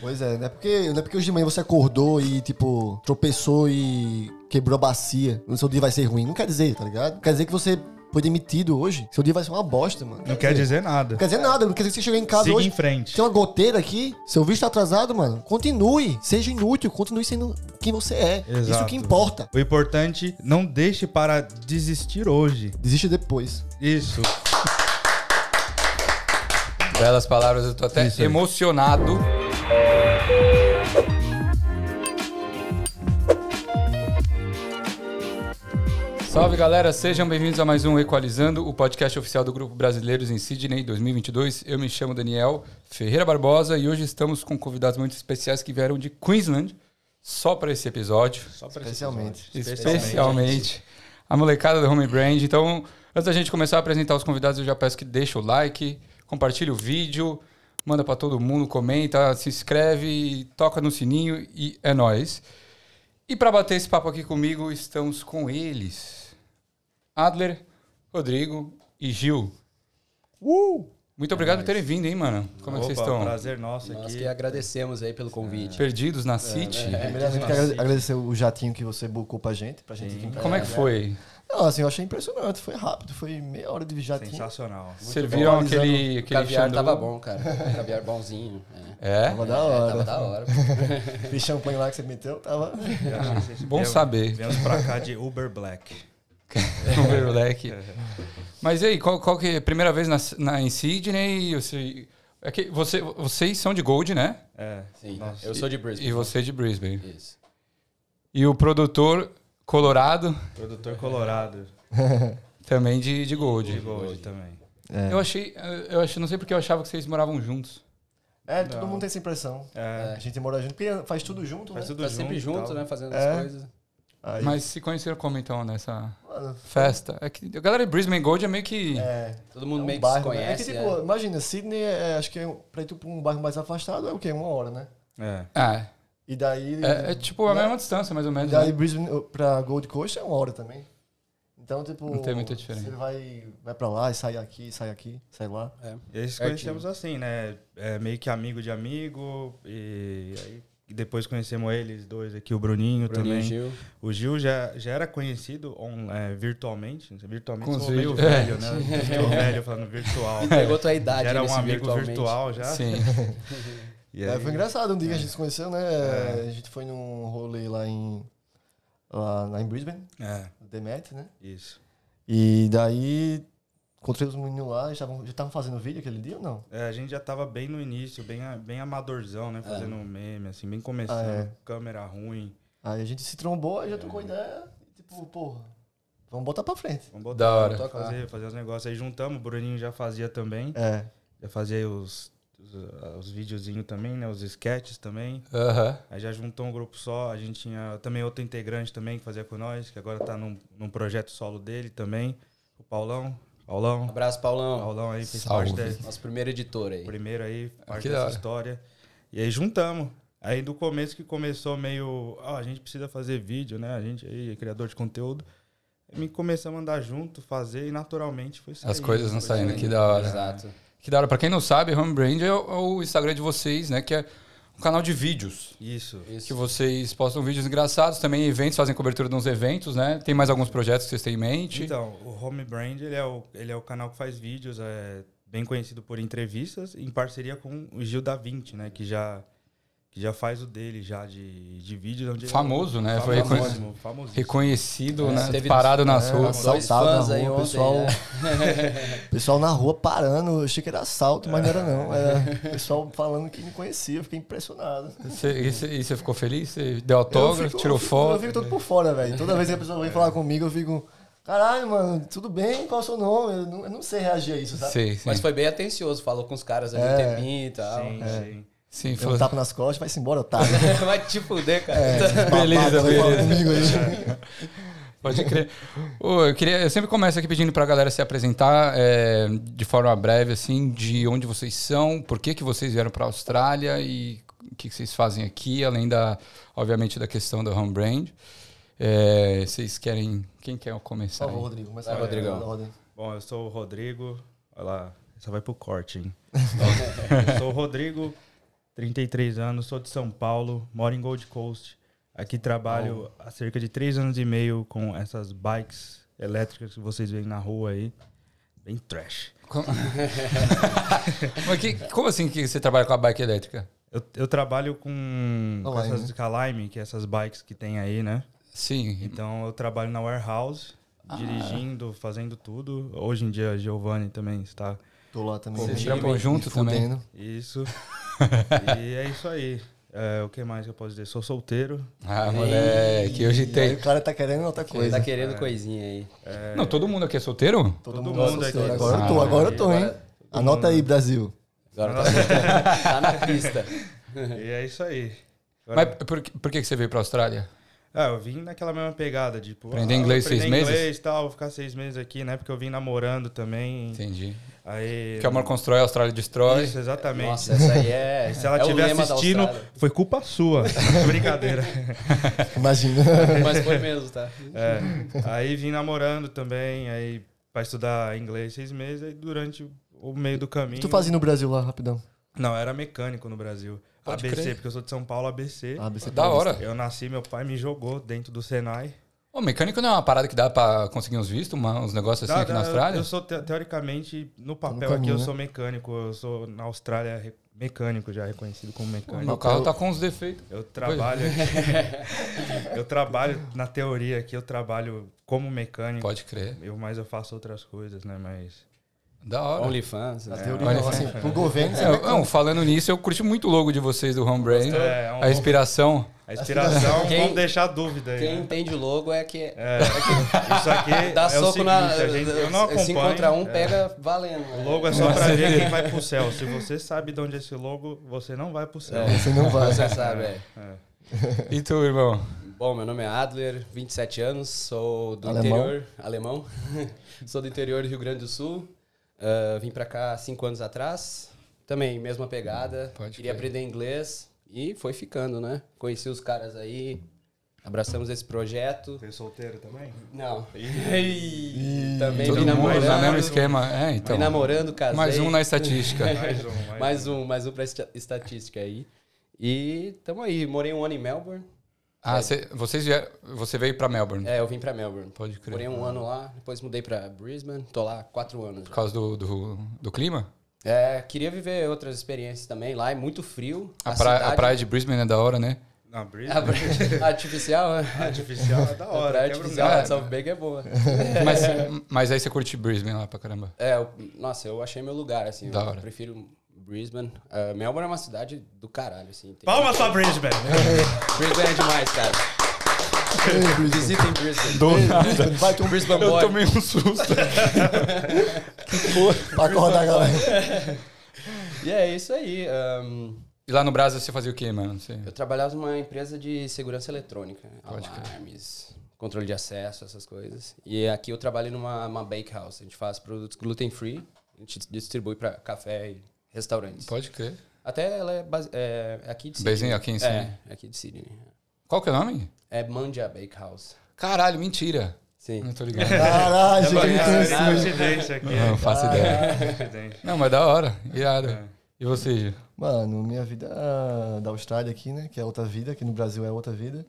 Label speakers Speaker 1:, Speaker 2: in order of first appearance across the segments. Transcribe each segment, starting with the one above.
Speaker 1: Pois é, não é porque, não é porque hoje de manhã você acordou e, tipo, tropeçou e quebrou a bacia. O seu dia vai ser ruim. Não quer dizer, tá ligado? Quer dizer que você foi demitido hoje. Seu dia vai ser uma bosta, mano.
Speaker 2: Não quer dizer nada.
Speaker 1: Não quer dizer nada, não quer dizer que você chegou em casa
Speaker 2: Siga
Speaker 1: hoje.
Speaker 2: em frente.
Speaker 1: Tem uma goteira aqui, seu visto tá atrasado, mano. Continue, seja inútil, continue sendo quem você é. Isso
Speaker 2: Exato.
Speaker 1: que importa.
Speaker 2: O importante, não deixe para desistir hoje.
Speaker 1: Desiste depois.
Speaker 2: Isso.
Speaker 3: Belas palavras, eu tô até
Speaker 2: Isso aí.
Speaker 3: emocionado. Salve galera, sejam bem-vindos a mais um Equalizando, o podcast oficial do Grupo Brasileiros em Sydney 2022. Eu me chamo Daniel Ferreira Barbosa e hoje estamos com convidados muito especiais que vieram de Queensland só para esse episódio.
Speaker 1: Especialmente.
Speaker 3: Especialmente. A molecada do Home Brand. Então, antes da gente começar a apresentar os convidados, eu já peço que deixa o like, compartilha o vídeo, manda pra todo mundo, comenta, se inscreve, toca no sininho e é nóis. E pra bater esse papo aqui comigo, estamos com eles. Adler, Rodrigo e Gil. Muito obrigado por terem vindo, hein, mano? Como é que vocês
Speaker 2: Opa,
Speaker 3: estão?
Speaker 2: prazer nosso
Speaker 4: Nós
Speaker 2: aqui.
Speaker 1: é
Speaker 4: que agradecemos aí pelo convite.
Speaker 3: Perdidos na City?
Speaker 1: Primeiramente, quero agrade- agradecer o jatinho que você bucou pra gente, pra gente vir pra
Speaker 3: Como é que foi?
Speaker 1: Não, assim, eu achei impressionante. Foi rápido, foi meia hora de jatinho.
Speaker 2: Sensacional.
Speaker 3: Serviram
Speaker 1: bom.
Speaker 3: aquele,
Speaker 4: O
Speaker 3: aquele
Speaker 4: caviar
Speaker 3: xandu?
Speaker 4: tava bom, cara. O caviar bonzinho. né?
Speaker 3: É?
Speaker 1: Tava da
Speaker 4: É,
Speaker 1: hora.
Speaker 4: tava da hora.
Speaker 1: Aquele champanhe lá que você meteu, tava.
Speaker 3: Bom
Speaker 1: É
Speaker 2: Viemos-
Speaker 3: saber.
Speaker 2: Viemos pra cá de Uber Black.
Speaker 3: Vamos ver o leque.
Speaker 1: É.
Speaker 3: Mas e aí, qual, qual que é? Primeira vez na, na, em Sydney? Você, é que você, vocês são de Gold, né?
Speaker 2: É.
Speaker 4: Sim.
Speaker 2: Nossa.
Speaker 4: Eu sou de
Speaker 3: E
Speaker 4: Brisbane.
Speaker 3: você é de Brisbane.
Speaker 4: Isso.
Speaker 3: E o produtor Colorado,
Speaker 2: Produtor colorado.
Speaker 3: também de, de
Speaker 2: De
Speaker 3: Gold.
Speaker 2: Gold também.
Speaker 1: É.
Speaker 3: Eu achei, eu achei, não sei porque eu achava que vocês moravam juntos.
Speaker 1: É, todo mundo tem essa impressão.
Speaker 2: É.
Speaker 1: A gente mora junto, porque faz tudo junto,
Speaker 2: Faz
Speaker 1: né?
Speaker 2: tudo
Speaker 4: Tá
Speaker 2: junto.
Speaker 4: sempre
Speaker 2: e
Speaker 4: junto,
Speaker 2: tal.
Speaker 4: né? Fazendo
Speaker 1: É.
Speaker 4: as coisas.
Speaker 1: Aí,
Speaker 3: Mas se conheceram como então nessa
Speaker 1: mano,
Speaker 3: festa? É que a galera de Brisbane Gold é meio que.
Speaker 1: é,
Speaker 4: Todo mundo
Speaker 1: é um
Speaker 4: meio que
Speaker 1: bairro,
Speaker 4: se
Speaker 1: né?
Speaker 4: conhece.
Speaker 1: É que, tipo,
Speaker 4: é.
Speaker 1: imagina, Sydney, é, acho que é, um- pra ir pra um bairro mais afastado é o quê? Uma hora, né?
Speaker 2: É.
Speaker 3: Ah,
Speaker 1: E daí.
Speaker 3: é, é tipo a
Speaker 1: Né?
Speaker 3: mesma distância, mais ou
Speaker 1: E
Speaker 3: menos.
Speaker 1: daí
Speaker 3: né?
Speaker 1: Brisbane uh, pra Gold Coast é uma hora também. Então, tipo.
Speaker 3: Não tem muita diferença.
Speaker 1: Você vai, vai pra lá e sai aqui, sai aqui, sai lá.
Speaker 4: é.
Speaker 2: E aí se conhecemos assim, né? É meio que amigo de amigo. E aí e depois conhecemos eles dois aqui, o Bruninho,
Speaker 4: Bruninho
Speaker 2: também.
Speaker 4: Gil.
Speaker 2: O Gil já, já era conhecido on- é, virtualmente. não sei, Virtualmente
Speaker 3: Com
Speaker 2: eu sou
Speaker 3: os
Speaker 2: meio
Speaker 3: vídeos.
Speaker 2: velho, né? Estou velho falando virtual.
Speaker 4: Pegou tua
Speaker 2: Já
Speaker 4: idade
Speaker 2: era um
Speaker 4: nesse
Speaker 2: amigo
Speaker 4: É, virtualmente.
Speaker 2: virtual já.
Speaker 3: Sim.
Speaker 2: E
Speaker 1: É,
Speaker 2: aí,
Speaker 1: foi engraçado, um dia que a gente se conheceu, né? A gente foi num rolê lá em. Lá, lá em Brisbane,
Speaker 2: É,
Speaker 1: no The Met, né?
Speaker 2: isso.
Speaker 1: E daí. Encontrei os meninos lá, eles tavam- já estavam fazendo vídeo aquele dia ou não?
Speaker 2: É, a gente já tava bem no início, bem, a- bem amadorzão, né? Fazendo um meme, assim, bem começando.
Speaker 1: Ah, é.
Speaker 2: Câmera ruim.
Speaker 1: Aí a gente se trombou, aí já trocou ideia, e tipo, porra, vamos botar pra frente.
Speaker 2: Vamos botar.
Speaker 3: Da hora.
Speaker 2: vamos Fazer, fazer os negócios. Aí juntamos, o Bruninho já fazia também.
Speaker 1: É.
Speaker 2: Já fazia os, os, os videozinhos também, né? Os sketches também.
Speaker 3: Aham.
Speaker 2: Aí já juntou um grupo só, a gente tinha também outro integrante também que fazia com nós, que agora tá num, num projeto solo dele também, o Paulão.
Speaker 4: Um
Speaker 2: Paulão,
Speaker 4: abraço, Paulão.
Speaker 2: Paulão aí fez
Speaker 3: Salve.
Speaker 2: parte da
Speaker 4: Nosso primeiro editor aí.
Speaker 2: primeiro aí, parte
Speaker 3: que da
Speaker 2: dessa
Speaker 3: hora.
Speaker 2: história. E aí juntamos. Aí do começo que começou meio, ó, a gente precisa fazer vídeo, né? A gente aí é criador de conteúdo. E começamos a andar junto, fazer e naturalmente foi
Speaker 3: As
Speaker 2: saindo,
Speaker 3: coisas não
Speaker 2: foi
Speaker 3: saindo, que da hora.
Speaker 4: Exato.
Speaker 3: Que da hora. Pra quem não sabe, Home Brand é o, é o Instagram de vocês, né? Que é um canal de vídeos.
Speaker 2: Isso.
Speaker 3: Que
Speaker 4: Isso.
Speaker 3: vocês postam vídeos engraçados, também eventos, fazem cobertura de uns eventos, né? Tem mais alguns projetos que vocês têm em mente.
Speaker 2: Então, o Home Brand ele é o, ele é o canal que faz vídeos, é bem conhecido por entrevistas, em parceria com o Gil da 20, né? Que já, que já faz o dele já de, de vídeos. Onde ele-
Speaker 3: Famoso, né? Foi
Speaker 2: Famosíssimo,
Speaker 3: reconhecido.
Speaker 2: famosíssimo.
Speaker 3: Reconhecido,
Speaker 4: É,
Speaker 3: né?
Speaker 4: teve-
Speaker 3: Parado nas
Speaker 1: é,
Speaker 3: ruas.
Speaker 1: Assaltado
Speaker 4: Dois fãs
Speaker 1: na
Speaker 4: aí
Speaker 1: rua,
Speaker 4: ontem,
Speaker 1: pessoal.
Speaker 4: né?
Speaker 1: Pessoal na rua parando, eu achei que era assalto, mas não era não. Era pessoal falando que me conhecia, eu fiquei impressionado.
Speaker 3: Cê- E você- e você ficou feliz? Você deu
Speaker 1: Eu
Speaker 3: autógrafo,
Speaker 1: fico-
Speaker 3: tirou
Speaker 1: eu fico- Eu
Speaker 3: foto?
Speaker 1: fico todo por fora, velho. Toda vez que a pessoa vem falar comigo, eu fico. Caralho, mano, tudo bem? Qual é o seu nome? Eu não, eu não sei reagir a isso, sabe?
Speaker 3: Sim, sim.
Speaker 4: Mas foi bem atencioso, falou com os caras ali
Speaker 1: É.
Speaker 4: um tempinho e tal. É.
Speaker 2: Sim,
Speaker 3: É.
Speaker 2: sim.
Speaker 3: Sim,
Speaker 1: Eu
Speaker 3: falou.
Speaker 1: tapo nas costas, vai-se embora, otário.
Speaker 4: Vai te fuder, cara. Tá
Speaker 3: Beleza,
Speaker 1: Vai falar É,
Speaker 3: beleza.
Speaker 1: comigo aí.
Speaker 3: Pode crer. Ô, eu, queria, eu sempre começo aqui pedindo pra galera se apresentar é, de forma breve, assim, de onde vocês são, por que, que vocês vieram pra Austrália e o que, que vocês fazem aqui, além da, obviamente, da questão do home brand. É, vocês querem. Quem quer
Speaker 1: Por
Speaker 3: começar? aí?
Speaker 1: favor, Rodrigo, começa
Speaker 4: Vai,
Speaker 1: a
Speaker 4: Rodrigão.
Speaker 1: ordem.
Speaker 2: Bom, eu sou o Rodrigo. Olha lá, essa vai pro corte, hein? eu sou o Rodrigo, 33 anos, sou de São Paulo, moro em Gold Coast. Aqui trabalho há cerca de 3 anos e meio com essas bikes elétricas que vocês veem na rua aí. Bem trash.
Speaker 3: Como, Mas que- como assim que você trabalha com a bike elétrica?
Speaker 2: Eu, eu trabalho com, com
Speaker 1: Lime,
Speaker 2: essas Kalime, que é essas bikes que tem aí, né?
Speaker 3: Sim.
Speaker 2: Então eu trabalho na warehouse, dirigindo, fazendo tudo. Hoje em dia a Giovanni também está.
Speaker 1: Tô lá também.
Speaker 3: Vocês
Speaker 1: né?
Speaker 3: trampam
Speaker 1: Me
Speaker 3: junto também?
Speaker 1: fudendo.
Speaker 2: Isso. e é isso aí. É, o que mais que eu posso dizer? Sou solteiro.
Speaker 3: Ah, moleque, hoje
Speaker 1: E aí
Speaker 3: tem.
Speaker 1: o cara tá querendo outra
Speaker 4: Ele
Speaker 1: coisa.
Speaker 4: tá querendo coisinha aí.
Speaker 3: Não, todo mundo aqui é solteiro?
Speaker 1: Todo,
Speaker 2: Todo
Speaker 1: mundo
Speaker 2: mundo
Speaker 1: gosta,
Speaker 2: aqui.
Speaker 1: senhora. Agora eu tô,
Speaker 3: Ah,
Speaker 1: agora eu tô, hein?
Speaker 4: Agora-
Speaker 1: Anota aí, Brasil.
Speaker 4: Agora tá, tá na pista.
Speaker 2: E é isso aí. Agora-
Speaker 3: Mas por, que- por que que você veio pra Austrália?
Speaker 2: Ah, eu vim naquela mesma pegada, tipo...
Speaker 3: Aprender
Speaker 2: ah,
Speaker 3: inglês
Speaker 2: aprender
Speaker 3: seis meses?
Speaker 2: inglês e tal, vou ficar seis meses aqui, né? Porque eu vim namorando também.
Speaker 3: Entendi.
Speaker 2: Aí...
Speaker 3: Que é o amor constrói, a Austrália destrói.
Speaker 2: Isso, exatamente.
Speaker 4: Nossa, essa aí é.
Speaker 2: Se ela
Speaker 4: é o
Speaker 2: estiver
Speaker 4: lema da
Speaker 2: assistindo,
Speaker 4: Austrália.
Speaker 2: foi culpa sua. Brincadeira.
Speaker 1: Imagina.
Speaker 4: Mas foi mesmo, tá?
Speaker 2: É, aí vim namorando também, aí pra estudar inglês seis meses, aí durante o meio do
Speaker 1: O
Speaker 2: caminho.
Speaker 1: que tu fazia no Brasil lá, rapidão?
Speaker 2: Não, eu era mecânico no Brasil.
Speaker 3: Pode
Speaker 2: ABC,
Speaker 3: crer.
Speaker 2: porque eu sou de São Paulo, ABC.
Speaker 1: Ah, você
Speaker 3: Da hora.
Speaker 2: Eu nasci, meu pai me jogou dentro do Senai.
Speaker 3: O mecânico não é uma parada que dá pra conseguir uns vistos, uma- uns negócios assim
Speaker 2: Dá-
Speaker 3: aqui
Speaker 2: dá,
Speaker 3: na
Speaker 2: eu-
Speaker 3: Austrália?
Speaker 2: Eu, sou te- teoricamente, no papel aqui
Speaker 1: caminho,
Speaker 2: eu
Speaker 1: né?
Speaker 2: sou mecânico, eu sou na Austrália re- mecânico, já reconhecido como
Speaker 3: Pô,
Speaker 2: mecânico.
Speaker 3: Meu carro tá com uns defeitos.
Speaker 2: Eu trabalho aqui. eu trabalho na teoria aqui, eu trabalho como mecânico.
Speaker 3: Pode crer.
Speaker 2: Eu, mas eu faço outras coisas, né? Mas.
Speaker 3: Da hora.
Speaker 4: OnlyFans.
Speaker 1: Na
Speaker 4: né?
Speaker 1: teoria,
Speaker 3: É, olha
Speaker 1: não,
Speaker 3: só.
Speaker 1: assim, pro governo,
Speaker 3: É,
Speaker 1: você
Speaker 3: eu- não, falando nisso, eu curti muito o logo de vocês do Home Brain.
Speaker 2: É, é um-
Speaker 3: a inspiração.
Speaker 2: A inspiração,
Speaker 4: Assim, Quem-
Speaker 2: vamos deixar dúvida aí.
Speaker 4: Quem
Speaker 2: né?
Speaker 4: entende o logo é que.
Speaker 2: É, isso aqui
Speaker 4: Dá
Speaker 2: é
Speaker 4: soco
Speaker 2: o seguinte,
Speaker 4: na.
Speaker 2: a gente, eu não acompanho.
Speaker 4: se encontrar um,
Speaker 2: é.
Speaker 4: pega valendo. né?
Speaker 2: O logo é só pra ver quem vai pro céu. Se você sabe de onde é esse logo, você não vai pro céu.
Speaker 4: É.
Speaker 1: você não vai.
Speaker 4: Você sabe, é.
Speaker 2: É.
Speaker 3: E tu, irmão?
Speaker 4: Bom, meu nome é Adler, 27 anos, sou do
Speaker 1: Alemão.
Speaker 4: interior, alemão, sou do interior do Rio Grande do Sul, ah, vim pra cá há 5 anos atrás, também mesma pegada,
Speaker 3: Pode
Speaker 4: queria
Speaker 3: crer.
Speaker 4: aprender inglês e foi ficando, né? Conheci os caras aí, abraçamos esse projeto.
Speaker 2: Você é solteiro também?
Speaker 4: Não,
Speaker 1: Ih,
Speaker 4: também
Speaker 3: Todo
Speaker 4: vim
Speaker 3: mundo
Speaker 4: namorando,
Speaker 3: no mesmo esquema. É, então.
Speaker 4: vim namorando, casei.
Speaker 3: Mais um na estatística.
Speaker 2: Mais um, mais,
Speaker 4: Mais um, mais um pra esta- estatística aí. E tamo aí, morei um ano em Melbourne,
Speaker 3: Ah, cê- vocês vieram, você veio pra Melbourne.
Speaker 4: é, eu vim pra Melbourne.
Speaker 3: Pode crer.
Speaker 4: Morei um ano lá, depois mudei pra Brisbane, tô lá há 4 anos. já.
Speaker 3: Por causa do, do, do clima?
Speaker 4: É, queria viver outras experiências também. Lá é muito frio.
Speaker 3: A, praia- a
Speaker 4: cidade-
Speaker 3: praia de Brisbane é da hora, né?
Speaker 2: um. Não, Brisbane.
Speaker 4: A praia artificial, né?
Speaker 2: Artificial é da
Speaker 4: A
Speaker 2: hora.
Speaker 4: praia
Speaker 2: quebra um
Speaker 4: artificial
Speaker 2: galho.
Speaker 4: lá de South Bank é boa.
Speaker 3: Mas, mas aí você curte Brisbane lá pra caramba.
Speaker 4: É, eu- nossa, eu achei meu lugar, assim.
Speaker 3: Da
Speaker 4: eu
Speaker 3: hora.
Speaker 4: prefiro Brisbane. Ah, Melbourne é uma cidade do caralho, assim. tem-
Speaker 2: Palmas pra Brisbane!
Speaker 4: Brisbane é demais, cara.
Speaker 1: Ei, Brisbane.
Speaker 4: Visitem Brisbane.
Speaker 1: Brisbane, Vai tu
Speaker 4: Brisbane Boy.
Speaker 3: um susto.
Speaker 1: pra acordar a galera.
Speaker 4: E é isso aí. ahn,
Speaker 3: E lá no Brasil você fazia o quê, mano? Você-
Speaker 4: eu trabalhava numa empresa de segurança eletrônica. né?
Speaker 3: Pode crer.
Speaker 4: Alarmes, controle de acesso, essas coisas. E aqui eu trabalho numa uma bakehouse. A gente faz produtos gluten-free. A gente distribui para café e restaurantes.
Speaker 3: Pode crer.
Speaker 4: Até ela é, base- é, é aqui de Sydney.
Speaker 3: Bezinho aqui em Sydney.
Speaker 4: É, é aqui de Sydney.
Speaker 3: Qual que é o nome?
Speaker 4: É Mandia Bakehouse.
Speaker 3: Caralho, mentira.
Speaker 4: Sim.
Speaker 1: É.
Speaker 3: Não tô ligado.
Speaker 1: Caralho, gente,
Speaker 2: Brisbane
Speaker 1: então,
Speaker 2: é
Speaker 1: assim,
Speaker 2: coincidência aqui.
Speaker 3: Não faço ideia.
Speaker 2: Coincidência.
Speaker 1: Ah.
Speaker 3: Não, mas da hora. Irado.
Speaker 2: É.
Speaker 3: E você, Gil?
Speaker 1: Mano, minha vida ah, da Austrália aqui, né? Que é outra vida, aqui no Brasil é outra vida.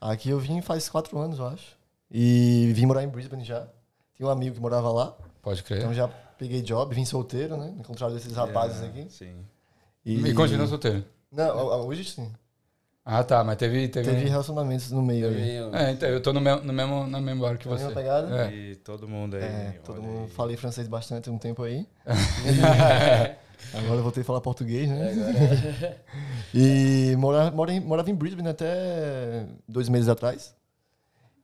Speaker 1: Aqui eu vim faz quatro anos, eu acho. E vim morar em Brisbane já. Tinha um amigo que morava lá,
Speaker 3: Pode crer.
Speaker 1: então já peguei job, vim solteiro, né? Ao contrário desses rapazes
Speaker 2: É,
Speaker 1: aqui.
Speaker 2: Sim.
Speaker 3: E continua solteiro.
Speaker 1: Não, ho- ho- hoje sim.
Speaker 3: Ah, tá, mas teve. teve...
Speaker 1: Teve relacionamentos no meio aí.
Speaker 4: Eu-
Speaker 3: É, então, eu tô no, meu, no mesmo, na mesma hora que
Speaker 1: Na
Speaker 3: você.
Speaker 1: mesma pegada?
Speaker 3: É.
Speaker 2: E todo mundo aí.
Speaker 1: É,
Speaker 2: olha
Speaker 1: todo mundo
Speaker 2: aí.
Speaker 1: falei francês bastante um tempo aí. E agora eu voltei a falar português, né?
Speaker 3: é.
Speaker 1: E mora, mora em- morava em Brisbane até dois meses atrás.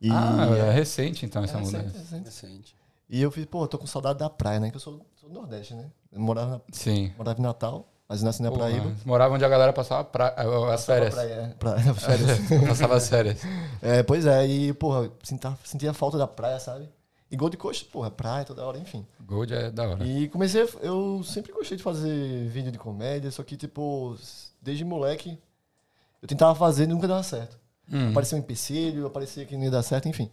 Speaker 1: E
Speaker 3: Ah, é recente então essa
Speaker 1: É, recente,
Speaker 3: mudança.
Speaker 1: recente.
Speaker 4: Interessante.
Speaker 1: E eu fiz, pô, tô com saudade da praia, né? Que eu sou, sou do Nordeste, né? Eu morava, na-
Speaker 3: Sim.
Speaker 1: morava em Natal, mas nasci na
Speaker 3: Pô,
Speaker 1: Paraíba.
Speaker 3: mas morava onde a galera passava pra... eh, as é. férias.
Speaker 1: Praia, praia, férias.
Speaker 3: Passava as férias.
Speaker 1: É, pois é, e, porra, sentia, sentia falta da praia, sabe? E Gold Coast, porra, praia toda hora, enfim.
Speaker 3: Gold é da hora.
Speaker 1: E comecei, a- eu sempre gostei de fazer vídeo de comédia, só que, tipo, s- desde moleque, eu tentava fazer e nunca dava certo.
Speaker 3: Hum.
Speaker 1: Aparecia um empecilho, aparecia que não ia dar certo, enfim.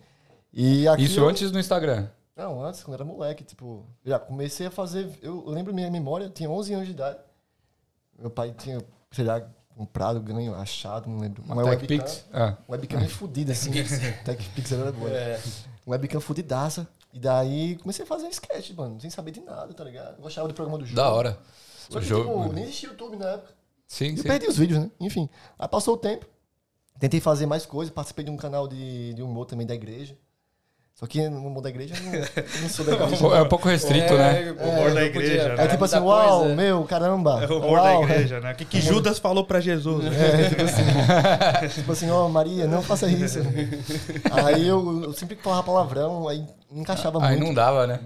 Speaker 1: E aqui
Speaker 3: Isso
Speaker 1: eu-
Speaker 3: antes no Instagram.
Speaker 1: Não, antes, quando era moleque, tipo, já comecei a fazer, eu lembro minha memória, eu tinha 11 anos de idade, meu pai tinha sei lá, comprado, ganho, achado, não lembro.
Speaker 3: Uma TechPix? Ah.
Speaker 1: webcam meio fudida, assim. TechPix era boa.
Speaker 3: É.
Speaker 1: né? Uma webcam fudidaça. E daí comecei a fazer um sketch, mano, sem saber de nada, tá ligado? Eu gostava do programa do jogo.
Speaker 3: Da hora.
Speaker 1: Só
Speaker 3: O
Speaker 1: que,
Speaker 3: jogo.
Speaker 1: tipo,
Speaker 3: mano.
Speaker 1: nem existia YouTube na época.
Speaker 3: Sim,
Speaker 1: E eu
Speaker 3: sim.
Speaker 1: perdi os vídeos, né? Enfim. Aí passou o tempo. Tentei fazer mais coisas, participei de um canal de, de humor também da igreja. Só que no humor da igreja eu não, eu não sou da igreja.
Speaker 3: Pô, É um pouco restrito, né?
Speaker 4: o
Speaker 2: humor da igreja, né?
Speaker 1: É tipo assim, uau, meu, caramba.
Speaker 2: É o humor
Speaker 1: uau.
Speaker 2: da igreja, né? O que, que Judas falou pra Jesus?
Speaker 1: É. Tipo assim, ó, Maria, não faça isso. aí eu, eu sempre que falava palavrão, aí não encaixava
Speaker 3: Aí
Speaker 1: muito.
Speaker 3: não dava, né?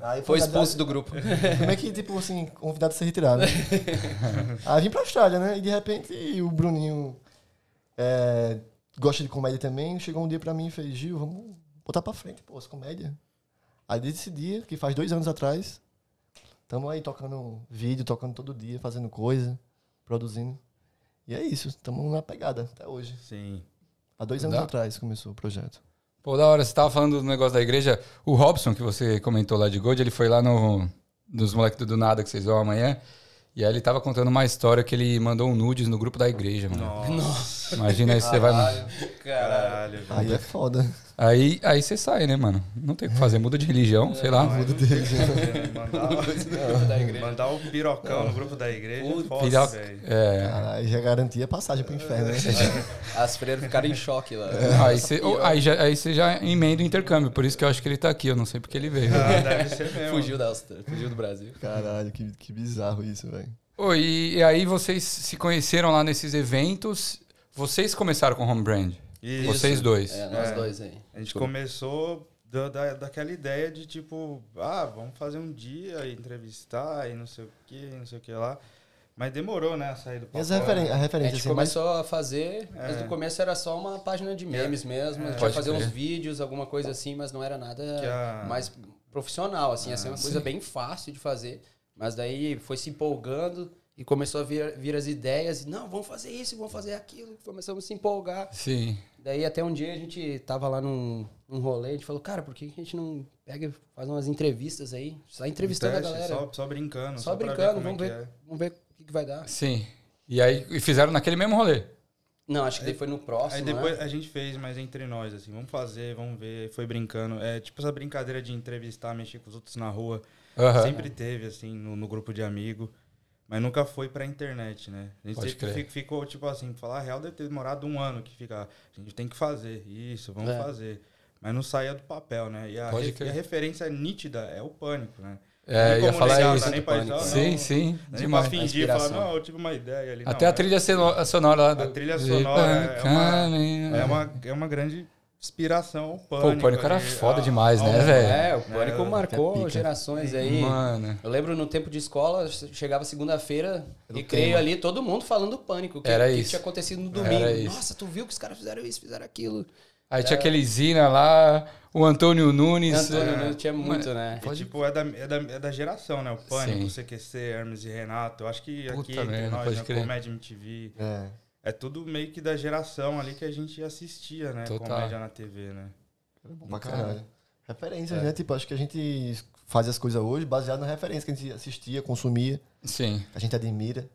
Speaker 1: Aí
Speaker 4: Foi
Speaker 1: convidado-
Speaker 4: expulso do grupo.
Speaker 1: Como é que, tipo assim, convidado a ser retirado? né? aí vim pra Austrália, né? E de repente o Bruninho é, gosta de comédia também. Chegou um dia pra mim e fez, Gil, vamos botar pra frente, pô, essa comédia. Aí desde esse dia, que faz dois anos atrás, estamos aí tocando vídeo, tocando todo dia, fazendo coisa, produzindo. E é isso, estamos na pegada até hoje.
Speaker 2: Sim.
Speaker 1: Há dois anos
Speaker 3: Dá.
Speaker 1: atrás começou o projeto.
Speaker 3: Pô, da hora, você tava falando do negócio da igreja. O Robson, que você comentou lá de Gold, ele foi lá no dos moleques do, do nada que vocês vão amanhã. E aí ele tava contando uma história que ele mandou um nudes no grupo da igreja, mano.
Speaker 2: Nossa,
Speaker 3: Imagina aí se você vai.
Speaker 4: Caralho.
Speaker 2: caralho. velho.
Speaker 1: Aí é foda.
Speaker 3: Aí, aí você sai, né, mano? Não tem o que fazer, muda de religião, sei lá.
Speaker 1: é
Speaker 2: Não, aí não tem o que fazer, né? Mandar, mandar o pirocão no grupo da igreja. é foda,
Speaker 3: Filha-
Speaker 2: velho.
Speaker 3: É.
Speaker 1: Caralho, já garantia a passagem pro inferno, né?
Speaker 4: As freiras ficaram em choque lá.
Speaker 3: Aí você aí já, aí você já emenda o intercâmbio, por isso que eu acho que ele tá aqui, eu não sei porque ele veio.
Speaker 2: Ah, deve ser mesmo.
Speaker 4: Fugiu da Austrália, fugiu do Brasil.
Speaker 1: Caralho, que, que bizarro isso, velho.
Speaker 3: Oi, e, e aí vocês se conheceram lá nesses eventos, vocês começaram com home brand,
Speaker 2: Isso.
Speaker 3: vocês dois.
Speaker 4: É, nós
Speaker 2: É.
Speaker 4: dois aí.
Speaker 2: A gente começou da, da- daquela ideia de tipo, ah, vamos fazer um dia e entrevistar e não sei o que, não sei o que lá. Mas demorou, né, a sair do
Speaker 1: E
Speaker 2: papel.
Speaker 4: é
Speaker 1: as referen a
Speaker 4: A
Speaker 1: referência,
Speaker 4: gente
Speaker 1: assim, mas
Speaker 4: começou a fazer, mas
Speaker 2: É.
Speaker 4: no começo era só uma página de memes mesmo. A gente ia
Speaker 3: Pode
Speaker 4: fazer
Speaker 3: crer.
Speaker 4: uns vídeos, alguma coisa assim, mas não era
Speaker 2: Que
Speaker 4: nada
Speaker 2: a-
Speaker 4: mais profissional, assim. Ia ser uma coisa bem fácil de fazer. Mas daí foi se empolgando e começou a vir, vir as ideias. Não, vamos fazer isso, vamos fazer aquilo. Começamos a se empolgar.
Speaker 3: Sim.
Speaker 4: Daí até um dia a gente tava lá num, num rolê, a gente falou, cara, por que que a gente não pega e faz umas entrevistas aí? Só entrevistando
Speaker 2: um Teste,
Speaker 4: a galera.
Speaker 2: Só, só brincando.
Speaker 4: Só
Speaker 2: pra
Speaker 4: brincando,
Speaker 2: como é
Speaker 4: vamos
Speaker 2: que
Speaker 4: ver, vamos ver o que, que vai dar.
Speaker 3: Sim. E aí e fizeram naquele mesmo rolê.
Speaker 4: Não, acho que daí foi no
Speaker 2: é. Aí
Speaker 4: próximo.
Speaker 2: depois
Speaker 4: né?
Speaker 2: a gente fez, mas entre nós, assim, vamos fazer, vamos ver. Foi brincando. É tipo essa brincadeira de entrevistar, mexer com os outros na rua.
Speaker 3: Aham.
Speaker 2: Sempre teve, assim, no, no grupo de amigo. Mas nunca foi pra internet, né? A gente
Speaker 3: Pode
Speaker 2: sempre
Speaker 3: crer.
Speaker 2: fi- ficou, tipo assim, pra falar a real, deve ter demorado um ano que fica. A gente tem que fazer isso, vamos
Speaker 4: É.
Speaker 2: fazer. Mas não saía do papel, né? E a,
Speaker 3: Pode
Speaker 2: ref-
Speaker 3: crer.
Speaker 2: e a referência nítida é o pânico, né?
Speaker 3: É,
Speaker 2: Nem
Speaker 3: ia
Speaker 2: como
Speaker 3: falar
Speaker 2: legal,
Speaker 3: isso.
Speaker 2: Tá nem pra
Speaker 4: Pânico,
Speaker 2: não,
Speaker 3: sim, sim,
Speaker 2: Não, nem pra
Speaker 3: demais.
Speaker 2: fingir, falar,
Speaker 4: Inspiração.
Speaker 2: não, eu tive uma ideia ali.
Speaker 3: Até
Speaker 2: não, é.
Speaker 3: a trilha seno- sonora lá do...
Speaker 2: A trilha
Speaker 3: de-
Speaker 2: sonora é
Speaker 3: Pancana.
Speaker 2: É, é uma, é uma grande inspiração ao
Speaker 3: Pô,
Speaker 2: pânico.
Speaker 3: o Pânico era
Speaker 2: ali,
Speaker 3: foda
Speaker 2: ao-
Speaker 3: demais,
Speaker 2: ao-
Speaker 3: né, velho?
Speaker 4: É, o Pânico
Speaker 2: É,
Speaker 4: marcou
Speaker 1: que é pica.
Speaker 4: gerações aí.
Speaker 3: Mano,
Speaker 4: Eu lembro no tempo de escola, che- chegava segunda-feira,
Speaker 1: Era o
Speaker 4: recreio
Speaker 1: tema.
Speaker 4: ali, todo mundo falando do pânico. Que,
Speaker 3: Era
Speaker 4: que
Speaker 3: isso.
Speaker 4: tinha acontecido no
Speaker 3: Era
Speaker 4: domingo.
Speaker 3: isso.
Speaker 4: Nossa, tu viu que os caras fizeram isso, fizeram aquilo.
Speaker 3: aí
Speaker 2: É.
Speaker 3: tinha aquele Zina lá, o Antônio Nunes.
Speaker 4: Antônio,
Speaker 3: é,
Speaker 4: né? tinha muito, né?
Speaker 2: E, tipo, é da, é, da, é da geração, né? O Pânico,
Speaker 3: Sim.
Speaker 2: CQC, Hermes e Renato. Eu acho que
Speaker 3: Puta
Speaker 2: aqui entre
Speaker 3: merda,
Speaker 2: nós,
Speaker 3: pode
Speaker 2: né?
Speaker 3: crer.
Speaker 2: Comédia MTV.
Speaker 1: é,
Speaker 2: É tudo meio que da geração ali que a gente assistia, né?
Speaker 3: Total.
Speaker 2: Comédia na TV, né?
Speaker 1: era bom pra
Speaker 3: Caralho.
Speaker 1: caralho. Referências, né? Tipo, acho que a gente faz as coisas hoje baseado na referência que a gente assistia, consumia,
Speaker 3: Sim.
Speaker 1: que a gente admira.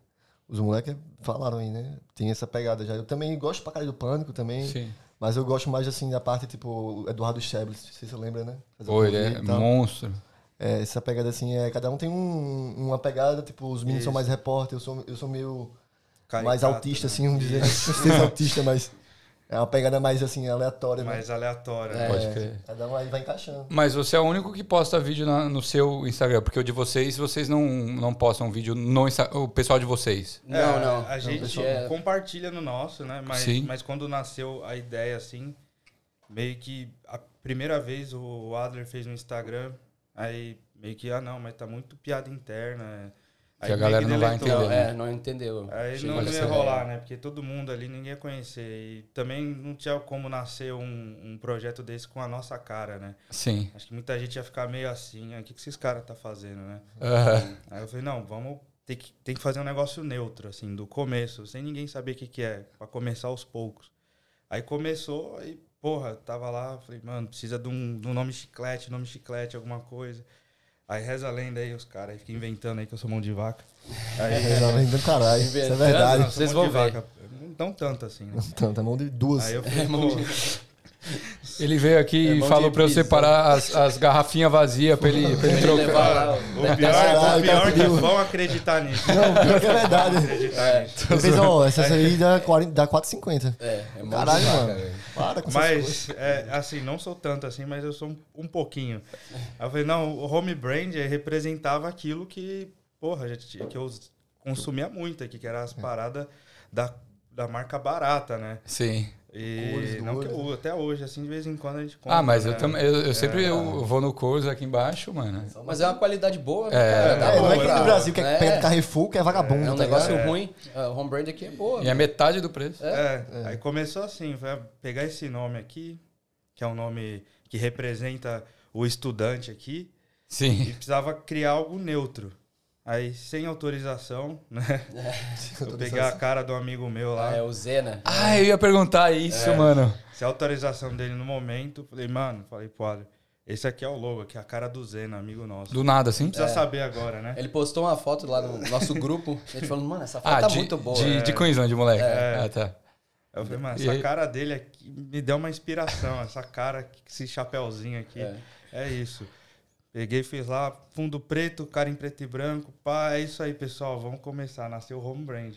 Speaker 1: Os moleques falaram aí, né? Tem essa pegada já. Eu também gosto pra caralho do Pânico também,
Speaker 3: Sim.
Speaker 1: mas eu gosto mais, assim, da parte, tipo, Eduardo Cheblis, se você lembra, né? Fazer
Speaker 3: Pô, ele
Speaker 1: um vídeo
Speaker 3: é
Speaker 1: e
Speaker 2: Então,
Speaker 1: tal.
Speaker 3: monstro.
Speaker 1: É, essa pegada assim, é, cada um tem um- uma pegada, tipo, os meninos são
Speaker 2: Isso.
Speaker 1: mais repórter, eu sou, eu sou meio
Speaker 2: Caricato,
Speaker 1: mais autista,
Speaker 2: né?
Speaker 1: assim, vamos dizer. Não sei se é autista, mas é uma pegada mais, assim, aleatória, né?
Speaker 2: Mais aleatória. né?
Speaker 3: Pode crer.
Speaker 1: Cada um aí vai encaixando.
Speaker 3: Mas você é o único que posta vídeo na- no seu Instagram, porque o de vocês, vocês não, não postam vídeo no Insta- o pessoal de vocês.
Speaker 2: É,
Speaker 4: Não, não.
Speaker 2: A gente
Speaker 4: Não, é-
Speaker 2: compartilha no nosso, né? Mas,
Speaker 3: Sim.
Speaker 2: mas quando nasceu a ideia, assim, meio que a primeira vez o Adler fez no Instagram, aí meio que, ah, não, mas tá muito piada interna. é.
Speaker 3: Que
Speaker 2: Aí
Speaker 3: a
Speaker 2: meio
Speaker 3: galera não vai
Speaker 2: deletou.
Speaker 3: entender,
Speaker 4: Não, é, não entendeu.
Speaker 2: Aí
Speaker 4: Chegou
Speaker 2: não, não
Speaker 4: nessa
Speaker 2: ia
Speaker 4: ideia.
Speaker 2: rolar, né? Porque todo mundo ali, ninguém ia conhecer. E também não tinha como nascer um, um projeto desse com a nossa cara, né?
Speaker 3: Sim.
Speaker 2: Acho que muita gente ia ficar meio assim, ah, o que, que esses caras tá fazendo, né?
Speaker 3: Aham.
Speaker 2: Aí eu falei, não, vamos ter que, tem que fazer um negócio neutro, assim, do começo, sem ninguém saber o que, que é, pra começar aos poucos. Aí começou, aí, porra, tava lá, falei, mano, precisa de um, de um nome chiclete, nome chiclete, alguma coisa. Aí reza a lenda aí, os caras aí ficam inventando aí que eu sou mão de vaca.
Speaker 1: Reza a lenda do caralho. Isso é
Speaker 4: Inventando.
Speaker 1: verdade.
Speaker 2: eu sou
Speaker 4: vocês
Speaker 2: mão
Speaker 4: vão ver.
Speaker 2: Não tanto assim, né?
Speaker 1: Tanto, é mão de duas.
Speaker 2: Aí eu falei, pô,
Speaker 3: Ele veio aqui
Speaker 4: É
Speaker 3: e
Speaker 4: mão
Speaker 3: falou
Speaker 4: de
Speaker 3: pra eu
Speaker 4: pizza.
Speaker 3: separar as, as garrafinhas vazias pra ele, pra ele
Speaker 4: Ele
Speaker 3: trocar.
Speaker 4: levar lá. ó.
Speaker 1: né?
Speaker 2: o pior,
Speaker 1: Caralho,
Speaker 2: o pior é que
Speaker 1: cara,
Speaker 2: vão acreditar nisso.
Speaker 1: Não, pior que é verdade.
Speaker 2: Acreditar nisso.
Speaker 1: Ele fez, ó, essa aí dá 40 dá 4,50.
Speaker 4: É, é mó
Speaker 1: Caralho,
Speaker 4: desgraça.
Speaker 1: mano. Para
Speaker 2: Tá
Speaker 1: com essas coisas.
Speaker 2: Mas, é, assim, não sou tanto assim, mas eu sou um, um pouquinho. Aí eu falei, não, o home brand eh, representava aquilo que, porra, já tinha- que eu consumia muito aqui, que era
Speaker 1: É.
Speaker 2: as paradas da, da marca barata, né?
Speaker 3: Sim.
Speaker 2: E
Speaker 1: Cores, né?
Speaker 2: não que eu
Speaker 1: cores.
Speaker 2: uso, até hoje, assim, de vez em quando a gente compra.
Speaker 3: Ah, mas eu
Speaker 2: né?
Speaker 3: também. Eu,
Speaker 4: É.
Speaker 3: eu sempre eu vou no Coors aqui embaixo, mano.
Speaker 4: Mas é uma qualidade boa, né,
Speaker 3: É,
Speaker 4: cara?
Speaker 1: É, não é que
Speaker 2: boa,
Speaker 1: no
Speaker 2: né?
Speaker 1: Brasil que
Speaker 4: É.
Speaker 1: é pega Carrefour, que é vagabundo.
Speaker 4: É um
Speaker 1: tá
Speaker 4: negócio
Speaker 1: ligado?
Speaker 4: ruim. A home brand aqui é boa.
Speaker 3: E é metade do preço.
Speaker 2: É, aí começou assim, foi ah, pegar esse nome aqui, que é um nome que representa o estudante aqui, e
Speaker 3: Sim.
Speaker 2: precisava criar algo neutro. Aí, sem autorização, né? Eu peguei a cara do amigo meu lá,
Speaker 4: É. Ah, é o Zena.
Speaker 3: Ah, eu ia perguntar
Speaker 4: É.
Speaker 3: isso, mano.
Speaker 2: sem autorização dele no momento, falei, mano, falei pro Adrio, esse aqui é o logo, aqui é a cara do Zena, amigo nosso.
Speaker 3: Do nada, assim.
Speaker 2: Não
Speaker 4: É.
Speaker 2: precisa saber agora, né?
Speaker 4: Ele postou uma foto lá no nosso grupo. A gente falou, mano, essa foto
Speaker 3: Ah,
Speaker 4: tá
Speaker 3: de,
Speaker 4: muito boa. É.
Speaker 3: de, de Queensland, moleque. Ah, tá.
Speaker 2: Eu falei, mano,
Speaker 3: E
Speaker 2: essa
Speaker 3: aí?
Speaker 2: cara dele aqui me deu uma inspiração. essa cara, aqui, esse chapéuzinho aqui.
Speaker 4: É.
Speaker 2: É. isso. Peguei, fiz lá, fundo preto, cara em preto e branco. Pá, é isso aí, pessoal. Vamos começar. Nasceu o home brand.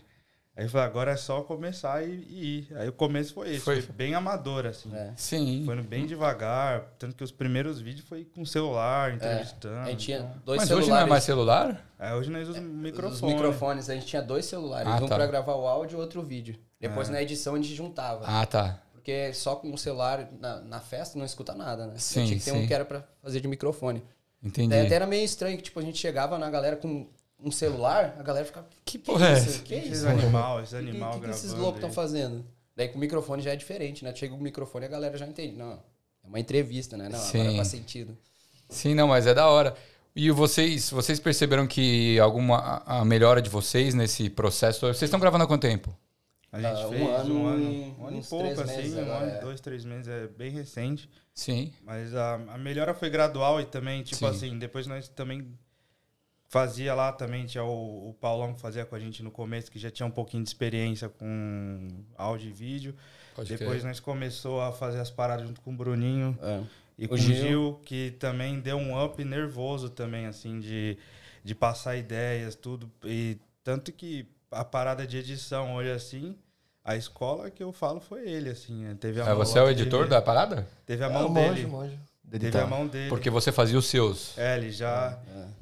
Speaker 2: Aí eu falei, agora é só começar e, e ir. Aí o começo foi esse.
Speaker 3: Foi.
Speaker 2: Foi, bem amador, assim.
Speaker 4: É.
Speaker 3: Sim.
Speaker 2: Foi no bem devagar. Tanto que os primeiros vídeos foi com celular, entrevistando.
Speaker 4: É, A gente tinha dois
Speaker 3: Mas
Speaker 4: celulares.
Speaker 3: hoje não é mais celular?
Speaker 2: Aí hoje nós usamos um
Speaker 4: Os
Speaker 2: microfone.
Speaker 4: microfones, a gente tinha dois celulares,
Speaker 3: Ah,
Speaker 4: um
Speaker 3: tá. É.
Speaker 4: pra gravar o áudio e outro o vídeo. Depois na edição a gente juntava.
Speaker 3: Ah, tá.
Speaker 4: Porque só com o celular na, na festa não escuta nada, né?
Speaker 3: Sim,
Speaker 4: tinha que ter
Speaker 3: sim.
Speaker 4: um que era pra fazer de microfone.
Speaker 3: Entendi.
Speaker 4: Daí até era meio estranho que tipo, a gente chegava na galera com um celular, a galera ficava, que
Speaker 3: porra é
Speaker 4: porra
Speaker 3: essa?
Speaker 4: isso? Que isso?
Speaker 2: Esses animal, esses
Speaker 4: O que,
Speaker 2: animal
Speaker 4: que, que esses
Speaker 2: gravando
Speaker 4: loucos
Speaker 2: aí.
Speaker 4: estão fazendo? Daí com o microfone já é diferente, né? Chega o microfone e a galera já entende. Não, é uma entrevista, né? Não, agora
Speaker 3: Sim.
Speaker 4: faz sentido.
Speaker 3: Sim, não, mas é da hora. E vocês, vocês perceberam que alguma a- a melhora de vocês nesse processo? Vocês estão gravando há quanto tempo?
Speaker 2: A gente
Speaker 4: Ah, um
Speaker 2: fez um ano,
Speaker 4: ano
Speaker 2: um
Speaker 4: e
Speaker 2: ano, e
Speaker 4: uns
Speaker 2: pouco,
Speaker 4: três meses
Speaker 2: assim, um
Speaker 4: agora,
Speaker 2: ano,
Speaker 4: é.
Speaker 2: e dois, três meses, é bem recente.
Speaker 3: Sim.
Speaker 2: Mas a, a melhora foi gradual e também, tipo
Speaker 3: Sim.
Speaker 2: assim, depois nós também fazia lá também, tinha o, o Paulão que fazia com a gente no começo, que já tinha um pouquinho de experiência com áudio e vídeo.
Speaker 3: Pode
Speaker 2: depois nós começou a fazer as paradas junto com o Bruninho
Speaker 3: É.
Speaker 2: e com o
Speaker 4: Gil.
Speaker 2: Gil. que também deu um up nervoso também, assim, de, de passar ideias, tudo. E tanto que a parada de edição hoje, assim, a escola que eu falo foi ele, assim. né? Teve a
Speaker 3: Ah,
Speaker 2: mão-
Speaker 3: você é o
Speaker 2: teve-
Speaker 3: editor da parada?
Speaker 2: Teve a
Speaker 1: É,
Speaker 2: mão
Speaker 1: eu
Speaker 2: dele.
Speaker 1: manjo, manjo. tá.
Speaker 2: Teve a mão dele.
Speaker 3: Porque você fazia os seus.
Speaker 2: É, ele já...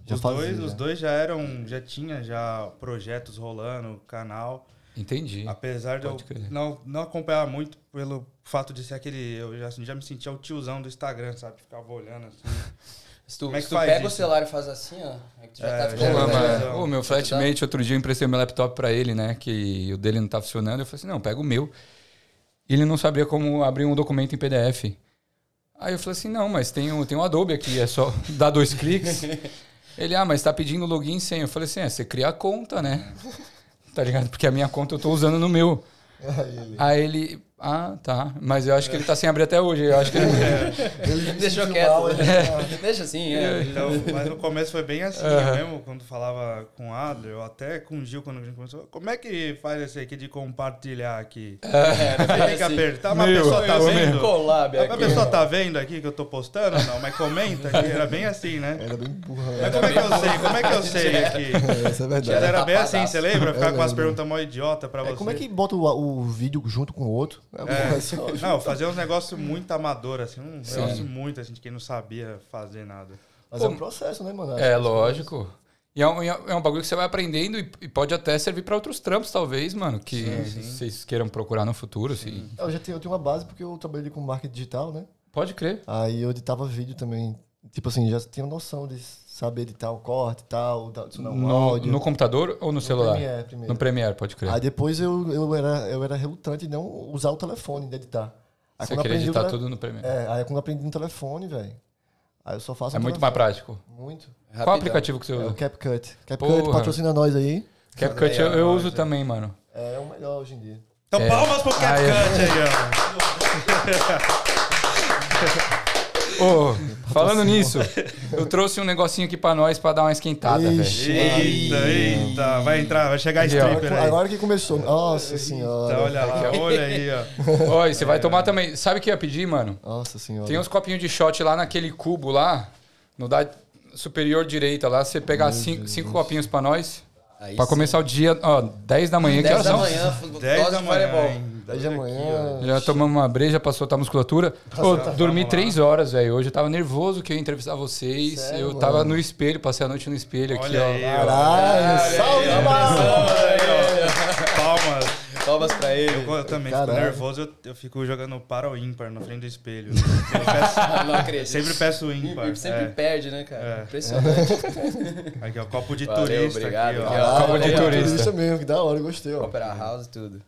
Speaker 1: Já
Speaker 2: os,
Speaker 1: fazia,
Speaker 2: dois, os
Speaker 1: já.
Speaker 2: dois já eram... Já tinha já projetos rolando, canal.
Speaker 3: Entendi.
Speaker 2: Apesar de eu
Speaker 3: Pode crer.
Speaker 2: não, não acompanhar muito pelo fato de ser aquele... Eu já, assim, já me sentia o tiozão do Instagram, sabe? Ficava olhando assim.
Speaker 4: Se tu,
Speaker 2: Como é
Speaker 4: se
Speaker 2: que
Speaker 4: tu
Speaker 2: faz
Speaker 4: pega o
Speaker 2: isso?
Speaker 4: celular e faz assim, ó, é que tu já
Speaker 2: É, já
Speaker 3: Pô,
Speaker 4: tá ficando.
Speaker 2: é,
Speaker 3: mas-
Speaker 2: é,
Speaker 3: Ô, meu flatmate, outro dia eu emprestei meu laptop pra ele, né? Que o dele não tá funcionando. Eu falei assim, não, pega o meu. E ele não sabia como abrir um documento em PDF. Aí eu falei assim, não, mas tem o, tem o Adobe aqui, é só dar dois cliques. Ele, ah, mas tá pedindo login e senha. Eu falei assim, é, você cria a conta, né? Tá ligado? Porque a minha conta eu tô usando no meu. Aí ele, ah, tá. Mas eu acho que ele tá sem abrir até hoje. Eu acho que ele...
Speaker 4: Deixa
Speaker 1: Mal,
Speaker 4: quieto.
Speaker 2: né?
Speaker 1: ele-
Speaker 4: Deixa assim, é.
Speaker 2: Então, mas no começo foi bem assim mesmo, quando falava com o Adler, ou até com o Gil, quando a gente começou. Como é que faz esse aqui de compartilhar aqui? Tem que
Speaker 4: assim. um
Speaker 2: apertar, mas a
Speaker 3: É, Meu,
Speaker 2: pessoa tá
Speaker 3: eu
Speaker 2: vendo.
Speaker 4: Collab
Speaker 2: A
Speaker 4: aqui.
Speaker 2: pessoa tá vendo aqui que eu tô postando? Não, mas comenta aqui. Era bem assim, né?
Speaker 1: Era bem burra.
Speaker 2: Mas como é que eu sei? Como é que eu sei aqui?
Speaker 1: É, Essa é a
Speaker 2: Mas
Speaker 1: verdade.
Speaker 2: era bem assim, você lembra? Ficar com as
Speaker 1: lembro.
Speaker 2: perguntas mó idiota pra você.
Speaker 1: É, como é que bota o, o vídeo junto com o outro? É, é.
Speaker 2: Não, fazer uns negócios muito amador, assim, um
Speaker 3: Sim.
Speaker 2: negócio muito, assim, de quem não sabia fazer nada.
Speaker 1: Mas é um processo, né, mano?
Speaker 3: É, lógico. E é um, e é um bagulho que você vai aprendendo e, e pode até servir pra outros trampos, talvez, mano, que vocês queiram procurar no futuro. Assim.
Speaker 1: Eu já tenho, eu tenho uma base porque eu trabalhei com marketing digital, né?
Speaker 3: Pode crer.
Speaker 1: Aí eu editava vídeo também. Tipo assim, já tinha noção de saber editar o corte e tal, da- adicionar um
Speaker 3: No,
Speaker 1: áudio.
Speaker 3: no computador ou no celular?
Speaker 1: Premiere Ah, primeiro.
Speaker 3: No Premiere, pode crer.
Speaker 1: Aí depois eu, eu, era, eu era relutante em não usar o telefone de editar. Aí
Speaker 3: você
Speaker 1: quando
Speaker 3: quer
Speaker 1: aprendi o
Speaker 3: editar
Speaker 1: tele-
Speaker 3: tudo no Premiere. É,
Speaker 1: É, aí quando eu aprendi no telefone, velho. Aí eu só faço no
Speaker 3: muito mais
Speaker 1: telefone.
Speaker 3: prático.
Speaker 1: Muito.
Speaker 3: Qual
Speaker 4: Rapidão.
Speaker 3: aplicativo que você
Speaker 1: É o
Speaker 3: usa?
Speaker 1: CapCut. CapCut
Speaker 3: Porra.
Speaker 1: patrocina nós aí.
Speaker 3: CapCut eu, eu uso também, mano.
Speaker 1: É, é o melhor hoje em dia.
Speaker 2: Então
Speaker 3: É.
Speaker 2: palmas pro
Speaker 3: Ah,
Speaker 2: CapCut
Speaker 3: é.
Speaker 2: aí, ó.
Speaker 3: Ô, falando nisso, eu trouxe um negocinho aqui pra nós pra dar uma esquentada, velho.
Speaker 1: Ixi,
Speaker 2: Eita, eita. Vai entrar, vai chegar a
Speaker 3: Aqui, ó.
Speaker 2: stripper
Speaker 1: agora,
Speaker 2: aí.
Speaker 1: agora que começou. Nossa
Speaker 2: Tá,
Speaker 1: senhora.
Speaker 2: olha lá, olha aí, ó.
Speaker 3: Ó, e você
Speaker 1: É.
Speaker 3: vai tomar também. Sabe o que eu ia pedir, mano?
Speaker 1: Nossa senhora.
Speaker 3: Tem uns copinhos de shot lá naquele cubo lá, no da superior direita lá. Você pegar cinco, cinco copinhos pra nós,
Speaker 4: Aí
Speaker 3: pra
Speaker 4: sim.
Speaker 3: começar o dia, ó, 10 da manhã.
Speaker 4: 10
Speaker 3: que horas
Speaker 4: da
Speaker 3: são?
Speaker 4: manhã, fu-
Speaker 2: 10
Speaker 4: dose
Speaker 2: da
Speaker 4: de
Speaker 2: manhã,
Speaker 4: Fireball.
Speaker 2: hein?
Speaker 1: 10 da manhã.
Speaker 3: Já tomamos uma breja pra soltar a musculatura. Pô,
Speaker 1: tá
Speaker 3: dormi três horas, velho. Hoje eu tava nervoso que eu ia entrevistar vocês.
Speaker 1: Sério,
Speaker 3: eu tava
Speaker 1: mano?
Speaker 3: no espelho, passei a noite no espelho aqui,
Speaker 2: Olha
Speaker 3: ó.
Speaker 2: aí, ó.
Speaker 1: Caralho, salve, mano.
Speaker 2: Palmas.
Speaker 4: Palmas pra ele.
Speaker 2: Eu, eu também fico
Speaker 1: Caralho.
Speaker 2: nervoso, eu, eu fico jogando para ou ímpar na frente do espelho. Eu peço-
Speaker 4: Não acredito.
Speaker 2: sempre peço ímpar.
Speaker 4: Sempre, sempre
Speaker 2: é.
Speaker 4: perde, né, cara?
Speaker 2: É.
Speaker 4: Impressionante.
Speaker 2: Aqui, ó, copo de
Speaker 4: Valeu,
Speaker 2: turista
Speaker 4: obrigado,
Speaker 2: aqui, ó.
Speaker 4: obrigado.
Speaker 1: Caralho,
Speaker 3: Copa de
Speaker 1: é,
Speaker 3: turista.
Speaker 1: turista mesmo, que da hora, eu gostei, ó.
Speaker 4: Opera House e tudo.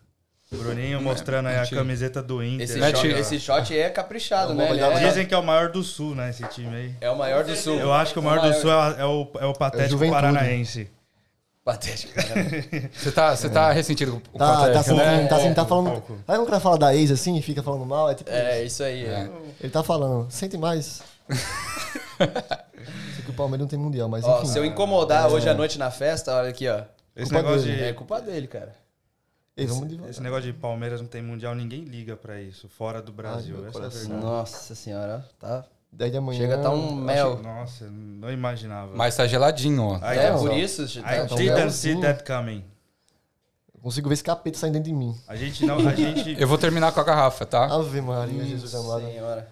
Speaker 2: Bruninho mostrando aí a camiseta do Inter.
Speaker 4: Esse,
Speaker 3: Mete-
Speaker 4: shot, esse shot é caprichado, né?
Speaker 1: Vamos
Speaker 4: Ele
Speaker 1: olhar
Speaker 4: é,
Speaker 2: Dizem que é o maior do Sul, né, esse time aí.
Speaker 4: é o maior do sul.
Speaker 2: Eu acho que o maior do Sul é, a- é o, é o
Speaker 1: É o
Speaker 2: patético
Speaker 1: Juventude.
Speaker 2: paranaense.
Speaker 4: Patético, cara.
Speaker 3: Você tá, você tá ressentido com o
Speaker 1: Tá, tá,
Speaker 3: Atlético,
Speaker 1: assim,
Speaker 3: né?
Speaker 1: tá, assim, tá
Speaker 2: Pouco,
Speaker 1: falando.
Speaker 2: pouco.
Speaker 1: Aí quando o cara fala da ex assim e fica falando mal, é tipo.
Speaker 4: É, isso aí. É.
Speaker 1: Ele tá falando, sente mais. Sei que o Palmeiras não tem mundial, mas
Speaker 4: Ó,
Speaker 1: enfim. É.
Speaker 4: se eu incomodar hoje à noite na festa, olha aqui, ó.
Speaker 2: Esse
Speaker 1: Culpa
Speaker 2: negócio,
Speaker 1: dele.
Speaker 4: É
Speaker 2: de,
Speaker 4: culpa dele, cara.
Speaker 1: Ei, vamos de
Speaker 2: esse negócio de Palmeiras não tem mundial, ninguém liga pra isso, fora do Brasil.
Speaker 1: meu
Speaker 2: Essa é a
Speaker 1: coração.
Speaker 2: verdade.
Speaker 4: Nossa senhora, ó, tá.
Speaker 1: 10 da manhã.
Speaker 4: Chega a tá um mel.
Speaker 2: Nossa, não imaginava.
Speaker 3: Mas tá geladinho, ó.
Speaker 2: I,
Speaker 4: É,
Speaker 1: não,
Speaker 4: por
Speaker 1: não.
Speaker 4: isso.
Speaker 2: I
Speaker 1: tá um
Speaker 2: didn't see
Speaker 1: melzinho.
Speaker 2: that coming.
Speaker 1: Consigo ver esse capeta saindo dentro de mim.
Speaker 2: A gente não. A gente.
Speaker 3: Eu vou terminar com a garrafa, tá?
Speaker 1: Ave Maria, é um Jesus amado.
Speaker 4: Senhora.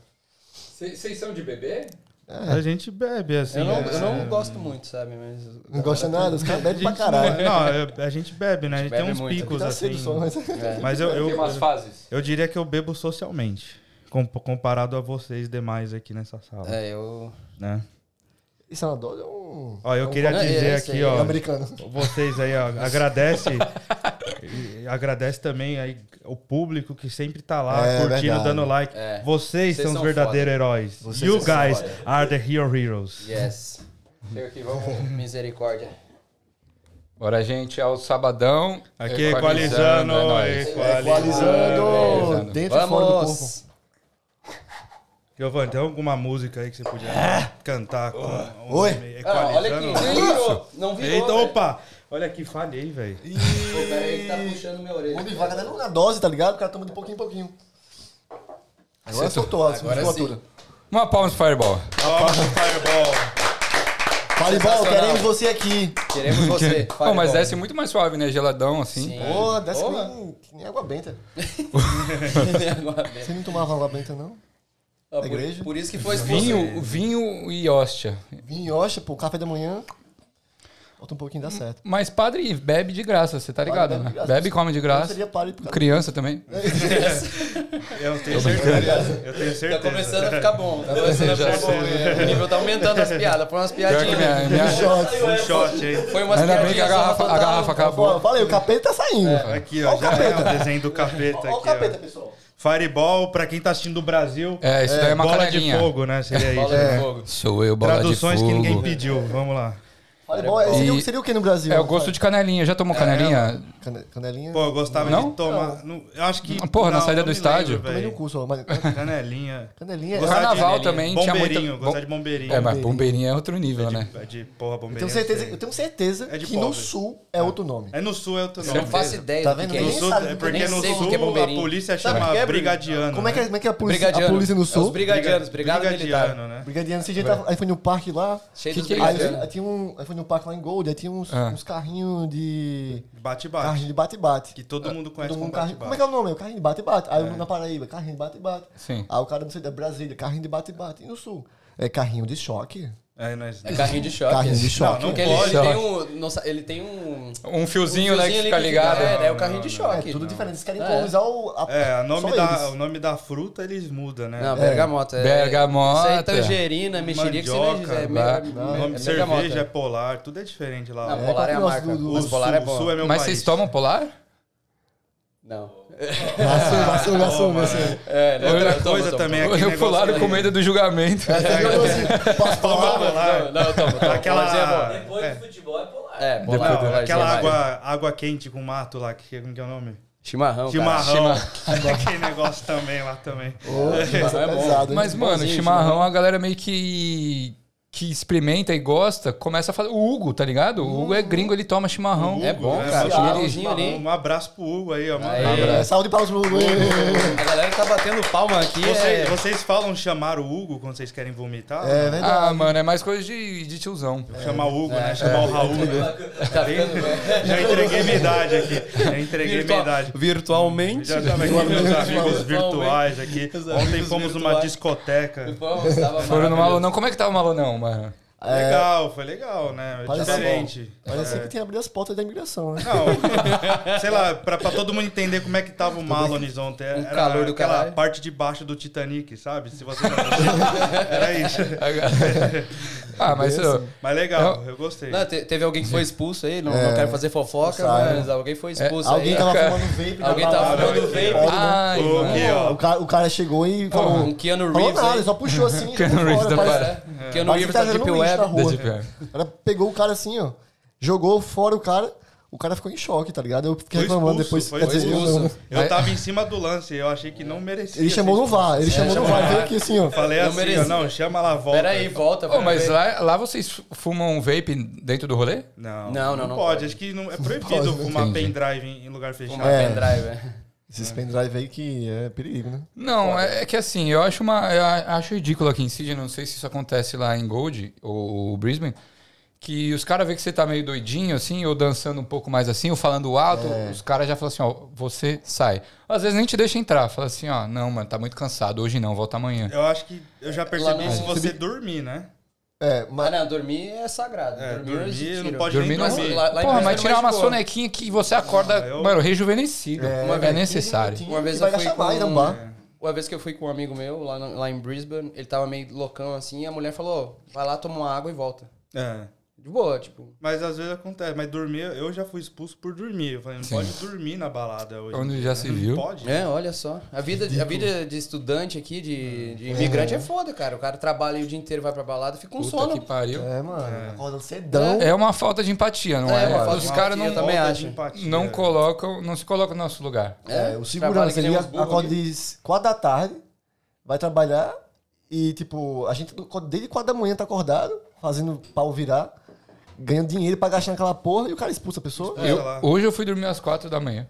Speaker 3: Vocês são de bebê?
Speaker 2: A gente bebe assim.
Speaker 4: Eu não,
Speaker 2: né?
Speaker 4: eu não gosto muito, sabe? Mas.
Speaker 1: Não gosta nada, os caras
Speaker 2: A
Speaker 1: bebem
Speaker 2: gente
Speaker 1: Tá pra caralho.
Speaker 2: Não, eu- a gente bebe, né? A gente
Speaker 4: Bebe
Speaker 2: tem uns
Speaker 4: muito.
Speaker 2: picos
Speaker 1: Tá
Speaker 2: assim.
Speaker 1: cedo só, mas.
Speaker 4: É.
Speaker 2: Mas eu, eu,
Speaker 3: fases.
Speaker 2: eu diria que eu bebo socialmente. com- Comparado a vocês demais aqui nessa sala.
Speaker 4: É, eu.
Speaker 2: Né?
Speaker 1: Isso é uma dose ou um.
Speaker 2: Ó, eu queria
Speaker 4: Não, é
Speaker 2: dizer
Speaker 4: esse
Speaker 2: aqui,
Speaker 4: aí,
Speaker 2: ó.
Speaker 1: Americano.
Speaker 2: Vocês aí, ó, agradece. e- e agradece também aí o público que sempre tá lá
Speaker 1: É,
Speaker 2: curtindo,
Speaker 1: verdade.
Speaker 2: dando like.
Speaker 4: É.
Speaker 2: Vocês,
Speaker 4: Vocês
Speaker 2: são os
Speaker 4: são
Speaker 2: verdadeiros heróis. you
Speaker 4: são
Speaker 2: guys
Speaker 4: foda.
Speaker 2: are the hero heroes.
Speaker 4: Yes.
Speaker 1: Uhum.
Speaker 4: Chega aqui, vamos. Misericórdia.
Speaker 3: Bora, gente, ao sabadão.
Speaker 2: Aqui, equalizando,
Speaker 3: é nóis.
Speaker 1: Equalizando. Dentro e fora do corpo.
Speaker 4: Vamos!
Speaker 2: Giovanni, tem alguma música aí que você podia
Speaker 3: É?
Speaker 2: cantar? Com, um-
Speaker 1: Oi?
Speaker 4: Ah,
Speaker 2: Equalizando.
Speaker 4: olha aqui. Não virou. Não virou.
Speaker 2: Eita,
Speaker 4: velho.
Speaker 2: opa! Olha aqui, falhei, velho.
Speaker 4: Pô, pera aí que tá puxando minha orelha.
Speaker 1: Vamos devagar, dá uma dose, tá ligado? O cara toma de pouquinho em pouquinho. Agora soltou assim, a
Speaker 4: Agora
Speaker 1: musculatura.
Speaker 3: Uma palma de fireball.
Speaker 2: Toma, Fireball.
Speaker 1: Falibol,
Speaker 4: Sensacional.
Speaker 1: queremos você aqui.
Speaker 4: Queremos você.
Speaker 3: Não, mas
Speaker 4: Fireball.
Speaker 3: desce muito mais suave, né? Geladão, assim.
Speaker 4: Sim.
Speaker 1: Ô, desce que
Speaker 4: Porra.
Speaker 1: nem, que nem água benta.
Speaker 4: Agora mesmo.
Speaker 1: Você não tomava água benta, não?
Speaker 4: Ah,
Speaker 1: igreja?
Speaker 4: por, por isso que foi expulso.
Speaker 3: Vinho, vinho e hóstia.
Speaker 1: Vinho, oxa, pô, café da manhã. Falta um pouquinho, dá certo.
Speaker 3: Mas padre bebe de graça, você tá ligado,
Speaker 1: bebe de
Speaker 3: né?
Speaker 1: graça.
Speaker 3: Bebe e come de
Speaker 1: Eu
Speaker 3: graça.
Speaker 1: seria pare por causa
Speaker 3: Criança também.
Speaker 2: Eu tenho certeza. Eu tenho certeza.
Speaker 4: Tá começando a ficar bom. Tá começando a ficar bom. é. O nível tá aumentando as piadas. Foi umas
Speaker 3: Pior que minha,
Speaker 4: piadinhas.
Speaker 3: minha...
Speaker 1: do shot.
Speaker 2: Um shot, hein?
Speaker 4: Foi umas
Speaker 3: Ainda bem que a
Speaker 4: piadinhas. só um
Speaker 3: garrafa,
Speaker 4: pra
Speaker 3: a garrafa
Speaker 1: Pô, eu
Speaker 3: acabou.
Speaker 1: falei, o capeta tá saindo.
Speaker 2: Aqui, ó,
Speaker 1: o
Speaker 2: já é
Speaker 1: capeta.
Speaker 2: o desenho do capeta aqui,
Speaker 1: Olha o capeta, pessoal.
Speaker 2: Fireball, pra quem tá assistindo do Brasil,
Speaker 3: É, isso daí é uma
Speaker 2: bola
Speaker 3: canelinha.
Speaker 2: de fogo, né? Seria isso.
Speaker 4: Bola
Speaker 2: né?
Speaker 4: de fogo.
Speaker 3: Sou eu, bola
Speaker 2: Traduções
Speaker 3: de
Speaker 2: que
Speaker 3: fogo.
Speaker 2: ninguém pediu, vamos lá.
Speaker 1: Falibol, é, seria,
Speaker 3: E-
Speaker 1: o- seria o que no Brasil?
Speaker 3: É, eu gosto de canelinha. Já tomou canelinha?
Speaker 1: Cane- Canelinha.
Speaker 2: Pô, eu gostava
Speaker 3: Não?
Speaker 2: de tomar. não, eu acho que.
Speaker 3: Porra, na saída do
Speaker 2: me
Speaker 3: estádio.
Speaker 2: lembro,
Speaker 1: Tomei
Speaker 2: velho.
Speaker 1: no curso, ó. Mas,
Speaker 2: Canelinha.
Speaker 1: canelinha é.
Speaker 2: Gostava de
Speaker 3: Carnaval
Speaker 2: canelinha.
Speaker 3: também tinha muita-
Speaker 2: Bombeirinho, gostar de bombeirinho.
Speaker 3: É, mas bombeirinha é outro nível, né?
Speaker 2: É de porra,
Speaker 1: Eu
Speaker 2: bombeirinho.
Speaker 1: tenho certeza,
Speaker 2: é
Speaker 1: eu
Speaker 2: feio.
Speaker 1: tenho certeza
Speaker 2: É de
Speaker 1: que no
Speaker 2: pobre.
Speaker 1: sul é outro nome.
Speaker 2: É no sul, é outro
Speaker 4: Eu
Speaker 2: nome.
Speaker 4: não faço ideia
Speaker 1: Tá
Speaker 4: do que
Speaker 1: vendo?
Speaker 4: que é
Speaker 2: No
Speaker 1: Nem
Speaker 4: isso.
Speaker 2: sul,
Speaker 1: sabe,
Speaker 2: é
Speaker 1: nem
Speaker 2: porque no
Speaker 4: sei o que
Speaker 2: sul
Speaker 4: que é
Speaker 2: a
Speaker 4: bombeirinho.
Speaker 2: polícia
Speaker 4: Sabe o
Speaker 2: chama
Speaker 4: que é?
Speaker 2: brigadiano.
Speaker 1: Como é que,
Speaker 2: né?
Speaker 1: é- como é que é a polícia, a
Speaker 4: Brigadiano.
Speaker 1: polícia no
Speaker 4: É os
Speaker 1: sul?
Speaker 4: brigadianos. Brigada militar.
Speaker 2: Brigadiano, né?
Speaker 1: Brigadiano, esse jeito, tava- aí foi no parque lá.
Speaker 4: Cheio
Speaker 3: Que
Speaker 4: dos
Speaker 3: que é
Speaker 1: Aí,
Speaker 3: isso?
Speaker 4: brigadianos.
Speaker 1: aí tinha um, aí foi no parque lá em Gold, aí tinha uns,
Speaker 3: Ah.
Speaker 1: uns carrinhos de.
Speaker 2: Bate-bate.
Speaker 1: Carrinho de bate-bate.
Speaker 2: Que todo mundo conhece
Speaker 1: Todo mundo
Speaker 2: como
Speaker 1: carrinho- Como é que
Speaker 2: bate-bate.
Speaker 1: é o nome? O carrinho de bate-bate. Aí eu na Paraíba, carrinho de bate-bate.
Speaker 3: É. Sim.
Speaker 1: Aí o cara, não sei, da Brasília, carrinho de bate-bate. E no sul? É carrinho de choque?
Speaker 2: É, nós-
Speaker 4: É carrinho de choque.
Speaker 1: Carrinho de choque.
Speaker 2: não
Speaker 4: Porque ele, ele tem um. nossa, ele tem um.
Speaker 3: Um fiozinho, né, que
Speaker 4: fiozinho
Speaker 3: fica
Speaker 4: ali
Speaker 3: ligado.
Speaker 4: É, é o carrinho de
Speaker 1: É
Speaker 4: choque.
Speaker 1: tudo diferente. Eles querem
Speaker 4: É.
Speaker 1: improvisar o. a-
Speaker 2: É, o nome,
Speaker 1: só
Speaker 2: da,
Speaker 1: eles.
Speaker 2: o nome da fruta eles mudam, né?
Speaker 4: Não, bergamota. É,
Speaker 3: Bergamota.
Speaker 4: Isso aí, tangerina, mexerica, isso não
Speaker 2: Mandioca.
Speaker 4: é, é, mer-
Speaker 2: o nome
Speaker 4: é
Speaker 2: de
Speaker 4: bergamota.
Speaker 2: cerveja é polar, tudo é diferente lá.
Speaker 4: Não,
Speaker 2: ó.
Speaker 1: É,
Speaker 4: polar é a
Speaker 1: qual que é o
Speaker 4: marca.
Speaker 1: do-
Speaker 4: Mas
Speaker 2: o
Speaker 4: polar
Speaker 2: sul,
Speaker 4: é
Speaker 2: o sul
Speaker 4: bom.
Speaker 2: é meu
Speaker 3: Mas
Speaker 2: país.
Speaker 3: vocês tomam polar?
Speaker 4: Não.
Speaker 1: Assume, assume, assume, assume.
Speaker 4: É, né?
Speaker 3: Outra
Speaker 4: Eu tomo,
Speaker 2: coisa
Speaker 4: eu tomo.
Speaker 2: também é aquele
Speaker 3: Eu
Speaker 2: negócio
Speaker 3: pularam
Speaker 2: que-
Speaker 3: com medo do julgamento.
Speaker 1: Assim, Posso falar?
Speaker 4: Não, não, eu tomo, eu tomo.
Speaker 2: Aquela,
Speaker 4: Polarzinho é bom.
Speaker 2: é,
Speaker 4: É,
Speaker 2: não,
Speaker 4: polar, polarzinho
Speaker 2: aquela
Speaker 4: é
Speaker 2: água, água quente com mato lá, que, como que é o nome?
Speaker 4: Chimarrão, cara.
Speaker 2: Chimarrão. Aquele negócio também lá também.
Speaker 1: Mas
Speaker 4: é
Speaker 1: é
Speaker 4: bom.
Speaker 1: pesado, hein?
Speaker 3: Mas, mano,
Speaker 4: bonzinho,
Speaker 3: chimarrão, a galera meio que. que experimenta e gosta, começa a fazer. O Hugo, tá ligado? O Hugo é gringo, ele toma chimarrão.
Speaker 4: É bom,
Speaker 2: É,
Speaker 4: cara.
Speaker 2: um
Speaker 4: Chimarrãozinho
Speaker 2: chimarrão.
Speaker 4: ali.
Speaker 2: Um abraço pro Hugo aí, ó. mano.
Speaker 4: Aê.
Speaker 1: É, saúde para os Hugo. É
Speaker 4: A galera tá batendo palma aqui.
Speaker 2: Vocês,
Speaker 4: é-
Speaker 2: vocês falam chamar o Hugo quando vocês querem vomitar?
Speaker 1: verdade.
Speaker 3: Ah, mano, é mais coisa de, de tiozão.
Speaker 2: Chamar o Hugo, né? Chamar o Raul. né?
Speaker 4: É. Tá ficando
Speaker 2: Já entreguei minha idade aqui. Já entreguei minha idade.
Speaker 5: Virtualmente.
Speaker 2: Já tava aqui com meus amigos virtuais aqui.
Speaker 5: Os
Speaker 2: Ontem
Speaker 5: amigos
Speaker 2: fomos numa
Speaker 5: virtuais.
Speaker 2: discoteca.
Speaker 4: Vamos, tava
Speaker 3: Foram no
Speaker 4: maravilhoso.
Speaker 3: Malonão. Como é que tava o Malonão, mano?
Speaker 2: Ah,
Speaker 1: É,
Speaker 2: Legal, foi legal, né? É
Speaker 1: Parece-
Speaker 2: Diferente.
Speaker 1: Parece que tem abrido as portas da imigração, né?
Speaker 2: Não, sei lá, pra, pra todo mundo entender como é que tava o Malonis ontem. Era
Speaker 4: um calor do
Speaker 2: aquela
Speaker 4: caralho.
Speaker 2: parte de baixo do Titanic, sabe? Se você não assistiu, era isso.
Speaker 3: ah, mas.
Speaker 1: Beleza.
Speaker 3: ô,
Speaker 2: Mas legal, eu gostei.
Speaker 4: Não, tá te- teve alguém que foi expulso aí, não,
Speaker 1: É.
Speaker 4: não quero fazer fofoca,
Speaker 1: Sabe. É,
Speaker 4: mas alguém foi expulso
Speaker 1: Alguém
Speaker 4: aí.
Speaker 1: tava
Speaker 3: cara.
Speaker 1: fumando vape. na
Speaker 4: Alguém tava
Speaker 1: balada.
Speaker 4: fumando vape.
Speaker 1: Pode, né?
Speaker 3: Ai,
Speaker 2: Ô,
Speaker 3: mano.
Speaker 2: Gui, ó,
Speaker 1: O cara, o cara chegou e falou.
Speaker 4: Um Keanu
Speaker 1: falou
Speaker 4: Reeves
Speaker 1: nada,
Speaker 4: aí.
Speaker 1: ele só puxou assim.
Speaker 3: Keanu
Speaker 1: jogou
Speaker 3: Reeves
Speaker 1: fora,
Speaker 3: da
Speaker 1: parece-
Speaker 3: parada.
Speaker 4: Keanu
Speaker 1: parece que
Speaker 4: Reeves
Speaker 1: tá
Speaker 4: da
Speaker 1: jogando
Speaker 4: Deep
Speaker 1: lixo na
Speaker 4: Web.
Speaker 1: rua.
Speaker 3: Da Deep Web.
Speaker 1: O cara pegou o cara assim, ó. Jogou fora o cara. O cara ficou em choque, tá ligado? Eu fiquei
Speaker 2: Foi
Speaker 1: reclamando
Speaker 2: expulso,
Speaker 1: depois.
Speaker 2: foi
Speaker 1: Quer dizer, eu não-
Speaker 4: expulso.
Speaker 2: Eu tava em cima do lance, eu achei que não merecia.
Speaker 1: ele chamou
Speaker 2: assim.
Speaker 1: no VAR, ele chamou no
Speaker 4: chamou
Speaker 1: VAR.
Speaker 4: no
Speaker 1: Veio
Speaker 4: VAR.
Speaker 1: aqui assim, ó.
Speaker 2: Falei
Speaker 4: Não
Speaker 2: assim,
Speaker 4: merecia.
Speaker 2: ó, não, chama lá, volta.
Speaker 4: Peraí, volta.
Speaker 3: Ô, mas
Speaker 4: peraí.
Speaker 3: lá, lá vocês fumam vape dentro do rolê?
Speaker 2: Não,
Speaker 4: Não, não, não
Speaker 2: pode.
Speaker 4: pode.
Speaker 2: Acho que não, é proibido
Speaker 1: pode,
Speaker 2: fumar
Speaker 3: entendi.
Speaker 2: pendrive em, em lugar fechado.
Speaker 4: Uma
Speaker 1: É.
Speaker 4: pendrive, é.
Speaker 1: Esses pendrive aí que é perigo, né?
Speaker 3: Não, é, é que assim, eu acho uma. Eu a- acho ridículo aqui em Sydney, não sei se isso acontece lá em Gold ou, Brisbane, que os caras veem que você tá meio doidinho, assim, ou dançando um pouco mais assim, ou falando alto, os caras já falam assim, ó, você sai. Às vezes nem te deixa entrar, fala assim, ó, não, mano, tá muito cansado, hoje não, volta amanhã.
Speaker 2: Eu acho que eu já percebi
Speaker 4: não-
Speaker 2: se você dormir, né?
Speaker 1: É,
Speaker 4: Ah,
Speaker 1: mas.
Speaker 4: não, dormir é sagrado.
Speaker 2: É,
Speaker 4: dormir eles
Speaker 2: dormir,
Speaker 4: tiram.
Speaker 2: não pode
Speaker 3: Dormir
Speaker 2: nem
Speaker 3: não-
Speaker 2: dormir.
Speaker 4: Lá- lá em
Speaker 3: Porra,
Speaker 4: Brisbane
Speaker 3: mas
Speaker 4: é
Speaker 3: tirar
Speaker 4: mais
Speaker 3: uma
Speaker 4: de boa.
Speaker 3: sonequinha que você acorda,
Speaker 2: Ah, eu-
Speaker 3: mano, rejuvenescido.
Speaker 1: É,
Speaker 3: É, necessário.
Speaker 4: Uma vez
Speaker 1: vai
Speaker 4: eu fui
Speaker 1: gastar mais,
Speaker 4: com-
Speaker 1: não bar.
Speaker 4: Uma vez que eu fui com um amigo meu lá, no- lá em Brisbane, ele tava meio loucão assim, e a mulher falou: "Ó, vai lá, toma uma água e volta.
Speaker 2: É.
Speaker 4: De boa, tipo.
Speaker 2: Mas às vezes acontece. Mas dormir, eu já fui expulso por dormir. Eu falei, não
Speaker 3: Sim.
Speaker 2: pode dormir na balada hoje.
Speaker 3: Onde
Speaker 2: em
Speaker 3: já
Speaker 2: dia,
Speaker 3: se
Speaker 2: né?
Speaker 3: viu.
Speaker 2: Não pode.
Speaker 4: É, olha só. A vida, a vida de estudante aqui, de, de imigrante, é. foda, cara. O cara trabalha aí o dia inteiro, vai pra balada, fica um
Speaker 3: Puta que
Speaker 4: sono.
Speaker 3: pariu.
Speaker 1: É, mano. Acorda cedão.
Speaker 3: É uma falta de empatia, não é?
Speaker 4: É, uma falta de
Speaker 3: Os
Speaker 4: empatia,
Speaker 3: caras não,
Speaker 4: eu também
Speaker 2: Falta
Speaker 4: acho.
Speaker 2: de empatia.
Speaker 3: não colocam, não se colocam no nosso lugar.
Speaker 1: É, o
Speaker 4: trabalha
Speaker 1: segurança,
Speaker 4: que nem
Speaker 1: ele
Speaker 4: uns burros
Speaker 1: acorda
Speaker 4: ali.
Speaker 1: de 4 da tarde, vai trabalhar e, tipo, a gente do- desde 4 da manhã tá acordado, fazendo pau virar, ganhando dinheiro pra gastar naquela porra e o cara expulsa a pessoa.
Speaker 2: É.
Speaker 3: Eu-
Speaker 2: Sei lá.
Speaker 3: hoje eu fui dormir às quatro da manhã.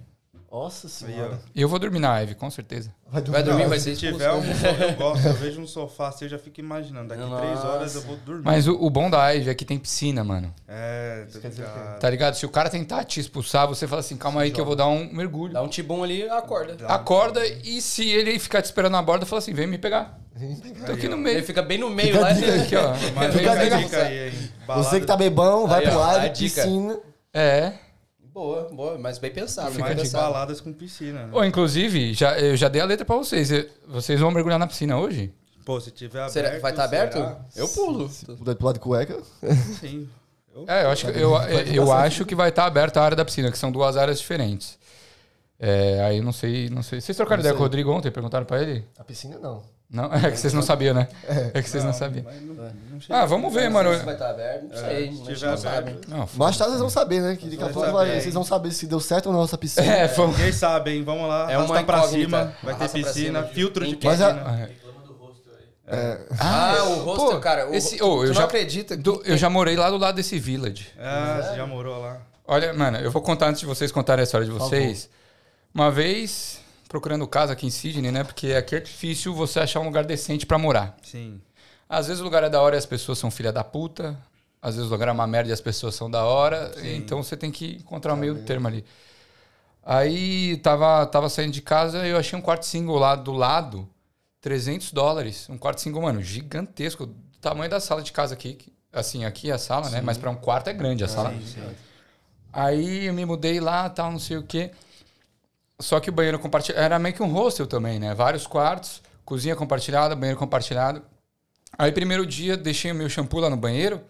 Speaker 1: Nossa
Speaker 2: Aí, ó.
Speaker 1: senhora.
Speaker 3: E eu vou dormir na Eve, com certeza.
Speaker 1: Vai dormir.
Speaker 4: Vai dormir,
Speaker 2: Não,
Speaker 4: vai ser
Speaker 2: se
Speaker 4: expulso.
Speaker 2: tiver um sofá, eu gosto, eu vejo um sofá assim, eu já fico imaginando. Daqui três
Speaker 4: Nossa.
Speaker 2: horas eu vou dormir.
Speaker 3: Mas o, o bom da Eve é que tem piscina, mano.
Speaker 2: É, tô
Speaker 1: dizer o quê?
Speaker 2: ligado.
Speaker 3: Tá ligado? Se o cara tentar te expulsar, você fala assim, calma aí que eu vou dar um mergulho.
Speaker 4: Dá um tibum ali, acorda.
Speaker 3: Acorda e se ele ficar te esperando na borda, fala assim, vem me pegar. Tô aqui no
Speaker 4: Ele
Speaker 3: meio.
Speaker 4: fica bem no meio lá. né? ele-
Speaker 3: Aqui, ó.
Speaker 2: Mas
Speaker 3: Vem
Speaker 1: Fica a
Speaker 2: fica
Speaker 3: pegar.
Speaker 2: a
Speaker 1: dica.
Speaker 2: dica aí, hein?
Speaker 1: Você que tá
Speaker 2: Balada-
Speaker 1: bebão, vai
Speaker 4: Aí, ó,
Speaker 1: pro
Speaker 4: a
Speaker 1: ar,
Speaker 4: dica.
Speaker 1: piscina.
Speaker 3: É.
Speaker 4: Boa, boa, mas bem pensado. Bem
Speaker 2: mais de
Speaker 4: pensado.
Speaker 2: baladas com piscina. né?
Speaker 3: Ou, inclusive, já, eu já dei a letra pra vocês. Eu- Vocês vão mergulhar na piscina hoje?
Speaker 2: Pô, se tiver aberto.
Speaker 4: Será, vai estar aberto?
Speaker 2: será?
Speaker 4: Eu pulo.
Speaker 1: Puder pular de cueca.
Speaker 2: Sim. Eu-
Speaker 3: É, eu acho que, eu, eu acho que vai estar aberta a área da piscina, que são duas áreas diferentes. É, aí eu não sei, não sei. Vocês trocaram ideia com o Rodrigo ontem? Perguntaram pra ele?
Speaker 1: A piscina não.
Speaker 3: Não, é que vocês não sabiam, né? É que vocês não sabiam.
Speaker 2: mas não-
Speaker 4: É.
Speaker 2: não chega.
Speaker 3: Ah, vamos ver, mano.
Speaker 4: Se vai estar aberto, não sei.
Speaker 2: É, Se
Speaker 4: a gente
Speaker 2: tiver
Speaker 4: não sabe.
Speaker 2: aberto.
Speaker 3: Não, f-
Speaker 1: Mais tarde vocês vão saber, né? Que daqui a
Speaker 2: Vai
Speaker 1: pouco
Speaker 2: saber,
Speaker 1: vai-
Speaker 2: hein?
Speaker 1: vocês vão saber se deu certo ou não essa piscina.
Speaker 3: É, vamos.
Speaker 2: Quem sabe, hein? Vamos lá.
Speaker 4: É
Speaker 2: arrasta
Speaker 4: uma
Speaker 2: pra
Speaker 4: incógnita.
Speaker 2: cima. Vai ter
Speaker 4: Arrasta pra
Speaker 2: piscina,
Speaker 4: cima.
Speaker 2: filtro de
Speaker 4: Em casa-
Speaker 2: piscina.
Speaker 3: é.
Speaker 4: Ah, o rosto,
Speaker 3: pô,
Speaker 4: cara. O
Speaker 3: esse-
Speaker 4: rosto,
Speaker 3: ô,
Speaker 4: tu
Speaker 3: eu
Speaker 4: não
Speaker 3: já-
Speaker 4: acredita. que-
Speaker 3: Do- eu já morei lá do lado desse
Speaker 4: É
Speaker 3: village.
Speaker 2: Ah, você já morou lá.
Speaker 3: Olha, mano, eu vou contar antes de vocês contarem a história de vocês. Uma vez, procurando casa aqui em Sydney, né? Porque aqui é difícil você achar um lugar decente pra morar.
Speaker 2: Sim.
Speaker 3: Às vezes o lugar é da hora e as pessoas são filha da puta. Às vezes o lugar é uma merda e as pessoas são da hora. Então você tem que encontrar o meio termo ali. Aí tava, tava saindo de casa e eu achei um quarto single lá do lado. 300 dólares. Um quarto single, mano, gigantesco. Do tamanho da sala de casa aqui. que- Assim, aqui é a sala, né? Mas pra um quarto é grande a sala. Aí eu me mudei lá, tal, não sei o quê. Só que o banheiro compartilhado. Era meio que um hostel também, né? Vários quartos, cozinha compartilhada, banheiro compartilhado. Aí, primeiro dia, deixei o meu shampoo lá no banheiro,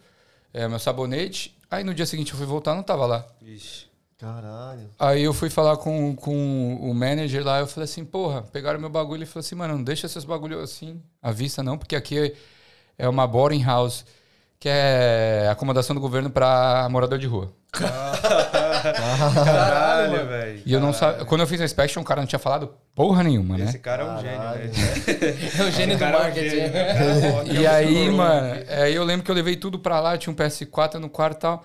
Speaker 3: é, meu sabonete. Aí, no dia seguinte, eu fui voltar, não tava lá.
Speaker 2: Ixi.
Speaker 1: Caralho.
Speaker 3: Aí, eu fui falar com, com o manager lá. Eu falei assim, porra, pegaram meu bagulho. Ele falou assim, mano, não deixa seus bagulhos assim, à vista não, porque aqui é- é uma boarding house, que é acomodação do governo pra morador de rua.
Speaker 2: Caralho, velho.
Speaker 3: E eu não
Speaker 2: caralho.
Speaker 3: sabia. Quando eu fiz a inspection, o cara não tinha falado porra nenhuma, né?
Speaker 2: Esse cara é um
Speaker 1: Caralho.
Speaker 2: gênio, né?
Speaker 4: É o gênio do
Speaker 2: cara é um
Speaker 4: marketing.
Speaker 2: gênio, né? O cara é um ótimo
Speaker 3: E aí,
Speaker 2: seguro.
Speaker 3: mano, aí eu lembro que eu levei tudo pra lá, tinha um PS4 no quarto e tal.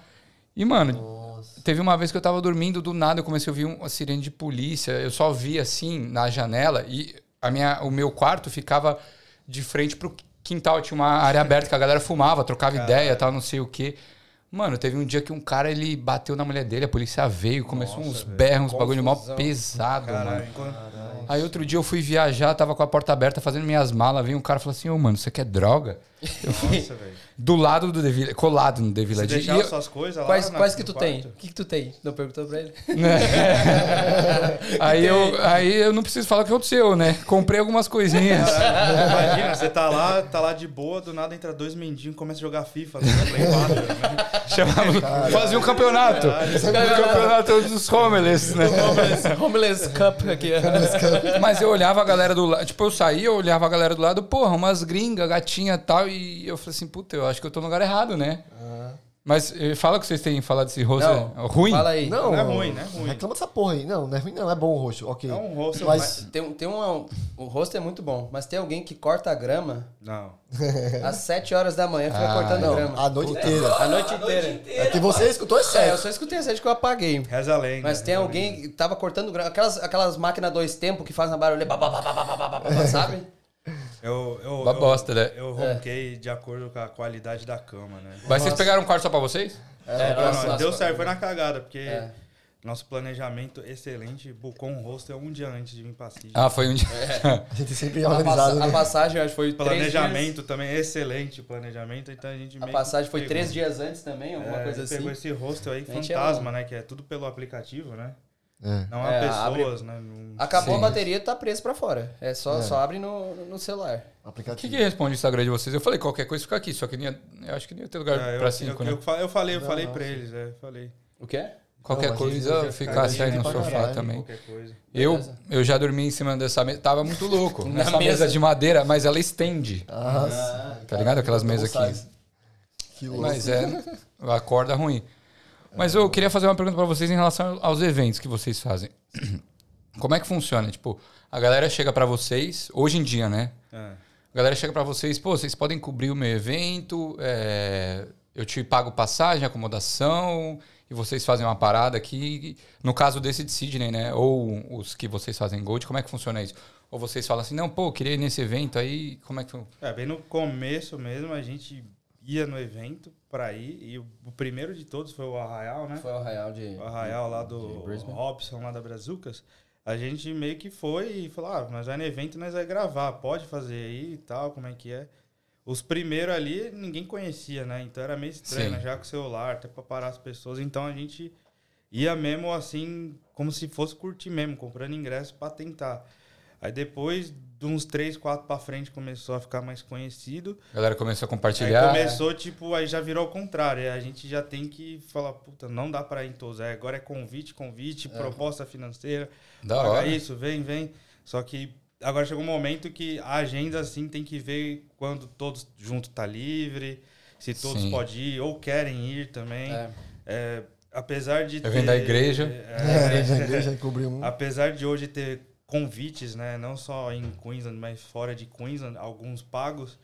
Speaker 3: E, mano, teve uma vez que eu tava dormindo, do nada eu comecei a ouvir um- uma sirene de polícia. Eu só vi assim na janela e a minha, o meu quarto ficava de frente pro quintal. Tinha uma área aberta que a galera fumava, trocava ideia tal, não sei o quê. Mano, teve um dia que um cara ele bateu na mulher dele, a polícia veio, começou
Speaker 2: Nossa,
Speaker 3: uns
Speaker 2: velho.
Speaker 3: berros, uns bagulho mó
Speaker 4: Confusão.
Speaker 3: pesado, mano.
Speaker 2: Caralho, enquanto-
Speaker 3: Aí outro dia eu fui viajar, tava com a porta aberta fazendo minhas malas, veio um cara e falou assim, ô mano, você quer droga?
Speaker 2: Nossa, velho.
Speaker 3: Do lado do The Village, colado no The
Speaker 2: Se
Speaker 3: Village.
Speaker 2: deixar
Speaker 3: E
Speaker 2: as suas coisas lá
Speaker 4: Quais,
Speaker 2: na-
Speaker 4: quais
Speaker 2: no
Speaker 4: que tu
Speaker 2: quarto?
Speaker 4: tem? O que, que tu tem? Não perguntou pra ele.
Speaker 3: eu- né? aí, eu, aí eu não preciso falar o que aconteceu, né? Comprei algumas coisinhas.
Speaker 2: Imagina, você tá lá, tá lá de boa, do nada entra dois mendigos e começa a jogar FIFA. Né? Play 4, né?
Speaker 3: Chamava, fazia um campeonato. Um campeonato dos homeless, né?
Speaker 4: Homeless Cup aqui.
Speaker 3: Mas eu olhava a galera do lado. Tipo, eu saía, eu olhava a galera do lado, porra, umas gringas, gatinha e tal. E eu falei assim, puta, eu acho que eu tô no lugar errado, né? Mas eh, fala o que vocês têm falado desse rosto
Speaker 4: Não,
Speaker 3: é ruim.
Speaker 4: Fala aí.
Speaker 1: Não,
Speaker 2: Não é ruim, não é ruim.
Speaker 1: Reclama dessa porra aí. Não, não é ruim, não. É bom o roxo. Ok.
Speaker 2: É um rosto,
Speaker 1: Mas
Speaker 4: Tem, né? um- tem um, o rosto é muito bom, mas tem alguém que corta a grama
Speaker 2: Não.
Speaker 4: às 7 horas da manhã, fica
Speaker 3: Ah,
Speaker 4: cortando
Speaker 1: não,
Speaker 4: grama.
Speaker 1: a noite inteira.
Speaker 4: A noite inteira.
Speaker 1: É que você escutou é
Speaker 4: É, eu
Speaker 1: certo.
Speaker 4: só escutei essa que eu apaguei.
Speaker 2: Reza a lenda.
Speaker 4: Mas tem
Speaker 2: reza a
Speaker 4: alguém que tava cortando grama. Aquelas, aquelas máquinas dois tempos que fazem a barulho, babá, babá, babá, babá,
Speaker 2: É.
Speaker 4: babá, sabe?
Speaker 2: lenda. Eu, eu,
Speaker 3: Uma
Speaker 2: eu-
Speaker 3: bosta, né?
Speaker 2: Eu ronquei de acordo com a qualidade da cama, né?
Speaker 3: Mas vocês pegaram um quarto só pra vocês?
Speaker 4: É,
Speaker 2: Não,
Speaker 4: nossa,
Speaker 2: não,
Speaker 4: nossa,
Speaker 2: deu certo, foi na cagada, porque
Speaker 4: É.
Speaker 2: nosso planejamento excelente bucou um rosto um dia antes de vir pra Sydney.
Speaker 3: Ah, foi um dia.
Speaker 1: A gente sempre é
Speaker 4: A,
Speaker 1: organizado,
Speaker 4: passa-
Speaker 1: né?
Speaker 4: a passagem acho que foi três
Speaker 2: Planejamento também, excelente o planejamento, então a gente
Speaker 4: dias- A
Speaker 2: meio
Speaker 4: passagem
Speaker 2: que
Speaker 4: foi
Speaker 2: pegou.
Speaker 4: três dias antes também, alguma
Speaker 2: É,
Speaker 4: coisa
Speaker 2: Pegou
Speaker 4: assim.
Speaker 2: esse rosto aí,
Speaker 4: A gente é
Speaker 2: fantasma, né? Que é tudo pelo aplicativo, né?
Speaker 1: É.
Speaker 2: Não há
Speaker 4: É, abre-
Speaker 2: pessoas, né? Não-
Speaker 4: Acabou
Speaker 3: Sim.
Speaker 4: a bateria, tá preso pra fora. É só,
Speaker 1: É.
Speaker 4: só abre no, no celular.
Speaker 3: O que,
Speaker 1: Aplicativo.
Speaker 3: que é? responde o Instagram de vocês? Eu falei, qualquer coisa fica aqui, só que nem, eu acho que nem ia ter lugar
Speaker 2: É, eu,
Speaker 3: pra cinco,
Speaker 2: eu,
Speaker 3: né?
Speaker 2: eu, fa- eu falei, eu
Speaker 1: Não,
Speaker 2: falei
Speaker 1: não,
Speaker 2: pra eles, é, eu falei.
Speaker 4: O quê?
Speaker 3: qualquer
Speaker 1: Não, mas
Speaker 3: coisa
Speaker 2: Fica
Speaker 3: fica
Speaker 2: ali,
Speaker 3: assim
Speaker 2: né,
Speaker 3: no
Speaker 2: pra
Speaker 3: sofá
Speaker 1: caralho.
Speaker 3: também.
Speaker 2: Qualquer coisa.
Speaker 3: Eu,
Speaker 4: Beleza.
Speaker 3: eu já dormi em cima dessa mesa. Tava muito louco.
Speaker 4: Na
Speaker 3: Nessa mesa.
Speaker 4: mesa.
Speaker 3: de madeira, mas ela estende.
Speaker 1: Ah,
Speaker 3: Tá ligado? Aquelas mesas aqui.
Speaker 1: Que louco.
Speaker 3: Mas é. A corda é ruim. Mas eu queria fazer uma pergunta pra vocês em relação aos eventos que vocês fazem. Como é que funciona? Tipo, a galera chega pra vocês, hoje em dia, né?
Speaker 2: É.
Speaker 3: A galera chega pra vocês, pô, vocês podem cobrir o meu evento, é, eu te pago passagem, acomodação, e vocês fazem uma parada aqui. No caso desse de Sydney, né? Ou os que vocês fazem Gold, como é que funciona isso? Ou vocês falam assim, não, pô, eu queria ir nesse evento aí, como é que funciona?
Speaker 2: É, bem no começo mesmo, a gente ia no evento pra ir, e o o primeiro de todos foi o Arraial, né?
Speaker 4: Foi é o Arraial de.
Speaker 2: o Arraial é, lá do
Speaker 4: De Brisbane.
Speaker 2: Robson, lá da Brazucas, a gente meio que foi e falou, ah, nós vai no evento, nós vai gravar, pode fazer aí e tal, como é que é. Os primeiros ali ninguém conhecia, né? Então era meio estranho,
Speaker 3: Sim.
Speaker 2: né? já com o celular, até pra parar as pessoas. Então a gente ia mesmo assim, como se fosse curtir mesmo, comprando ingresso pra tentar. Aí depois, de uns três, quatro pra frente, começou a ficar mais conhecido.
Speaker 3: A galera começou
Speaker 2: Aí
Speaker 3: a compartilhar.
Speaker 2: começou, tipo, aí já virou ao contrário. Aí A gente já tem que falar, puta, não dá pra ir em todos. Aí Agora é convite, convite, proposta financeira.
Speaker 3: É. Da
Speaker 2: paga
Speaker 3: hora.
Speaker 2: isso, vem, vem. Só que agora chegou um momento que a agenda, assim, tem que ver quando todos juntos tá livre, se todos
Speaker 3: Sim.
Speaker 2: podem ir ou querem ir também.
Speaker 4: É.
Speaker 2: É, apesar de
Speaker 3: Eu venho da igreja.
Speaker 2: É,
Speaker 1: É, já igreja cobriu um.
Speaker 2: Apesar de hoje ter convites, né, não só em Queensland, mas fora de Queensland, alguns pagos,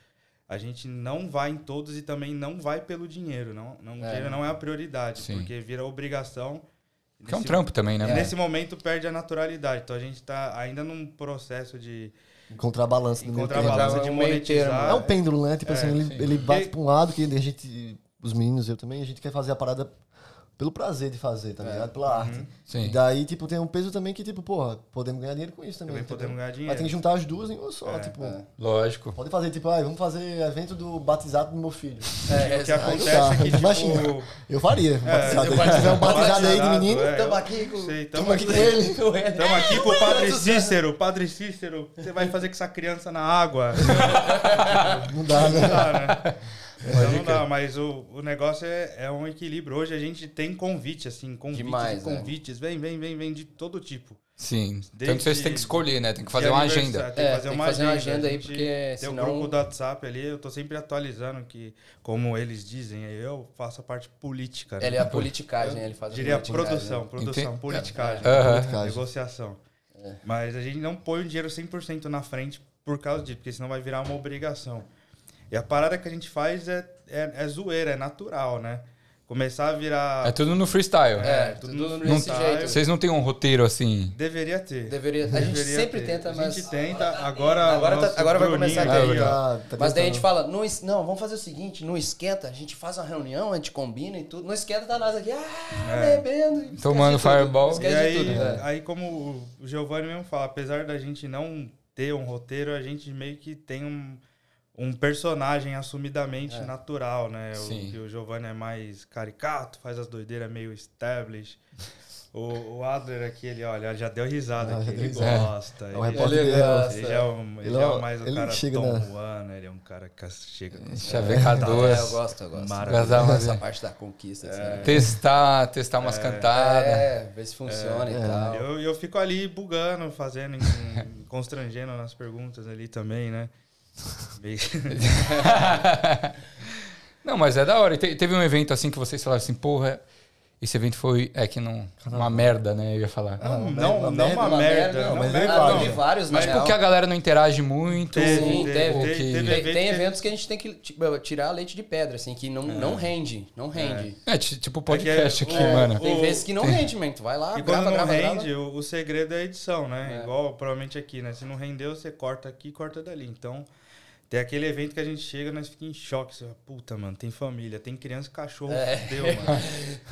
Speaker 2: a gente não vai em todos e também não vai pelo dinheiro, não, não o
Speaker 4: É.
Speaker 2: dinheiro não é a prioridade,
Speaker 3: Sim.
Speaker 2: porque vira obrigação.
Speaker 3: Que é um
Speaker 2: Nesse-
Speaker 3: trampo também, né?
Speaker 2: e
Speaker 3: mano?
Speaker 2: Nesse momento perde a naturalidade. Então a gente tá ainda num processo de
Speaker 1: Encontrar balança no meio
Speaker 2: encontrar
Speaker 1: termo.
Speaker 2: balança de
Speaker 4: É um meio termo.
Speaker 2: monetizar.
Speaker 1: É um pêndulo, né? Tipo assim,
Speaker 3: sim.
Speaker 1: ele, ele bate
Speaker 2: E-
Speaker 1: pra um lado que a gente, os meninos, eu também, a gente quer fazer a parada pelo prazer de fazer, tá ligado? Pela arte. E
Speaker 3: Sim.
Speaker 1: daí, tipo, tem um peso também que, tipo, porra, podemos ganhar dinheiro com isso também.
Speaker 2: também
Speaker 1: entendeu?
Speaker 2: podemos ganhar
Speaker 1: Mas tem
Speaker 2: dinheiro.
Speaker 1: que juntar as duas em uma só, tipo.
Speaker 3: é. Lógico.
Speaker 1: Pode fazer, tipo, ah, vamos fazer evento do batizado do meu filho.
Speaker 2: o que acontece
Speaker 1: dá.
Speaker 2: é que, tipo,
Speaker 1: Imagina. Eu faria. batizado. Se tiver um batizado aí de
Speaker 2: batizado,
Speaker 1: menino,
Speaker 2: é.
Speaker 1: tamo
Speaker 4: Tamo
Speaker 1: aqui.
Speaker 4: aqui com.
Speaker 2: sei, tamo
Speaker 1: Tamo aqui com ele.
Speaker 4: com ele.
Speaker 2: Estamos aqui com o Padre Cícero. Padre Cícero, o que você vai fazer com essa criança na água?
Speaker 1: Não dá,
Speaker 2: Não
Speaker 1: né?
Speaker 2: dá, né? Então não dá, mas o, o negócio é, é um equilíbrio. Hoje a gente tem convite, assim, convites,
Speaker 4: Demais,
Speaker 2: e
Speaker 4: né?
Speaker 2: convites, vem, vem, vem, vem de todo tipo.
Speaker 3: Sim. Tanto que
Speaker 2: Desde-
Speaker 3: vocês têm que escolher, né? Tem que fazer
Speaker 2: de
Speaker 3: uma
Speaker 2: aniversário,
Speaker 3: agenda.
Speaker 2: Tem que
Speaker 4: É,
Speaker 2: fazer uma agenda,
Speaker 4: agenda
Speaker 2: A
Speaker 4: aí,
Speaker 2: gente
Speaker 4: porque
Speaker 2: Tem o
Speaker 4: senão-
Speaker 2: grupo do WhatsApp ali, eu tô sempre atualizando que, como eles dizem, aí eu faço a parte política. né?
Speaker 4: Ele é a politicagem, ele faz a né?
Speaker 2: Diria
Speaker 4: politicagem.
Speaker 2: produção, produção,
Speaker 3: Entendi.
Speaker 2: politicagem,
Speaker 4: É.
Speaker 3: Aham.
Speaker 1: Politicagem.
Speaker 2: negociação. Mas a gente não põe o dinheiro 100% na frente por causa disso, porque senão vai virar uma obrigação. E a parada que a gente faz é, é, é zoeira, é natural, né? Começar a virar...
Speaker 3: É tudo no freestyle.
Speaker 4: É,
Speaker 2: tudo
Speaker 4: tudo
Speaker 2: no
Speaker 4: desse
Speaker 2: freestyle.
Speaker 4: jeito.
Speaker 3: Vocês não têm um roteiro assim.
Speaker 2: Deveria ter.
Speaker 4: Deveria, a gente
Speaker 2: Deveria
Speaker 4: sempre
Speaker 2: ter.
Speaker 4: tenta,
Speaker 2: A
Speaker 4: mas.
Speaker 2: gente tenta, agora...
Speaker 4: Agora
Speaker 2: o
Speaker 4: tá-
Speaker 2: nosso
Speaker 4: agora vai
Speaker 2: Bruninho
Speaker 4: começar a
Speaker 2: aí,
Speaker 4: ter.
Speaker 2: ó,
Speaker 1: Tá- tá
Speaker 4: Mas daí a gente
Speaker 1: tentando.
Speaker 4: fala, não, es- não, vamos fazer o seguinte, não esquenta, a gente faz uma reunião, a gente combina e tudo. Não esquenta, tá nós aqui, ah, bebendo. esquece
Speaker 3: Tomando
Speaker 4: de tudo,
Speaker 3: Fireball.
Speaker 2: É. E
Speaker 4: Esquece de
Speaker 2: aí, Ah, tá.
Speaker 4: tudo. né?
Speaker 2: aí, como o Giovanni mesmo fala, apesar da gente não ter um roteiro, a gente meio que tem um, um personagem assumidamente
Speaker 4: É.
Speaker 2: natural, né?
Speaker 3: Sim.
Speaker 2: O, que o Giovanni é mais caricato, faz as doideiras meio established. O, o Adler aqui, ele, olha, já deu risada
Speaker 1: Ah,
Speaker 2: aqui,
Speaker 1: já deu
Speaker 2: ele
Speaker 1: risada.
Speaker 2: gosta.
Speaker 1: É
Speaker 2: ele-
Speaker 1: o repórter
Speaker 4: Ele
Speaker 1: dele.
Speaker 4: gosta.
Speaker 2: ele já é, um, ele
Speaker 1: Ele
Speaker 2: é
Speaker 1: é-
Speaker 2: mais o
Speaker 1: ele
Speaker 2: cara
Speaker 1: chega
Speaker 2: Tom
Speaker 1: na-
Speaker 2: Juana, ele é um cara que chega...
Speaker 3: Chavecador.
Speaker 4: É, eu gosto, eu gosto.
Speaker 2: Maravilhoso.
Speaker 4: Eu gosto
Speaker 3: é.
Speaker 4: dessa parte da conquista. assim,
Speaker 2: É.
Speaker 4: né?
Speaker 3: Testar, testar umas cantadas.
Speaker 4: É, ver se funciona e tal.
Speaker 2: Eu, eu fico ali bugando, fazendo, em- constrangendo nas perguntas ali também, né? Meio-
Speaker 3: Não, mas é da hora. E te- teve um evento assim que vocês falaram assim, porra, esse evento foi. É que não. Uma merda, né? Eu ia falar.
Speaker 1: Ah,
Speaker 2: Não,
Speaker 1: uma merda,
Speaker 2: não, não
Speaker 1: uma
Speaker 2: uma merda.
Speaker 4: não,
Speaker 2: não
Speaker 1: mas
Speaker 4: ah,
Speaker 1: nem
Speaker 2: merda,
Speaker 1: vale.
Speaker 4: não,
Speaker 2: não.
Speaker 4: de vários, né?
Speaker 3: Mas
Speaker 4: na
Speaker 3: porque a
Speaker 4: real.
Speaker 3: galera não interage muito.
Speaker 2: Teve,
Speaker 4: Sim,
Speaker 2: teve,
Speaker 4: teve,
Speaker 2: teve,
Speaker 3: que-
Speaker 2: teve
Speaker 4: Tem,
Speaker 2: evento
Speaker 4: tem
Speaker 2: que-
Speaker 4: eventos que a gente tem que tipo, tirar leite de pedra, assim, que não, não rende, não rende.
Speaker 3: É, ti- tipo podcast
Speaker 2: É que
Speaker 3: aqui,
Speaker 2: é- é,
Speaker 3: mano.
Speaker 4: Tem
Speaker 2: O-
Speaker 4: vezes que não rende, man. Tu vai lá,
Speaker 2: E
Speaker 4: grava,
Speaker 2: quando não
Speaker 4: grava, grava.
Speaker 2: rende, o, o segredo é a edição, né? Igual provavelmente aqui, né? Se não rendeu, você corta aqui e corta dali. Então, tem aquele evento que a gente chega, nós ficamos em choque. Você fala, puta, mano, tem família, tem criança e cachorro, fudeu, mano.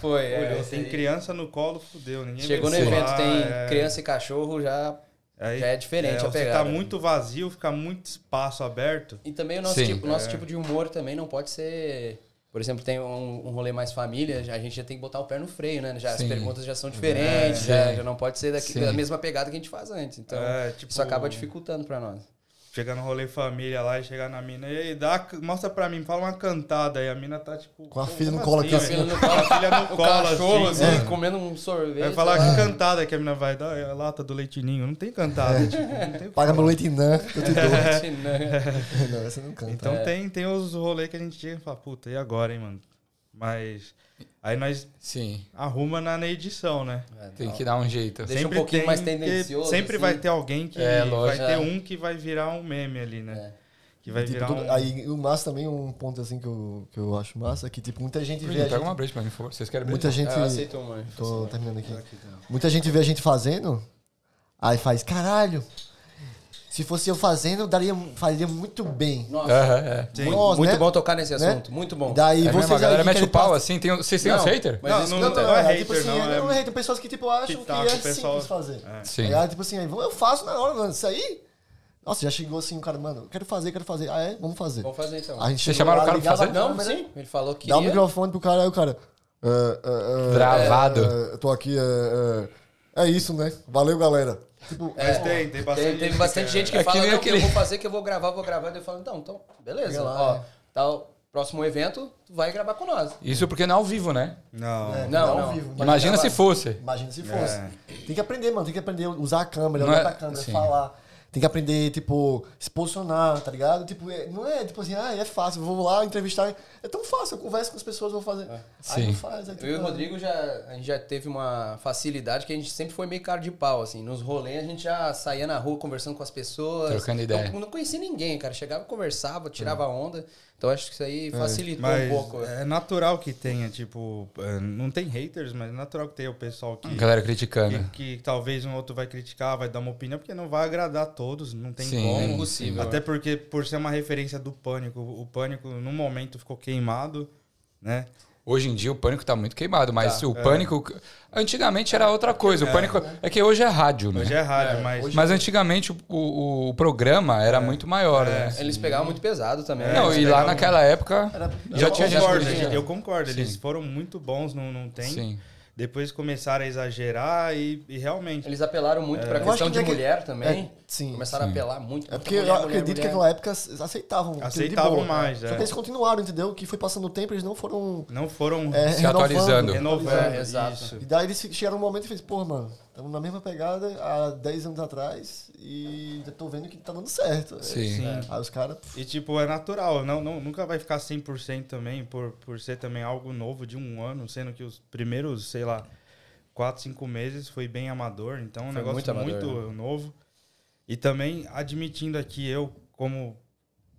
Speaker 4: Foi, é,
Speaker 2: Olhou,
Speaker 4: esse
Speaker 2: tem
Speaker 4: aí.
Speaker 2: criança no colo, fudeu. Ninguém
Speaker 4: Chegou no
Speaker 2: vai
Speaker 4: evento,
Speaker 2: falar,
Speaker 4: tem
Speaker 2: é.
Speaker 4: criança e cachorro já.
Speaker 2: Aí,
Speaker 4: já é diferente a
Speaker 2: você
Speaker 4: pegada,
Speaker 2: tá
Speaker 4: né?
Speaker 2: muito vazio, fica muito espaço aberto.
Speaker 4: E também o nosso,
Speaker 3: Sim.
Speaker 4: tipo, o nosso
Speaker 2: É.
Speaker 4: tipo de humor também não pode ser. Por exemplo, tem um, um rolê mais família, já- a gente já tem que botar o pé no freio, né? Já, as
Speaker 3: Sim.
Speaker 4: perguntas já são diferentes,
Speaker 1: É.
Speaker 4: já, já não pode ser daqui,
Speaker 3: Sim.
Speaker 4: da mesma pegada que a gente faz antes. Então,
Speaker 2: É, tipo-
Speaker 4: isso acaba dificultando pra nós.
Speaker 2: Chegar no rolê família lá e chegar na mina e aí, dá, mostra pra mim, fala uma cantada. Aí a mina tá tipo.
Speaker 1: Com a
Speaker 2: "Pô,
Speaker 1: filha no
Speaker 2: como
Speaker 1: colo aqui,
Speaker 2: velho?"
Speaker 4: assim, ó.
Speaker 2: Com a filha
Speaker 4: O
Speaker 2: no colo
Speaker 4: cachorro,
Speaker 2: assim.
Speaker 4: assim, comendo um sorvete.
Speaker 2: Vai falar
Speaker 4: sei lá.
Speaker 2: que "É cantada que a mina vai dar, é a lata do leitinho. Não tem cantada, tipo, não tem o que
Speaker 1: É. Paga
Speaker 2: falar.
Speaker 1: meu leite Nan, que eu te dou.
Speaker 4: Né?
Speaker 1: não, essa não canta. É
Speaker 4: É.
Speaker 2: Então tem, tem os rolês que a gente chega e fala, puta, e agora, hein, mano? Mas. Aí nós
Speaker 3: Sim.
Speaker 2: arruma na, na edição, né?
Speaker 3: Tem que dar um jeito.
Speaker 4: É, Deixa um pouquinho mais tendencioso,
Speaker 2: Sempre
Speaker 4: assim.
Speaker 2: vai ter alguém que.
Speaker 3: É, lógico.
Speaker 2: vai
Speaker 4: É.
Speaker 2: ter um que vai virar um meme ali, né? Que vai
Speaker 1: Tipo,
Speaker 2: virar
Speaker 1: tudo-
Speaker 2: um.
Speaker 1: Aí o massa também, um ponto assim que eu, que eu acho massa, é que tipo, muita gente vê a
Speaker 3: Pega uma
Speaker 1: gente. Uhum.
Speaker 3: breja pra mim, por favor. Vocês querem breja?
Speaker 1: Muita gente.
Speaker 4: Ah, eu aceito assim. uma. eu aceito
Speaker 1: Tô
Speaker 4: uma.
Speaker 1: terminando aqui. Muita gente vê a gente fazendo, aí faz, caralho. Se fosse eu fazendo, eu daria, faria muito bem.
Speaker 4: Nossa,
Speaker 3: Aham, é.
Speaker 2: Sim.
Speaker 1: Nossa,
Speaker 4: muito
Speaker 1: né?
Speaker 4: bom tocar nesse
Speaker 1: Né?
Speaker 4: assunto, muito bom.
Speaker 1: Daí
Speaker 3: É mesmo,
Speaker 1: vocês
Speaker 3: a galera
Speaker 1: aí
Speaker 3: mete
Speaker 1: querem
Speaker 3: o pau
Speaker 1: passar-
Speaker 3: assim. Tem, vocês têm
Speaker 4: Não,
Speaker 3: os hater?
Speaker 4: mas
Speaker 2: Não,
Speaker 4: isso
Speaker 2: não-
Speaker 1: Não, não,
Speaker 2: é
Speaker 1: é,
Speaker 2: hater,
Speaker 1: tipo assim,
Speaker 2: não,
Speaker 1: é,
Speaker 2: é-
Speaker 1: não é hater, pessoas que tipo acham que
Speaker 2: TikTok,
Speaker 1: é
Speaker 2: o pessoal-
Speaker 1: simples fazer.
Speaker 2: É.
Speaker 3: Sim.
Speaker 1: Aí, ela, tipo assim, aí, vamos, eu faço na hora, mano. Isso aí. Nossa, já chegou assim, o cara, mano, quero fazer, quero fazer. Ah, é? Vamos fazer.
Speaker 4: Vamos fazer então.
Speaker 1: A gente
Speaker 3: Vocês
Speaker 1: chegou
Speaker 3: chamaram
Speaker 1: lá,
Speaker 3: o cara pra
Speaker 1: ligava
Speaker 3: fazer?
Speaker 1: a
Speaker 4: Não,
Speaker 1: câmera,
Speaker 4: sim, ele falou que
Speaker 1: Dá o
Speaker 4: ia.
Speaker 1: microfone pro cara, aí o cara. "Ah, ah, ah,
Speaker 3: Travado.
Speaker 1: ah, eu tô aqui, ah, ah, é isso, né? Valeu, galera. Tipo,
Speaker 2: Mas tem, tem bastante.
Speaker 4: Tem- teve bastante gente que
Speaker 3: É que
Speaker 4: fala,
Speaker 3: nem
Speaker 4: não,
Speaker 3: aquele-
Speaker 4: eu vou fazer, que eu vou gravar, vou gravar. Daí eu falo, então, então, beleza.
Speaker 1: Fica lá,
Speaker 4: ó,
Speaker 1: né?
Speaker 4: tal, próximo evento, tu vai gravar com nós.
Speaker 3: Isso porque não é ao vivo, né?
Speaker 2: Não.
Speaker 1: é,
Speaker 4: Não,
Speaker 1: dá ao
Speaker 4: não.
Speaker 1: vivo, dá
Speaker 3: Imagina
Speaker 1: pra
Speaker 3: se
Speaker 1: gravar.
Speaker 3: fosse.
Speaker 1: Imagina se
Speaker 2: É.
Speaker 1: fosse. Tem que aprender, mano. Tem que aprender a usar a câmera,
Speaker 3: Não
Speaker 1: olhar
Speaker 3: é-
Speaker 1: pra câmera,
Speaker 3: sim.
Speaker 1: falar. Tem que aprender, tipo, se posicionar, tá ligado? Tipo, é- não é tipo assim, ah, é fácil, vou lá entrevistar. É tão fácil, eu converso com as pessoas, vou fazer.
Speaker 3: Sim.
Speaker 1: Aí não faz, aí tipo, tu
Speaker 4: Eu e o
Speaker 1: faz.
Speaker 4: Rodrigo já, a gente já teve uma facilidade que a gente sempre foi meio cara de pau, assim. Nos rolês a gente já saía na rua conversando com as pessoas.
Speaker 3: Trocando ideia. Hum.
Speaker 4: Não, não conhecia ninguém, cara. Chegava, conversava, tirava onda. Então acho que isso aí facilitou
Speaker 2: Mas
Speaker 4: um pouco.
Speaker 2: é natural que tenha, tipo, eh, não tem haters, mas é natural que tenha o pessoal que,
Speaker 3: A galera
Speaker 2: que,
Speaker 3: criticando.
Speaker 2: que talvez um outro vai criticar, vai dar uma opinião, porque não vai agradar a todos, não tem
Speaker 3: Sim.
Speaker 2: como.
Speaker 4: É impossível.
Speaker 2: Até porque, por ser uma referência do pânico, o pânico no momento ficou queimado, né?
Speaker 3: Hoje em dia o pânico tá muito queimado, mas
Speaker 4: Tá,
Speaker 2: É.
Speaker 3: o pânico. Antigamente era outra coisa. O pânico. É que hoje é rádio, né?
Speaker 2: né? Hoje é É. rádio, mas.
Speaker 3: Mas antigamente o, o- o programa era muito maior, né?
Speaker 4: Eles pegavam muito pesado também.
Speaker 2: É,
Speaker 3: Não,
Speaker 2: eles
Speaker 3: e lá
Speaker 2: pegavam-
Speaker 3: naquela época
Speaker 1: Era-
Speaker 3: já
Speaker 2: eu
Speaker 3: tinha gente
Speaker 2: concordo,
Speaker 3: que-
Speaker 2: gente, eu concordo, eles
Speaker 3: Sim.
Speaker 2: foram muito bons, não, não tem.
Speaker 3: Sim.
Speaker 2: Depois começaram a exagerar e, e realmente.
Speaker 4: Eles apelaram muito
Speaker 1: Eu
Speaker 4: pra
Speaker 1: acho
Speaker 4: questão
Speaker 1: que
Speaker 4: de
Speaker 1: tem que- é,
Speaker 4: mulher também.
Speaker 1: Sim.
Speaker 4: Começaram a apelar muito.
Speaker 1: É
Speaker 4: muita
Speaker 1: porque eu
Speaker 4: mulher, mulher,
Speaker 1: acredito que
Speaker 4: mulher.
Speaker 1: naquela época s- aceitavam. aquilo de
Speaker 2: Aceitavam
Speaker 1: boa.
Speaker 2: mais,
Speaker 1: Só
Speaker 2: é.
Speaker 1: que eles continuaram, entendeu? Que foi passando o tempo, eles não foram
Speaker 2: Não foram
Speaker 1: é,
Speaker 3: Se
Speaker 1: renovando.
Speaker 3: atualizando.
Speaker 2: renovando.
Speaker 4: É, exato.
Speaker 2: isso.
Speaker 1: E daí eles chegaram um momento e fez, pô, mano, estamos na mesma pegada há 10 anos atrás e já tô vendo que tá dando certo.
Speaker 3: Sim.
Speaker 2: Sim.
Speaker 1: Aí os caras.
Speaker 2: E tipo, é natural, não, não- nunca vai ficar 100% também, por, por ser também algo novo de um ano, sendo que os primeiros, sei lá, 4, 5 meses foi bem amador, então um
Speaker 4: Foi
Speaker 2: negócio
Speaker 4: muito
Speaker 2: muito,
Speaker 4: amador, né?
Speaker 2: novo. E também admitindo aqui eu, como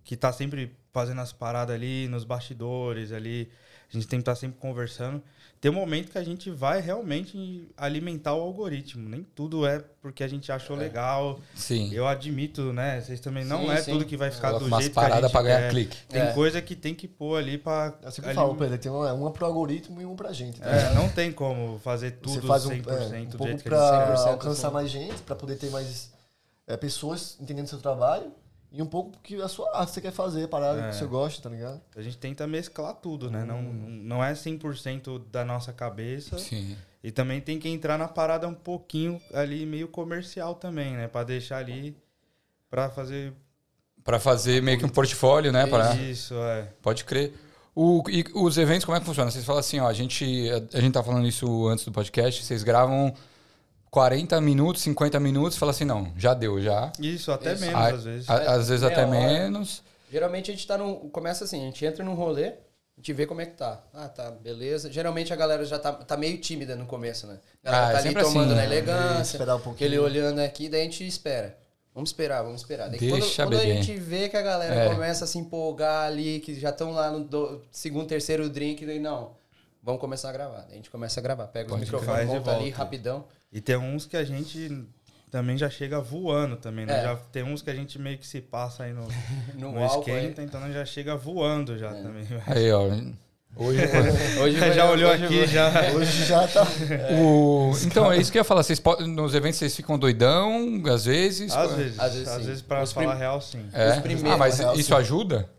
Speaker 2: que tá sempre fazendo as paradas ali nos bastidores, ali, a gente tem que estar sempre conversando, tem um momento que a gente vai realmente alimentar o algoritmo, nem tudo é porque a gente achou legal,
Speaker 3: Sim.
Speaker 2: eu admito, né? Vocês também não
Speaker 4: Sim,
Speaker 2: é
Speaker 4: sim.
Speaker 2: tudo que vai ficar
Speaker 3: Coloca
Speaker 2: do
Speaker 3: umas
Speaker 2: jeito que a
Speaker 3: paradas
Speaker 2: gente
Speaker 3: pra ganhar
Speaker 2: quer.
Speaker 3: clique.
Speaker 2: Tem
Speaker 4: É.
Speaker 2: coisa que tem que pôr ali pra...
Speaker 1: Eu É sempre
Speaker 2: ali-
Speaker 1: falo pra ele, tem uma, uma pro algoritmo e uma pra gente. né?
Speaker 2: É, não tem como fazer tudo
Speaker 1: Você faz um,
Speaker 2: 100%
Speaker 1: é, um
Speaker 2: do
Speaker 1: pouco
Speaker 2: jeito que a gente
Speaker 1: pra
Speaker 4: 100%
Speaker 1: alcançar
Speaker 4: assim.
Speaker 1: mais gente, pra poder ter mais é, pessoas entendendo seu trabalho e um pouco que a sua arte você quer fazer, a
Speaker 2: É.
Speaker 1: parada que você gosta, tá ligado?
Speaker 2: quer. A gente tenta mesclar tudo, né? Não,
Speaker 1: Hum.
Speaker 2: não é 100% da nossa cabeça.
Speaker 3: Sim.
Speaker 2: E também tem que entrar na parada um pouquinho ali, meio comercial também, né? Pra deixar ali... Pra fazer
Speaker 3: Pra fazer meio que um portfólio, né? Pra...
Speaker 2: isso, é.
Speaker 3: Pode crer. O, e os eventos, como é que funciona? Vocês falam assim, ó, a gente, a, a gente tá falando isso antes do podcast, vocês gravam 40 minutos, 50 minutos, fala assim, não, já deu, já.
Speaker 2: Isso, até
Speaker 4: Isso.
Speaker 2: menos,
Speaker 3: Aí-
Speaker 2: às vezes.
Speaker 3: a- às vezes
Speaker 4: Meia
Speaker 3: até
Speaker 4: hora.
Speaker 3: menos.
Speaker 4: Geralmente a gente tá num. Começa assim, a gente entra num rolê, a gente vê como é que tá. Ah, tá, beleza. Geralmente a galera já tá, tá meio tímida no começo, né? A galera
Speaker 3: Ah, é
Speaker 4: tá ali
Speaker 3: sempre assim,
Speaker 4: tomando na
Speaker 3: né?
Speaker 4: elegância,
Speaker 1: Esperar um pouquinho.
Speaker 4: aquele olhando aqui, daí a gente espera. Vamos esperar, vamos esperar. Daí quando-
Speaker 3: Deixa
Speaker 4: quando,
Speaker 3: beber.
Speaker 4: a gente vê que a galera
Speaker 3: É.
Speaker 4: começa a se empolgar ali, que já estão lá no do- segundo, terceiro drink, daí não. Vamos começar a gravar. Daí a gente começa a gravar. Pega o
Speaker 3: Pode
Speaker 4: microfone,
Speaker 2: faz e
Speaker 4: monta ali
Speaker 2: volta.
Speaker 4: rapidão.
Speaker 2: E tem uns que a gente também já chega voando também, né?
Speaker 4: É.
Speaker 2: Já tem uns que a gente meio que se passa aí no,
Speaker 4: No,
Speaker 2: no,
Speaker 4: álcool. aí. né? É.
Speaker 2: esquenta, então nós já chega voando já também.
Speaker 3: Aí, ó. Hoje,
Speaker 4: Hoje vai-
Speaker 2: já olhou
Speaker 4: hoje
Speaker 2: aqui,
Speaker 4: vai-
Speaker 2: já.
Speaker 1: Hoje já tá.
Speaker 3: o, então, é isso que eu ia falar. Vocês po- nos eventos vocês ficam doidão, às vezes.
Speaker 2: Às vezes,
Speaker 4: Às
Speaker 2: às
Speaker 4: vezes
Speaker 2: vezes,
Speaker 4: sim.
Speaker 2: pra
Speaker 4: Os prim-
Speaker 2: falar real, sim.
Speaker 3: É.
Speaker 4: Os primeiros, né, assim. É.
Speaker 3: ah, mas
Speaker 1: na real,
Speaker 3: isso
Speaker 1: sim.
Speaker 3: ajuda?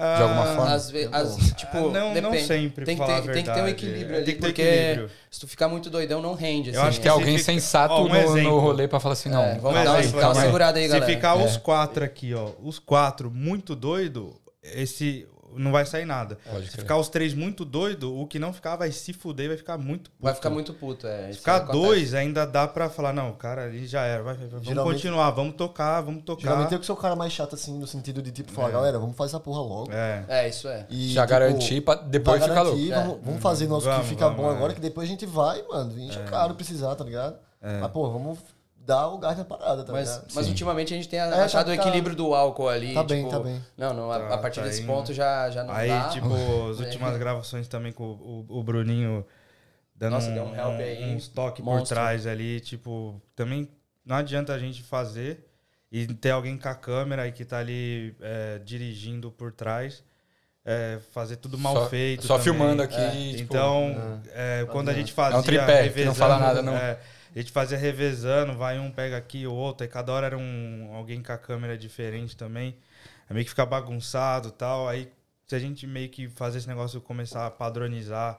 Speaker 3: De alguma
Speaker 2: Ah,
Speaker 3: forma?
Speaker 4: Às vezes,
Speaker 1: Eu
Speaker 4: às, tipo,
Speaker 2: ah, não,
Speaker 4: depende.
Speaker 2: não sempre, tem
Speaker 4: tem que,
Speaker 2: pra falar a
Speaker 4: ter, tem que ter um
Speaker 2: verdade.
Speaker 4: equilíbrio
Speaker 2: É,
Speaker 4: ali,
Speaker 2: tem que ter
Speaker 4: porque
Speaker 2: equilíbrio.
Speaker 4: se tu ficar muito doidão, não rende.
Speaker 2: Eu
Speaker 4: assim,
Speaker 2: acho
Speaker 3: Que é
Speaker 4: né?
Speaker 2: se
Speaker 3: alguém
Speaker 2: fica-
Speaker 3: sensato
Speaker 2: Ó, um
Speaker 3: no, no
Speaker 2: exemplo.
Speaker 3: rolê pra falar assim, não.
Speaker 4: É, vamos
Speaker 2: Um
Speaker 4: dar, uma-
Speaker 2: exemplo,
Speaker 4: dá uma
Speaker 2: calma aí.
Speaker 4: segurada aí,
Speaker 2: Se
Speaker 4: galera. É.
Speaker 2: ficar os quatro aqui, ó, os quatro muito doido, esse não vai sair nada.
Speaker 3: Pode
Speaker 2: se
Speaker 3: crer.
Speaker 2: ficar os três muito doido, o que não ficar vai se fuder, vai ficar muito puto.
Speaker 4: Vai ficar muito puto, é.
Speaker 2: Se
Speaker 4: isso
Speaker 2: ficar
Speaker 4: aí acontece.
Speaker 2: dois, ainda dá pra falar, não, cara, ali já era. vai, vai, vai, vamos
Speaker 1: Geralmente-
Speaker 2: continuar, vamos tocar, vamos tocar.
Speaker 1: Geralmente eu
Speaker 3: é
Speaker 1: que sou o cara mais chato, assim, no sentido de tipo, falar, galera, vamos fazer essa porra logo.
Speaker 2: É.
Speaker 4: É, isso é.
Speaker 1: E,
Speaker 3: Já
Speaker 1: tipo,
Speaker 3: garantir
Speaker 4: tá
Speaker 3: pra depois
Speaker 1: pra
Speaker 3: ficar louco.
Speaker 1: garantir, Vamos, vamos fazer nosso
Speaker 2: Vamos,
Speaker 1: que fica
Speaker 2: vamos,
Speaker 1: bom
Speaker 2: é.
Speaker 1: agora, que depois a gente vai, mano, enche o cara precisar, tá ligado?
Speaker 2: É.
Speaker 1: Mas, pô, vamos dar o gás na parada, tá
Speaker 4: Mas,
Speaker 1: ligado?
Speaker 4: mas ultimamente a gente tem
Speaker 1: tá-
Speaker 4: achado o
Speaker 1: tá-
Speaker 4: equilíbrio do álcool ali.
Speaker 1: tá bem,
Speaker 4: tipo,
Speaker 1: tá bem.
Speaker 4: Não, não, a, a
Speaker 2: Tá-
Speaker 4: partir
Speaker 2: tá
Speaker 4: desse
Speaker 2: indo.
Speaker 4: ponto já, já não
Speaker 2: Aí,
Speaker 4: dá.
Speaker 2: tipo, as últimas gravações também com o, o- o Bruninho dando
Speaker 4: Nossa,
Speaker 2: um,
Speaker 4: deu um help aí,
Speaker 2: uns toques por
Speaker 4: monstro.
Speaker 2: trás ali, tipo, também não adianta a gente fazer e ter alguém com a câmera e que tá ali é, dirigindo por trás, é, fazer tudo mal
Speaker 3: Só-
Speaker 2: feito.
Speaker 3: Só
Speaker 2: também.
Speaker 3: filmando aqui.
Speaker 4: É,
Speaker 3: tipo,
Speaker 4: ah,
Speaker 2: Então, é, quando a gente fazia.
Speaker 3: É um tripé, que
Speaker 2: revezando,
Speaker 3: não fala nada, não.
Speaker 2: é, a gente fazia revezando, vai um, pega aqui, o outro, e cada hora era um, alguém com a câmera diferente também. Aí meio que fica bagunçado e tal. Aí, se a gente meio que fazer esse negócio começar a padronizar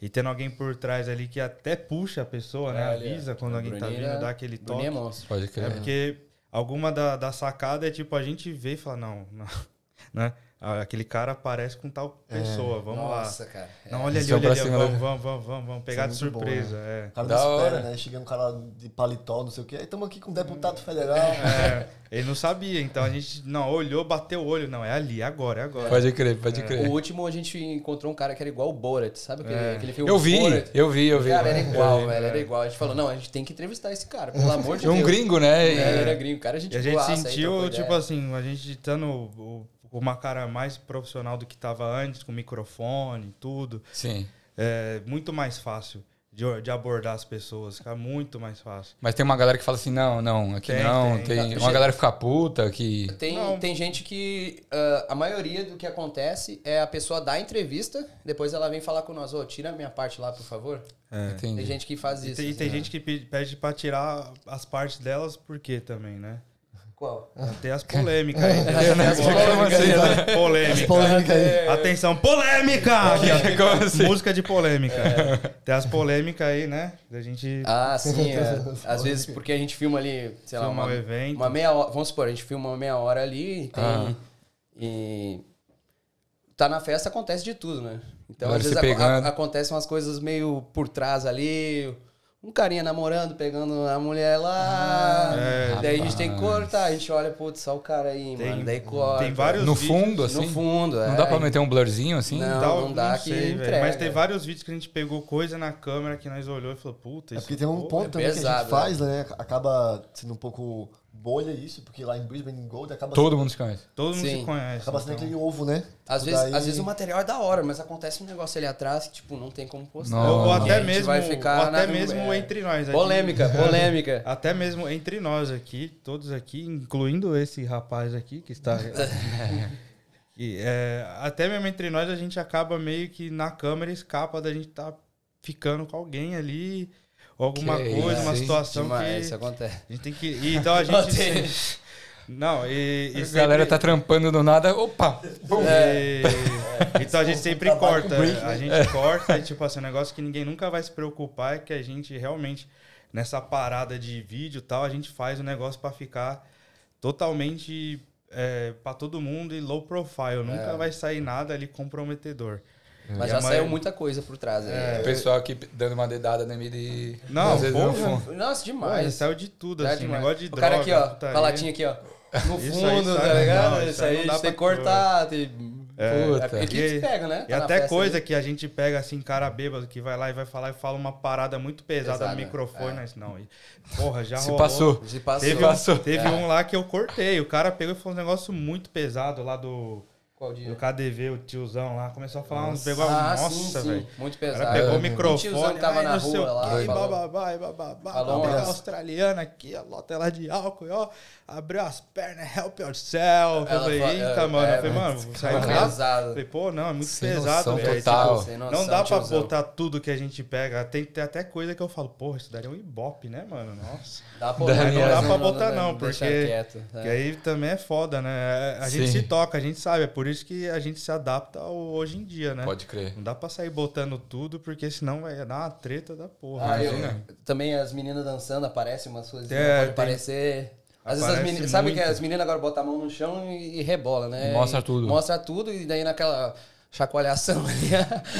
Speaker 2: e tendo alguém por trás ali que até puxa a pessoa, né?
Speaker 4: É, ali,
Speaker 2: Avisa
Speaker 4: é.
Speaker 2: quando
Speaker 4: O
Speaker 2: alguém tá
Speaker 4: Bruninho
Speaker 2: vindo,
Speaker 4: é-
Speaker 2: dá aquele toque.
Speaker 4: Bruninho é monstro.
Speaker 3: Pode
Speaker 2: É
Speaker 3: crer.
Speaker 2: porque alguma da, da sacada é tipo, a gente vê e fala, não, não, né? Ah, Aquele cara parece com tal pessoa, vamos lá.
Speaker 4: É. Nossa, cara. é.
Speaker 2: Não, olha ali,
Speaker 3: Eles vão
Speaker 2: olha
Speaker 3: pra
Speaker 2: ali,
Speaker 3: cima,
Speaker 2: vamos,
Speaker 3: né?
Speaker 2: vamos, vamos, vamos, vamos pegar de
Speaker 1: Isso é muito bom,
Speaker 2: surpresa.
Speaker 1: O cara
Speaker 3: Da
Speaker 1: não espera,
Speaker 3: hora.
Speaker 1: né? Chegando um cara de paletó, não sei o quê. Aí estamos aqui com um deputado federal.
Speaker 2: é. É, ele não sabia, então a gente não olhou, bateu o olho, não, é ali, é agora, é agora.
Speaker 3: Pode crer, pode
Speaker 4: O
Speaker 3: crer.
Speaker 4: último a gente encontrou um cara que era igual o Borat, sabe aquele, aquele filme
Speaker 3: Eu vi,
Speaker 4: Borat?
Speaker 3: eu vi, eu vi.
Speaker 4: Cara, era igual,
Speaker 2: É. vi, é.
Speaker 4: velho, era
Speaker 2: velho.
Speaker 4: igual. A gente falou, não, a gente tem que entrevistar esse cara, pelo amor de
Speaker 3: É um
Speaker 4: Deus.
Speaker 3: gringo, né?
Speaker 4: É, ele era gringo, cara, a gente
Speaker 2: E a gente
Speaker 4: boaça aí, tá é.
Speaker 2: sentiu,
Speaker 4: trocou ideia.
Speaker 2: tipo assim, a gente estando o- o- uma cara mais profissional do que tava antes, com microfone e tudo,
Speaker 3: Sim.
Speaker 2: é muito mais fácil de, de abordar as pessoas, fica muito mais fácil.
Speaker 3: Mas tem uma galera que fala assim, não, não, aqui
Speaker 2: Tem,
Speaker 3: não. Tem,
Speaker 2: tem.
Speaker 3: uma galera que fica puta, que...
Speaker 4: Tem,
Speaker 2: Não.
Speaker 4: tem gente que. ah, a maioria do que acontece é a pessoa dar a entrevista, depois ela vem falar com nós, ô, tira a minha parte lá, por favor.
Speaker 3: É.
Speaker 4: Tem
Speaker 3: Entendi.
Speaker 4: gente que faz
Speaker 2: E
Speaker 4: isso.
Speaker 2: tem, e tem
Speaker 4: assim,
Speaker 2: gente que pe- pede pra tirar as partes delas, por quê também, né?
Speaker 4: né? Qual?
Speaker 2: Tem as polêmicas aí.
Speaker 3: né?
Speaker 2: As polêmicas aí, né?
Speaker 1: As
Speaker 2: Polêmica.
Speaker 1: polêmicas aí.
Speaker 2: Atenção, polêmica!
Speaker 1: É,
Speaker 2: Aqui, ó.
Speaker 3: Como assim?
Speaker 2: Música de polêmica. Tem as polêmicas aí, né? Da gente
Speaker 4: Ah, sim. é. Às vezes, porque a gente filma ali, sei lá,
Speaker 2: filmar
Speaker 4: uma,
Speaker 2: o evento.
Speaker 4: uma meia hora. Vamos supor, a gente filma uma meia hora ali e tem.
Speaker 3: Ah.
Speaker 4: E. Tá na festa, acontece de tudo, né? Então,
Speaker 3: Vai
Speaker 4: às
Speaker 3: se
Speaker 4: vezes, a-
Speaker 3: pegando.
Speaker 4: a- acontecem umas coisas meio por trás ali. Um carinha namorando, pegando a mulher lá.
Speaker 2: é.
Speaker 4: daí a gente tem que cortar. A gente olha, putz, só o cara aí,
Speaker 2: Tem-
Speaker 4: mano. Daí corta.
Speaker 2: tem vários
Speaker 3: No
Speaker 2: vídeos.
Speaker 3: fundo, assim?
Speaker 4: No fundo, é.
Speaker 3: Não dá pra meter um blurzinho assim?
Speaker 4: Não. dá que
Speaker 2: velho.
Speaker 4: entrega.
Speaker 2: Mas tem vários vídeos que a gente pegou coisa na câmera que nós olhou e falou, puta,
Speaker 1: É
Speaker 2: isso
Speaker 1: porque tem um
Speaker 2: pô,
Speaker 1: ponto também que a
Speaker 4: pesado,
Speaker 1: gente faz, né? Acaba sendo um pouco bolha isso, porque lá em Brisbane, em Gold, acaba,
Speaker 3: Todo mundo se conhece.
Speaker 2: Todo mundo
Speaker 4: Sim.
Speaker 2: se conhece.
Speaker 1: acaba sendo
Speaker 2: então.
Speaker 1: aquele ovo, né?
Speaker 4: Às
Speaker 1: Tipo,
Speaker 4: vezes,
Speaker 1: daí-
Speaker 4: às vezes o material é da hora, mas acontece um negócio ali atrás que, tipo, não tem como postar.
Speaker 3: Não.
Speaker 2: Ou, ou
Speaker 3: Ah.
Speaker 4: E a
Speaker 2: até
Speaker 4: gente
Speaker 2: mesmo,
Speaker 4: vai ficar
Speaker 2: ou até
Speaker 4: na-
Speaker 2: mesmo
Speaker 4: é.
Speaker 2: entre nós. aqui.
Speaker 4: Polêmica, polêmica.
Speaker 2: Até mesmo entre nós aqui, todos aqui, incluindo esse rapaz aqui que está. E, é, até mesmo entre nós a gente acaba meio que na câmera escapa da gente tá ficando com alguém ali, ou alguma
Speaker 3: Que
Speaker 2: coisa, uma
Speaker 3: isso,
Speaker 2: situação
Speaker 4: Demais,
Speaker 2: que
Speaker 4: isso acontece.
Speaker 2: a gente tem que. e então a gente. se- Não, e. e
Speaker 3: A galera
Speaker 2: sempre-
Speaker 3: tá trampando do nada, opa! pum.
Speaker 4: É.
Speaker 2: E- Então a gente sempre
Speaker 1: Trabalho
Speaker 2: corta.
Speaker 1: com break,
Speaker 2: A gente corta e, tipo assim, um negócio que ninguém nunca vai se preocupar é que a gente realmente, nessa parada de vídeo e tal, a gente faz o negócio pra ficar totalmente é, pra todo mundo e low profile.
Speaker 4: É.
Speaker 2: Nunca vai sair nada ali comprometedor.
Speaker 4: Mas
Speaker 2: É. E
Speaker 4: já
Speaker 2: a É.
Speaker 4: saiu
Speaker 2: maioria-
Speaker 4: muita coisa por trás aí.
Speaker 3: O pessoal aqui dando uma dedada na mira e...
Speaker 2: Não,
Speaker 3: Às vezes
Speaker 2: porra.
Speaker 3: no fundo.
Speaker 4: Nossa,
Speaker 2: Mas
Speaker 4: demais.
Speaker 2: saiu de tudo,
Speaker 4: Dá
Speaker 2: assim.
Speaker 4: demais.
Speaker 2: Negócio de
Speaker 4: o
Speaker 2: droga.
Speaker 4: cara aqui, ó,
Speaker 2: putaria.
Speaker 4: com a latinha aqui, ó. No
Speaker 2: Isso
Speaker 4: fundo,
Speaker 2: aí sai-
Speaker 4: tá ligado?
Speaker 2: não, isso
Speaker 4: isso
Speaker 2: aí
Speaker 4: aí
Speaker 2: não
Speaker 4: a
Speaker 2: dá
Speaker 4: gente
Speaker 2: pra-
Speaker 4: tem que cortar. Tem...
Speaker 3: Puta.
Speaker 4: É porque que
Speaker 2: E-
Speaker 4: se pega, né?
Speaker 2: E até coisa que a gente pega assim, cara bêbado, que vai lá e vai falar e fala uma parada muito pesada,
Speaker 4: Pesada, é.
Speaker 2: no microfone, mas não. e- porra, já
Speaker 3: Se
Speaker 2: rolou.
Speaker 3: passou.
Speaker 4: Se passou.
Speaker 2: Teve,
Speaker 3: Passou.
Speaker 2: Um,
Speaker 4: É.
Speaker 2: teve um lá que eu cortei. O cara pegou e falou um negócio muito pesado lá do,
Speaker 4: Qual dia?
Speaker 2: do KDV, o tiozão lá. Começou a falar uns pegou
Speaker 4: Ah,
Speaker 2: Nossa,
Speaker 4: sim,
Speaker 2: velho.
Speaker 4: sim. Muito
Speaker 2: O
Speaker 4: pesado.
Speaker 2: cara pegou
Speaker 4: É.
Speaker 2: o microfone.
Speaker 4: tiozão tava
Speaker 2: ai,
Speaker 4: na
Speaker 2: não sei
Speaker 4: rua
Speaker 2: o
Speaker 4: lá,
Speaker 2: quê,
Speaker 4: ele falou.
Speaker 2: bababá, e bababá.
Speaker 4: Falou
Speaker 2: Uma
Speaker 4: umas-
Speaker 2: australiana aqui, a lota lá de álcool, e ó. Abriu as pernas, help yourself. Eu
Speaker 4: Ela
Speaker 2: falei,
Speaker 4: fa-
Speaker 2: eita,
Speaker 4: é,
Speaker 2: mano. eu
Speaker 4: é,
Speaker 2: falei, mano, vou sair de casa.
Speaker 4: pesado.
Speaker 2: Falei, pô, não, é muito
Speaker 3: Sem
Speaker 2: pesado,
Speaker 3: noção
Speaker 2: velho.
Speaker 3: total.
Speaker 2: Tipo,
Speaker 4: Sem
Speaker 2: Não
Speaker 4: noção,
Speaker 2: dá pra
Speaker 4: tiozão.
Speaker 2: botar tudo que a gente pega. Tem, tem até coisa que eu falo, porra, isso daria um ibope, né, mano? Nossa.
Speaker 4: Dá pra
Speaker 3: Dá-
Speaker 4: botar,
Speaker 3: não dá
Speaker 2: pra botar não,
Speaker 4: deixa
Speaker 2: porque-
Speaker 4: quieto,
Speaker 2: Que
Speaker 4: né?
Speaker 2: aí também é foda, né? A gente
Speaker 3: Sim.
Speaker 2: se toca, a gente sabe. É por isso que a gente se adapta ao hoje em dia, né?
Speaker 3: Pode crer.
Speaker 2: Não dá pra sair botando tudo, porque senão vai dar uma treta da porra. né?
Speaker 4: Ah, eu-
Speaker 2: imagina.
Speaker 4: também as meninas dançando, aparecem umas coisas que
Speaker 2: É,
Speaker 4: não pode
Speaker 2: tem-
Speaker 4: aparecer. Às vezes as
Speaker 2: Aparece
Speaker 4: meninas. Sabe
Speaker 2: muito.
Speaker 4: que as meninas agora botam a mão no chão e, e rebola, né?
Speaker 3: Mostra
Speaker 4: E-
Speaker 3: tudo.
Speaker 4: Mostra tudo e daí naquela chacoalhação ali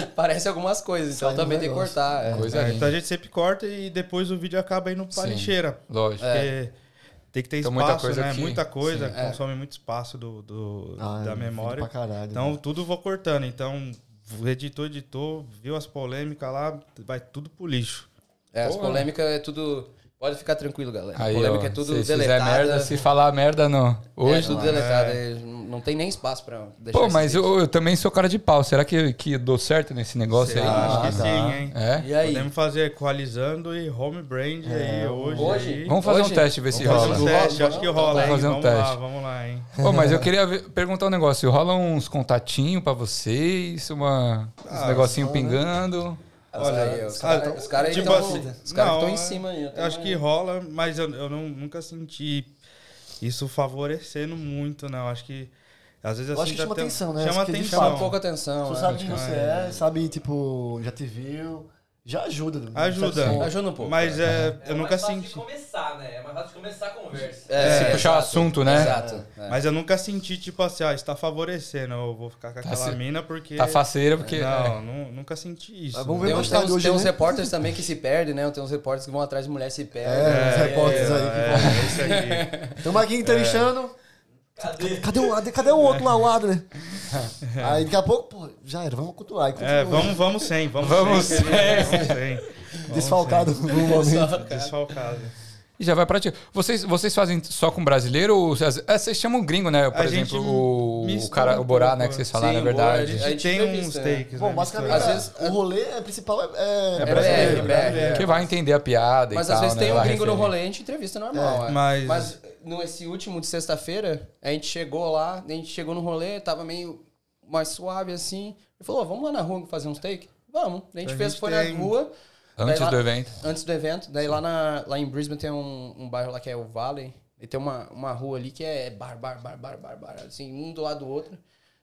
Speaker 4: aparecem algumas coisas. Então
Speaker 1: Sai
Speaker 4: também
Speaker 1: um
Speaker 4: tem que
Speaker 1: negócio.
Speaker 4: cortar. é.
Speaker 3: Coisa
Speaker 2: É, então
Speaker 3: linda.
Speaker 2: a gente sempre corta e depois o vídeo acaba indo pra
Speaker 3: Sim.
Speaker 2: lixeira.
Speaker 3: Lógico.
Speaker 4: É.
Speaker 2: Porque tem que ter
Speaker 3: Então,
Speaker 2: espaço,
Speaker 3: muita coisa
Speaker 2: né?
Speaker 3: que-
Speaker 2: Muita coisa,
Speaker 4: Sim, é.
Speaker 2: consome muito espaço do, do-
Speaker 1: Ah, eu
Speaker 2: da
Speaker 1: fico
Speaker 2: memória.
Speaker 1: Pra caralho,
Speaker 2: Então
Speaker 1: né?
Speaker 2: tudo vou cortando. Então, editor, editor, viu as polêmicas lá, vai tudo pro lixo.
Speaker 4: É, as
Speaker 3: Porra.
Speaker 4: polêmicas é tudo. Pode ficar tranquilo, galera.
Speaker 3: Aí,
Speaker 4: polêmica
Speaker 3: ó,
Speaker 4: é tudo
Speaker 3: se fizer
Speaker 4: deletada.
Speaker 3: merda, se falar merda, não.
Speaker 4: é
Speaker 3: Hoje,
Speaker 4: tudo deletado. é, Não tem nem espaço pra deixar. assim.
Speaker 3: Pô,
Speaker 4: esse
Speaker 3: mas
Speaker 4: vídeo.
Speaker 3: eu, eu também sou cara de pau. Será que, que eu dou certo nesse negócio
Speaker 2: Sei
Speaker 3: aí?
Speaker 2: lá, acho que
Speaker 1: Ah, tá.
Speaker 2: sim, hein?
Speaker 3: É?
Speaker 4: E aí?
Speaker 2: Podemos fazer equalizando e home brand aí hoje.
Speaker 4: hoje?
Speaker 2: aí.
Speaker 3: Vamos fazer
Speaker 4: Hoje?
Speaker 3: um teste, ver se
Speaker 2: Fazer
Speaker 3: rola.
Speaker 2: um teste, acho que rola, hein?
Speaker 3: Vamos
Speaker 2: Vamos
Speaker 3: fazer um
Speaker 2: lá,
Speaker 3: teste.
Speaker 2: vamos lá, hein?
Speaker 3: Pô, mas eu queria ver- perguntar um negócio. Rola uns contatinhos pra vocês? Uma, uns
Speaker 2: Ah,
Speaker 3: negocinho pingando?
Speaker 2: Olha,
Speaker 4: Olha, os
Speaker 2: ah,
Speaker 4: caras cara
Speaker 2: tipo
Speaker 4: estão
Speaker 2: assim, não,
Speaker 4: em cima aí.
Speaker 2: Eu acho que rola, mas eu, eu não- nunca senti isso favorecendo muito, não. Acho que às vezes
Speaker 1: Eu
Speaker 2: assim
Speaker 1: acho que
Speaker 2: já
Speaker 1: chama
Speaker 2: tem-
Speaker 1: atenção, né?
Speaker 2: Chama
Speaker 1: Acho que eles
Speaker 2: atenção.
Speaker 4: chama pouca atenção.
Speaker 1: Tu
Speaker 4: né?
Speaker 1: sabe quem
Speaker 2: acho que
Speaker 1: você
Speaker 2: é.
Speaker 1: é, sabe, tipo, já te viu. Já ajuda. né?
Speaker 2: Ajuda.
Speaker 1: Sabe?
Speaker 4: Ajuda um pouco.
Speaker 2: Mas
Speaker 4: cara.
Speaker 2: é, eu
Speaker 5: mais
Speaker 2: nunca
Speaker 5: fácil
Speaker 2: senti.
Speaker 5: de começar, né? É mais fácil de começar a conversa.
Speaker 4: É,
Speaker 3: se puxar o
Speaker 4: exato,
Speaker 3: assunto, né?
Speaker 4: Exato. é.
Speaker 2: Mas eu nunca senti, tipo assim, ah, está favorecendo, eu vou ficar com aquela
Speaker 3: se-
Speaker 2: mina porque. É,
Speaker 3: Tá faceira, porque...
Speaker 2: Não, nu- nunca senti isso.
Speaker 1: Mas vamos
Speaker 2: né?
Speaker 1: ver
Speaker 4: Tem
Speaker 1: mais
Speaker 4: uns, tem
Speaker 1: tarde
Speaker 4: uns,
Speaker 1: hoje,
Speaker 4: tem uns
Speaker 1: né?
Speaker 4: repórteres também que se perdem, né? Tem uns repórteres que vão atrás de mulher e se
Speaker 1: É,
Speaker 4: perdem.
Speaker 1: uns repórteres aí. que
Speaker 2: É, é isso aí.
Speaker 1: Tamo aqui entrevistando.
Speaker 2: É.
Speaker 1: Cadê? Cadê o Adler? Cadê o outro lá, o Adler? Aí daqui a pouco, pô, já era, vamos continuar. Aí continua.
Speaker 2: É, vamos, vamos sem, vamos,
Speaker 3: Vamos
Speaker 2: sem. querido, Vamos sem. Vamos
Speaker 1: Desfalcado no momento.
Speaker 2: sem. Desfalcado.
Speaker 3: E já vai pra ti. Vocês, vocês fazem só com brasileiro? Ou vocês, é, vocês chamam gringo, né? Por
Speaker 2: A gente
Speaker 3: exemplo, o, o
Speaker 2: mistura
Speaker 3: cara,
Speaker 2: um
Speaker 3: o Borá,
Speaker 2: pouco,
Speaker 3: né? Que vocês
Speaker 4: Sim,
Speaker 3: falaram, é
Speaker 4: boa,
Speaker 3: verdade.
Speaker 4: a gente- a gente
Speaker 2: Tem uns
Speaker 4: entrevista, né?
Speaker 2: takes,
Speaker 1: Bom,
Speaker 2: né,
Speaker 1: basicamente,
Speaker 2: misturados.
Speaker 4: Às vezes-
Speaker 1: o rolê é, principal é, é,
Speaker 4: É brasileiro,
Speaker 1: brasileiro,
Speaker 4: brasileiro.
Speaker 1: brasileiro.
Speaker 3: Que vai entender a piada
Speaker 4: Mas
Speaker 3: e tal,
Speaker 4: às vezes
Speaker 3: né?
Speaker 4: tem um
Speaker 3: Vai
Speaker 4: gringo no
Speaker 3: referir.
Speaker 4: rolê, a gente entrevista normal.
Speaker 2: É,
Speaker 4: É,
Speaker 2: mas-
Speaker 4: mas nesse último de sexta-feira, a gente chegou lá, a gente chegou no rolê, tava meio mais suave assim. Ele falou: "Ó, vamos lá na rua fazer uns take? Vamos. A gente
Speaker 2: A
Speaker 4: fez,
Speaker 2: gente
Speaker 4: foi
Speaker 2: tem-
Speaker 4: na rua. daí
Speaker 3: Antes
Speaker 4: lá-
Speaker 3: do evento.
Speaker 4: Antes do evento. Daí lá, na, lá em Brisbane tem um, um bairro lá que é o Valley. E tem uma, uma rua ali que é bar, bar, bar, bar, bar, bar, assim, um do lado do outro.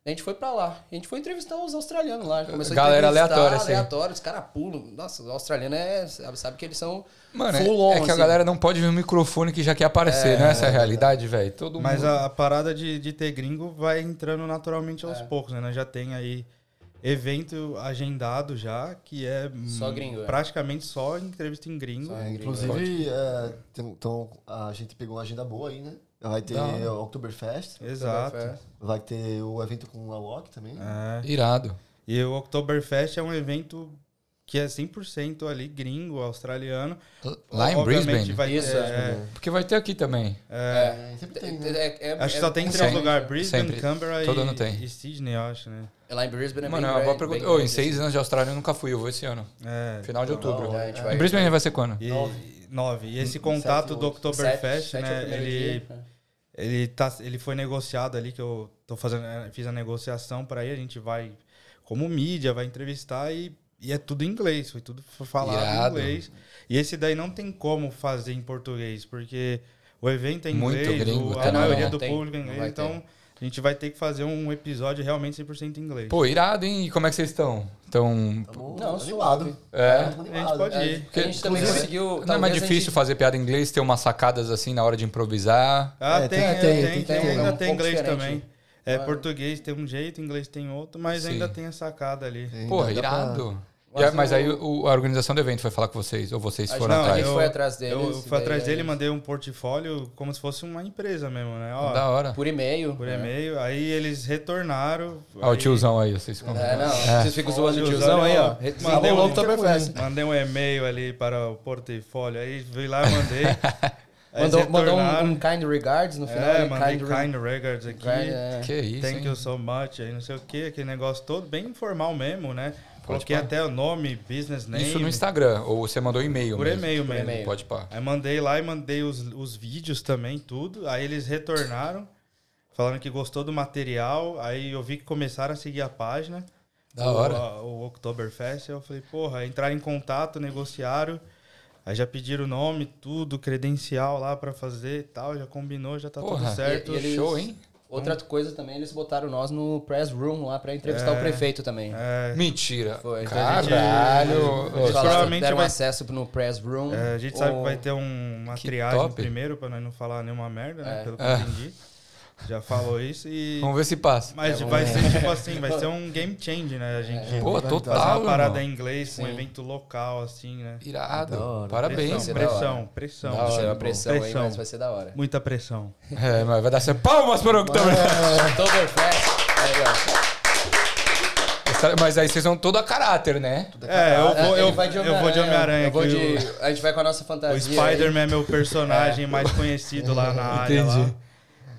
Speaker 4: A gente foi pra lá. A gente foi entrevistar os australianos lá. A gente Começou
Speaker 3: É, Galera
Speaker 4: a entrevistar,
Speaker 3: aleatória, assim.
Speaker 4: aleatória, os caras pulam. Nossa, os australianos é, sabe, sabe que eles são
Speaker 3: Mano, é,
Speaker 4: full on,
Speaker 3: é que a
Speaker 4: assim.
Speaker 3: galera não pode ver um microfone que já quer aparecer, né? Essa é a realidade, velho. Todo
Speaker 2: Mas
Speaker 3: mundo.
Speaker 2: a, a parada de, de ter gringo vai entrando naturalmente aos poucos, né? Nós já tem aí evento agendado já, que é
Speaker 4: Só
Speaker 2: hum,
Speaker 4: gringo, é.
Speaker 2: praticamente só entrevista em gringo.
Speaker 1: É, inclusive, é, tem- então, a gente pegou uma agenda boa aí, né? Vai ter o Oktoberfest,
Speaker 2: Exato.
Speaker 4: É.
Speaker 1: vai ter o evento com a Walk também.
Speaker 2: É.
Speaker 3: Irado.
Speaker 2: E o Oktoberfest é um evento que é 100% ali gringo, australiano.
Speaker 3: Lá em
Speaker 2: Obviamente
Speaker 3: Brisbane.
Speaker 2: Vai
Speaker 4: Isso,
Speaker 2: Isso, é,
Speaker 3: Porque vai ter aqui também.
Speaker 1: É, sempre tem, né?
Speaker 4: É, é, é,
Speaker 2: acho que só tem
Speaker 4: é-
Speaker 2: três
Speaker 3: Sempre.
Speaker 2: lugares, Brisbane,
Speaker 3: Sempre.
Speaker 2: Canberra
Speaker 3: Todo ano
Speaker 2: e,
Speaker 3: tem.
Speaker 2: e Sydney, eu acho, né?
Speaker 4: é Lá em Brisbane é
Speaker 3: Mano, é
Speaker 4: bem
Speaker 3: uma boa
Speaker 4: grande,
Speaker 3: pergunta.
Speaker 4: bem
Speaker 3: Ô, em
Speaker 4: grande,
Speaker 3: seis anos de Austrália eu nunca fui, eu vou esse ano.
Speaker 2: É.
Speaker 3: Final de outubro.
Speaker 4: assim. É, a gente vai-
Speaker 3: Em Brisbane vai ser quando?
Speaker 2: E, e- nove. E esse contato
Speaker 4: Sete,
Speaker 2: do
Speaker 4: oito.
Speaker 2: Oktoberfest,
Speaker 4: Sete, sete é o
Speaker 2: né?
Speaker 4: primeiro
Speaker 2: ele,
Speaker 4: dia.
Speaker 2: ele, tá, ele foi negociado ali, que eu tô fazendo, eh, fiz a negociação para ir, a gente vai como mídia, vai entrevistar e, e é tudo em inglês, foi tudo f- falado
Speaker 3: Irado.
Speaker 2: em inglês. E esse daí não tem como fazer em português, porque o evento é em
Speaker 3: Muito
Speaker 2: inglês,
Speaker 3: gringo,
Speaker 2: o-
Speaker 3: tá
Speaker 2: a
Speaker 3: na
Speaker 2: maioria
Speaker 4: hora.
Speaker 2: do
Speaker 4: Tem,
Speaker 2: público é em
Speaker 4: não
Speaker 2: inglês,
Speaker 4: vai ter.
Speaker 2: então a gente vai ter que fazer um episódio realmente 100% em inglês.
Speaker 3: Pô, irado, hein? E como é que vocês estão? Então.
Speaker 1: Tamo
Speaker 4: Não,
Speaker 1: animado.
Speaker 3: É.
Speaker 2: a
Speaker 1: Tamo
Speaker 2: gente
Speaker 1: animado.
Speaker 2: pode
Speaker 1: É.
Speaker 2: ir.
Speaker 4: A gente também
Speaker 1: Inclusive,
Speaker 4: conseguiu.
Speaker 3: não é
Speaker 4: talvez
Speaker 3: mais
Speaker 4: a gente-
Speaker 3: difícil fazer piada em inglês, ter umas sacadas assim na hora de improvisar.
Speaker 2: Ah,
Speaker 1: É,
Speaker 2: tem,
Speaker 1: tem-
Speaker 2: é,
Speaker 1: tem-
Speaker 2: tem,
Speaker 1: tem-
Speaker 2: tem,
Speaker 1: tem,
Speaker 2: ainda
Speaker 4: é um
Speaker 2: tem
Speaker 4: pouco
Speaker 2: inglês
Speaker 4: diferente.
Speaker 2: também. É,
Speaker 4: Ah.
Speaker 2: português tem um jeito, inglês tem outro, mas
Speaker 3: Sim.
Speaker 2: ainda tem a sacada ali.
Speaker 1: É, Ainda
Speaker 3: Porra,
Speaker 1: dá pra-
Speaker 3: irado.
Speaker 4: Mas
Speaker 3: E aí- mas
Speaker 4: o-
Speaker 3: aí o- a organização do evento foi falar com vocês, ou vocês
Speaker 4: A gente-
Speaker 3: foram
Speaker 4: não, a
Speaker 3: atrás.
Speaker 4: gente foi atrás dele,
Speaker 2: Eu
Speaker 4: isso
Speaker 2: fui atrás
Speaker 4: daí é
Speaker 2: dele,
Speaker 4: isso.
Speaker 2: mandei um portfólio como se fosse uma empresa mesmo, né? Ó,
Speaker 3: Da hora.
Speaker 4: Por e-mail.
Speaker 2: por
Speaker 4: né?
Speaker 2: e-mail. Aí eles retornaram.
Speaker 3: Ah, o
Speaker 2: aí-
Speaker 3: tiozão aí, vocês
Speaker 4: É,
Speaker 3: convidaram.
Speaker 4: não. Vocês ficam zoando o
Speaker 2: tiozão,
Speaker 4: tiozão aí, ó.
Speaker 2: ó.
Speaker 4: Mandei
Speaker 2: Mandei
Speaker 4: logo
Speaker 2: um-
Speaker 4: também assim. festa.
Speaker 2: Mandei um e-mail ali para o portfólio. Aí fui lá e mandei. Aí eles
Speaker 4: Mandou, mandou
Speaker 2: retornaram.
Speaker 4: um, um kind regards no final.
Speaker 2: É,
Speaker 4: né?
Speaker 2: mandei kind,
Speaker 4: re-
Speaker 2: regards aqui.
Speaker 4: kind, é.
Speaker 3: Que isso,
Speaker 2: Thank you
Speaker 3: hein?
Speaker 2: so much, aí não sei o que, aquele negócio todo bem informal mesmo, né?
Speaker 3: Pode
Speaker 2: Coloquei
Speaker 3: pá.
Speaker 2: até o nome, business name.
Speaker 3: Isso no Instagram, ou você mandou e-mail
Speaker 2: Por
Speaker 3: mesmo?
Speaker 2: e-mail mesmo.
Speaker 4: e-mail.
Speaker 3: Pode pá.
Speaker 2: Aí mandei lá e mandei os, os vídeos também, tudo. Aí eles retornaram, falando que gostou do material. Aí eu vi que começaram a seguir a página.
Speaker 3: Da
Speaker 2: o,
Speaker 3: hora.
Speaker 2: a- o Oktoberfest. Aí eu falei, porra, entraram em contato, negociaram. Aí já pediram o nome, tudo, credencial lá pra fazer e tal. Já combinou, já tá
Speaker 3: Porra.
Speaker 2: tudo certo.
Speaker 4: E- e eles-
Speaker 3: Show, hein?
Speaker 4: Outra coisa também, eles botaram nós no press room lá pra entrevistar o prefeito também.
Speaker 2: É,
Speaker 3: Mentira.
Speaker 4: Foi.
Speaker 3: Caralho.
Speaker 4: Eles
Speaker 3: Ô,
Speaker 4: falaram,
Speaker 2: provavelmente
Speaker 4: deram
Speaker 2: vai-
Speaker 4: acesso no press room.
Speaker 2: É, a gente sabe que
Speaker 4: Ou-
Speaker 2: vai ter um- uma
Speaker 3: Que
Speaker 2: triagem
Speaker 3: top.
Speaker 2: primeiro, pra nós não falar nenhuma merda, né?
Speaker 4: É.
Speaker 2: Pelo que eu entendi. Já falou isso e.
Speaker 3: Vamos ver se passa.
Speaker 2: Mas vai ser tipo assim, vai ser um game change, né? A gente
Speaker 3: Pô,
Speaker 1: Vai
Speaker 3: total,
Speaker 2: fazer uma
Speaker 3: É. irmão.
Speaker 2: parada em inglês, um
Speaker 4: Sim.
Speaker 2: evento local, assim, né?
Speaker 3: Irado.
Speaker 1: Da hora.
Speaker 3: Parabéns.
Speaker 4: ser
Speaker 2: Pressão,
Speaker 4: da hora.
Speaker 2: pressão, pressão.
Speaker 3: Da
Speaker 4: Vai ser
Speaker 3: hora,
Speaker 4: uma pressão, aí,
Speaker 2: Pressão.
Speaker 4: mas vai ser da hora.
Speaker 2: Muita pressão.
Speaker 3: É, mas vai dar ser palmas para o Oktoberfest.
Speaker 4: Oktoberfest. Aí, ó.
Speaker 3: Mas aí vocês vão todo a caráter, né?
Speaker 2: É, eu vou,
Speaker 4: Ele
Speaker 2: eu,
Speaker 4: vai de
Speaker 2: eu vou de Homem-Aranha.
Speaker 4: eu vou
Speaker 2: que
Speaker 4: de-
Speaker 2: o-
Speaker 4: A gente vai com a nossa
Speaker 2: O,
Speaker 4: fantasia. aí.
Speaker 2: Spider-Man é meu personagem mais conhecido lá na área.
Speaker 3: Entendi.
Speaker 2: Lá.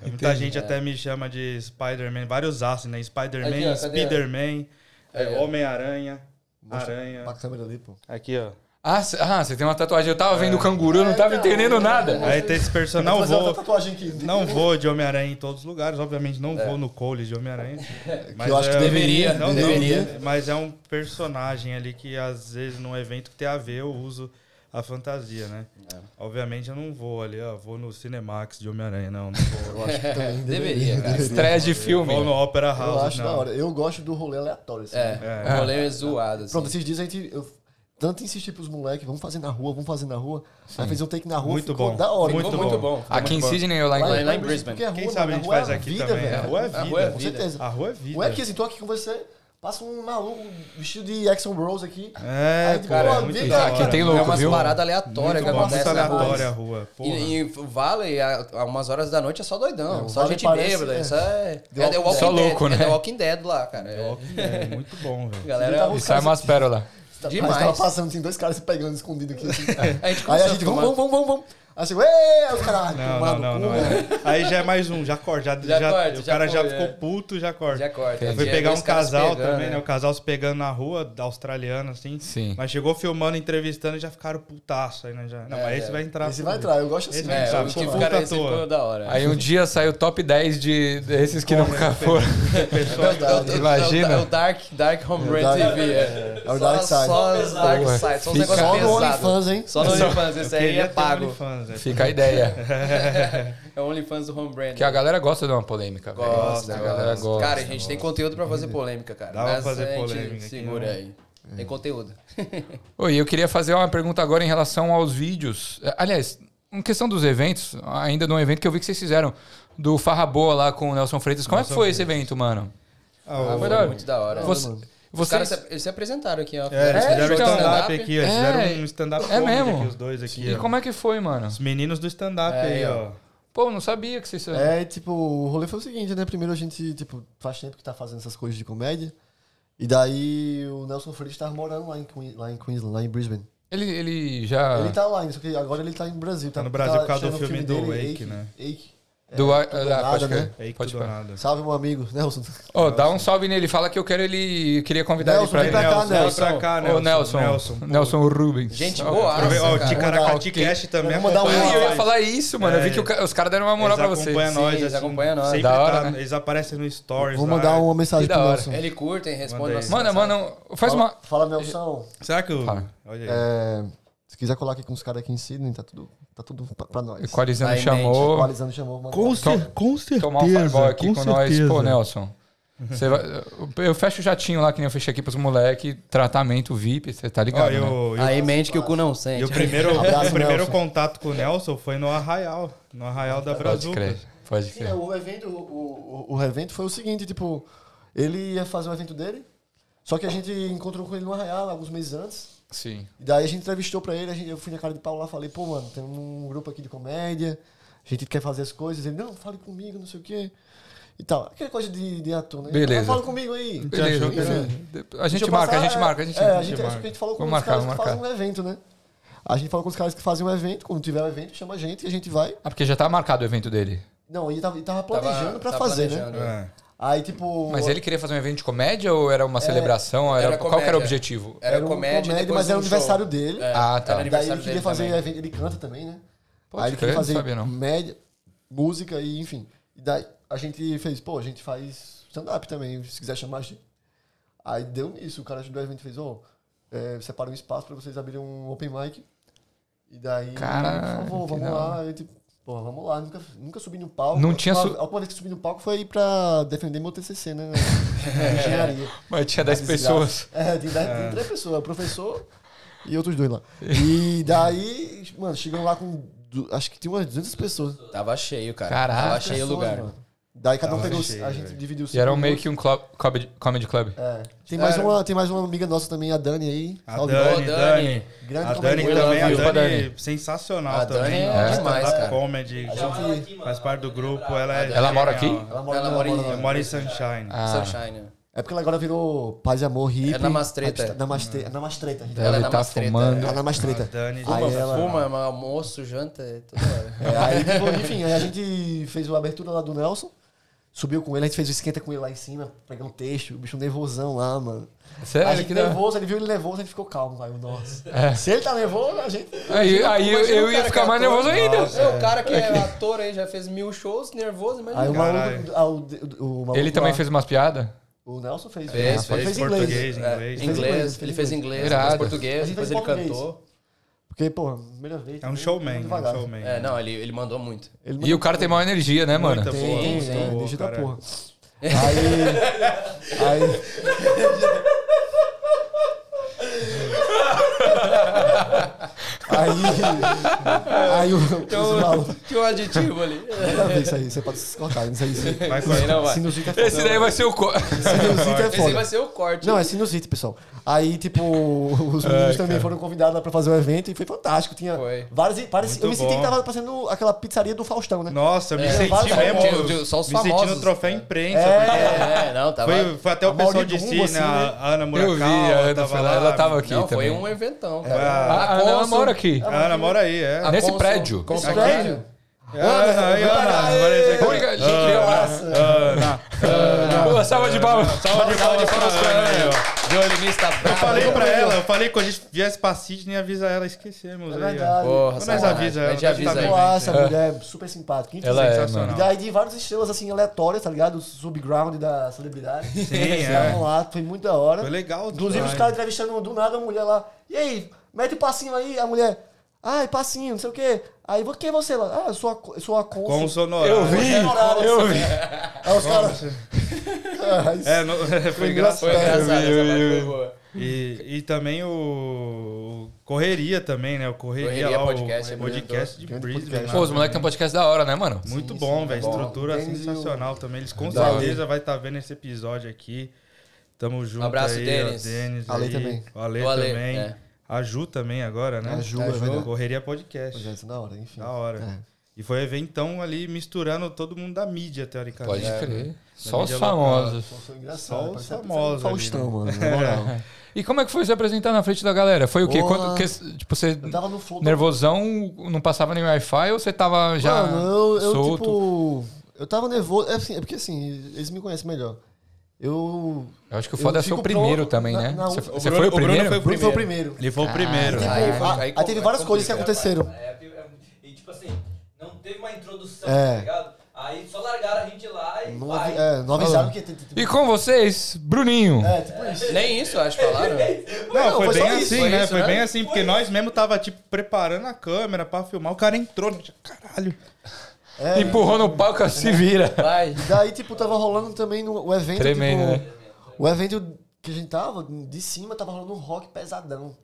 Speaker 2: Muita gente
Speaker 1: É.
Speaker 2: até me chama de Spider-Man, vários aços, né?
Speaker 4: Aqui, ó,
Speaker 2: Spider-Man,
Speaker 4: cadê?
Speaker 2: Spider-Man, é,
Speaker 4: Aí, ó.
Speaker 2: Homem-Aranha,
Speaker 1: Mostra
Speaker 2: Aranha.
Speaker 1: Pra câmera ali, pô.
Speaker 2: Aqui, ó.
Speaker 3: Ah, c- ah, você tem uma tatuagem. Eu tava vendo o canguru, eu não tava entendendo nada.
Speaker 2: Aí tem esse
Speaker 1: Tem que
Speaker 2: personagem.
Speaker 1: fazer
Speaker 2: Não
Speaker 1: uma
Speaker 2: vou,
Speaker 1: tatuagem aqui.
Speaker 2: não vou de Homem-Aranha em todos os lugares, obviamente não vou no Cole de Homem-Aranha. Mas é um-
Speaker 1: eu acho que deveria,
Speaker 2: Não, não,
Speaker 1: deveria.
Speaker 2: mas é um personagem ali que às vezes num evento que tem a ver eu uso a fantasia, né? Obviamente eu não vou ali, ó, vou no Cinemax de Homem-Aranha, não, não vou.
Speaker 1: Também
Speaker 4: Deveria, cara.
Speaker 2: né?
Speaker 3: Estreia de
Speaker 2: vou no
Speaker 3: filme.
Speaker 2: Opera
Speaker 1: Eu
Speaker 2: House,
Speaker 1: acho
Speaker 2: não.
Speaker 1: da hora. Eu gosto do rolê aleatório, assim. né?
Speaker 4: É, o rolê é zoado, assim.
Speaker 1: Pronto, esses dias a gente. Eu, tanto insisti pros moleques, vamos fazer na rua, vamos fazer na rua. Aí fez um take na rua,
Speaker 2: Muito
Speaker 1: ficou
Speaker 2: bom.
Speaker 1: da hora.
Speaker 2: Muito
Speaker 4: Ficou
Speaker 2: bom.
Speaker 4: ficou
Speaker 3: Aqui em
Speaker 4: muito bom.
Speaker 3: Sydney ou lá em
Speaker 4: Lá
Speaker 3: Brisbane?
Speaker 4: em- lá em Brisbane.
Speaker 1: porque é
Speaker 2: Quem
Speaker 1: rua,
Speaker 2: sabe
Speaker 1: né?
Speaker 2: a gente
Speaker 1: rua é
Speaker 2: faz aqui
Speaker 1: vida,
Speaker 2: também.
Speaker 1: velho.
Speaker 2: A rua é
Speaker 4: A
Speaker 2: vida.
Speaker 4: rua é
Speaker 1: Com
Speaker 4: vida.
Speaker 1: certeza.
Speaker 2: A rua é vida.
Speaker 1: Ou é que assim, tô aqui com você, passa um maluco vestido de Jackson Rose aqui.
Speaker 2: É,
Speaker 1: Aí,
Speaker 2: cara,
Speaker 1: pô,
Speaker 2: é muito
Speaker 1: vida-
Speaker 2: da hora.
Speaker 3: Aqui tem
Speaker 4: é
Speaker 3: louco,
Speaker 4: umas
Speaker 3: viu?
Speaker 4: paradas aleatórias que
Speaker 2: Muito bom, muito
Speaker 4: acontecem na rua.
Speaker 2: aleatória a rua. Porra.
Speaker 4: E, e Vale, a, a umas horas da noite é só doidão,
Speaker 1: É, o
Speaker 4: só
Speaker 1: Vale
Speaker 4: gente
Speaker 1: parece-
Speaker 4: bêbada.
Speaker 1: é.
Speaker 4: Isso é.
Speaker 1: The
Speaker 4: É
Speaker 1: Walking
Speaker 4: The Walking
Speaker 3: Só
Speaker 4: Dead.
Speaker 3: louco, né?
Speaker 4: É The Walking Dead lá, cara. É,
Speaker 2: É, muito bom, velho.
Speaker 4: galera.
Speaker 1: Sim,
Speaker 3: E sai umas pérolas.
Speaker 4: Demais.
Speaker 1: Tava passando, tem dois caras se pegando escondido aqui. assim.
Speaker 4: A gente
Speaker 1: Aí a
Speaker 4: começou
Speaker 1: gente,
Speaker 4: a
Speaker 1: vamos,
Speaker 4: tomar-
Speaker 1: vamos, vamos, vamos, vamos. Aí chegou, ei, os
Speaker 4: Ah,
Speaker 1: caras,
Speaker 2: Não,
Speaker 1: tomar no
Speaker 2: não, não,
Speaker 1: cu,
Speaker 2: não.
Speaker 1: né?
Speaker 2: é. Aí já é mais um, já corta. Já,
Speaker 4: Já
Speaker 2: já-
Speaker 4: corta,
Speaker 2: o
Speaker 4: já
Speaker 2: cara já
Speaker 4: foi,
Speaker 2: ficou
Speaker 4: é.
Speaker 2: puto, já corta.
Speaker 4: Já corta.
Speaker 2: Eu fui
Speaker 4: Já é
Speaker 2: pegar
Speaker 4: dois
Speaker 2: um
Speaker 4: caras
Speaker 2: casal
Speaker 4: pegando,
Speaker 2: também,
Speaker 4: é.
Speaker 2: né? O casal se pegando na rua, da australiana, assim.
Speaker 3: Sim.
Speaker 2: Mas chegou filmando, entrevistando e já ficaram putaço. Aí, né? já, não,
Speaker 4: É,
Speaker 2: mas esse
Speaker 4: é.
Speaker 2: vai entrar.
Speaker 1: Esse
Speaker 2: pô.
Speaker 1: vai entrar, eu gosto assim.
Speaker 2: Esse
Speaker 1: né?
Speaker 2: vai
Speaker 4: É,
Speaker 2: entrar,
Speaker 4: os que
Speaker 2: Ficou
Speaker 4: ficaram
Speaker 2: à
Speaker 4: esse
Speaker 2: toa.
Speaker 4: ficou da hora.
Speaker 3: Aí um dia saiu o top 10 de, desses que nunca foram.
Speaker 2: Pessoal,
Speaker 1: É verdade.
Speaker 3: Imagina.
Speaker 4: É o Dark, Dark Home
Speaker 1: É o
Speaker 4: Run
Speaker 1: Dark-
Speaker 4: TV.
Speaker 1: é o Dark
Speaker 4: só,
Speaker 1: Side.
Speaker 4: Só os Dark
Speaker 3: Ué,
Speaker 4: Side, só um
Speaker 3: fica-
Speaker 4: negócio
Speaker 1: Só no
Speaker 4: pesado.
Speaker 1: OnlyFans, hein?
Speaker 4: Só no OnlyFans, esse aí
Speaker 2: queria
Speaker 4: é
Speaker 2: ter
Speaker 4: pago.
Speaker 2: OnlyFans, né?
Speaker 3: Fica a ideia.
Speaker 4: É o OnlyFans do home brand.
Speaker 3: que a galera gosta de uma polêmica. velho.
Speaker 4: Gosta,
Speaker 3: a galera
Speaker 4: gosta.
Speaker 3: gosta.
Speaker 4: Cara, a gente tem conteúdo pra fazer polêmica, cara.
Speaker 2: Dá pra
Speaker 4: Mas
Speaker 2: fazer
Speaker 4: a gente
Speaker 2: polêmica aqui,
Speaker 4: Segura
Speaker 2: né?
Speaker 4: aí. Tem conteúdo.
Speaker 3: Oi, eu queria fazer uma pergunta agora em relação aos vídeos. Eh, Aliás, em questão dos eventos, ainda num evento que eu vi que vocês fizeram, do Farra Boa lá com o Nelson Freitas. Como é que foi esse evento, mano?
Speaker 2: Ah,
Speaker 4: Ah,
Speaker 2: o-
Speaker 4: foi
Speaker 3: da hora.
Speaker 4: muito da hora.
Speaker 3: Você-
Speaker 4: Os
Speaker 3: vocês-
Speaker 4: caras se- eles se apresentaram aqui, ó.
Speaker 2: É, eles
Speaker 3: É,
Speaker 2: fizeram
Speaker 3: então.
Speaker 2: stand-up aqui, ó. Eles
Speaker 3: É.
Speaker 2: fizeram um stand-up
Speaker 3: É
Speaker 2: comedy
Speaker 3: mesmo?
Speaker 2: aqui, os dois aqui,
Speaker 3: E
Speaker 2: ó.
Speaker 3: como é que foi, mano?
Speaker 2: Os meninos do stand-up
Speaker 4: É,
Speaker 2: aí,
Speaker 4: aí,
Speaker 2: ó.
Speaker 3: Pô, eu não sabia que vocês...
Speaker 1: É, tipo, o rolê foi o seguinte, né? Primeiro a gente, tipo, faz tempo que tá fazendo essas coisas de comédia. E daí o Nelson Freitas tava morando lá em, Queen- lá em Queensland, lá em Brisbane.
Speaker 3: Ele, ele já...
Speaker 1: Ele tá lá, só que agora ele tá no Brasil.
Speaker 2: Ah. Tá no Brasil por causa do
Speaker 1: achando o
Speaker 2: filme do Wake,
Speaker 1: Ake,
Speaker 2: né?
Speaker 1: Ake.
Speaker 3: do... ah,
Speaker 1: É, tudo ou
Speaker 3: ah, pode
Speaker 1: nada,
Speaker 3: crer.
Speaker 1: né?
Speaker 2: É Aí que
Speaker 3: Pode
Speaker 2: do
Speaker 3: crer.
Speaker 2: nada.
Speaker 1: Salve, meu amigo, Nelson.
Speaker 3: Ô, dá um salve nele. Fala que eu quero ele... Queria convidar
Speaker 1: Nelson,
Speaker 3: ele
Speaker 1: vem
Speaker 3: pra...
Speaker 1: pra cá,
Speaker 2: Nelson.
Speaker 1: Nelson.
Speaker 2: Pra cá,
Speaker 3: Ô,
Speaker 2: Nelson.
Speaker 3: Nelson. Nelson,
Speaker 2: Nelson.
Speaker 3: Rubens.
Speaker 4: Gente
Speaker 3: Ó,
Speaker 4: boa,
Speaker 2: Aproveita- Ó, o
Speaker 4: cara.
Speaker 2: Ticaracati
Speaker 3: Vamos dar-
Speaker 2: Cash também
Speaker 1: vamos dar um-
Speaker 3: Ah,
Speaker 2: acompanha
Speaker 3: eu ia
Speaker 2: nós.
Speaker 3: falar isso, mano. eu vi
Speaker 2: É.
Speaker 3: que o ca- os caras deram uma moral pra
Speaker 2: Eles
Speaker 3: você.
Speaker 2: acompanham
Speaker 4: Sim,
Speaker 2: nós,
Speaker 4: eles
Speaker 2: assim,
Speaker 4: acompanham nós.
Speaker 2: sempre
Speaker 3: Da hora,
Speaker 2: tá-
Speaker 3: né?
Speaker 2: Eles aparecem no Stories.
Speaker 1: Vou
Speaker 2: lá.
Speaker 1: mandar um- uma mensagem
Speaker 3: Que
Speaker 1: pro
Speaker 3: da hora.
Speaker 1: Nelson.
Speaker 4: Ele curtem, responde
Speaker 2: Manda aí.
Speaker 4: nossas
Speaker 3: Mano,
Speaker 4: mensagens.
Speaker 3: mano, faz uma...
Speaker 1: Fala, fala, Nelson.
Speaker 2: Será que o...
Speaker 3: Fala.
Speaker 2: Olha aí.
Speaker 1: É, se quiser colar aqui com os caras aqui em Sydney, tá tudo, tá tudo pra, pra nós.
Speaker 3: Equalizando
Speaker 4: Tá em
Speaker 3: chamou.
Speaker 1: O Alisando chamou. mandou-
Speaker 3: cer-
Speaker 2: com
Speaker 3: tomar um fireball aqui com nós. Pô, Nelson. Você vai, eu fecho o jatinho lá, que nem eu fechei aqui pros moleques. Tratamento VIP, você tá ligado?
Speaker 2: Ó, e
Speaker 3: né?
Speaker 2: o- e o-
Speaker 4: Aí mente que o cu não
Speaker 2: e
Speaker 4: sente.
Speaker 2: o primeiro,
Speaker 1: Abraço,
Speaker 2: o primeiro
Speaker 1: Nelson.
Speaker 2: contato com o Nelson foi no Arraial, no Arraial da
Speaker 3: Pode
Speaker 2: Brasil.
Speaker 3: crer, pode
Speaker 1: Sim, né,
Speaker 3: crer.
Speaker 1: o evento, o, o, o evento foi o seguinte, tipo, ele ia fazer o evento dele, só que a gente encontrou com ele no Arraial alguns meses antes.
Speaker 3: Sim.
Speaker 1: E daí a gente entrevistou pra ele, a gente- eu fui na cara de pau lá falei, pô, mano, tem um grupo aqui de comédia, a gente quer fazer as coisas. Ele, não, fale comigo, não sei o quê. E tal. Aquela coisa de, de ator, né?
Speaker 3: Beleza.
Speaker 1: "Ah, fala comigo aí.
Speaker 3: Beleza.
Speaker 2: achou que
Speaker 3: A
Speaker 1: Deixa
Speaker 3: gente
Speaker 1: eu
Speaker 3: marca, a
Speaker 1: passar,
Speaker 3: gente
Speaker 1: é,
Speaker 3: marca, a gente.
Speaker 1: É, a gente,
Speaker 2: marca.
Speaker 1: acho que a gente falou com
Speaker 3: Vamos
Speaker 1: os
Speaker 3: marcar,
Speaker 1: caras que
Speaker 3: vamos
Speaker 1: fazem um evento, né? A gente falou com os caras que fazem um evento, quando tiver um evento, chama a gente e a gente vai.
Speaker 3: Ah, porque já tá marcado o evento dele.
Speaker 1: Não, ele tava, ele tava
Speaker 4: Tava-
Speaker 1: planejando pra
Speaker 4: tá
Speaker 1: fazer, né?
Speaker 4: planejando.
Speaker 2: É.
Speaker 1: Aí, tipo.
Speaker 3: Mas ele queria fazer um evento de comédia ou era uma celebração? Era,
Speaker 4: É, era
Speaker 3: qual que era
Speaker 4: comédia. É,
Speaker 3: o objetivo?
Speaker 4: Era,
Speaker 1: um
Speaker 4: comédia, depois
Speaker 1: mas era o
Speaker 4: um
Speaker 1: aniversário
Speaker 4: show.
Speaker 1: dele.
Speaker 4: É,
Speaker 3: Ah, tá.
Speaker 4: era
Speaker 1: Daí
Speaker 4: aniversário
Speaker 1: ele queria
Speaker 4: dele
Speaker 1: fazer
Speaker 4: também.
Speaker 1: evento, ele canta também, né?
Speaker 3: Pode
Speaker 1: aí ele
Speaker 3: crer,
Speaker 1: queria
Speaker 3: não
Speaker 1: fazer
Speaker 3: sabia, não.
Speaker 1: média, música e enfim. E daí a gente fez, pô, a gente faz stand-up também, se quiser chamar a gente. Aí deu isso, o cara do evento fez, ó, é, separa um espaço pra vocês abrirem um open mic. E daí,
Speaker 3: Cara,
Speaker 1: por favor,
Speaker 3: que
Speaker 1: vamos
Speaker 3: da
Speaker 1: lá. Aí, tipo, pô, vamos lá, nunca, nunca subi no palco.
Speaker 3: Não tinha
Speaker 1: Uma-
Speaker 3: su-
Speaker 1: A última vez que subi no palco foi pra defender meu TCC, né? na Engenharia.
Speaker 3: Mas tinha 10
Speaker 1: Desgraça.
Speaker 3: pessoas.
Speaker 1: É, tem, dez- tem três pessoas, o professor e outros dois lá. E daí, mano, chegamos lá com. du- Acho que tinha umas 200 pessoas.
Speaker 4: Tava cheio, cara.
Speaker 3: Caraca.
Speaker 4: Tava cheio o
Speaker 1: Pessoas,
Speaker 4: lugar.
Speaker 1: mano. Daí cada um
Speaker 2: Tava
Speaker 1: pegou.
Speaker 2: cheio,
Speaker 1: a gente
Speaker 2: velho.
Speaker 1: dividiu
Speaker 3: E era um meio que um club, comedy, comedy club.
Speaker 1: É. Tem mais,
Speaker 4: Era.
Speaker 1: uma, tem mais uma amiga nossa também, a Dani aí.
Speaker 2: A
Speaker 1: Salve,
Speaker 2: Dani,
Speaker 4: Ô,
Speaker 2: Dani.
Speaker 4: Dani.
Speaker 1: Grande
Speaker 2: A Dani
Speaker 1: comediante.
Speaker 4: Will
Speaker 2: também, a
Speaker 3: Love You.
Speaker 2: Dani,
Speaker 3: Dani.
Speaker 2: sensacional
Speaker 4: A Dani
Speaker 2: também.
Speaker 4: é
Speaker 2: ó.
Speaker 4: demais,
Speaker 2: Stand-up
Speaker 4: cara.
Speaker 2: comedy,
Speaker 1: Chama ela aqui,
Speaker 2: faz parte do grupo. Ela, é
Speaker 3: Ela mora
Speaker 2: genial.
Speaker 3: aqui?
Speaker 1: Ela mora,
Speaker 4: Ela
Speaker 1: ela
Speaker 4: mora em-
Speaker 1: mora lá.
Speaker 2: Ela mora em Sunshine.
Speaker 3: Ah,
Speaker 4: Sunshine.
Speaker 1: É porque ela agora virou paz e amor hippie.
Speaker 4: É namastreta.
Speaker 1: Absta- Namastê, é namastreta. gente.
Speaker 4: Ela
Speaker 3: deve
Speaker 4: é
Speaker 3: estar
Speaker 4: da Mastreta,
Speaker 3: fumando.
Speaker 1: É namastreta.
Speaker 2: A Dani,
Speaker 1: Aí
Speaker 4: Fuma,
Speaker 1: ela-
Speaker 4: fuma, mas almoço, janta, é toda hora.
Speaker 1: É, aí, tipo, enfim, aí a gente fez a abertura lá do Nelson, subiu com ele, a gente fez o esquenta com ele lá em cima, pegou um texto, o bicho nervosão lá, mano.
Speaker 4: é.
Speaker 1: a
Speaker 3: Sério?
Speaker 1: gente
Speaker 3: É, Que da...
Speaker 1: nervoso, ele viu ele nervoso, ele ficou calmo, aí, nossa.
Speaker 3: É.
Speaker 1: Se ele tá nervoso, a gente...
Speaker 3: Aí, aí eu,
Speaker 4: Imagina
Speaker 3: eu
Speaker 4: o
Speaker 3: ia
Speaker 4: cara
Speaker 3: ficar
Speaker 4: que
Speaker 3: mais
Speaker 4: é ator.
Speaker 3: nervoso ainda.
Speaker 4: É, o cara que é ator aí já fez mil shows, nervoso, mas
Speaker 1: Aí o
Speaker 2: Caralho.
Speaker 1: maluco... ah, o- o- o maluco
Speaker 3: Ele também
Speaker 1: lá-
Speaker 3: fez umas piadas?
Speaker 1: O Nelson fez.
Speaker 4: Fez,
Speaker 1: né?
Speaker 4: É, fez,
Speaker 1: Ele
Speaker 2: português, inglês.
Speaker 4: inglês,
Speaker 1: inglês,
Speaker 4: ele fez inglês, ele
Speaker 3: Irado.
Speaker 4: fez português,
Speaker 1: A gente
Speaker 4: depois
Speaker 1: fez
Speaker 4: ele é
Speaker 1: português.
Speaker 4: cantou.
Speaker 1: Porque, pô, primeira vez...
Speaker 2: É um showman, é um
Speaker 1: devagar.
Speaker 2: showman.
Speaker 4: É, não, ele, ele mandou muito.
Speaker 1: Ele
Speaker 3: E o cara tem maior energia, né, mano?
Speaker 2: Muita
Speaker 1: Tem,
Speaker 2: boa,
Speaker 1: tem,
Speaker 2: muita
Speaker 1: tem,
Speaker 2: boa,
Speaker 1: deixa da
Speaker 2: cara.
Speaker 1: porra. Aí... aí... Aí... Aí o... os malucos-
Speaker 4: Tinha um aditivo ali.
Speaker 1: Nada a ver isso aí, você pode se cortar, isso aí. Sim.
Speaker 2: Vai cortar.
Speaker 4: não vai.
Speaker 1: Sinusite é foda.
Speaker 3: Esse daí vai ser o. co-
Speaker 1: Sinusite é
Speaker 4: Esse aí
Speaker 1: foda.
Speaker 4: vai ser o corte.
Speaker 1: Não, é sinusite, pessoal. Aí, tipo, os meninos também foram convidados lá pra fazer o evento e foi fantástico. Tinha
Speaker 4: Foi.
Speaker 1: várias. várias-
Speaker 2: Muito
Speaker 1: eu me senti
Speaker 2: bom.
Speaker 1: que tava passando aquela pizzaria do Faustão, né?
Speaker 2: Nossa, eu me senti
Speaker 1: vários
Speaker 2: mesmo.
Speaker 4: famosos. Tio- tio- só os
Speaker 2: me senti no
Speaker 4: famosos,
Speaker 2: troféu
Speaker 4: cara.
Speaker 2: imprensa.
Speaker 4: É, não,
Speaker 2: porque
Speaker 4: tava...
Speaker 2: Foi, foi até o
Speaker 1: a
Speaker 2: pessoal
Speaker 1: Mauri
Speaker 2: de
Speaker 1: Rumbo,
Speaker 2: Sydney,
Speaker 1: assim, né?
Speaker 2: a Ana Murakawa.
Speaker 3: Eu vi, a Ana foi lá, ela tava aqui
Speaker 4: Não, foi
Speaker 3: também. Ah,
Speaker 4: um eventão,
Speaker 2: É.
Speaker 4: cara.
Speaker 3: A a Ana mora aqui.
Speaker 2: A Ana mora aí, é.
Speaker 3: Nesse prédio.
Speaker 4: Com
Speaker 1: Esse prédio?
Speaker 2: É, Ana, aí, Ana. Aparece aqui.
Speaker 3: Única- gente, eu-
Speaker 2: Ana.
Speaker 3: Boa, Salva de palmas.
Speaker 2: Salve de palmas pra Ana aí, ó.
Speaker 4: Violinista bravo.
Speaker 2: Eu falei pra ela, eu falei que quando a gente viesse pra Sidney, avisa ela, esquecemos
Speaker 1: É
Speaker 2: aí, ó.
Speaker 1: verdade.
Speaker 4: Porra,
Speaker 2: Mas
Speaker 4: sacanagem.
Speaker 2: avisa,
Speaker 4: A gente
Speaker 2: ela deve
Speaker 4: avisa
Speaker 2: tá
Speaker 4: aí.
Speaker 2: bem.
Speaker 1: Nossa, é mulher super simpática. Quem
Speaker 3: Ela
Speaker 1: quiser.
Speaker 3: é,
Speaker 2: "Ah, Sensacional.
Speaker 1: E
Speaker 3: mano.
Speaker 1: daí de várias estrelas assim aleatórias, tá ligado? O subground da celebridade. Sim,
Speaker 2: é.
Speaker 1: lá, foi muito da hora.
Speaker 2: Foi legal.
Speaker 1: Inclusive, os
Speaker 2: demais.
Speaker 1: caras entrevistando do nada a mulher lá. E aí, mete o passinho aí, a mulher. Ai, passinho, não sei o quê. Aí, vo- quem é você lá? Ah, eu sou a, co- eu sou a É cons.
Speaker 2: Com o né? sonorário.
Speaker 3: Eu vi, eu vi.
Speaker 1: assim. Aí os caras. Ah, isso
Speaker 2: É, no- foi engraçado.
Speaker 4: Foi engraçado,
Speaker 3: Eu vi,
Speaker 4: essa parte
Speaker 3: eu vi.
Speaker 4: foi boa.
Speaker 2: E, e também o o Correria também, né? O Correria,
Speaker 4: Correria
Speaker 2: lá,
Speaker 4: podcast,
Speaker 2: o
Speaker 4: é
Speaker 2: podcast de
Speaker 1: grande
Speaker 2: Brisbane.
Speaker 1: podcast.
Speaker 2: lá.
Speaker 3: Pô, os moleques têm um podcast da hora, né, mano?
Speaker 2: Muito
Speaker 1: Sim,
Speaker 2: bom,
Speaker 1: sim,
Speaker 2: velho.
Speaker 1: é bom.
Speaker 2: Estrutura
Speaker 1: Denis e o-
Speaker 2: sensacional também. Eles com
Speaker 1: Da hora.
Speaker 2: certeza vai estar vendo esse episódio aqui. Tamo junto
Speaker 4: abraço,
Speaker 2: aí,
Speaker 4: Denis.
Speaker 2: ó, Denis
Speaker 1: Ale
Speaker 2: aí,
Speaker 1: também.
Speaker 2: O Ale,
Speaker 4: O Ale,
Speaker 2: também.
Speaker 4: é.
Speaker 2: A Ju também agora, né?
Speaker 1: A Ju, é verdade.
Speaker 2: Correria Podcast.
Speaker 1: Projeto da hora, enfim.
Speaker 2: Da hora.
Speaker 1: É.
Speaker 2: E foi eventão ali misturando todo mundo da mídia, teoricamente.
Speaker 3: Pode
Speaker 2: É,
Speaker 3: crer.
Speaker 2: Da
Speaker 3: Só os
Speaker 2: mídia local.
Speaker 3: famosos.
Speaker 1: Só foi
Speaker 2: Só
Speaker 1: engraçado.
Speaker 2: os
Speaker 1: parecia-
Speaker 2: famosos
Speaker 1: é um Faustão,
Speaker 2: ali, né?
Speaker 1: mano. Na moral.
Speaker 3: E como é que foi se apresentar na frente da galera? Foi o quê?
Speaker 1: Porra.
Speaker 3: Quando, que- tipo, você
Speaker 1: Eu tava no flow. da-
Speaker 3: nervosão, não passava nem Wi-Fi ou você tava já
Speaker 1: Mano, eu, eu,
Speaker 3: solto?
Speaker 1: tipo. Eu tava nervoso. É, assim, é porque assim, eles me conhecem melhor. Eu.
Speaker 3: eu acho que o
Speaker 1: eu
Speaker 3: foda é ser o
Speaker 1: fico
Speaker 3: primeiro
Speaker 1: pronto
Speaker 3: também,
Speaker 1: na-
Speaker 3: né?
Speaker 1: na-
Speaker 3: Você
Speaker 1: o
Speaker 3: você foi
Speaker 4: Bruno-
Speaker 3: o
Speaker 4: o Bruno
Speaker 3: primeiro?
Speaker 4: foi
Speaker 1: O Bruno foi o primeiro.
Speaker 2: É. Ele foi o primeiro.
Speaker 1: Tipo,
Speaker 4: Aí-
Speaker 1: a-
Speaker 4: aí-
Speaker 1: aí teve várias coisas que aconteceram.
Speaker 5: É, é- e tipo assim, não teve uma introdução,
Speaker 1: É.
Speaker 5: tá ligado? Aí só largaram a gente lá e
Speaker 1: Não,
Speaker 5: vai.
Speaker 1: avi- é, não avisaram que.
Speaker 3: E com vocês, Bruninho.
Speaker 1: É, tipo isso.
Speaker 4: Nem isso, eu acho, falaram. né?
Speaker 2: Não,
Speaker 1: Não,
Speaker 2: foi,
Speaker 1: foi
Speaker 2: bem
Speaker 1: só
Speaker 2: assim,
Speaker 1: isso,
Speaker 4: foi
Speaker 2: né?
Speaker 4: isso,
Speaker 2: foi
Speaker 4: né?
Speaker 2: bem assim, porque nós mesmo tava, tipo, preparando a câmera pra filmar. O cara entrou, né? caralho.
Speaker 1: É,
Speaker 3: Empurrou no palco, se vira.
Speaker 4: Vai.
Speaker 1: Daí, tipo, tava rolando também no, o evento.
Speaker 3: Tremendo,
Speaker 1: tipo, O evento que a gente tava, de cima, tava rolando um rock pesadão.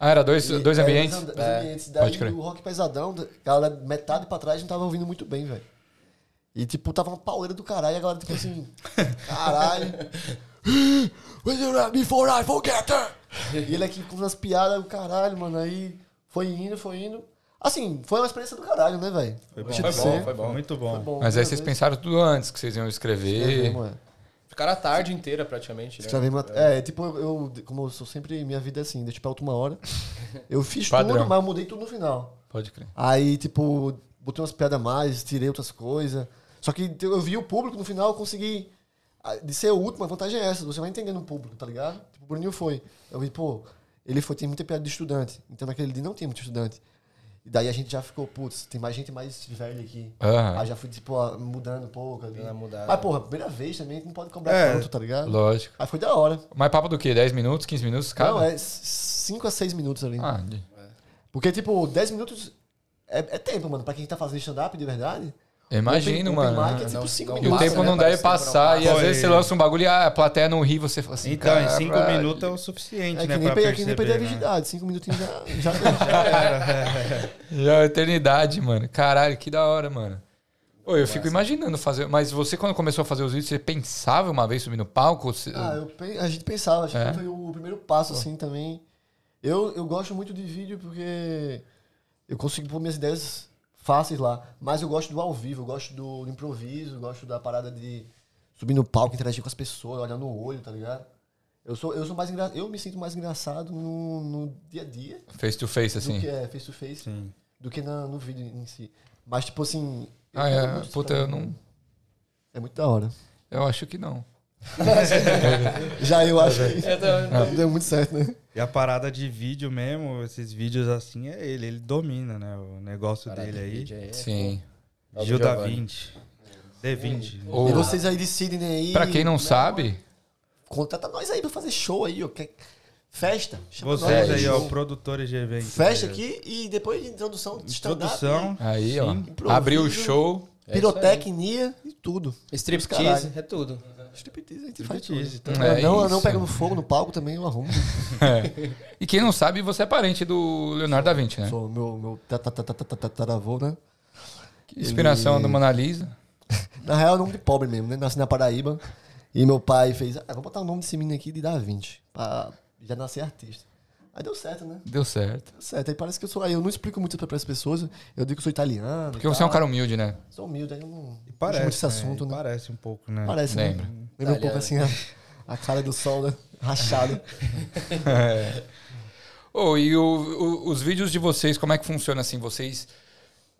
Speaker 3: Ah, era dois,
Speaker 1: E-
Speaker 3: dois
Speaker 1: é,
Speaker 3: ambientes?
Speaker 1: Dois, dois
Speaker 4: É,
Speaker 1: ambientes.
Speaker 3: pode
Speaker 1: Daí
Speaker 3: crer.
Speaker 1: o rock pesadão, da- galera, metade pra trás não tava ouvindo muito bem, velho. E tipo, tava uma pauleira do caralho, e a galera tipo assim, caralho. Will you let me Before I forget her. E ele aqui com umas piadas, o caralho, mano. Aí foi indo, foi indo. Assim, foi uma experiência do caralho, né, velho?
Speaker 2: Foi bom,
Speaker 1: Deixa
Speaker 2: foi
Speaker 1: de
Speaker 2: bom,
Speaker 1: ser.
Speaker 2: foi bom. Muito bom.
Speaker 1: Foi bom,
Speaker 3: Mas aí
Speaker 1: primeira vez.
Speaker 3: vocês pensaram tudo antes que vocês iam escrever.
Speaker 1: Escrevemos, é.
Speaker 4: Ficaram a tarde inteira praticamente. Né?
Speaker 1: Escrevemos uma- É, tipo, eu, eu- como eu sou sempre, minha vida é assim, deixa pra última hora. Eu fiz
Speaker 3: Padrão.
Speaker 1: tudo, mas eu mudei tudo no final.
Speaker 3: Pode crer.
Speaker 1: Aí, tipo, botei umas piadas a mais, tirei outras coisas. Só que te- eu vi o público no final, eu consegui. ah, De ser o último, a vantagem é essa, você vai entendendo o público, tá ligado? Tipo, o Bruninho foi. Eu vi, pô, ele foi, tem muita piada de estudante. Então naquele dia não tinha muito estudante. E daí a gente já ficou, putz, tem mais gente mais velha aqui.
Speaker 3: Aham.
Speaker 1: Aí já fui, tipo, ah, mudando um pouco ali.
Speaker 4: Dando uma mudada.
Speaker 1: Mas, porra, primeira vez também, não pode cobrar
Speaker 2: É.
Speaker 1: tanto, tá ligado?
Speaker 3: Lógico.
Speaker 1: Aí foi da hora.
Speaker 3: Mas papo do quê? 10 minutos, 15 minutos cada?
Speaker 1: Não, é 5 a 6 minutos ali.
Speaker 3: Ah, de-
Speaker 1: Porque, tipo, 10 minutos é, é tempo, mano. Pra quem tá fazendo stand-up de verdade.
Speaker 3: eu imagino,
Speaker 1: open- open
Speaker 3: mano.
Speaker 1: mic é
Speaker 4: Não,
Speaker 1: tipo 5
Speaker 4: não
Speaker 3: E o
Speaker 1: minutos.
Speaker 4: Massa,
Speaker 3: tempo
Speaker 4: né?
Speaker 3: não dá e
Speaker 1: um
Speaker 4: Parece que
Speaker 3: passar,
Speaker 4: não
Speaker 3: e às
Speaker 2: passa.
Speaker 3: vezes você lança um bagulho e ah, a plateia não ri, você fala assim.
Speaker 2: Então, em cinco
Speaker 3: "Caralho".
Speaker 2: minutos é o suficiente,
Speaker 1: É que
Speaker 2: né?
Speaker 1: nem,
Speaker 2: pra
Speaker 1: pe- é que nem
Speaker 2: perceber,
Speaker 1: perder a
Speaker 2: né?
Speaker 1: virgindade. 5 minutinhos já. já, já
Speaker 3: Já é uma eternidade, mano. Caralho, que da hora, mano. Ô, eu fico imaginando fazer. Mas você, quando começou a fazer os vídeos, você pensava uma vez subir no palco? Você-
Speaker 1: ah, eu pe- a gente pensava. Acho
Speaker 3: É?
Speaker 1: que foi o primeiro passo, assim, também. Eu, eu gosto muito de vídeo porque eu consigo pôr minhas ideias fáceis lá. Mas eu gosto do ao vivo, eu gosto do, do improviso, eu gosto da parada de subir no palco, interagir com as pessoas, olhar no olho, tá ligado? Eu sou, eu sou mais engra... eu me sinto mais engraçado no, no dia a dia
Speaker 3: Face to face,
Speaker 1: do
Speaker 3: assim.
Speaker 1: que é face to face
Speaker 2: Sim.
Speaker 1: do que na- no vídeo em si. Mas tipo assim. eu
Speaker 3: Ah,
Speaker 1: quero
Speaker 3: é.
Speaker 1: muito
Speaker 3: Puta,
Speaker 1: pra
Speaker 3: eu
Speaker 1: mim.
Speaker 3: não.
Speaker 1: É muito da hora.
Speaker 3: Eu acho que não.
Speaker 1: Já
Speaker 3: É
Speaker 1: eu acho
Speaker 2: É
Speaker 1: que
Speaker 4: Eu também.
Speaker 1: não deu muito certo, né?
Speaker 2: E a parada de vídeo mesmo, esses vídeos assim, é ele. Ele domina, né? O negócio
Speaker 4: Parada
Speaker 2: dele
Speaker 4: de
Speaker 2: aí.
Speaker 4: vídeo é-
Speaker 3: Sim.
Speaker 4: É o do
Speaker 2: Gil da
Speaker 4: Giovanni.
Speaker 2: 20. D20. né?
Speaker 3: Ou,
Speaker 1: E é vocês aí decidem aí.
Speaker 3: pra quem não sabe,
Speaker 1: Contrata nós aí pra fazer show aí, ó. Quer- Festa. Chama
Speaker 2: Vocês
Speaker 1: nós.
Speaker 2: aí, ó,
Speaker 1: Show.
Speaker 2: produtores de eventos.
Speaker 1: Festa
Speaker 2: né?
Speaker 1: aqui e depois de introdução de stand-up. né?
Speaker 2: Produção.
Speaker 3: aí, ó.
Speaker 1: improviso.
Speaker 3: Abriu o show.
Speaker 2: É
Speaker 1: né? Pirotecnia e tudo.
Speaker 4: Striptease,
Speaker 1: Caralho.
Speaker 4: é tudo.
Speaker 1: Striptease, a gente faz tudo.
Speaker 2: Striptease,
Speaker 3: É
Speaker 2: tá?
Speaker 1: Eu não, eu
Speaker 3: isso.
Speaker 1: não pego no fogo, no palco também, eu arrumo.
Speaker 3: E quem não sabe, você é parente do Leonardo da Vinci, né?
Speaker 1: Sou meu, meu tatatatataravô, né?
Speaker 3: Inspiração
Speaker 1: Ele-
Speaker 3: do Mona Lisa.
Speaker 1: Na real, é nome de pobre mesmo, né? Nasci na Paraíba. E meu pai fez, ah, vou botar o nome desse menino aqui de Da Vinci, pra já nascer artista. Aí deu certo, né?
Speaker 3: Deu certo.
Speaker 1: Deu certo. Aí parece que eu sou. Aí eu não explico muito pra as pessoas. Eu digo que eu sou italiano.
Speaker 3: Porque você é um cara humilde, né?
Speaker 1: Sou humilde, aí eu não.
Speaker 2: E
Speaker 1: não
Speaker 2: parece.
Speaker 1: muito esse
Speaker 2: né?
Speaker 1: assunto,
Speaker 2: E
Speaker 1: né?
Speaker 2: Parece um pouco, né?
Speaker 1: Parece, né?
Speaker 3: Lembra.
Speaker 1: Lembra um
Speaker 4: Italiano.
Speaker 1: pouco assim a, a cara do sol, né? Rachado.
Speaker 3: Ô, e o- o- os vídeos de vocês, como é que funciona assim? Vocês.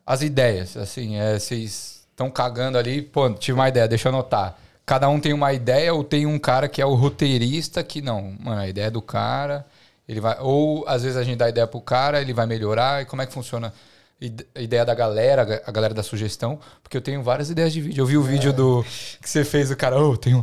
Speaker 3: As ideias, assim, é, vocês estão cagando ali. Pô, tive uma ideia, deixa eu anotar. Cada um tem uma ideia ou tem um cara que é o roteirista que não. Mano, a ideia é do cara. Ele vai, ou às vezes a gente dá a ideia pro cara, ele vai melhorar. E como é que funciona Ide- a ideia da galera, a galera da sugestão? Porque eu tenho várias ideias de vídeo. Eu vi o vídeo do que você fez, o cara, ô, tem um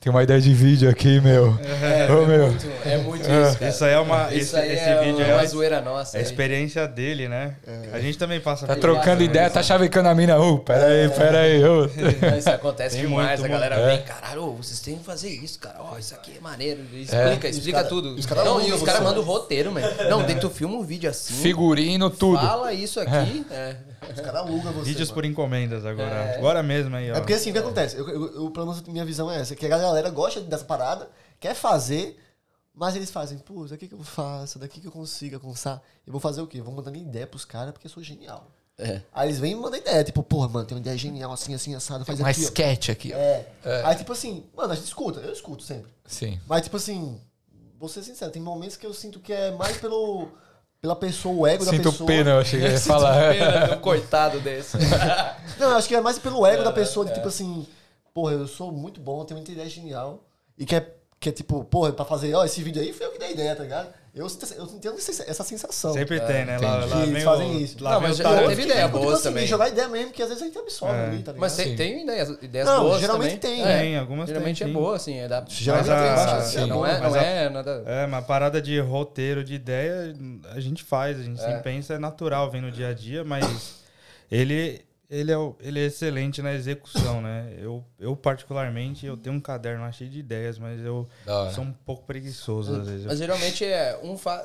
Speaker 3: Tem uma ideia de vídeo aqui, meu.
Speaker 4: É,
Speaker 3: Ô, meu.
Speaker 4: muito, é muito isso, cara.
Speaker 2: Isso aí é uma.
Speaker 4: Isso
Speaker 2: Esse,
Speaker 4: aí
Speaker 2: esse
Speaker 4: é
Speaker 2: vídeo
Speaker 4: uma,
Speaker 2: é a,
Speaker 4: zoeira nossa.
Speaker 2: a
Speaker 4: aí.
Speaker 2: experiência dele, né?
Speaker 1: É.
Speaker 2: A gente também passa
Speaker 3: Tá
Speaker 2: por
Speaker 3: trocando
Speaker 2: isso, né?
Speaker 3: ideia, tá chavecando a mina. Uh, peraí, peraí. uh. ô.
Speaker 4: Não, Isso acontece
Speaker 2: Tem
Speaker 4: demais.
Speaker 2: muito,
Speaker 4: a galera
Speaker 3: muito.
Speaker 4: vem, caralho, ô, vocês têm que fazer isso, cara. Ó, isso aqui é maneiro. Explica, explica
Speaker 1: cara-
Speaker 4: tudo.
Speaker 1: os cara
Speaker 4: não,
Speaker 1: ouvem
Speaker 4: e os
Speaker 1: você.
Speaker 4: caras mandam o roteiro, mano. Não, tem que tu filma um vídeo assim.
Speaker 3: Figurino, tudo.
Speaker 4: Fala isso aqui. É.
Speaker 1: Os caras alugam você.
Speaker 2: Vídeos
Speaker 1: mano.
Speaker 2: por encomendas agora.
Speaker 4: É.
Speaker 2: Agora mesmo aí, ó.
Speaker 1: É porque assim, o que acontece? Eu, eu, eu, pelo menos minha visão é essa, que a galera gosta dessa parada, quer fazer, mas eles fazem, pô, daqui que eu faço, daqui que eu consigo alcançar, eu vou fazer o quê? Eu vou mandar minha ideia pros caras porque eu sou genial.
Speaker 4: É.
Speaker 1: Aí eles vêm e mandam ideia, tipo, porra, mano, tem uma ideia genial, assim, assim, assado, faz
Speaker 3: Uma
Speaker 1: aqui, ó.
Speaker 3: sketch aqui. ó.
Speaker 1: É. Aí tipo assim, mano, a gente escuta, eu escuto sempre.
Speaker 3: Sim.
Speaker 1: Mas tipo assim, vou ser sincero, tem momentos que eu sinto que é mais pelo... Pela pessoa, o ego da
Speaker 3: Sinto
Speaker 1: pessoa.
Speaker 3: pena, eu cheguei a falar.
Speaker 4: Pena de um coitado desse.
Speaker 1: Não, eu acho que é mais pelo ego da pessoa, de tipo assim, porra, eu sou muito bom, tenho muita ideia genial. E que é, que é tipo, porra, pra fazer, ó, esse vídeo aí foi eu que dei a ideia, tá ligado? Eu, sinto- eu tenho essa- essa sensação.
Speaker 2: Sempre tem, né? Lá, lá
Speaker 3: entendi.
Speaker 1: É. Eles
Speaker 2: vem
Speaker 1: fazem
Speaker 2: o-
Speaker 1: isso.
Speaker 2: Lá
Speaker 4: Não,
Speaker 2: vem
Speaker 4: mas
Speaker 2: o
Speaker 4: já- eu
Speaker 2: tarô.
Speaker 4: teve ideia
Speaker 1: Tipo
Speaker 4: boa
Speaker 1: assim,
Speaker 4: também.
Speaker 1: jogar ideia mesmo, que às vezes a gente absorve ali, tá ligado?
Speaker 4: Mas tem,
Speaker 3: Sim.
Speaker 4: tem ideias, ideias
Speaker 1: Não,
Speaker 4: boas
Speaker 1: geralmente
Speaker 4: também.
Speaker 1: tem,
Speaker 4: É,
Speaker 2: Tem, algumas tem,
Speaker 4: geralmente
Speaker 2: sim.
Speaker 4: é boa, assim. É da,
Speaker 1: Geralmente
Speaker 4: dá pra
Speaker 2: tem,
Speaker 4: pensar,
Speaker 2: mas
Speaker 4: assim, Não,
Speaker 1: a-
Speaker 4: é, não
Speaker 2: mas a-
Speaker 4: é nada...
Speaker 2: É, uma parada de roteiro, de ideia, a gente faz, a gente sempre pensa, é natural, vem no dia a dia, mas ele, ele, é, o- ele é excelente na execução, né? Eu, eu, particularmente, eu tenho um caderno lá cheio de ideias, mas eu
Speaker 3: Da hora.
Speaker 2: sou um pouco preguiçoso às vezes.
Speaker 4: Mas geralmente é um fa...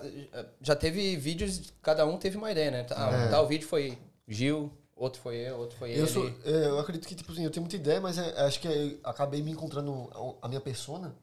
Speaker 4: já teve vídeos, cada um teve uma ideia, né? Tá, Tal vídeo foi Gil, outro foi eu, outro foi
Speaker 1: É. Eu,
Speaker 4: ele.
Speaker 1: sou, é, eu acredito que, tipo assim, eu tenho muita ideia, mas é, acho que eu acabei me encontrando a, a minha persona.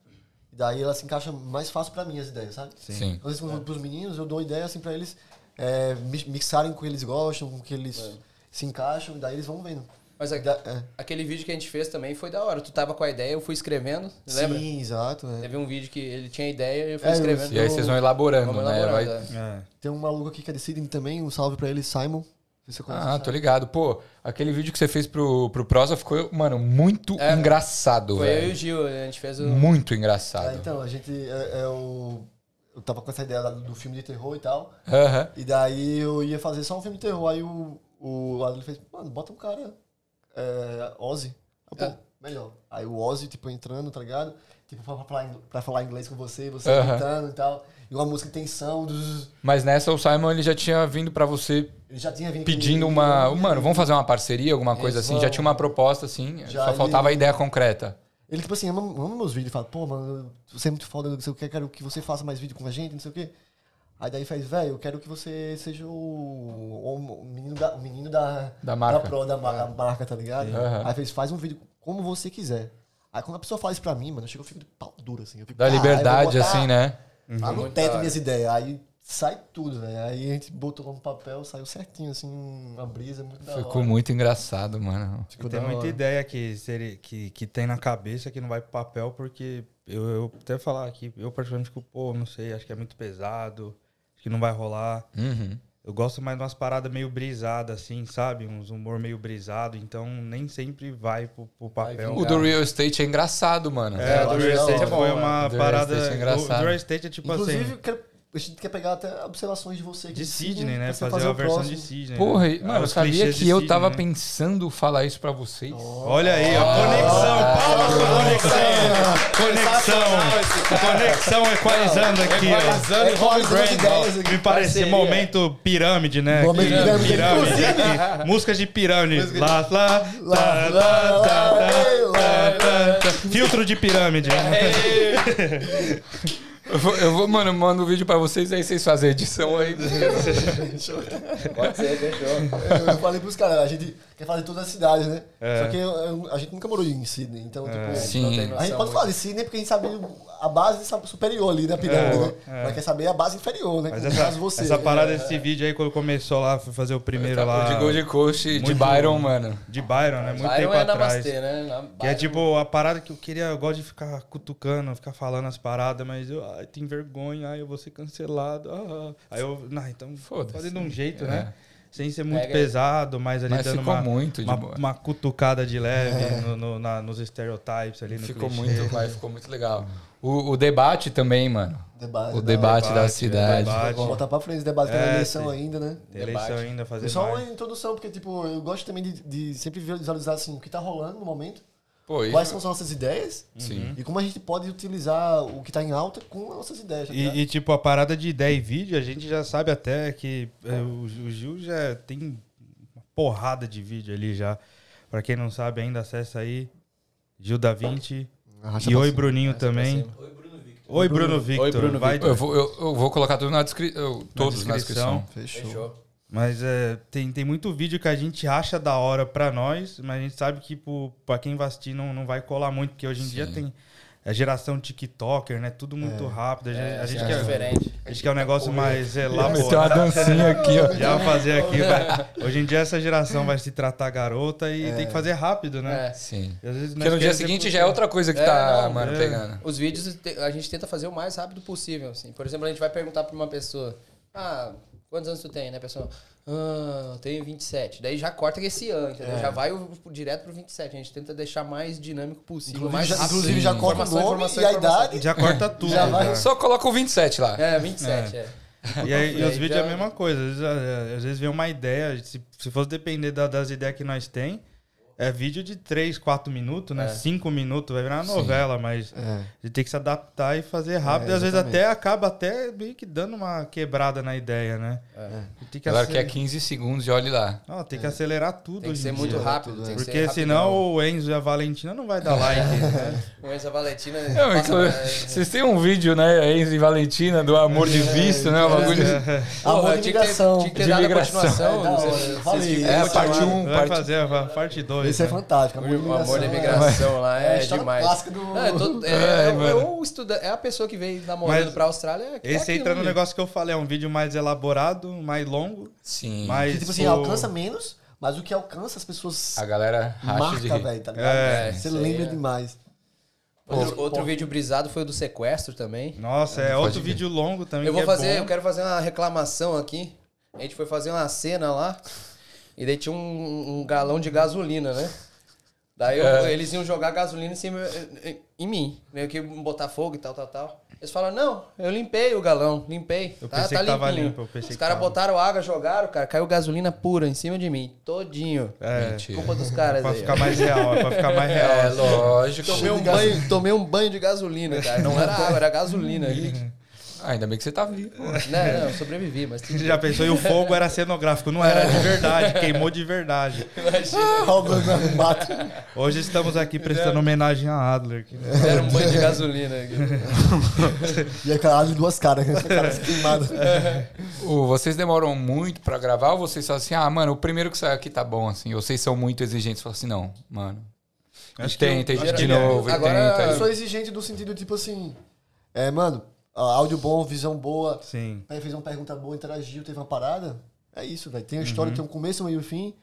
Speaker 1: E daí ela se encaixa mais fácil pra mim as ideias, sabe?
Speaker 3: Sim.
Speaker 1: Às vezes, quando eu vou pros meninos, eu dou ideia assim pra eles é, mi- mixarem com o que eles gostam, com o que eles se encaixam, e daí eles vão vendo.
Speaker 4: Mas a-
Speaker 1: Da- é.
Speaker 4: aquele vídeo que a gente fez também foi da hora. Tu tava com a ideia, eu fui escrevendo, lembra?
Speaker 1: Sim, exato. é.
Speaker 4: Teve um vídeo que ele tinha ideia e eu fui
Speaker 1: É, eu-
Speaker 4: escrevendo.
Speaker 3: E aí vocês vão elaborando,
Speaker 4: Vamos
Speaker 3: né?
Speaker 4: elaborando,
Speaker 3: Vai-
Speaker 4: é.
Speaker 2: É.
Speaker 1: Tem um maluco aqui que é de Sydney também, um salve pra ele, Simon. Se você conhece.
Speaker 3: Ah, tô ligado. Pô, aquele vídeo que você fez pro, pro Prosa ficou, mano, muito
Speaker 4: É,
Speaker 3: engraçado,
Speaker 4: Foi eu e o
Speaker 3: velho.
Speaker 4: Gil, a gente fez o...
Speaker 3: Muito
Speaker 1: Ah,
Speaker 3: engraçado.
Speaker 1: então, a gente. É, é o... Eu tava com essa ideia lá do filme de terror e tal.
Speaker 3: Aham.
Speaker 1: E daí eu ia fazer só um filme de terror. Aí o, o Adler fez, mano, bota um cara. É, Ozzy. Ah, pô,
Speaker 4: É.
Speaker 1: melhor. Aí o Ozzy, tipo, entrando, tá ligado? Tipo, pra, pra falar, ing- pra falar inglês com você, você
Speaker 3: Aham.
Speaker 1: gritando e tal. E uma música de tensão. zzz.
Speaker 3: Mas nessa o Simon ele já tinha vindo pra você
Speaker 1: Ele já tinha vindo.
Speaker 3: pedindo uma, mano, vamos fazer uma parceria, alguma coisa assim. Já
Speaker 1: vamos.
Speaker 3: tinha uma proposta assim,
Speaker 1: Já
Speaker 3: só
Speaker 1: ele-
Speaker 3: faltava a ideia concreta.
Speaker 1: Ele, tipo assim, ama, ama meus vídeos. Fala, pô, mano, você é muito foda, não sei o que, quero que você faça mais vídeo com a gente, não sei o quê. Aí daí faz, velho, eu quero que você seja o, o menino da, o menino da,
Speaker 3: Da marca.
Speaker 1: da, pro, da,
Speaker 4: É.
Speaker 1: ma- da marca, tá ligado?
Speaker 3: Aham.
Speaker 1: Aí fez, faz um vídeo como você quiser. Aí quando a pessoa fala isso pra mim, mano, eu chego, eu fico de pau duro, assim. Eu fico,
Speaker 3: Da
Speaker 1: "Caralho,
Speaker 3: liberdade,
Speaker 1: vou botar
Speaker 3: assim, né?
Speaker 1: Lá no
Speaker 4: Uhum. Muito da
Speaker 1: teto
Speaker 4: hora.
Speaker 1: minhas ideias. Aí sai tudo, velho. Aí a gente botou lá no papel, saiu certinho, assim, uma brisa muito da
Speaker 3: Ficou
Speaker 1: hora.
Speaker 3: muito engraçado, mano.
Speaker 1: Ficou
Speaker 2: Tem
Speaker 1: da
Speaker 2: muita
Speaker 1: hora.
Speaker 2: ideia que, seria, que, que tem na cabeça que não vai pro papel, porque eu, eu até falar aqui, eu particularmente fico, pô, não sei, acho que é muito pesado, acho que não vai rolar.
Speaker 3: Uhum.
Speaker 2: Eu gosto mais de umas paradas meio brisadas, assim, sabe? Uns humor meio brisado, então nem sempre vai pro, pro papel.
Speaker 3: O do real estate é engraçado, mano.
Speaker 2: um É,
Speaker 1: um É,
Speaker 2: o do
Speaker 1: eu
Speaker 2: Real
Speaker 1: acho
Speaker 2: Estate
Speaker 1: da
Speaker 2: foi
Speaker 1: hora.
Speaker 2: uma
Speaker 3: Do Real
Speaker 2: parada.
Speaker 3: Estate é
Speaker 2: o do
Speaker 3: engraçado.
Speaker 2: Real Estate é tipo
Speaker 1: Inclusive, eu
Speaker 2: assim.
Speaker 1: quero- a gente quer pegar até observações de você aqui
Speaker 2: De Sidney,
Speaker 1: Sydney,
Speaker 2: né?
Speaker 1: pra você
Speaker 2: Fazer, a
Speaker 1: o
Speaker 2: versão
Speaker 1: próximo.
Speaker 2: de Sidney.
Speaker 3: Porra,
Speaker 2: né? Ah,
Speaker 3: mano, eu
Speaker 2: os
Speaker 3: sabia
Speaker 2: clichês de
Speaker 3: que eu
Speaker 2: Sidney,
Speaker 3: tava
Speaker 2: né?
Speaker 3: pensando falar isso pra vocês.
Speaker 2: Olha aí,
Speaker 1: Ah,
Speaker 2: ó, conexão, palmas pra conexão. Conexão. Conexão equalizando aqui, ó.
Speaker 5: Equalizando e Home
Speaker 1: Equalizando
Speaker 5: Brand.
Speaker 1: ideia.
Speaker 2: Me parece
Speaker 4: Parceria.
Speaker 2: momento pirâmide, né?
Speaker 1: Momento pirâmide.
Speaker 2: aqui. Músicas de pirâmide. Lá, lá, tá,
Speaker 1: Lá,
Speaker 2: lá,
Speaker 1: lá,
Speaker 2: tá,
Speaker 1: lá,
Speaker 2: tá,
Speaker 1: lá,
Speaker 2: tá, tá. Filtro de pirâmide. né?
Speaker 3: Eu vou, eu vou- mano, eu mando o vídeo pra vocês, aí vocês fazem a edição aí.
Speaker 4: Pode ser, fechou.
Speaker 3: né?
Speaker 1: É, Eu, eu falei pros caras, a gente quer fazer todas as cidades, né?
Speaker 2: É.
Speaker 1: Só que eu- eu- a gente nunca morou em Sydney, então, tipo.
Speaker 3: Sim.
Speaker 4: Não tem
Speaker 1: A gente
Speaker 4: noção né?
Speaker 1: pode falar de Sydney porque a gente sabe a base sabe, superior ali da pirâmide,
Speaker 2: É,
Speaker 1: né?
Speaker 2: é.
Speaker 1: Mas quer saber a base inferior, né?
Speaker 2: Mas
Speaker 1: Como
Speaker 2: essa,
Speaker 1: caso você. é.
Speaker 2: essa parada desse vídeo aí, quando começou lá, fui fazer o primeiro lá.
Speaker 3: Tá De Gold Coast, de
Speaker 2: Muito-
Speaker 3: Byron, mano.
Speaker 2: De Byron, né? Muito
Speaker 4: Byron
Speaker 2: tempo
Speaker 4: é
Speaker 2: atrás.
Speaker 4: Namastê, né? Na-
Speaker 2: Que é
Speaker 4: Byron-
Speaker 2: tipo a parada que eu queria, eu gosto de ficar cutucando, ficar falando as paradas, mas eu ai, tenho vergonha, ai, eu vou ser cancelado. ah, ah. Aí eu, não, então
Speaker 3: Foda-se.
Speaker 2: fazendo um jeito,
Speaker 3: É.
Speaker 2: né? Sem ser muito
Speaker 4: Pega-
Speaker 2: pesado, mas ali
Speaker 3: Mas
Speaker 2: dando
Speaker 3: ficou
Speaker 2: uma,
Speaker 3: muito de
Speaker 2: uma,
Speaker 3: boa.
Speaker 2: uma cutucada de leve
Speaker 4: É.
Speaker 2: no- no- na- nos estereótipos ali no
Speaker 3: Ficou
Speaker 2: clichê.
Speaker 3: muito, mas ficou muito legal. O, o debate também, mano.
Speaker 1: Debate,
Speaker 3: O
Speaker 1: né?
Speaker 3: debate,
Speaker 2: Debate,
Speaker 3: da cidade.
Speaker 2: debate.
Speaker 1: Vamos botar pra frente o debate que é,
Speaker 2: É,
Speaker 1: na eleição
Speaker 2: sim.
Speaker 1: ainda, né?
Speaker 2: Tem Eleição
Speaker 4: Debate. é
Speaker 2: ainda fazer
Speaker 1: Só uma
Speaker 2: mais.
Speaker 1: introdução, porque, tipo, eu gosto também de, de sempre visualizar assim, o que tá rolando no momento.
Speaker 3: Pô,
Speaker 1: Quais
Speaker 3: isso.
Speaker 1: são as nossas ideias
Speaker 3: Sim.
Speaker 1: e como a gente pode utilizar o que está em alta com as nossas ideias. tá ligado?
Speaker 2: E, e, tipo, a parada de ideia e vídeo, a gente já sabe até que é, o, o Gil já tem uma porrada de vídeo ali já. Pra quem não sabe ainda, acessa aí. Gil da 20.
Speaker 1: Arrasta
Speaker 2: E
Speaker 1: pra
Speaker 2: Oi
Speaker 1: cima.
Speaker 2: Bruninho também.
Speaker 5: Oi, Bruno Victor.
Speaker 2: Oi Bruno Victor.
Speaker 4: Oi, Bruno
Speaker 2: Vai-
Speaker 3: Eu vou, eu- eu vou colocar tudo na descrição. Todos na
Speaker 2: descrição.
Speaker 3: descrição.
Speaker 1: Fechou.
Speaker 5: Fechou.
Speaker 2: Mas é, tem, tem muito vídeo que a gente acha da hora pra nós, mas a gente sabe que pro, pra quem vai assistir não, não vai colar muito, porque hoje em dia tem a geração TikToker, né? Tudo
Speaker 1: É.
Speaker 2: muito rápido. A gente, a gente
Speaker 4: é
Speaker 2: quer,
Speaker 4: diferente.
Speaker 2: a gente quer um negócio mais
Speaker 3: Meteu uma
Speaker 2: elaborado.
Speaker 3: dancinha aqui, ó.
Speaker 2: Já vou fazer aqui. vai- Hoje em dia essa geração vai se tratar garota e tem que fazer rápido, né?
Speaker 4: É.
Speaker 3: Sim.
Speaker 2: E às vezes nós
Speaker 3: Porque no dia
Speaker 2: queremos
Speaker 3: seguinte
Speaker 2: depois-
Speaker 3: já é outra coisa que
Speaker 4: É,
Speaker 3: tá,
Speaker 4: não,
Speaker 3: mano,
Speaker 2: é.
Speaker 3: pegando.
Speaker 4: Os vídeos te- a gente tenta fazer o mais rápido possível, assim. Por exemplo, a gente vai perguntar pra uma pessoa, ah, quantos anos tu tem, né, pessoal? Ah, eu tenho 27. Daí já corta esse ano, entendeu? Já vai o, o- direto pro 27. A gente tenta deixar mais dinâmico possível.
Speaker 1: Inclusive,
Speaker 4: mais
Speaker 1: já,
Speaker 4: rápido.
Speaker 1: inclusive já
Speaker 3: Sim.
Speaker 1: corta o
Speaker 4: assim,
Speaker 1: nome
Speaker 4: Informação, informação,
Speaker 1: e a
Speaker 4: informação.
Speaker 1: idade.
Speaker 2: Já corta tudo.
Speaker 1: é Já vai-
Speaker 2: já.
Speaker 3: Só coloca o 27 lá.
Speaker 4: É, 27, é.
Speaker 2: E, aí, e
Speaker 4: E
Speaker 2: os
Speaker 4: aí
Speaker 2: vídeos é
Speaker 4: já-
Speaker 2: a mesma coisa. Às vezes, é, às vezes vem uma ideia, se, se fosse depender da- das ideias que nós tem, é vídeo de 3, 4 minutos, né? 5 minutos, vai virar uma novela, mas
Speaker 1: É.
Speaker 2: a gente tem que se adaptar e fazer rápido.
Speaker 1: É,
Speaker 2: e às vezes
Speaker 1: exatamente.
Speaker 2: até acaba até meio que dando uma quebrada na ideia, né? Tem que,
Speaker 3: Galera, que é
Speaker 2: acelerar,
Speaker 3: 15 segundos e olhe lá.
Speaker 2: Não, tem que acelerar tá tudo
Speaker 4: Tem que
Speaker 2: hoje
Speaker 4: ser
Speaker 2: em
Speaker 4: muito
Speaker 2: dia. né?
Speaker 4: rápido. Tem que É,
Speaker 2: Porque senão o Enzo e a Valentina não vai dar like, né?
Speaker 4: Com essa Valentina...
Speaker 3: É, mas
Speaker 4: passa- é,
Speaker 3: Vocês têm um vídeo, né, Enzo e Valentina, do amor de visto, né? O bagulho.
Speaker 1: Amor
Speaker 4: Porra,
Speaker 1: de
Speaker 4: tinha que ter-
Speaker 1: migração.
Speaker 4: Tinha que ter
Speaker 3: De
Speaker 4: dado a
Speaker 3: migração.
Speaker 4: continuação.
Speaker 1: É, da
Speaker 4: não sei,
Speaker 1: hora.
Speaker 4: vocês
Speaker 1: Fala aí.
Speaker 4: tinham que
Speaker 3: É,
Speaker 4: continuar.
Speaker 3: parte 1,
Speaker 2: Vai
Speaker 3: parte
Speaker 2: fazer a va- parte né? 2.
Speaker 1: Esse é fantástico. Amor de
Speaker 4: O
Speaker 1: migração.
Speaker 4: amor da
Speaker 1: é-
Speaker 4: imigração lá
Speaker 1: É a
Speaker 4: é,
Speaker 1: história
Speaker 4: demais.
Speaker 1: clássica do-
Speaker 4: Não, eu tô- é,
Speaker 3: É,
Speaker 4: eu-
Speaker 3: mano.
Speaker 4: eu estuda- é a pessoa que veio namorando
Speaker 2: Mas
Speaker 4: pra Austrália. que é
Speaker 2: Esse entra
Speaker 4: aquilo
Speaker 2: no
Speaker 4: ali.
Speaker 2: negócio que eu falei, é um vídeo mais elaborado, mais longo,
Speaker 3: Sim.
Speaker 2: mais...
Speaker 1: Que, tipo assim,
Speaker 2: o-
Speaker 1: alcança menos, mas o que alcança as pessoas
Speaker 3: A galera racha de
Speaker 1: marca,
Speaker 3: rir.
Speaker 1: velho, tá ligado?
Speaker 4: É,
Speaker 1: Você
Speaker 4: isso aí
Speaker 1: lembra
Speaker 4: é.
Speaker 1: demais.
Speaker 4: Outro, outro vídeo brisado foi o do sequestro também.
Speaker 2: Nossa, é outro
Speaker 3: crer.
Speaker 2: vídeo longo também.
Speaker 4: Eu vou
Speaker 2: que
Speaker 4: fazer, um
Speaker 2: É
Speaker 4: eu
Speaker 2: bom.
Speaker 4: quero fazer uma reclamação aqui. A gente foi fazer uma cena lá e daí tinha um, um galão de gasolina, né? Daí eu-
Speaker 2: É.
Speaker 4: eles iam jogar gasolina em, cima, em, em mim, meio que botar fogo e tal, tal, tal. Eles falaram, não, eu limpei o galão, limpei.
Speaker 2: Eu
Speaker 4: tá,
Speaker 2: pensei
Speaker 4: tá
Speaker 2: que tava
Speaker 4: limpinho."
Speaker 2: limpo, eu pensei
Speaker 4: Os
Speaker 2: que
Speaker 4: caras
Speaker 2: tava.
Speaker 4: botaram água, jogaram, cara, caiu gasolina pura em cima de mim, todinho.
Speaker 2: É,
Speaker 3: Mentira.
Speaker 4: Culpa dos caras
Speaker 2: pra
Speaker 4: aí.
Speaker 2: ficar mais real, é pra ficar mais real.
Speaker 3: É,
Speaker 2: assim.
Speaker 3: lógico.
Speaker 4: Tomei um, banho, tomei um banho de gasolina, cara. Não era água, era gasolina. líquida.
Speaker 3: Ah, ainda bem que você tá vivo.
Speaker 4: Não, não, eu sobrevivi, mas tudo
Speaker 2: Você já pensou, e o fogo era cenográfico, não era de verdade, queimou de verdade.
Speaker 1: Roubando a mata.
Speaker 2: Hoje estamos aqui prestando homenagem a Adler. né? que-
Speaker 4: Era um banho de gasolina. aqui.
Speaker 1: E a cara de duas caras, né? caras queimadas.
Speaker 3: Ô, vocês demoram muito pra gravar ou vocês falam assim, ah, mano, o primeiro que sai aqui tá bom, assim? Ou vocês são muito exigentes? Falam assim, não, mano.
Speaker 2: Acho que
Speaker 3: tenta,
Speaker 2: eu- acho
Speaker 3: edita
Speaker 2: que ele
Speaker 3: de
Speaker 2: é.
Speaker 3: novo,
Speaker 4: Agora-
Speaker 1: Eu
Speaker 3: tenta.
Speaker 1: sou exigente no sentido, tipo assim... É, mano, ó, áudio bom, visão boa,
Speaker 2: Sim.
Speaker 1: aí fez uma pergunta boa, interagiu, teve uma parada. É isso, velho. Tem uma história,
Speaker 2: Uhum.
Speaker 1: tem um começo, meio e fim.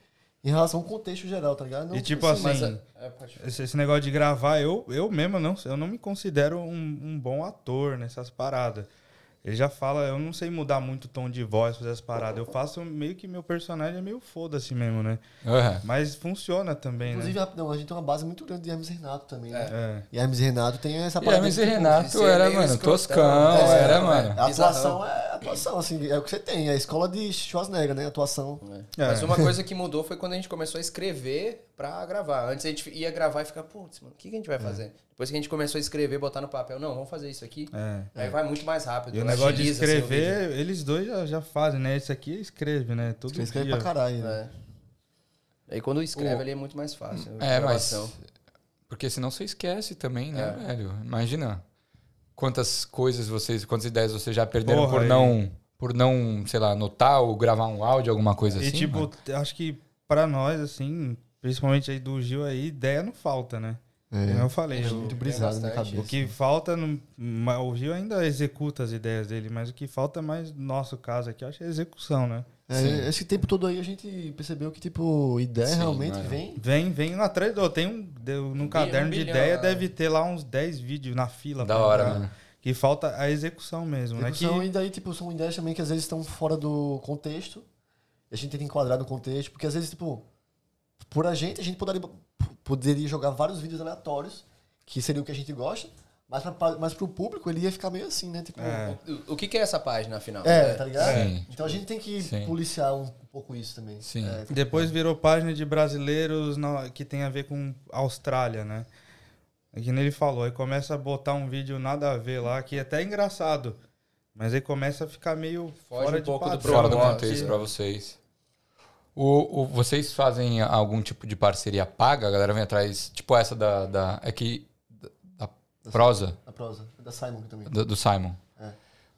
Speaker 1: Em relação ao contexto geral, tá ligado? Não-
Speaker 2: E tipo
Speaker 4: Mas,
Speaker 2: assim,
Speaker 4: é, é, pode-
Speaker 2: esse, esse negócio de gravar, eu, eu mesmo não, eu não me considero um, um bom ator nessas paradas. Ele já fala, eu não sei mudar muito o tom de voz, fazer as paradas. Eu faço meio que meu personagem é meio foda-se mesmo, né?
Speaker 3: Aham.
Speaker 2: Mas funciona também, né?
Speaker 1: Inclusive, rapidão, a gente tem uma base muito grande de Hermes e Renato também, né?
Speaker 2: É.
Speaker 1: E Hermes e Renato tem essa
Speaker 3: E
Speaker 1: parada.
Speaker 3: Hermes e
Speaker 1: de-
Speaker 3: Renato
Speaker 4: Esse é
Speaker 3: era,
Speaker 4: meio
Speaker 3: mano,
Speaker 4: escrotão,
Speaker 3: toscão,
Speaker 4: né?
Speaker 3: era,
Speaker 4: É,
Speaker 3: mano.
Speaker 1: A atuação é atuação, assim, é o que você tem. É a escola de Schwarzenegger, né? Atuação.
Speaker 2: É.
Speaker 4: Mas uma coisa que mudou foi quando a gente começou a escrever pra gravar. Antes a gente ia gravar e ficar, putz, mano, o que, que a gente
Speaker 2: É.
Speaker 4: vai fazer? Depois que a gente começou a escrever, botar no papel, não, vamos fazer isso aqui.
Speaker 2: É.
Speaker 4: Aí vai muito mais rápido.
Speaker 2: E o negócio de
Speaker 4: agiliza, assim, o vídeo.
Speaker 2: escrever, é eles dois já, já fazem, né? Esse aqui escreve, né? Todo
Speaker 1: Você escreve
Speaker 2: dia.
Speaker 1: pra caralho, né?
Speaker 4: É. Aí quando escreve
Speaker 3: O-
Speaker 4: ali é muito mais fácil. a
Speaker 3: É, mas.
Speaker 4: gravação.
Speaker 3: Porque senão você esquece também, né,
Speaker 2: É.
Speaker 3: velho? Imagina. Quantas coisas vocês, quantas ideias vocês já perderam
Speaker 2: Porra,
Speaker 3: por
Speaker 2: aí.
Speaker 3: não, por não, sei lá, anotar ou gravar um áudio, alguma coisa
Speaker 2: e
Speaker 3: assim?
Speaker 2: tipo,
Speaker 3: mano?
Speaker 2: t- acho que pra nós, assim, principalmente aí do Gil aí, ideia não falta, né? Como eu falei, o,
Speaker 1: É. Muito brisado na
Speaker 4: bastante.
Speaker 1: cabeça.
Speaker 2: o que falta, no, ma- o Gil ainda executa as ideias dele, mas o que falta mais no nosso caso aqui, eu acho que é a execução, né?
Speaker 1: É, esse tempo todo aí a gente percebeu que, tipo, ideia
Speaker 3: Sim,
Speaker 1: realmente
Speaker 2: né?
Speaker 3: mano.
Speaker 1: vem.
Speaker 2: Vem, vem lá atrás, ó, tem um, deu, num caderno de
Speaker 4: bilhão,
Speaker 2: ideia,
Speaker 4: né?
Speaker 2: deve ter lá uns 10 vídeos na fila.
Speaker 3: da
Speaker 2: pra
Speaker 3: hora,
Speaker 2: entrar.
Speaker 3: mano.
Speaker 2: Que falta a execução mesmo,
Speaker 3: é
Speaker 1: Execução,
Speaker 2: né?
Speaker 1: E daí, tipo, são ideias também que às vezes estão fora do contexto. E a gente tem que enquadrar no contexto, porque às vezes, tipo, por a gente, a gente poderia, poderia jogar vários vídeos aleatórios, que seriam o que a gente gosta, Mas, pra- pra, mas pro público ele ia ficar meio assim, né? Tipo,
Speaker 2: É.
Speaker 4: O, o que, que é essa página, afinal?
Speaker 1: É, tá ligado?
Speaker 3: Sim.
Speaker 1: Então a gente tem que
Speaker 3: Sim.
Speaker 1: policiar um pouco isso também.
Speaker 3: Sim.
Speaker 1: É,
Speaker 2: Depois virou página de brasileiros na- que tem a ver com Austrália, né? É que nem ele falou, aí começa a botar um vídeo nada a ver lá, que até é engraçado. Mas aí começa a ficar meio
Speaker 4: Foge
Speaker 2: fora
Speaker 4: um
Speaker 2: de
Speaker 4: pouco do
Speaker 2: padrão,
Speaker 3: fora do
Speaker 2: né?
Speaker 4: Promote.
Speaker 3: contexto pra vocês. O, o- vocês fazem algum tipo de parceria paga? A galera vem atrás, tipo essa da. da é que. Da, da prosa
Speaker 1: a prosa. Da Simon também.
Speaker 3: do, do Simon.
Speaker 1: É.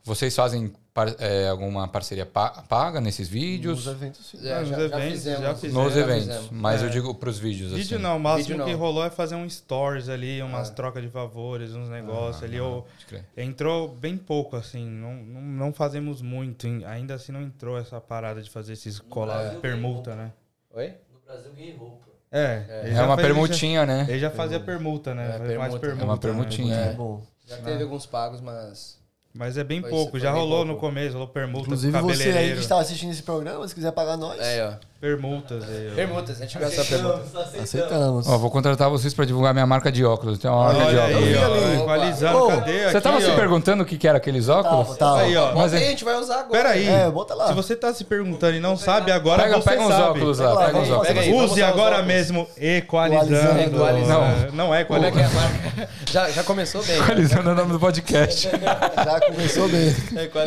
Speaker 3: Vocês fazem par- é, alguma parceria pa- paga nesses vídeos?
Speaker 1: Nos eventos, sim.
Speaker 4: É,
Speaker 2: Nos
Speaker 4: já, já
Speaker 2: eventos,
Speaker 4: fizemos.
Speaker 2: já fizemos.
Speaker 3: Nos
Speaker 2: Já
Speaker 3: eventos.
Speaker 4: fizemos.
Speaker 3: Mas
Speaker 2: É.
Speaker 3: eu digo pros vídeos.
Speaker 2: Vídeo
Speaker 3: assim.
Speaker 2: não, o máximo
Speaker 4: Vídeo
Speaker 2: que
Speaker 4: não. É.
Speaker 2: rolou é fazer um stories ali, umas trocas de favores, uns
Speaker 3: Ah,
Speaker 2: negócios ali. Ou
Speaker 3: Pode crer.
Speaker 2: entrou bem pouco, assim, não, não, não fazemos muito. em- Ainda assim não entrou essa parada de fazer esses colar
Speaker 5: Brasil,
Speaker 2: permuta, né?
Speaker 4: Oi?
Speaker 5: No Brasil, ganhei roupa.
Speaker 2: É, ele
Speaker 3: É
Speaker 2: já
Speaker 3: uma
Speaker 2: fez- ele já-
Speaker 3: permutinha, né?
Speaker 2: Ele já fazia permuta, né?
Speaker 4: É,
Speaker 2: Fazia mais
Speaker 4: permuta.
Speaker 2: permuta,
Speaker 3: É uma
Speaker 2: né?
Speaker 3: permutinha.
Speaker 1: É
Speaker 3: É.
Speaker 1: bom.
Speaker 4: Já teve alguns pagos, mas.
Speaker 2: Mas é bem
Speaker 4: Foi-
Speaker 2: pouco,
Speaker 4: foi
Speaker 2: já
Speaker 4: bem
Speaker 2: rolou
Speaker 4: pouco.
Speaker 2: no começo, rolou permuta,
Speaker 1: Inclusive você aí
Speaker 2: cabeleireiro,
Speaker 1: que está assistindo esse programa, se quiser pagar nós,
Speaker 4: É, ó.
Speaker 2: permutas aí. ó.
Speaker 4: Permutas, né? a gente gosta dessa permuta.
Speaker 5: aceitando.
Speaker 1: aceitamos.
Speaker 3: Ó, vou contratar vocês pra divulgar minha marca de óculos. Tem uma marca de
Speaker 2: Olha
Speaker 3: óculos.
Speaker 2: aí,
Speaker 4: Eu vi
Speaker 2: ó,
Speaker 4: ali.
Speaker 2: equalizando,
Speaker 1: Opa.
Speaker 2: cadê?
Speaker 3: Você
Speaker 2: Aqui,
Speaker 3: tava se
Speaker 2: ó.
Speaker 3: perguntando o que que era aqueles óculos?
Speaker 1: Tava, tava.
Speaker 2: Aí, ó.
Speaker 3: Mas
Speaker 4: Mas a
Speaker 3: é-
Speaker 4: gente vai usar agora.
Speaker 2: Peraí,
Speaker 1: tá, É, bota lá.
Speaker 2: se você tá se perguntando e não sabe, agora
Speaker 3: Pega,
Speaker 2: você
Speaker 3: pega uns
Speaker 2: sabe.
Speaker 3: óculos lá,
Speaker 1: Pega
Speaker 3: pega
Speaker 1: lá, vamos
Speaker 3: uns óculos.
Speaker 4: fazer. Peraí, vamos
Speaker 2: Use
Speaker 4: usar os
Speaker 2: agora
Speaker 4: óculos.
Speaker 2: mesmo equalizando.
Speaker 4: Equalizando.
Speaker 2: É, Não é
Speaker 4: Como é que é a
Speaker 2: equalizando.
Speaker 4: marca? Já, já começou bem.
Speaker 3: Equalizando é o nome do podcast.
Speaker 1: Já começou bem.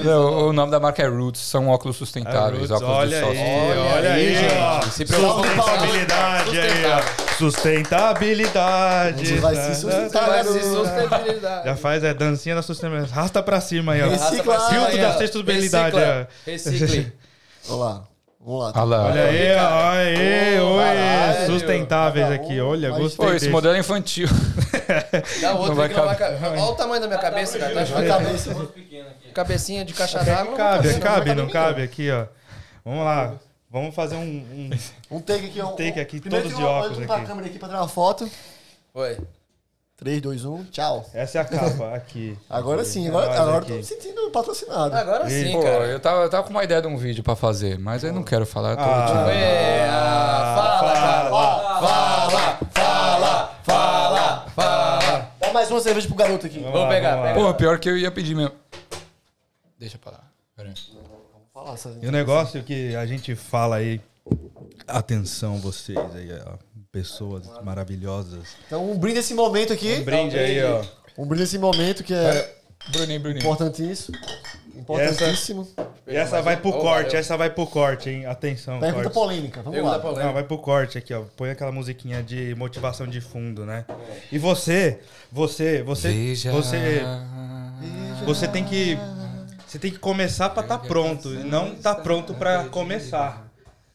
Speaker 3: Não, o nome da marca é Roots, são óculos sustentáveis,
Speaker 2: É Roots,
Speaker 3: óculos de
Speaker 2: olha
Speaker 3: sócio.
Speaker 2: aí. Olha aí, ó.
Speaker 4: Se preocupa com
Speaker 2: Sustentabilidade aí, ó. Sustentabilidade. É,
Speaker 1: A gente vai se sustentar.
Speaker 4: Mas
Speaker 1: garoto.
Speaker 4: isso sustentabilidade.
Speaker 2: Já faz a dancinha da sustentabilidade. Arrasta pra cima aí, ó.
Speaker 1: Esse-
Speaker 4: Arrasta pra
Speaker 1: Recicla.
Speaker 4: cima,
Speaker 1: Filtro
Speaker 4: aí,
Speaker 2: da
Speaker 4: ó.
Speaker 2: sustentabilidade,
Speaker 4: Recicla. Recicle.
Speaker 1: Vamos lá. Vamos lá.
Speaker 3: Olha lá.
Speaker 2: Olha aí, ó. Aê,
Speaker 4: Ô,
Speaker 2: oi.
Speaker 4: caralho.
Speaker 2: Sustentáveis
Speaker 1: Cada um
Speaker 2: aqui. Olha,
Speaker 1: mais
Speaker 2: gostei
Speaker 3: Pô, esse
Speaker 2: desse.
Speaker 3: modelo é infantil.
Speaker 4: Dá outro.
Speaker 3: Não vai
Speaker 4: aqui na marca. Olha o tamanho da minha cabeça, cara. Tá achando
Speaker 1: Tá
Speaker 4: que-
Speaker 1: bem, sim.
Speaker 5: pequeno aqui.
Speaker 4: Cabecinha de caixa d'água. não
Speaker 2: Cabe,
Speaker 4: vai
Speaker 2: cabe,
Speaker 4: caber
Speaker 2: não cabe aqui, ó. Vamos lá. Vamos fazer um. um-
Speaker 1: Um take aqui, um.
Speaker 2: Take aqui,
Speaker 1: primeiro
Speaker 2: todos
Speaker 1: tem
Speaker 2: de
Speaker 1: uma-
Speaker 2: óculos
Speaker 1: olha pra
Speaker 2: aqui.
Speaker 1: câmera aqui pra tirar uma foto.
Speaker 4: Oi.
Speaker 1: 3, 2, 1, tchau.
Speaker 2: Essa é a capa, aqui.
Speaker 1: Agora sim,
Speaker 2: É
Speaker 1: agora,
Speaker 2: nós
Speaker 1: agora eu
Speaker 2: aqui.
Speaker 1: tô me sentindo patrocinado.
Speaker 4: Agora
Speaker 2: Ih,
Speaker 4: sim,
Speaker 3: Pô,
Speaker 4: cara.
Speaker 3: eu tava, eu tava com uma ideia de um vídeo pra fazer, mas eu não quero falar. eu tô
Speaker 2: Ah.
Speaker 3: mentindo.
Speaker 4: É, ah, fala, cara.
Speaker 1: Ó,
Speaker 4: Fala, fala, fala, fala.
Speaker 1: dá mais uma cerveja pro garoto aqui.
Speaker 4: Vou pegar,
Speaker 2: vamos lá.
Speaker 4: pega.
Speaker 3: Pô, pior que eu ia pedir mesmo. Deixa pra lá. Pera aí.
Speaker 1: Fala, essa-
Speaker 2: E o negócio que a gente fala aí. Atenção, vocês aí, ó. Pessoas maravilhosas.
Speaker 1: Então, um brinde esse momento aqui.
Speaker 2: Brinde aí, ó.
Speaker 1: Um brinde esse momento que é
Speaker 3: Bruninho, Bruninho.
Speaker 1: importantíssimo. Importantíssimo.
Speaker 2: E essa vai pro
Speaker 4: Ô,
Speaker 2: corte,
Speaker 4: valeu.
Speaker 2: essa vai pro corte, hein? Atenção,
Speaker 1: Pergunta
Speaker 2: corte.
Speaker 1: polêmica, vamos
Speaker 4: Pergunta
Speaker 1: lá.
Speaker 2: Não,
Speaker 4: polêmica.
Speaker 2: vai pro corte aqui, ó. Põe aquela musiquinha de motivação de fundo, né? E você, você, você,
Speaker 3: Veja.
Speaker 2: você, é você tem que você tem que começar pra estar tá pronto, e não tá pronto pra começar.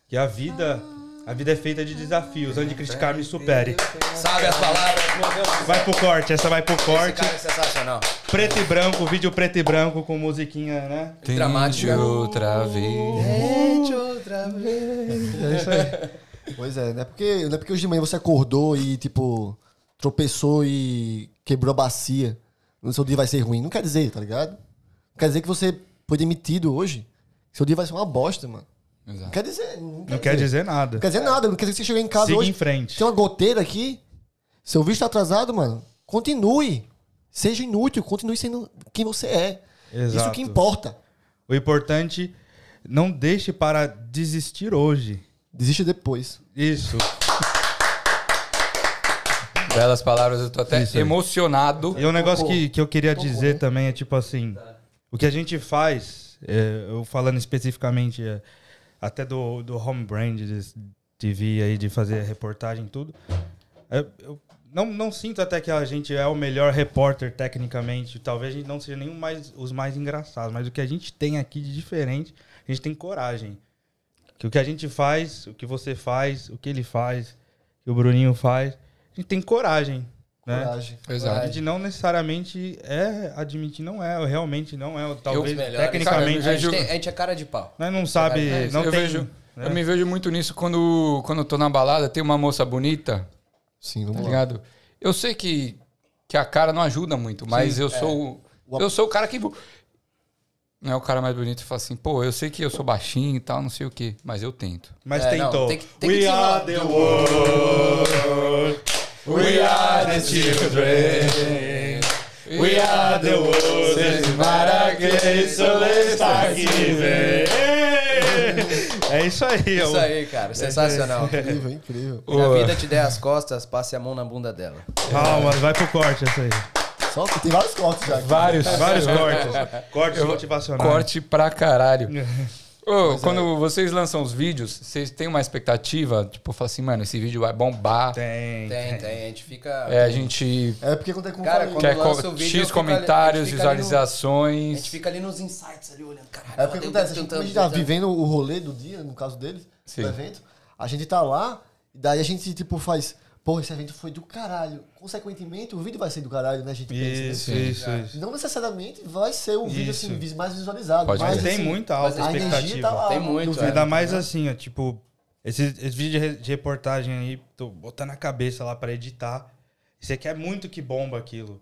Speaker 2: Que a vida, a vida é feita de desafios, onde criticar me supere.
Speaker 4: Sabe as palavras, meu Deus.
Speaker 2: Vai pro corte, essa vai pro
Speaker 4: Esse
Speaker 2: corte.
Speaker 4: cara é sensacional.
Speaker 2: Preto e branco, vídeo preto e branco com musiquinha, né?
Speaker 3: Tente
Speaker 4: Dramática.
Speaker 3: outra vez.
Speaker 1: É isso aí. pois é, não é, porque, não é porque hoje de manhã você acordou e, tipo, tropeçou e quebrou a bacia. O seu dia vai ser ruim. Não quer dizer, tá ligado? Não quer dizer que você foi demitido hoje. Seu dia vai ser uma bosta, mano. Não
Speaker 2: É.
Speaker 3: Exato.
Speaker 1: quer dizer. Não quer,
Speaker 2: Não quer dizer nada.
Speaker 1: não quer dizer nada. Não quer dizer que você chegou em casa
Speaker 2: Siga
Speaker 1: hoje.
Speaker 2: em frente.
Speaker 1: Tem um uma goteira aqui. Seu visto tá atrasado, mano. Continue. Seja inútil. Continue sendo quem você é. Isso
Speaker 2: Exato.
Speaker 1: que importa.
Speaker 2: O importante, não deixe para desistir hoje.
Speaker 1: Desiste depois.
Speaker 2: Isso.
Speaker 3: Belas palavras, eu tô até
Speaker 2: Isso aí.
Speaker 3: emocionado.
Speaker 2: E um negócio que, que eu queria dizer também é tipo assim: o que a gente faz, é, eu falando especificamente é, até do, do home brand, de TV aí, de fazer reportagem e tudo. é, eu não, não sinto até que a gente é o melhor repórter tecnicamente. Talvez a gente não seja nem o mais, os mais engraçados, mas o que a gente tem aqui de diferente, a gente tem coragem. Que o que a gente faz, o que você faz, o que ele faz, o que o Bruninho faz, a gente tem coragem. Né?
Speaker 1: Coragem.
Speaker 3: Exato.
Speaker 2: A gente não necessariamente é admitir, não é, realmente não é. Talvez
Speaker 4: Os melhores.
Speaker 2: tecnicamente
Speaker 4: Cara, a,
Speaker 3: vejo-
Speaker 4: gente tem- a gente é cara de pau.
Speaker 2: nós não sabe,
Speaker 3: É,
Speaker 2: não
Speaker 3: eu
Speaker 2: tem. né?
Speaker 3: vejo, eu me vejo muito nisso quando quando eu tô na balada, tem uma moça bonita,
Speaker 1: Sim,
Speaker 3: tá
Speaker 1: vamos lá.
Speaker 3: ligado? Eu sei que que a cara não ajuda muito, mas eu sou
Speaker 1: O-
Speaker 3: eu sou o cara que não é o cara mais bonito e fala assim, pô, eu sei que eu sou baixinho e tal, não sei o quê, mas eu tento.
Speaker 2: Mas
Speaker 4: É, não,
Speaker 2: tentou.
Speaker 4: tem que- tem que
Speaker 2: We
Speaker 4: desenrolar.
Speaker 2: are the world. We are the children. We are the world,
Speaker 3: Doesn't
Speaker 2: doesn't matter
Speaker 3: matter again, so
Speaker 2: so
Speaker 3: let's
Speaker 2: let's
Speaker 3: start
Speaker 2: start
Speaker 3: giving.
Speaker 2: É isso aí.
Speaker 4: Isso aí,
Speaker 2: É.
Speaker 4: cara. Sensacional.
Speaker 1: Incrível, incrível.
Speaker 4: Se a vida te der as costas, passe a mão na bunda dela.
Speaker 2: Calma, vai pro corte isso aí.
Speaker 1: Só que tem vários cortes já. aqui.
Speaker 3: Vários.
Speaker 2: Vários cortes. Cortes motivacionais.
Speaker 3: Corte pra caralho. Ô, quando vocês lançam os vídeos, vocês têm uma expectativa? Tipo, fala assim, mano, esse vídeo vai bombar.
Speaker 2: Tem.
Speaker 4: Tem, tem. A gente fica.
Speaker 3: É, a gente
Speaker 1: É porque acontece com
Speaker 4: Cara,
Speaker 1: eu
Speaker 4: quando
Speaker 1: falei,
Speaker 3: quer co-
Speaker 4: lança o vídeo,
Speaker 3: X
Speaker 4: fica-
Speaker 3: comentários,
Speaker 4: a gente fica ali no- A gente
Speaker 3: visualizações.
Speaker 4: fica ali nos insights ali olhando. Caralho,
Speaker 1: É porque acontece, a gente, como a gente tá vivendo o rolê do dia, no caso deles,
Speaker 3: Sim.
Speaker 1: do evento, a gente tá lá, e daí a gente, tipo, faz, pô, esse evento foi do caralho. Consequentemente, o vídeo vai ser do caralho, né? A gente pensa, né?
Speaker 2: Isso, isso, isso.
Speaker 1: Não necessariamente vai ser o vídeo
Speaker 2: Isso.
Speaker 1: assim, vis- mais visualizado.
Speaker 3: Pode
Speaker 1: mas,
Speaker 2: Mas tem
Speaker 1: assim,
Speaker 2: muita alta
Speaker 1: a energia tá
Speaker 2: expectativa.
Speaker 1: lá.
Speaker 4: Tem
Speaker 1: no
Speaker 4: muito,
Speaker 1: vídeo.
Speaker 4: é.
Speaker 2: Tipo, Ainda mais assim, ó, tipo, esse, esse vídeo de re- de reportagem aí, tô botando a cabeça lá pra editar. Você quer muito que bomba aquilo.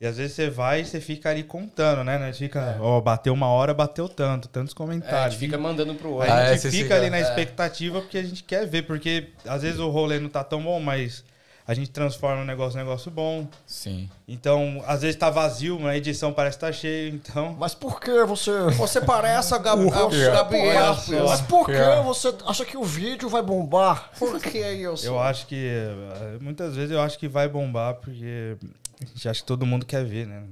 Speaker 2: E às vezes você vai e você fica ali contando, né? Nós fica, ó, bateu uma hora, bateu tanto, tantos
Speaker 4: É, a
Speaker 2: comentários.
Speaker 4: gente fica mandando pro
Speaker 2: A
Speaker 4: outro.
Speaker 3: Ah, é,
Speaker 2: gente
Speaker 3: você
Speaker 2: fica
Speaker 3: fica-
Speaker 2: ali na expectativa porque a gente quer ver, porque às vezes o rolê não tá tão bom, mas a gente transforma o negócio em negócio bom.
Speaker 3: Sim.
Speaker 2: Então, às vezes tá vazio, mas a edição parece que tá cheia, então.
Speaker 1: Mas por que você...
Speaker 4: Você parece a Gab...
Speaker 3: Gabriel.
Speaker 1: Mas por
Speaker 3: É.
Speaker 1: que você acha que o vídeo vai bombar?
Speaker 4: Por que eu
Speaker 2: Eu acho que. eh, Muitas vezes eu acho que vai bombar, porque a gente acha que todo mundo quer ver, né?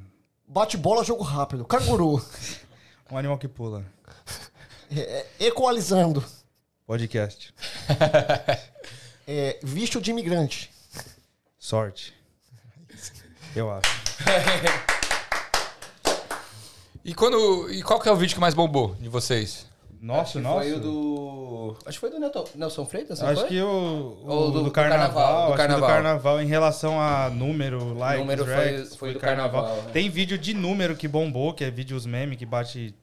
Speaker 1: Bate bola, jogo rápido. Canguru.
Speaker 2: Um animal que pula.
Speaker 1: É, é, equalizando.
Speaker 2: Podcast.
Speaker 1: É, visto de imigrante.
Speaker 2: Sorte. Eu acho.
Speaker 3: E quando. E qual que é o vídeo que mais bombou de vocês?
Speaker 2: Nosso, nosso.
Speaker 4: Foi o do. Acho que foi do Nelton- Nelson Freitas, não
Speaker 2: Acho
Speaker 4: foi?
Speaker 2: que o, o
Speaker 4: Ou do-
Speaker 2: do,
Speaker 4: do
Speaker 2: carnaval,
Speaker 4: carnaval, do
Speaker 2: acho que
Speaker 4: carnaval.
Speaker 2: do carnaval em relação a número, likes,
Speaker 4: Número foi-
Speaker 2: reacts,
Speaker 4: foi do carnaval, né?
Speaker 2: Tem vídeo de número que bombou, que é vídeos meme que bate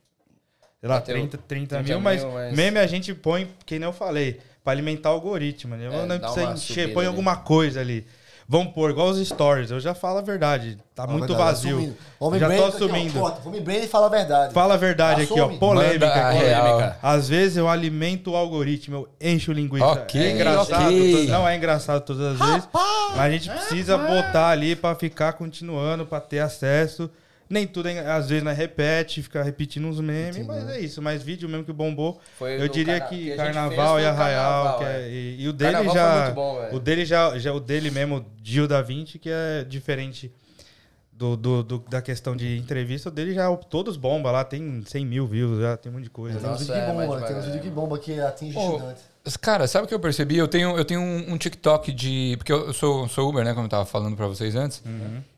Speaker 2: sei lá,
Speaker 4: Bateu
Speaker 2: 30, 30,
Speaker 4: 30
Speaker 2: mil, mas,
Speaker 4: mil, mas-
Speaker 2: meme a gente põe, que nem eu falei, pra alimentar o algoritmo, né?
Speaker 4: É,
Speaker 2: não
Speaker 4: dá
Speaker 2: precisa
Speaker 4: uma
Speaker 2: encher,
Speaker 4: subida
Speaker 2: põe
Speaker 4: ali.
Speaker 2: alguma coisa ali. Vão pôr, igual os stories, eu já falo a verdade, tá muito
Speaker 1: Fala a verdade,
Speaker 2: vazio.
Speaker 1: assumindo. Homem
Speaker 2: Já
Speaker 1: Brand
Speaker 2: tô
Speaker 1: aqui, ó,
Speaker 2: assumindo.
Speaker 1: corta. Homem Brand fala a verdade.
Speaker 2: Fala a verdade aqui,
Speaker 1: Assume.
Speaker 2: ó, polêmica.
Speaker 3: Manda a
Speaker 2: aqui.
Speaker 3: real.
Speaker 2: Às vezes eu alimento o algoritmo, eu encho linguiça.
Speaker 3: Ok,
Speaker 2: é engraçado,
Speaker 3: ok.
Speaker 2: to- não é engraçado todas as vezes, mas a gente precisa botar ali pra ficar continuando, pra ter acesso. Nem tudo, é- às vezes, né, repete, fica repetindo uns memes, mas
Speaker 1: né?
Speaker 2: é isso. Mas vídeo mesmo que bombou,
Speaker 4: Foi
Speaker 2: eu
Speaker 4: do
Speaker 2: diria
Speaker 4: carna- que a
Speaker 2: que
Speaker 4: gente
Speaker 2: Carnaval e
Speaker 4: fez foi o carnaval,
Speaker 2: Arraial, que é-
Speaker 4: é.
Speaker 2: e, e o dele
Speaker 4: Carnaval foi
Speaker 2: já...
Speaker 4: muito bom, é. velho.
Speaker 2: o dele já, já, o dele mesmo, Gil da Vinci, que é diferente do, do- do- da questão de entrevista, o dele já, todos bomba lá, tem 100 mil views, já tem um monte de coisa.
Speaker 1: Tem uns
Speaker 4: Nossa,
Speaker 1: vídeos que
Speaker 4: é, vai
Speaker 1: bomba, né? tem
Speaker 4: devagar,
Speaker 1: uns vídeos que bomba que atinge
Speaker 3: Ô,
Speaker 1: gigante.
Speaker 3: Cara, sabe o que eu percebi? Eu tenho, eu tenho um, um TikTok de. Porque eu sou, sou Uber, né? Como eu tava falando pra vocês antes.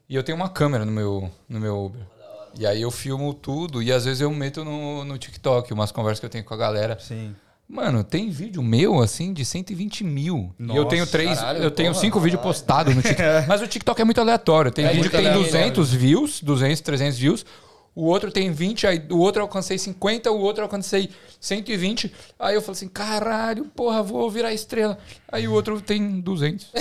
Speaker 3: E eu tenho uma câmera no meu, no meu Uber. E aí eu filmo tudo e às vezes eu meto no, no TikTok umas conversas que eu tenho com a galera.
Speaker 2: Sim.
Speaker 3: Mano, tem vídeo meu, assim, de 120 mil. e eu
Speaker 2: Nossa,
Speaker 3: tenho três.
Speaker 4: caralho,
Speaker 3: eu tenho
Speaker 4: porra,
Speaker 3: cinco vídeos postados no TikTok. Mas o TikTok é muito aleatório. Tem
Speaker 4: É
Speaker 3: vídeo
Speaker 4: muito
Speaker 3: que tem
Speaker 4: aleatório.
Speaker 3: 200 views, 200, 300 views. O outro tem 20, aí o outro eu alcancei 50, o outro eu alcancei 120. Aí eu falo assim, caralho, porra, vou virar estrela. Aí o outro tem 200.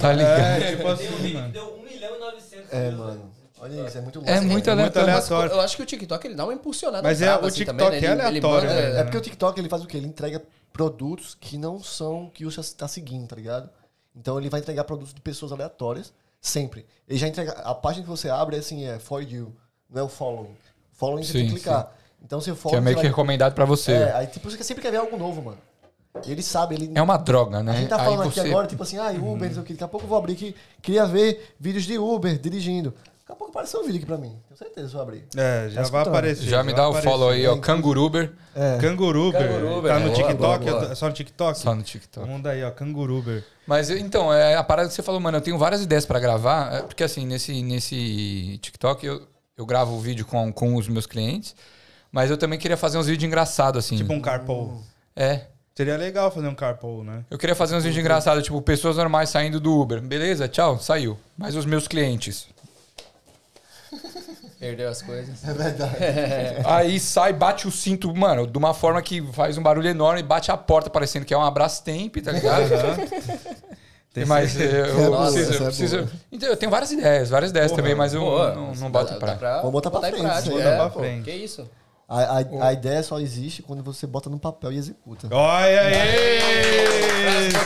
Speaker 3: tá ligado?
Speaker 2: É, tipo
Speaker 5: Tem um
Speaker 2: assim,
Speaker 5: vídeo que
Speaker 2: mano.
Speaker 5: deu 1 milhão e 900
Speaker 1: É,
Speaker 5: mil,
Speaker 1: mano. Olha isso, é muito louco.
Speaker 3: É muito
Speaker 2: muito
Speaker 3: aleatório.
Speaker 2: aleatório.
Speaker 4: Mas eu acho que o TikTok ele dá uma impulsionada.
Speaker 2: Mas é,
Speaker 4: braba,
Speaker 2: o
Speaker 4: assim,
Speaker 2: TikTok
Speaker 4: também, né?
Speaker 2: é
Speaker 4: Ele- ele
Speaker 2: aleatório,
Speaker 4: manda-
Speaker 2: né?
Speaker 1: É porque o TikTok ele faz o quê? Ele entrega produtos que não são o que você está seguindo, tá ligado? Então ele vai entregar produtos de pessoas aleatórias, sempre. Ele já entrega. A página que você abre é assim, é for you, não é o following. Following você tem
Speaker 3: Sim,
Speaker 1: que clicar. Então você
Speaker 3: Que
Speaker 1: follow.
Speaker 3: é
Speaker 1: você
Speaker 3: meio que
Speaker 1: vai-
Speaker 3: recomendado pra você.
Speaker 1: É,
Speaker 3: É,
Speaker 1: aí tipo, você sempre quer ver algo novo, mano. E ele sabe, ele.
Speaker 3: uma droga, né?
Speaker 1: A gente tá
Speaker 3: aí
Speaker 1: falando
Speaker 3: você.
Speaker 1: aqui agora, tipo assim, ah, Uber, não sei o que. Daqui a pouco eu vou abrir aqui. Queria ver vídeos de Uber dirigindo. Daqui a pouco apareceu um vídeo aqui pra mim. Tenho certeza que eu vou abrir.
Speaker 2: É, já
Speaker 1: Tá
Speaker 2: vai
Speaker 1: escutando.
Speaker 2: aparecer.
Speaker 3: Já me dá
Speaker 2: vai
Speaker 3: o follow
Speaker 2: aparecer.
Speaker 3: aí, ó. Canguruber.
Speaker 1: É.
Speaker 2: Canguruber.
Speaker 4: Canguruber,
Speaker 2: Tá no
Speaker 4: boa,
Speaker 2: TikTok?
Speaker 4: boa,
Speaker 2: eu tô-
Speaker 4: boa.
Speaker 2: Só no TikTok?
Speaker 3: Só no TikTok.
Speaker 2: Manda aí, ó, Canguruber.
Speaker 3: Mas então, é a parada que você falou, mano, eu tenho várias ideias pra gravar, é, porque assim, nesse, nesse TikTok eu, eu gravo o vídeo com, com os meus clientes, mas eu também queria fazer uns vídeos engraçados, assim.
Speaker 2: Tipo um carpool.
Speaker 3: É.
Speaker 2: Seria legal fazer um carpool, né?
Speaker 3: Eu queria fazer uns vídeos engraçados, tipo, pessoas normais saindo do Uber. Beleza, tchau, saiu. Mas os meus clientes.
Speaker 4: Perdeu as coisas.
Speaker 1: É verdade.
Speaker 3: Aí sai, bate o cinto, mano, de uma forma que faz um barulho enorme, bate a porta, parecendo que é um abraço tempo, tá ligado?
Speaker 2: Tem
Speaker 3: mas
Speaker 2: certeza.
Speaker 3: é, eu,
Speaker 1: Nossa,
Speaker 3: preciso,
Speaker 1: essa
Speaker 3: eu
Speaker 1: é
Speaker 3: preciso-
Speaker 1: boa.
Speaker 3: Então, eu tenho várias ideias, várias ideias
Speaker 2: Porra,
Speaker 3: também, mas eu
Speaker 4: Boa,
Speaker 3: não, não
Speaker 4: mas
Speaker 3: boto
Speaker 4: dá-
Speaker 3: em prática.
Speaker 4: dá pra
Speaker 1: Vamos botar pra
Speaker 4: botar em
Speaker 1: frente,
Speaker 4: prática,
Speaker 1: isso aí,
Speaker 4: é,
Speaker 2: dá pra
Speaker 4: pô.
Speaker 2: frente.
Speaker 4: Que isso?
Speaker 1: A, a, a ideia só existe quando você bota no papel e executa.
Speaker 2: Olha aí!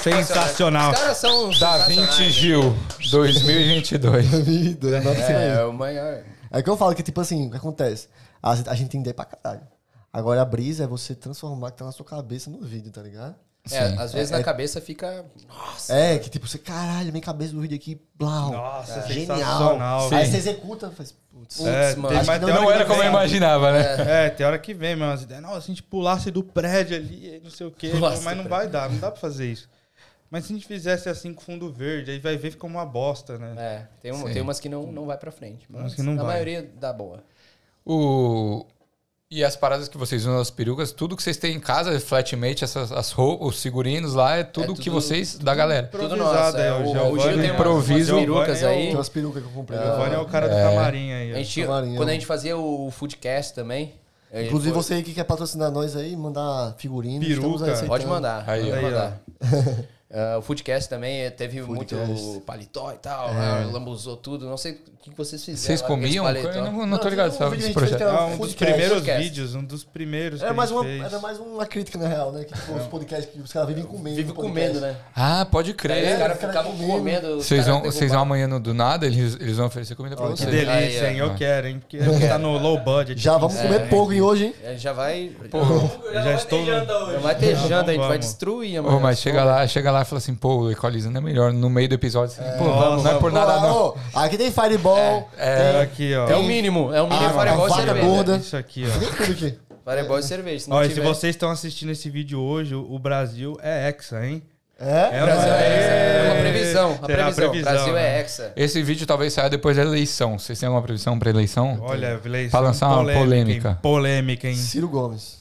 Speaker 2: Sensacional.
Speaker 4: Os caras são.
Speaker 3: Da
Speaker 4: sensacionais,
Speaker 3: 20
Speaker 4: né?
Speaker 3: Gil 2022.
Speaker 1: Vida, nota isso aí.
Speaker 4: É, é o maior.
Speaker 1: É que eu falo que, tipo assim, o que acontece? A, gente- a gente tem ideia pra caralho. Agora a brisa é você transformar o que tá na sua cabeça no vídeo, tá ligado?
Speaker 4: É, às vezes na cabeça fica. Nossa.
Speaker 1: É, que tipo, você, caralho, minha cabeça do vídeo aqui, blau. É.
Speaker 2: Nossa,
Speaker 1: genial.
Speaker 2: sensacional.
Speaker 1: Aí
Speaker 2: Sim.
Speaker 1: você executa, faz. Putz,
Speaker 4: Putz,
Speaker 2: É,
Speaker 4: mano.
Speaker 2: tem mais-
Speaker 4: Acho
Speaker 1: que
Speaker 2: tem
Speaker 1: não
Speaker 3: Não
Speaker 2: hora
Speaker 3: era
Speaker 2: que
Speaker 3: como eu
Speaker 2: vem.
Speaker 3: imaginava, né?
Speaker 2: É, tem hora que vem, mas ideias. Nossa, se a gente pulasse do prédio ali, não sei o quê.
Speaker 4: Pulasse
Speaker 2: mas
Speaker 4: do
Speaker 2: não vai
Speaker 4: prédio.
Speaker 2: dar, não dá pra fazer isso. Mas se a gente fizesse assim com fundo verde, aí vai ver fica uma bosta, né?
Speaker 4: É, tem, um,
Speaker 3: Sim.
Speaker 4: tem umas que não, não vai pra frente.
Speaker 2: Umas
Speaker 4: Mas
Speaker 2: que não
Speaker 4: a
Speaker 2: vai.
Speaker 4: maioria dá boa.
Speaker 3: O... E as paradas que vocês usam, as perucas, tudo que vocês têm em casa, flatmate, essas, as roupas, os figurinos lá, é tudo,
Speaker 4: É tudo-
Speaker 3: que vocês, da galera.
Speaker 4: Tudo
Speaker 2: Improvisado,
Speaker 4: nosso. É,
Speaker 2: é, o
Speaker 4: o, o
Speaker 2: Giovanni
Speaker 4: Gil tem
Speaker 3: é-
Speaker 4: improviso
Speaker 3: Improviso.
Speaker 4: perucas
Speaker 2: Giovanni é
Speaker 4: aí.
Speaker 1: Tem umas perucas que eu comprei.
Speaker 2: O Giovanni é o cara do camarim aí. ó.
Speaker 4: A gente,
Speaker 1: Camarim,
Speaker 4: quando a
Speaker 1: ó.
Speaker 4: gente fazia o, o foodcast também. a gente
Speaker 1: Inclusive,
Speaker 4: foi-
Speaker 1: você aí que quer patrocinar nós aí, mandar figurino. estamos
Speaker 2: Peruca.
Speaker 1: aceitando.
Speaker 4: Pode mandar.
Speaker 3: Aí,
Speaker 4: pode
Speaker 2: ó.
Speaker 4: mandar. Ah, o Foodcast também eh, teve muito
Speaker 1: Foodcast.
Speaker 4: paletó e tal, né, lambuzou tudo. Não sei o que que vocês fizeram.
Speaker 3: Vocês
Speaker 4: lá com É, esse
Speaker 3: comiam?
Speaker 4: paletó.
Speaker 3: Eu não, não
Speaker 1: Não,
Speaker 3: tô ligado,
Speaker 1: tem um
Speaker 3: sabe?
Speaker 1: vídeo
Speaker 3: Esse
Speaker 1: que a gente fez que
Speaker 3: projeto.
Speaker 1: era
Speaker 2: Ah, um dos
Speaker 1: Foodcast.
Speaker 2: primeiros
Speaker 4: Podcast.
Speaker 2: vídeos, um dos primeiros. que
Speaker 1: Era
Speaker 2: a
Speaker 1: É mais,
Speaker 2: gente
Speaker 1: uma,
Speaker 2: fez.
Speaker 1: era mais uma crítica, na real, né? Que tipo, os podcasts que os caras vivem comendo.
Speaker 4: Vive
Speaker 1: no podcast.
Speaker 4: comendo, né?
Speaker 3: Ah, pode
Speaker 4: Aí os
Speaker 1: É,
Speaker 3: crer.
Speaker 4: caras
Speaker 1: os caras
Speaker 4: ficavam
Speaker 1: comendo.
Speaker 4: comendo. os
Speaker 3: Vocês
Speaker 4: caras
Speaker 3: vão, vocês vão amanhã no- do nada, eles, eles vão oferecer comida pra
Speaker 1: Ó, que
Speaker 2: Que
Speaker 3: vocês.
Speaker 2: delícia,
Speaker 4: Aí,
Speaker 2: hein? Eu quero, hein? Porque a gente tá no low budget.
Speaker 1: Já vamos comer pouco, hein, hoje, hein?
Speaker 4: derrubavam. É, Já vai.
Speaker 5: Eu já
Speaker 2: já
Speaker 5: vai
Speaker 2: estou-
Speaker 5: ter janta hoje.
Speaker 4: já vai ter
Speaker 2: Não,
Speaker 4: janta, a gente vai
Speaker 2: vamos.
Speaker 4: destruir,
Speaker 3: Ô,
Speaker 4: mano.
Speaker 3: mas chega lá, chega lá e fala assim, pô, o equalizando é melhor. No meio do episódio, assim, pô, vamos, não é por nada
Speaker 1: Ó,
Speaker 3: não.
Speaker 1: ó, Aqui tem Fireball.
Speaker 2: É, aqui, ó.
Speaker 4: É o mínimo, é o mínimo
Speaker 1: Ah,
Speaker 4: é fireball
Speaker 1: a
Speaker 4: e
Speaker 1: vaca
Speaker 4: cerveja.
Speaker 1: gorda. gordo.
Speaker 2: Isso aqui, ó.
Speaker 1: Tem tudo aqui.
Speaker 4: Fireball e cerveja. Se não
Speaker 2: Ó, e se
Speaker 4: tiver,
Speaker 2: vocês estão assistindo esse vídeo hoje, o o Brasil é hexa, hein?
Speaker 1: É?
Speaker 2: o
Speaker 4: Brasil é hexa. É uma
Speaker 2: É.
Speaker 4: previsão. A
Speaker 2: Será a
Speaker 4: previsão.
Speaker 2: previsão,
Speaker 4: Brasil é
Speaker 2: né?
Speaker 4: hexa.
Speaker 3: Esse vídeo talvez saia depois da eleição. Vocês têm alguma previsão pra eleição?
Speaker 2: Olha, Vileis.
Speaker 3: Pra lançar uma
Speaker 2: hein?
Speaker 3: polêmica.
Speaker 2: Polêmica, hein?
Speaker 1: Ciro Gomes.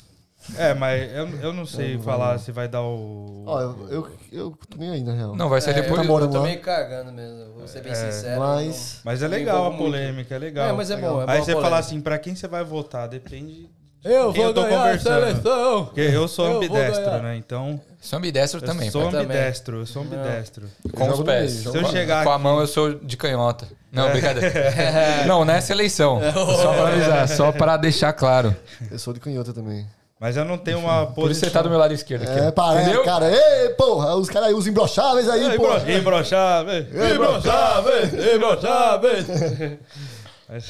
Speaker 2: É, mas eu, eu não sei falar se vai dar o.
Speaker 1: Ó, eu, eu, eu tô nem aí, na real.
Speaker 3: Não, vai sair
Speaker 4: É,
Speaker 3: depois.
Speaker 1: tá bom.
Speaker 4: eu, eu
Speaker 1: morando
Speaker 4: tô
Speaker 1: lá.
Speaker 4: meio cagando mesmo, vou ser bem sincero.
Speaker 1: Mas-
Speaker 4: não-
Speaker 2: É, Mas é
Speaker 4: não me
Speaker 2: legal
Speaker 4: envolvo
Speaker 2: a
Speaker 4: muito.
Speaker 2: polêmica, é legal.
Speaker 4: É, mas é bom, é
Speaker 2: Aí
Speaker 4: boa
Speaker 2: você fala
Speaker 4: polêmica.
Speaker 2: assim, pra quem você vai votar? Depende.
Speaker 4: Eu
Speaker 2: Quem eu tô conversando?
Speaker 4: seleção!
Speaker 2: Porque eu sou
Speaker 4: Eu vou
Speaker 2: ambidestro,
Speaker 4: ganhar.
Speaker 2: né? Então.
Speaker 3: Sou ambidestro
Speaker 2: Eu
Speaker 3: também.
Speaker 2: sou um
Speaker 3: pai.
Speaker 4: também.
Speaker 2: ambidestro, eu sou ambidestro.
Speaker 4: Então
Speaker 3: Com os
Speaker 1: jogo no
Speaker 3: pés.
Speaker 1: meio, jogo
Speaker 2: Se eu
Speaker 3: Com-
Speaker 2: chegar
Speaker 3: Com a mão eu sou de canhota. Não,
Speaker 2: É.
Speaker 3: brincadeira. não, nessa eleição. Só pra avisar, só pra deixar claro.
Speaker 1: Eu sou de canhota também.
Speaker 2: Mas eu não tenho uma posição.
Speaker 3: Por isso você tá do meu lado esquerdo aqui.
Speaker 1: É,
Speaker 3: ó.
Speaker 2: né,
Speaker 1: para,
Speaker 3: Entendeu?
Speaker 1: cara. Ei, porra, os caras aí, os imbrocháveis aí,
Speaker 2: Ei,
Speaker 1: porra.
Speaker 2: bro- Ei, brochável! Ei, brochável! Ei, brochável! Mas-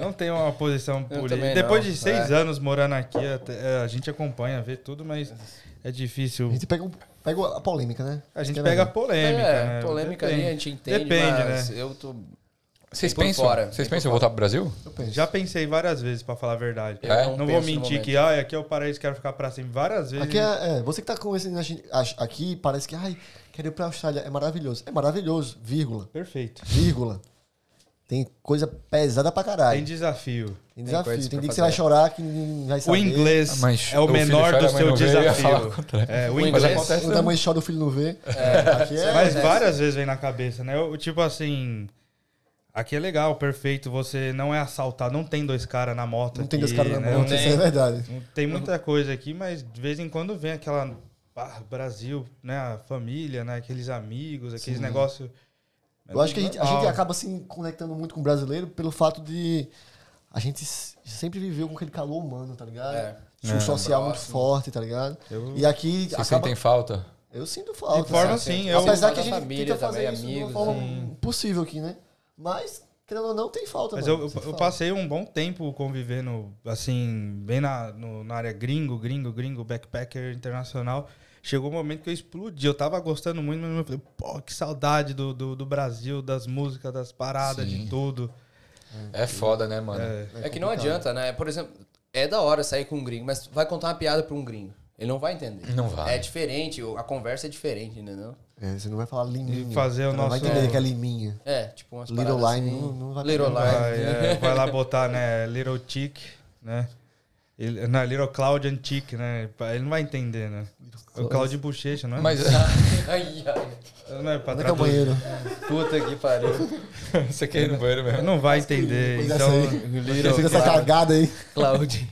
Speaker 2: não tenho uma posição política.
Speaker 4: também
Speaker 2: Depois
Speaker 4: não, é.
Speaker 2: de seis anos morando aqui, até- é, a gente acompanha, vê tudo, mas é difícil.
Speaker 4: Então,
Speaker 1: A gente pega, um- pega a polêmica, né?
Speaker 2: A gente
Speaker 1: Quer
Speaker 2: pega a
Speaker 1: ver?
Speaker 2: polêmica,
Speaker 4: é,
Speaker 2: né?
Speaker 4: polêmica
Speaker 2: Depende.
Speaker 4: ali a gente entende,
Speaker 2: Depende,
Speaker 4: mas
Speaker 2: né?
Speaker 4: eu tô...
Speaker 3: Vocês
Speaker 4: E por
Speaker 3: pensam,
Speaker 4: fora, e
Speaker 3: vocês
Speaker 4: por
Speaker 3: pensam em
Speaker 4: fora.
Speaker 3: voltar pro Brasil?
Speaker 1: Eu penso.
Speaker 2: Já pensei várias vezes, pra falar a verdade.
Speaker 3: Eu É?
Speaker 4: não
Speaker 2: Não,
Speaker 4: penso
Speaker 2: vou
Speaker 4: no
Speaker 2: mentir
Speaker 4: momento.
Speaker 2: que, ah, aqui é o paraíso, quero ficar pra sempre. Várias vezes.
Speaker 1: Aqui é, é, você que tá conversando a gente- ach- aqui, parece que, ai, quero ir pra Austrália, é maravilhoso. É maravilhoso, vírgula,
Speaker 2: Perfeito.
Speaker 1: vírgula. Tem coisa pesada pra caralho.
Speaker 2: Tem desafio.
Speaker 1: Tem
Speaker 4: Tem
Speaker 1: desafio.
Speaker 4: coisa
Speaker 1: Tem,
Speaker 4: pra
Speaker 1: dia que
Speaker 4: fazer.
Speaker 1: você vai chorar que ninguém vai
Speaker 2: O
Speaker 1: saber.
Speaker 2: inglês
Speaker 3: Ah, Mas
Speaker 2: é o
Speaker 3: o filho
Speaker 2: menor
Speaker 3: chora,
Speaker 2: do
Speaker 3: a mãe
Speaker 2: seu
Speaker 3: não vê, eu ia falar
Speaker 2: desafio.
Speaker 3: o contrário.
Speaker 2: É, o
Speaker 4: Mas
Speaker 2: inglês.
Speaker 4: acontece
Speaker 1: Quando a mãe chora, um o filho não vê. Aqui é...
Speaker 2: Mas
Speaker 4: acontece.
Speaker 2: várias vezes vem na cabeça, né? Eu, tipo assim. Aqui é legal, perfeito. Você não é assaltado, não tem dois caras na moto.
Speaker 1: Não tem dois
Speaker 2: aqui,
Speaker 1: caras na
Speaker 2: né?
Speaker 1: mão,
Speaker 2: Não
Speaker 1: isso é
Speaker 2: tem,
Speaker 1: verdade.
Speaker 2: não tem muita coisa aqui, mas de vez em quando vem aquela. ah, Brasil, né? A família, né? Aqueles amigos, aqueles negócios. É
Speaker 1: Eu acho que a gente, a
Speaker 2: Normal.
Speaker 1: gente acaba se conectando muito com o brasileiro pelo fato de a gente s- sempre viveu com aquele calor humano, tá ligado?
Speaker 4: É.
Speaker 1: Sul social muito
Speaker 4: Próximo.
Speaker 1: forte, tá ligado?
Speaker 2: Eu-
Speaker 1: E aqui
Speaker 3: Vocês
Speaker 1: acaba...
Speaker 3: sentem falta?
Speaker 1: eu sinto
Speaker 2: De
Speaker 1: falta.
Speaker 2: forma
Speaker 1: sabe?
Speaker 2: assim,
Speaker 4: sim.
Speaker 2: eu.
Speaker 1: Apesar que a
Speaker 4: Da
Speaker 1: gente
Speaker 4: família
Speaker 1: tenta fazer
Speaker 4: também,
Speaker 1: isso
Speaker 4: amigos,
Speaker 1: de uma forma possível aqui, né? Mas, querendo ou não, tem falta.
Speaker 2: Mas eu,
Speaker 1: mano,
Speaker 2: eu,
Speaker 1: sinto
Speaker 2: eu
Speaker 1: falta.
Speaker 2: passei um bom tempo convivendo, assim, bem na, no- na área gringo, gringo, gringo, backpacker internacional. Chegou um momento que eu explodi. Eu tava gostando muito, mas eu falei, pô, que saudade do, do, do Brasil, das músicas, das paradas,
Speaker 3: Sim.
Speaker 2: de tudo.
Speaker 3: É foda, né, mano?
Speaker 2: É,
Speaker 4: É que não
Speaker 1: complicado.
Speaker 4: adianta, né? Por exemplo, é da hora sair com um gringo, mas vai contar uma piada pra um gringo. Ele não vai entender.
Speaker 3: Não vai.
Speaker 4: É diferente, o- a conversa é diferente, entendeu?
Speaker 1: É, você não vai falar liminha.
Speaker 2: E fazer o
Speaker 1: Você não Vai
Speaker 2: nosso-
Speaker 1: entender que é liminha.
Speaker 4: É, tipo umas
Speaker 1: Little
Speaker 4: paradas
Speaker 1: Line
Speaker 4: assim.
Speaker 1: não- não vai
Speaker 4: Little
Speaker 1: lembrar.
Speaker 4: Line.
Speaker 2: Vai, é, vai lá botar, né, Little Chick, né? Ele, na Little Cloud and Chick, né? Ele não vai entender, né? O Cláudio Bochecha, não é?
Speaker 3: Mas
Speaker 4: Ai, ai.
Speaker 2: não é pra
Speaker 1: Onde é que é o
Speaker 2: traduzir.
Speaker 1: banheiro?
Speaker 4: Puta que pariu.
Speaker 3: você quer ir no banheiro mesmo?
Speaker 2: Não vai entender.
Speaker 1: Coisa
Speaker 2: Então,
Speaker 1: assim.
Speaker 4: Little
Speaker 1: Fica essa
Speaker 4: Cloud.
Speaker 1: cagada aí.
Speaker 4: Cloud.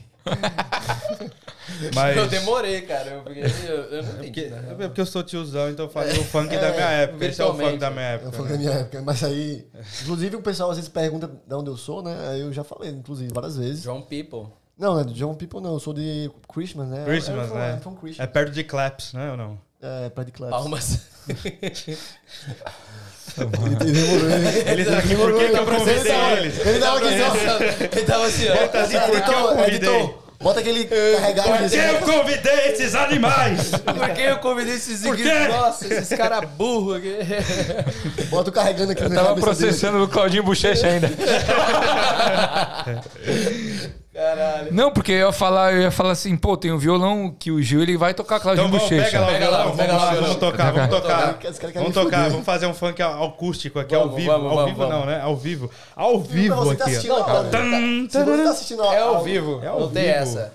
Speaker 2: mas...
Speaker 4: Eu demorei, cara. Eu, porque eu, eu não
Speaker 2: Porque,
Speaker 4: entendi. né?
Speaker 2: é porque eu sou tiozão, então eu falei o funk da minha época. Esse é o funk
Speaker 4: virtualmente.
Speaker 2: da minha
Speaker 1: Eu
Speaker 2: época. né?
Speaker 1: falei da minha época, mas aí. Inclusive, o pessoal às vezes pergunta de onde eu sou, né? Aí eu já falei, inclusive, várias vezes.
Speaker 4: John People.
Speaker 1: Não, é do John People não, eu sou de Christmas, né?
Speaker 2: Christmas,
Speaker 1: Eu- eu-
Speaker 2: né?
Speaker 1: eu sou um
Speaker 2: É
Speaker 1: Christmas.
Speaker 2: perto de Claps, né ou não?
Speaker 1: É, pra de classe.
Speaker 4: Palmas.
Speaker 1: Ele demorou, hein?
Speaker 2: Eles tá aqui, por que, que eu convidei eles?
Speaker 1: Ele tava aqui só.
Speaker 4: Ele tava assim, ó.
Speaker 2: Ele tá assim, por que eu
Speaker 1: Editor,
Speaker 2: convidei? É,
Speaker 1: editor, bota aquele assim, carregado
Speaker 2: Por que eu convidei esses animais?
Speaker 4: Por que eu convidei esses
Speaker 2: Por quê?
Speaker 4: ignorantes? Nossa, esses caras burros aqui.
Speaker 1: Bota o carregando aqui na
Speaker 3: Tava
Speaker 1: cabeça dele.
Speaker 3: processando o Claudinho Bochecha ainda.
Speaker 4: Caralho.
Speaker 3: Não, porque eu ia falar, eu ia falar assim, pô, tem um violão que É o Gil ele vai tocar Claudinho
Speaker 2: Então vamos,
Speaker 3: Bochecha.
Speaker 2: pega lá o
Speaker 4: Pega lá,
Speaker 2: violão,
Speaker 4: pega
Speaker 2: vamos
Speaker 4: lá
Speaker 2: lá,
Speaker 4: o
Speaker 2: vamos
Speaker 4: violão.
Speaker 2: tocar, vamos
Speaker 4: Vamos
Speaker 2: tocar.
Speaker 1: tocar. Esse cara quer
Speaker 2: Vamos
Speaker 1: me
Speaker 2: tocar,
Speaker 1: fuder.
Speaker 2: vamos fazer um funk ao- acústico aqui,
Speaker 4: Vamos,
Speaker 2: ao vivo.
Speaker 4: vamos,
Speaker 2: Ao
Speaker 4: vamos,
Speaker 2: vivo não,
Speaker 4: vamos.
Speaker 2: né? Ao vivo. Ao
Speaker 1: Vivo,
Speaker 2: vivo
Speaker 1: você tá
Speaker 2: aqui.
Speaker 1: assistindo
Speaker 2: ó.
Speaker 1: a parada.
Speaker 2: Tum,
Speaker 1: Se você tá assistindo a-
Speaker 4: É ao
Speaker 1: a-
Speaker 4: vivo.
Speaker 2: É ao
Speaker 4: não tem
Speaker 2: vivo.
Speaker 4: essa.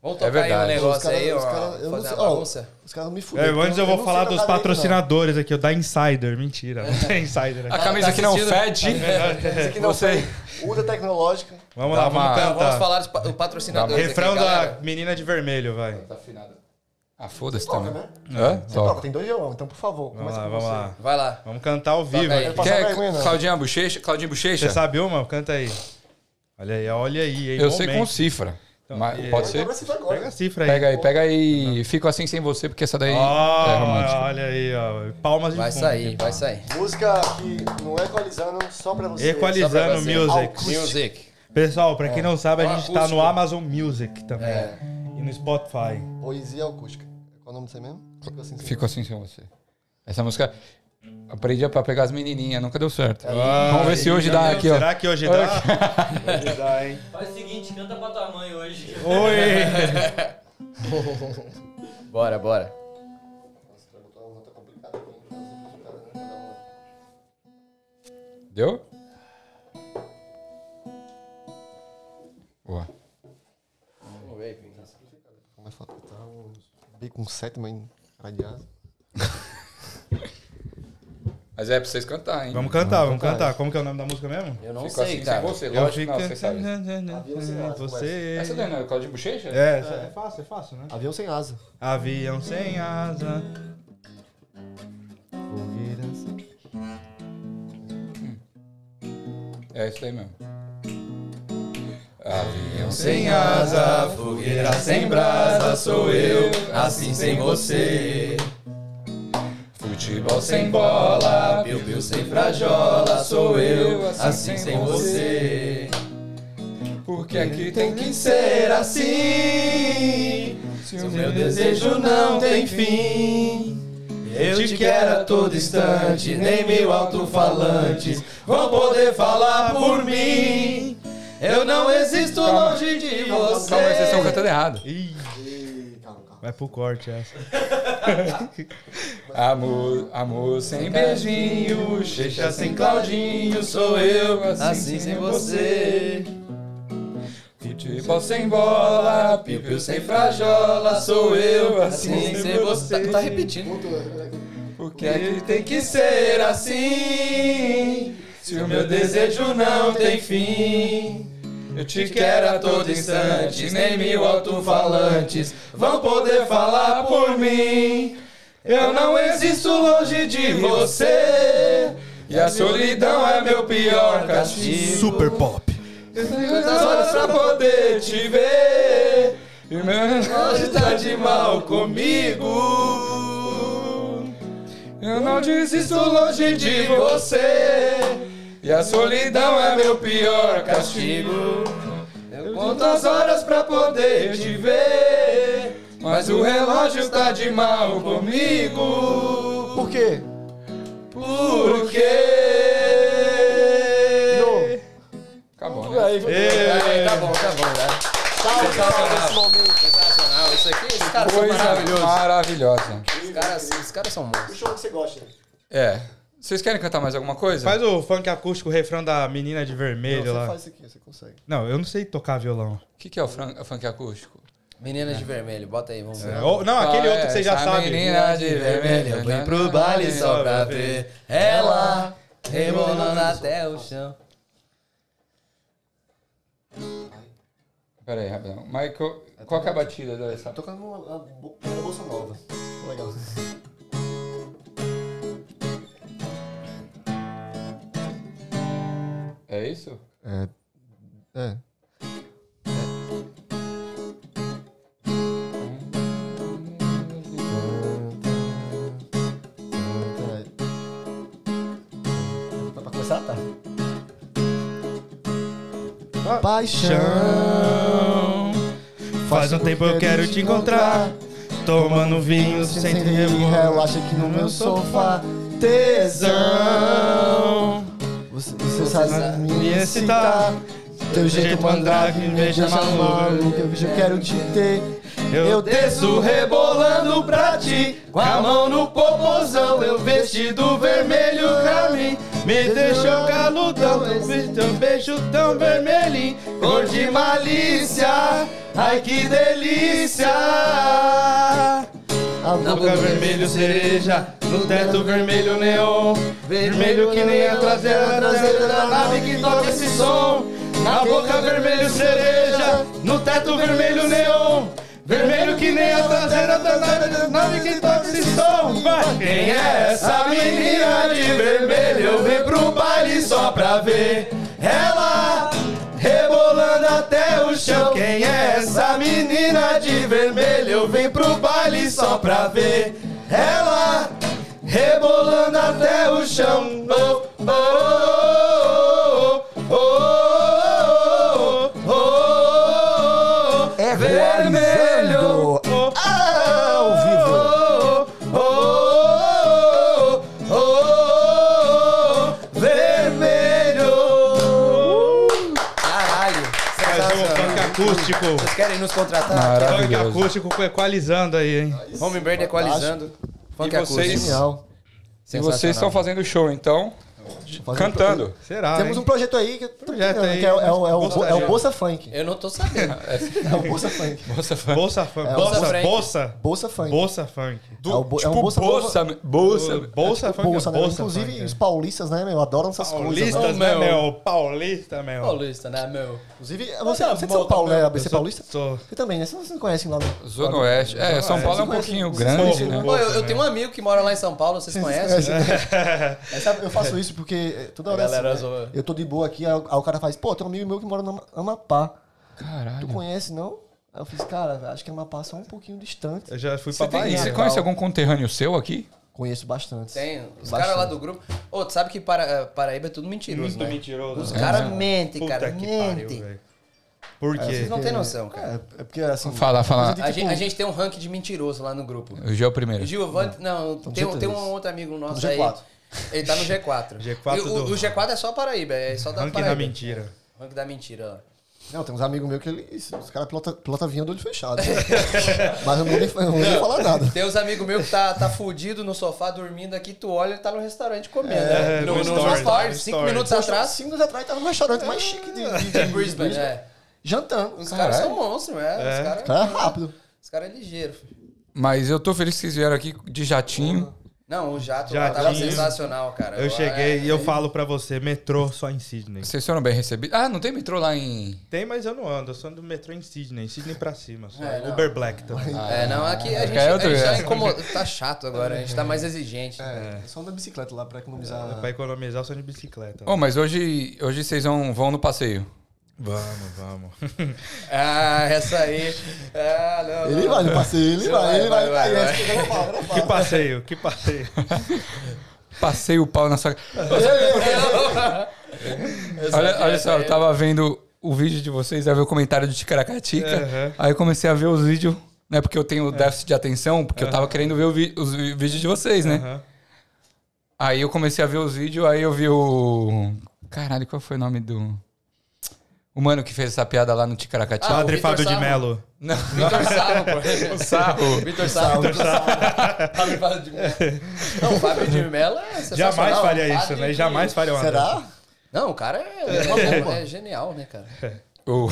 Speaker 4: Vamos
Speaker 3: É
Speaker 4: tocar aí um
Speaker 3: verdade.
Speaker 1: Os
Speaker 4: negócio
Speaker 1: caras-
Speaker 4: aí, ó.
Speaker 1: os caras- eu não
Speaker 4: fazer
Speaker 1: sei-
Speaker 4: uma
Speaker 1: ó,
Speaker 4: bagunça.
Speaker 1: Os caras não me
Speaker 2: É,
Speaker 1: fuderam.
Speaker 2: antes eu vou falar dos
Speaker 1: patrocinadores.
Speaker 2: patrocinadores aqui, o da Insider. Mentira, não tem Insider
Speaker 3: A
Speaker 2: aqui.
Speaker 3: camisa
Speaker 4: Tá
Speaker 3: que não
Speaker 4: assistindo?
Speaker 3: fede.
Speaker 2: É
Speaker 3: É.
Speaker 1: que não
Speaker 3: Você-
Speaker 1: sei. Uda tecnológica.
Speaker 2: Vamos
Speaker 3: Dá
Speaker 2: lá,
Speaker 3: uma-
Speaker 2: vamos
Speaker 4: Vamos
Speaker 2: cantar.
Speaker 4: falar dos pa- patrocinadores aqui,
Speaker 2: um Refrão da
Speaker 4: galera.
Speaker 2: menina de vermelho, vai.
Speaker 3: Ah, foda-se
Speaker 1: Tá Toca,
Speaker 3: também.
Speaker 1: né?
Speaker 3: Hã?
Speaker 1: Toca,
Speaker 3: Toca.
Speaker 1: tem dois violão, então por favor,
Speaker 2: Vamos
Speaker 1: começa
Speaker 2: lá,
Speaker 1: com
Speaker 2: vamos
Speaker 1: você.
Speaker 2: lá.
Speaker 4: Vai lá.
Speaker 2: Vamos cantar ao vivo.
Speaker 4: aí.
Speaker 2: hein?
Speaker 1: Passar
Speaker 3: Quer
Speaker 1: vergonha, né? não.
Speaker 3: Claudinha Bochecha? Claudinho Bochecha?
Speaker 2: Você sabe uma? Canta aí. Olha aí, olha aí. hein?
Speaker 3: Eu sei
Speaker 2: Momento.
Speaker 3: com cifra. Mas
Speaker 2: é.
Speaker 1: Agora
Speaker 3: pode ser?
Speaker 1: Então você vai agora.
Speaker 2: Pega a cifra aí.
Speaker 3: Pega aí, pega aí. Fico assim sem você, porque essa daí
Speaker 2: Ó,
Speaker 3: é romântica.
Speaker 2: olha aí, ó. Palmas de
Speaker 4: Vai
Speaker 2: fundo.
Speaker 4: sair, vai sair.
Speaker 1: Música que não é equalizando, só pra você.
Speaker 2: Equalizando
Speaker 4: Só pra você.
Speaker 2: Music.
Speaker 4: Music.
Speaker 2: Pessoal, pra quem não sabe, a gente tá no
Speaker 4: Acústico.
Speaker 2: Amazon Music também.
Speaker 4: É.
Speaker 2: E no Spotify.
Speaker 1: é Poesia acústica. Qual o nome disso aí mesmo? Fica assim. sim.
Speaker 3: Fico assim sem você. Essa música. Aprendi pra pegar as menininhas, nunca deu certo.
Speaker 2: Ah,
Speaker 3: Vamos ver se hoje dá aqui, ó.
Speaker 2: Será que hoje dá? hoje dá, hein?
Speaker 5: Faz o seguinte, canta pra tua mãe hoje.
Speaker 2: Oi!
Speaker 4: Bora, bora.
Speaker 1: Nossa, vai botar uma nota complicada aqui, né? Cada um, cada um.
Speaker 3: Deu? Boa.
Speaker 4: Vamos ver, Pinho.
Speaker 1: Começa a apertar uns. Bem com sétima em radiado.
Speaker 3: Mas é pra vocês cantarem, hein?
Speaker 2: Vamos cantar, vamos cantar. Como que é o nome da música mesmo?
Speaker 4: Eu não
Speaker 3: Fico
Speaker 4: sei,
Speaker 3: assim
Speaker 4: cara.
Speaker 3: sem você, lógico que
Speaker 2: fico-
Speaker 3: não, você sabe.
Speaker 2: Você.
Speaker 3: Essa daí não é o Claudinho Bochecha?
Speaker 2: É, essa é fácil, é fácil, né?
Speaker 1: Avião sem asa.
Speaker 2: Avião sem asa. fogueiras.
Speaker 3: É isso daí mesmo. Avião
Speaker 4: Sem asa, fogueira sem brasa, sou eu, assim sem você.
Speaker 3: futebol
Speaker 4: Sem bola, piu-piu sem frajola, sou eu, assim sem você.
Speaker 3: Porque aqui
Speaker 4: Tem que ser assim, se o meu desejo não tem fim. Eu te quero a todo instante, nem mil alto-falantes vão poder falar por mim. Eu não existo
Speaker 3: Calma.
Speaker 4: longe de você.
Speaker 3: Calma aí, vocês estão cantando errado.
Speaker 2: Ih,
Speaker 1: E. Calma, calma.
Speaker 2: vai pro corte essa.
Speaker 3: Amor, amor sem beijinho, checha sem Claudinho, sou eu, assim,
Speaker 4: Assim sem você,
Speaker 3: Futebol sem
Speaker 4: Ah,
Speaker 3: bola, piu-piu sem frajola, sou eu,
Speaker 4: assim sem você. Tá, tá repetindo.
Speaker 3: Porque aqui tem que ser assim, se o meu desejo não tem fim. Eu te quero a todo instante, nem mil alto-falantes vão poder falar por mim. Eu não existo longe de você, e a solidão é meu pior castigo.
Speaker 2: Super pop.
Speaker 3: Tantas horas pra poder te ver, e o meu relógio tá de mal comigo. Eu não desisto longe de você, e a solidão é meu pior castigo. Eu conto as horas pra poder te ver, mas o relógio tá de mal comigo.
Speaker 1: Por quê?
Speaker 3: Por quê?
Speaker 1: Não.
Speaker 3: Acabou, né?
Speaker 1: Por aí,
Speaker 4: É, tá bom, tá bom, né?
Speaker 1: Salve, salve esse momento.
Speaker 4: Sensacional, isso aqui, esses caras são
Speaker 3: Coisa
Speaker 4: maravilhosos.
Speaker 3: maravilhosa.
Speaker 4: Os caras, os caras são monstros.
Speaker 1: O show que você gosta.
Speaker 3: É. Vocês querem cantar mais alguma coisa?
Speaker 2: Faz um- o funk acústico, o refrão da menina de vermelho
Speaker 1: Não,
Speaker 2: lá.
Speaker 1: Você faz isso aqui, você consegue.
Speaker 2: Não, eu não sei tocar violão.
Speaker 3: O que, que é o fran- o funk acústico?
Speaker 4: Meninas de vermelho, bota aí, vamos ver.
Speaker 2: É, ou- não, aquele
Speaker 3: Ah,
Speaker 2: outro que você já
Speaker 3: essa
Speaker 2: sabe.
Speaker 3: Menina de vermelho,
Speaker 4: Eu fui pro baile só pra ver ela rebolando até o chão.
Speaker 3: Pera aí, rapidão. Michael, qual que é a batida dessa?
Speaker 1: Tá Tocando uma, uma, bo- uma bolsa nova. Tá Legal.
Speaker 3: É isso?
Speaker 1: É. É.
Speaker 4: tá.
Speaker 1: Paixão.
Speaker 2: Faz um tempo eu quero te encontrar. Tomando vinho,
Speaker 1: Se
Speaker 2: sem
Speaker 1: sente e relaxa aqui no meu sofá. Tesão. Você, você sabe
Speaker 4: sabe
Speaker 1: me excitar. Teu jeito mandrake me deixa maluco. Eu já quero te ter.
Speaker 2: Eu desço rebolando pra ti, com a mão no popozão, eu vestido vermelho pra mim. Me deixou caludão, esse teu beijo tão vermelhinho, cor de malícia, ai que delícia.
Speaker 1: A
Speaker 4: Não,
Speaker 1: boca
Speaker 2: Boca vermelho cereja, no teto vermelho neon, vermelho que nem a traseira, a traseira da nave que toca esse som. Na boca vermelho cereja, no teto vermelho neon, vermelho que nem a traseira da nave, da nave que toca esse som. Vai! Quem é essa menina de vermelho? Eu vim pro baile só pra ver ela rebolando até o chão. Quem é essa menina de vermelho? Eu vim pro baile só pra ver ela rebolando até o chão. Oh, oh, oh, oh, oh, oh, oh, oh,
Speaker 1: é
Speaker 2: vermelho. Ah,
Speaker 1: vermelho. Ao vivo.
Speaker 2: oh, oh, oh, oh, oh, vermelho.
Speaker 4: Caralho.
Speaker 2: Mas o
Speaker 4: Sensacional.
Speaker 2: um funk acústico.
Speaker 4: Vocês querem nos contratar?
Speaker 2: Funk
Speaker 3: Maravilhoso.
Speaker 2: acústico equalizando aí, hein?
Speaker 4: Home Bird equalizando. Funk
Speaker 3: E vocês?
Speaker 4: acústico.
Speaker 1: Genial.
Speaker 3: E vocês estão fazendo show, então, cantando.
Speaker 2: Será?
Speaker 1: Temos um
Speaker 2: hein?
Speaker 1: projeto aí que,
Speaker 2: Projeto aí,
Speaker 1: que é, o- é o- é o, é
Speaker 2: gostaria.
Speaker 1: o Bolsa Funk.
Speaker 4: Eu não tô sabendo.
Speaker 1: É o Bolsa Funk.
Speaker 3: Bolsa fã.
Speaker 2: Bolsa funk.
Speaker 1: É,
Speaker 4: Bolsa
Speaker 2: Bolsa,
Speaker 4: Funk.
Speaker 2: bolsa.
Speaker 1: Bolsa Funk.
Speaker 2: Bolsa funk.
Speaker 1: é o bo- é
Speaker 3: tipo,
Speaker 1: um bolsa-
Speaker 3: bolsa,
Speaker 4: é,
Speaker 3: bolsa,
Speaker 2: Bolsa
Speaker 4: tipo,
Speaker 2: funk.
Speaker 1: Bolsa, né?
Speaker 2: bolsa
Speaker 1: Inclusive,
Speaker 2: funk.
Speaker 1: os paulistas, né, meu? Adoram essas coisas. né?
Speaker 2: Paulistas,
Speaker 4: Ô,
Speaker 2: né,
Speaker 4: meu.
Speaker 2: meu? Paulista, meu.
Speaker 4: Paulista, né, meu?
Speaker 1: Inclusive, você,
Speaker 4: tá
Speaker 1: você é de
Speaker 4: bom
Speaker 1: São Paulo, né?
Speaker 2: Eu
Speaker 1: ABC
Speaker 2: sou-
Speaker 1: Paulista?
Speaker 2: sou-
Speaker 1: Você também, né? Vocês não conhecem lá no...
Speaker 3: Zona Oeste. É, São Paulo é um
Speaker 1: Vocês
Speaker 3: pouquinho
Speaker 1: conhecem-
Speaker 3: grande,
Speaker 1: vocês
Speaker 3: né?
Speaker 1: conhecem-
Speaker 4: Pô, eu, eu tenho um amigo que mora lá em São Paulo, vocês conhecem?
Speaker 1: Vocês conhecem? Sabe, eu faço isso porque é, toda hora.
Speaker 4: galera
Speaker 1: assim, né?
Speaker 4: zoa.
Speaker 1: Eu tô de boa aqui, aí, o- aí o cara faz, pô, tem um amigo meu que mora no Ama- Amapá. Tu
Speaker 3: Caralho.
Speaker 1: conhece, não? Aí eu fiz, cara, acho que Amapá é só um pouquinho distante.
Speaker 2: Eu já fui
Speaker 3: Você,
Speaker 2: pra
Speaker 3: tem,
Speaker 2: Bahia.
Speaker 3: você
Speaker 1: né?
Speaker 3: conhece algum conterrâneo seu aqui?
Speaker 1: Conheço bastante.
Speaker 4: Tem. Os
Speaker 1: Bastante.
Speaker 4: caras lá do grupo. Ô, tu sabe que para, Paraíba é tudo mentiroso, né?
Speaker 2: mentiroso.
Speaker 4: Os
Speaker 2: né?
Speaker 4: caras
Speaker 3: Não.
Speaker 4: mentem,
Speaker 2: Puta
Speaker 4: cara.
Speaker 2: que
Speaker 4: Mentem.
Speaker 2: pariu, velho. Por quê?
Speaker 4: Vocês não têm noção, cara.
Speaker 1: É, é porque assim.
Speaker 3: Fala, fala.
Speaker 1: coisa
Speaker 4: A
Speaker 1: de, tipo,
Speaker 4: gente, a gente tem um ranking de mentiroso lá no grupo.
Speaker 3: O Gil é o primeiro.
Speaker 4: O Giovanni. Não, tem, um- tem um outro amigo nosso
Speaker 1: No
Speaker 4: aí.
Speaker 1: G4.
Speaker 4: Ele tá no G4.
Speaker 2: G4
Speaker 4: E o,
Speaker 2: do-
Speaker 4: o G4 é só Paraíba, é só da
Speaker 2: Ranking da
Speaker 4: Paraíba.
Speaker 2: mentira.
Speaker 4: Ranking da mentira, ó.
Speaker 1: Não, tem uns amigos meus que eles. Os caras pilotam pilota avião do olho fechado. Mas eu não vou nem, eu não vou nem falar nada.
Speaker 4: Tem uns amigos meus que tá, tá fudido no sofá dormindo aqui, tu olha, ele tá no restaurante comendo.
Speaker 2: É,
Speaker 4: né?
Speaker 2: no
Speaker 4: No, no,
Speaker 2: story,
Speaker 4: story,
Speaker 2: no
Speaker 4: cinco
Speaker 2: story.
Speaker 4: minutos
Speaker 1: Tá Atrás,
Speaker 4: atrás,
Speaker 1: cinco anos atrás, tava num restaurante mais chique de, de, de
Speaker 4: em Brisbane, é.
Speaker 1: Jantando.
Speaker 4: Os caras são monstros, né?
Speaker 1: O
Speaker 2: É.
Speaker 4: Os
Speaker 1: cara é
Speaker 4: caras
Speaker 1: rápido.
Speaker 4: os cara é ligeiro. filho.
Speaker 3: Mas eu tô feliz que vocês vieram aqui de jatinho.
Speaker 4: Não, o jato lá
Speaker 2: Jatinho.
Speaker 4: tava sensacional, cara.
Speaker 2: Eu cheguei
Speaker 4: é,
Speaker 2: e eu falo pra você, metrô só em Sydney.
Speaker 3: Vocês foram bem recebidos. Ah, não tem metrô lá em.
Speaker 2: Tem, mas eu não ando. Eu sou do metrô em Sydney. Sydney pra cima. Só.
Speaker 4: É, não.
Speaker 2: Uber Black também.
Speaker 4: É, não, aqui a gente,
Speaker 3: é
Speaker 4: a
Speaker 3: outro
Speaker 4: gente tá
Speaker 3: gasto.
Speaker 4: incomodado. Tá chato agora, a gente tá mais exigente.
Speaker 1: É, só andar de bicicleta lá pra economizar.
Speaker 2: Pra economizar, eu sou de bicicleta.
Speaker 3: Oh, mas hoje, hoje vocês vão, vão no passeio.
Speaker 2: Vamos, vamos.
Speaker 4: Ah, essa aí. Ah, não.
Speaker 1: Ele
Speaker 4: não.
Speaker 1: vai, no passeio, ele vai, ele vai.
Speaker 4: vai,
Speaker 1: vai,
Speaker 4: vai.
Speaker 1: essa que eu vou gravar,
Speaker 2: que
Speaker 1: gravar.
Speaker 2: passeio, que passeio.
Speaker 3: Passei o pau na sua. Olha, olha só,
Speaker 4: é.
Speaker 3: eu tava vendo o vídeo de vocês, aí eu vi o comentário do Ticaracatica.
Speaker 2: Uhum.
Speaker 3: Aí eu comecei a ver os vídeos, né? Porque eu
Speaker 4: É.
Speaker 3: tenho déficit de atenção, porque eu tava querendo ver o vi- os vi- vídeos de vocês, né?
Speaker 4: Ah,
Speaker 2: Aham.
Speaker 3: Aí eu comecei a ver os vídeos, aí eu vi o. Caralho, qual foi o nome do. O mano que fez essa piada lá no Ticaracatica.
Speaker 4: Ah, o
Speaker 2: Padre
Speaker 4: Vitor
Speaker 2: Fábio de
Speaker 4: Sarro.
Speaker 2: Mello.
Speaker 3: Não,
Speaker 4: Vitor Sarro, pô.
Speaker 3: sarro.
Speaker 4: Vitor Sarro. Vitor Sarro. Fábio Fábio de Mello. Não, o Fábio de Mello é sensacional.
Speaker 2: Jamais faria
Speaker 4: Padre
Speaker 2: isso, né?
Speaker 4: de-
Speaker 2: Jamais faria uma dessa.
Speaker 1: Será?
Speaker 4: Não, o cara é, uma bomba, é genial, né, cara?
Speaker 3: O-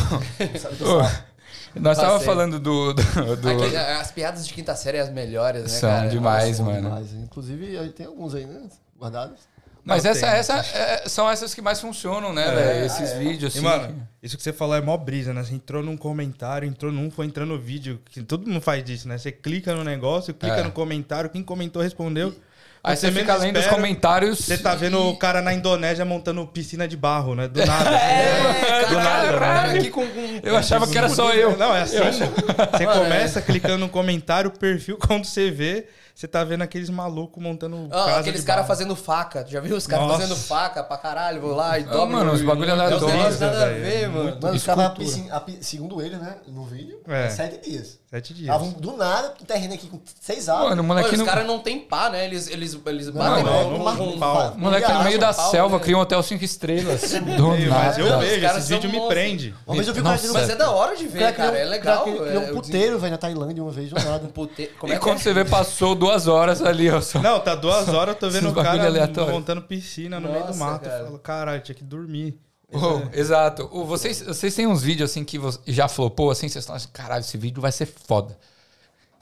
Speaker 3: o- Nós tava
Speaker 4: Passei.
Speaker 3: falando do. do, do-
Speaker 4: Aqui, as piadas de quinta série são as melhores, né,
Speaker 3: São
Speaker 4: cara?
Speaker 3: demais,
Speaker 1: Bom
Speaker 3: mano.
Speaker 1: demais. Inclusive, aí tem alguns aí, né? Guardados.
Speaker 3: Mas
Speaker 2: Não,
Speaker 3: essa,
Speaker 2: tem. É,
Speaker 3: essa, é- são essas que mais funcionam, né, velho? Esses vídeos,
Speaker 2: E,
Speaker 3: assim.
Speaker 2: mano, isso que você falou é mó brisa, né? Você entrou num comentário, entrou num, foi entrando no vídeo. Que todo mundo faz isso, né? Você clica no negócio, clica
Speaker 3: É.
Speaker 2: no comentário, quem comentou respondeu.
Speaker 3: Aí você
Speaker 2: menos
Speaker 3: fica lendo os
Speaker 2: espera,
Speaker 3: comentários.
Speaker 2: Você tá vendo o cara na Indonésia montando piscina de barro, né? Do nada.
Speaker 4: É,
Speaker 3: Do
Speaker 4: caralho,
Speaker 3: nada,
Speaker 4: o cara
Speaker 3: né?
Speaker 4: aqui com...
Speaker 2: um,
Speaker 4: com-
Speaker 3: Eu achava que era só eu.
Speaker 2: né? Não, é assim. Você
Speaker 4: Mano,
Speaker 2: começa clicando no comentário, perfil, quando você vê, você tá vendo aqueles malucos montando
Speaker 4: Ah,
Speaker 2: casa
Speaker 4: aqueles
Speaker 2: de
Speaker 4: caras
Speaker 2: barro.
Speaker 4: fazendo faca. Tu já viu os caras
Speaker 2: Nossa.
Speaker 4: fazendo faca pra caralho? Vou lá e
Speaker 3: Ah,
Speaker 4: dobro.
Speaker 3: mano,
Speaker 4: no-
Speaker 3: os bagulho
Speaker 4: Não tem
Speaker 3: aleatório,
Speaker 4: nada a
Speaker 2: velho.
Speaker 4: ver, mano.
Speaker 1: Mano, os caras, na piscina- a pi- segundo ele, né, no vídeo,
Speaker 2: É.
Speaker 1: sete dias.
Speaker 2: Sete dias.
Speaker 1: Estavam do nada, um terreno aqui com seis árvores. é
Speaker 3: Mano, o
Speaker 4: Olha,
Speaker 3: moleque
Speaker 4: os
Speaker 3: não.
Speaker 4: caras não tem pá, né? Eles, eles, eles batem
Speaker 2: não,
Speaker 4: pau
Speaker 2: não
Speaker 4: com-
Speaker 2: marca
Speaker 4: com-
Speaker 2: pau.
Speaker 1: Mano,
Speaker 3: O moleque no meio da
Speaker 4: Pau,
Speaker 3: selva
Speaker 4: né?
Speaker 3: cria um hotel cinco estrelas. Do
Speaker 2: Ei, Mas eu
Speaker 3: nada.
Speaker 2: vejo,
Speaker 4: caras
Speaker 2: esses vídeos
Speaker 4: são
Speaker 2: me
Speaker 3: assim.
Speaker 4: monstros.
Speaker 2: prende.
Speaker 1: Uma vez eu vi um
Speaker 3: Nossa.
Speaker 1: cara dizendo,
Speaker 4: Mas é da hora de
Speaker 1: o
Speaker 4: ver,
Speaker 1: criou
Speaker 4: cara. É
Speaker 1: um-
Speaker 4: legal.
Speaker 1: criou-
Speaker 4: é,
Speaker 1: criou
Speaker 4: eu
Speaker 1: um puteiro, velho, na Tailândia uma vez, do nada.
Speaker 4: digo, puteiro. Como é
Speaker 3: E
Speaker 4: que é?
Speaker 3: quando você vê, passou duas horas ali, ó. Só.
Speaker 2: Não, tá duas horas, eu tô vendo
Speaker 3: Esses
Speaker 2: o cara
Speaker 3: bagulho aleatório.
Speaker 2: montando piscina no meio do
Speaker 4: Nossa,
Speaker 2: mato.
Speaker 4: cara.
Speaker 2: Eu falo, caralho, tinha que dormir.
Speaker 3: Oh,
Speaker 4: é.
Speaker 3: exato. Oh, vocês, vocês têm uns vídeos assim que vo- já flopou, assim, vocês falam assim, caralho, esse vídeo vai ser foda.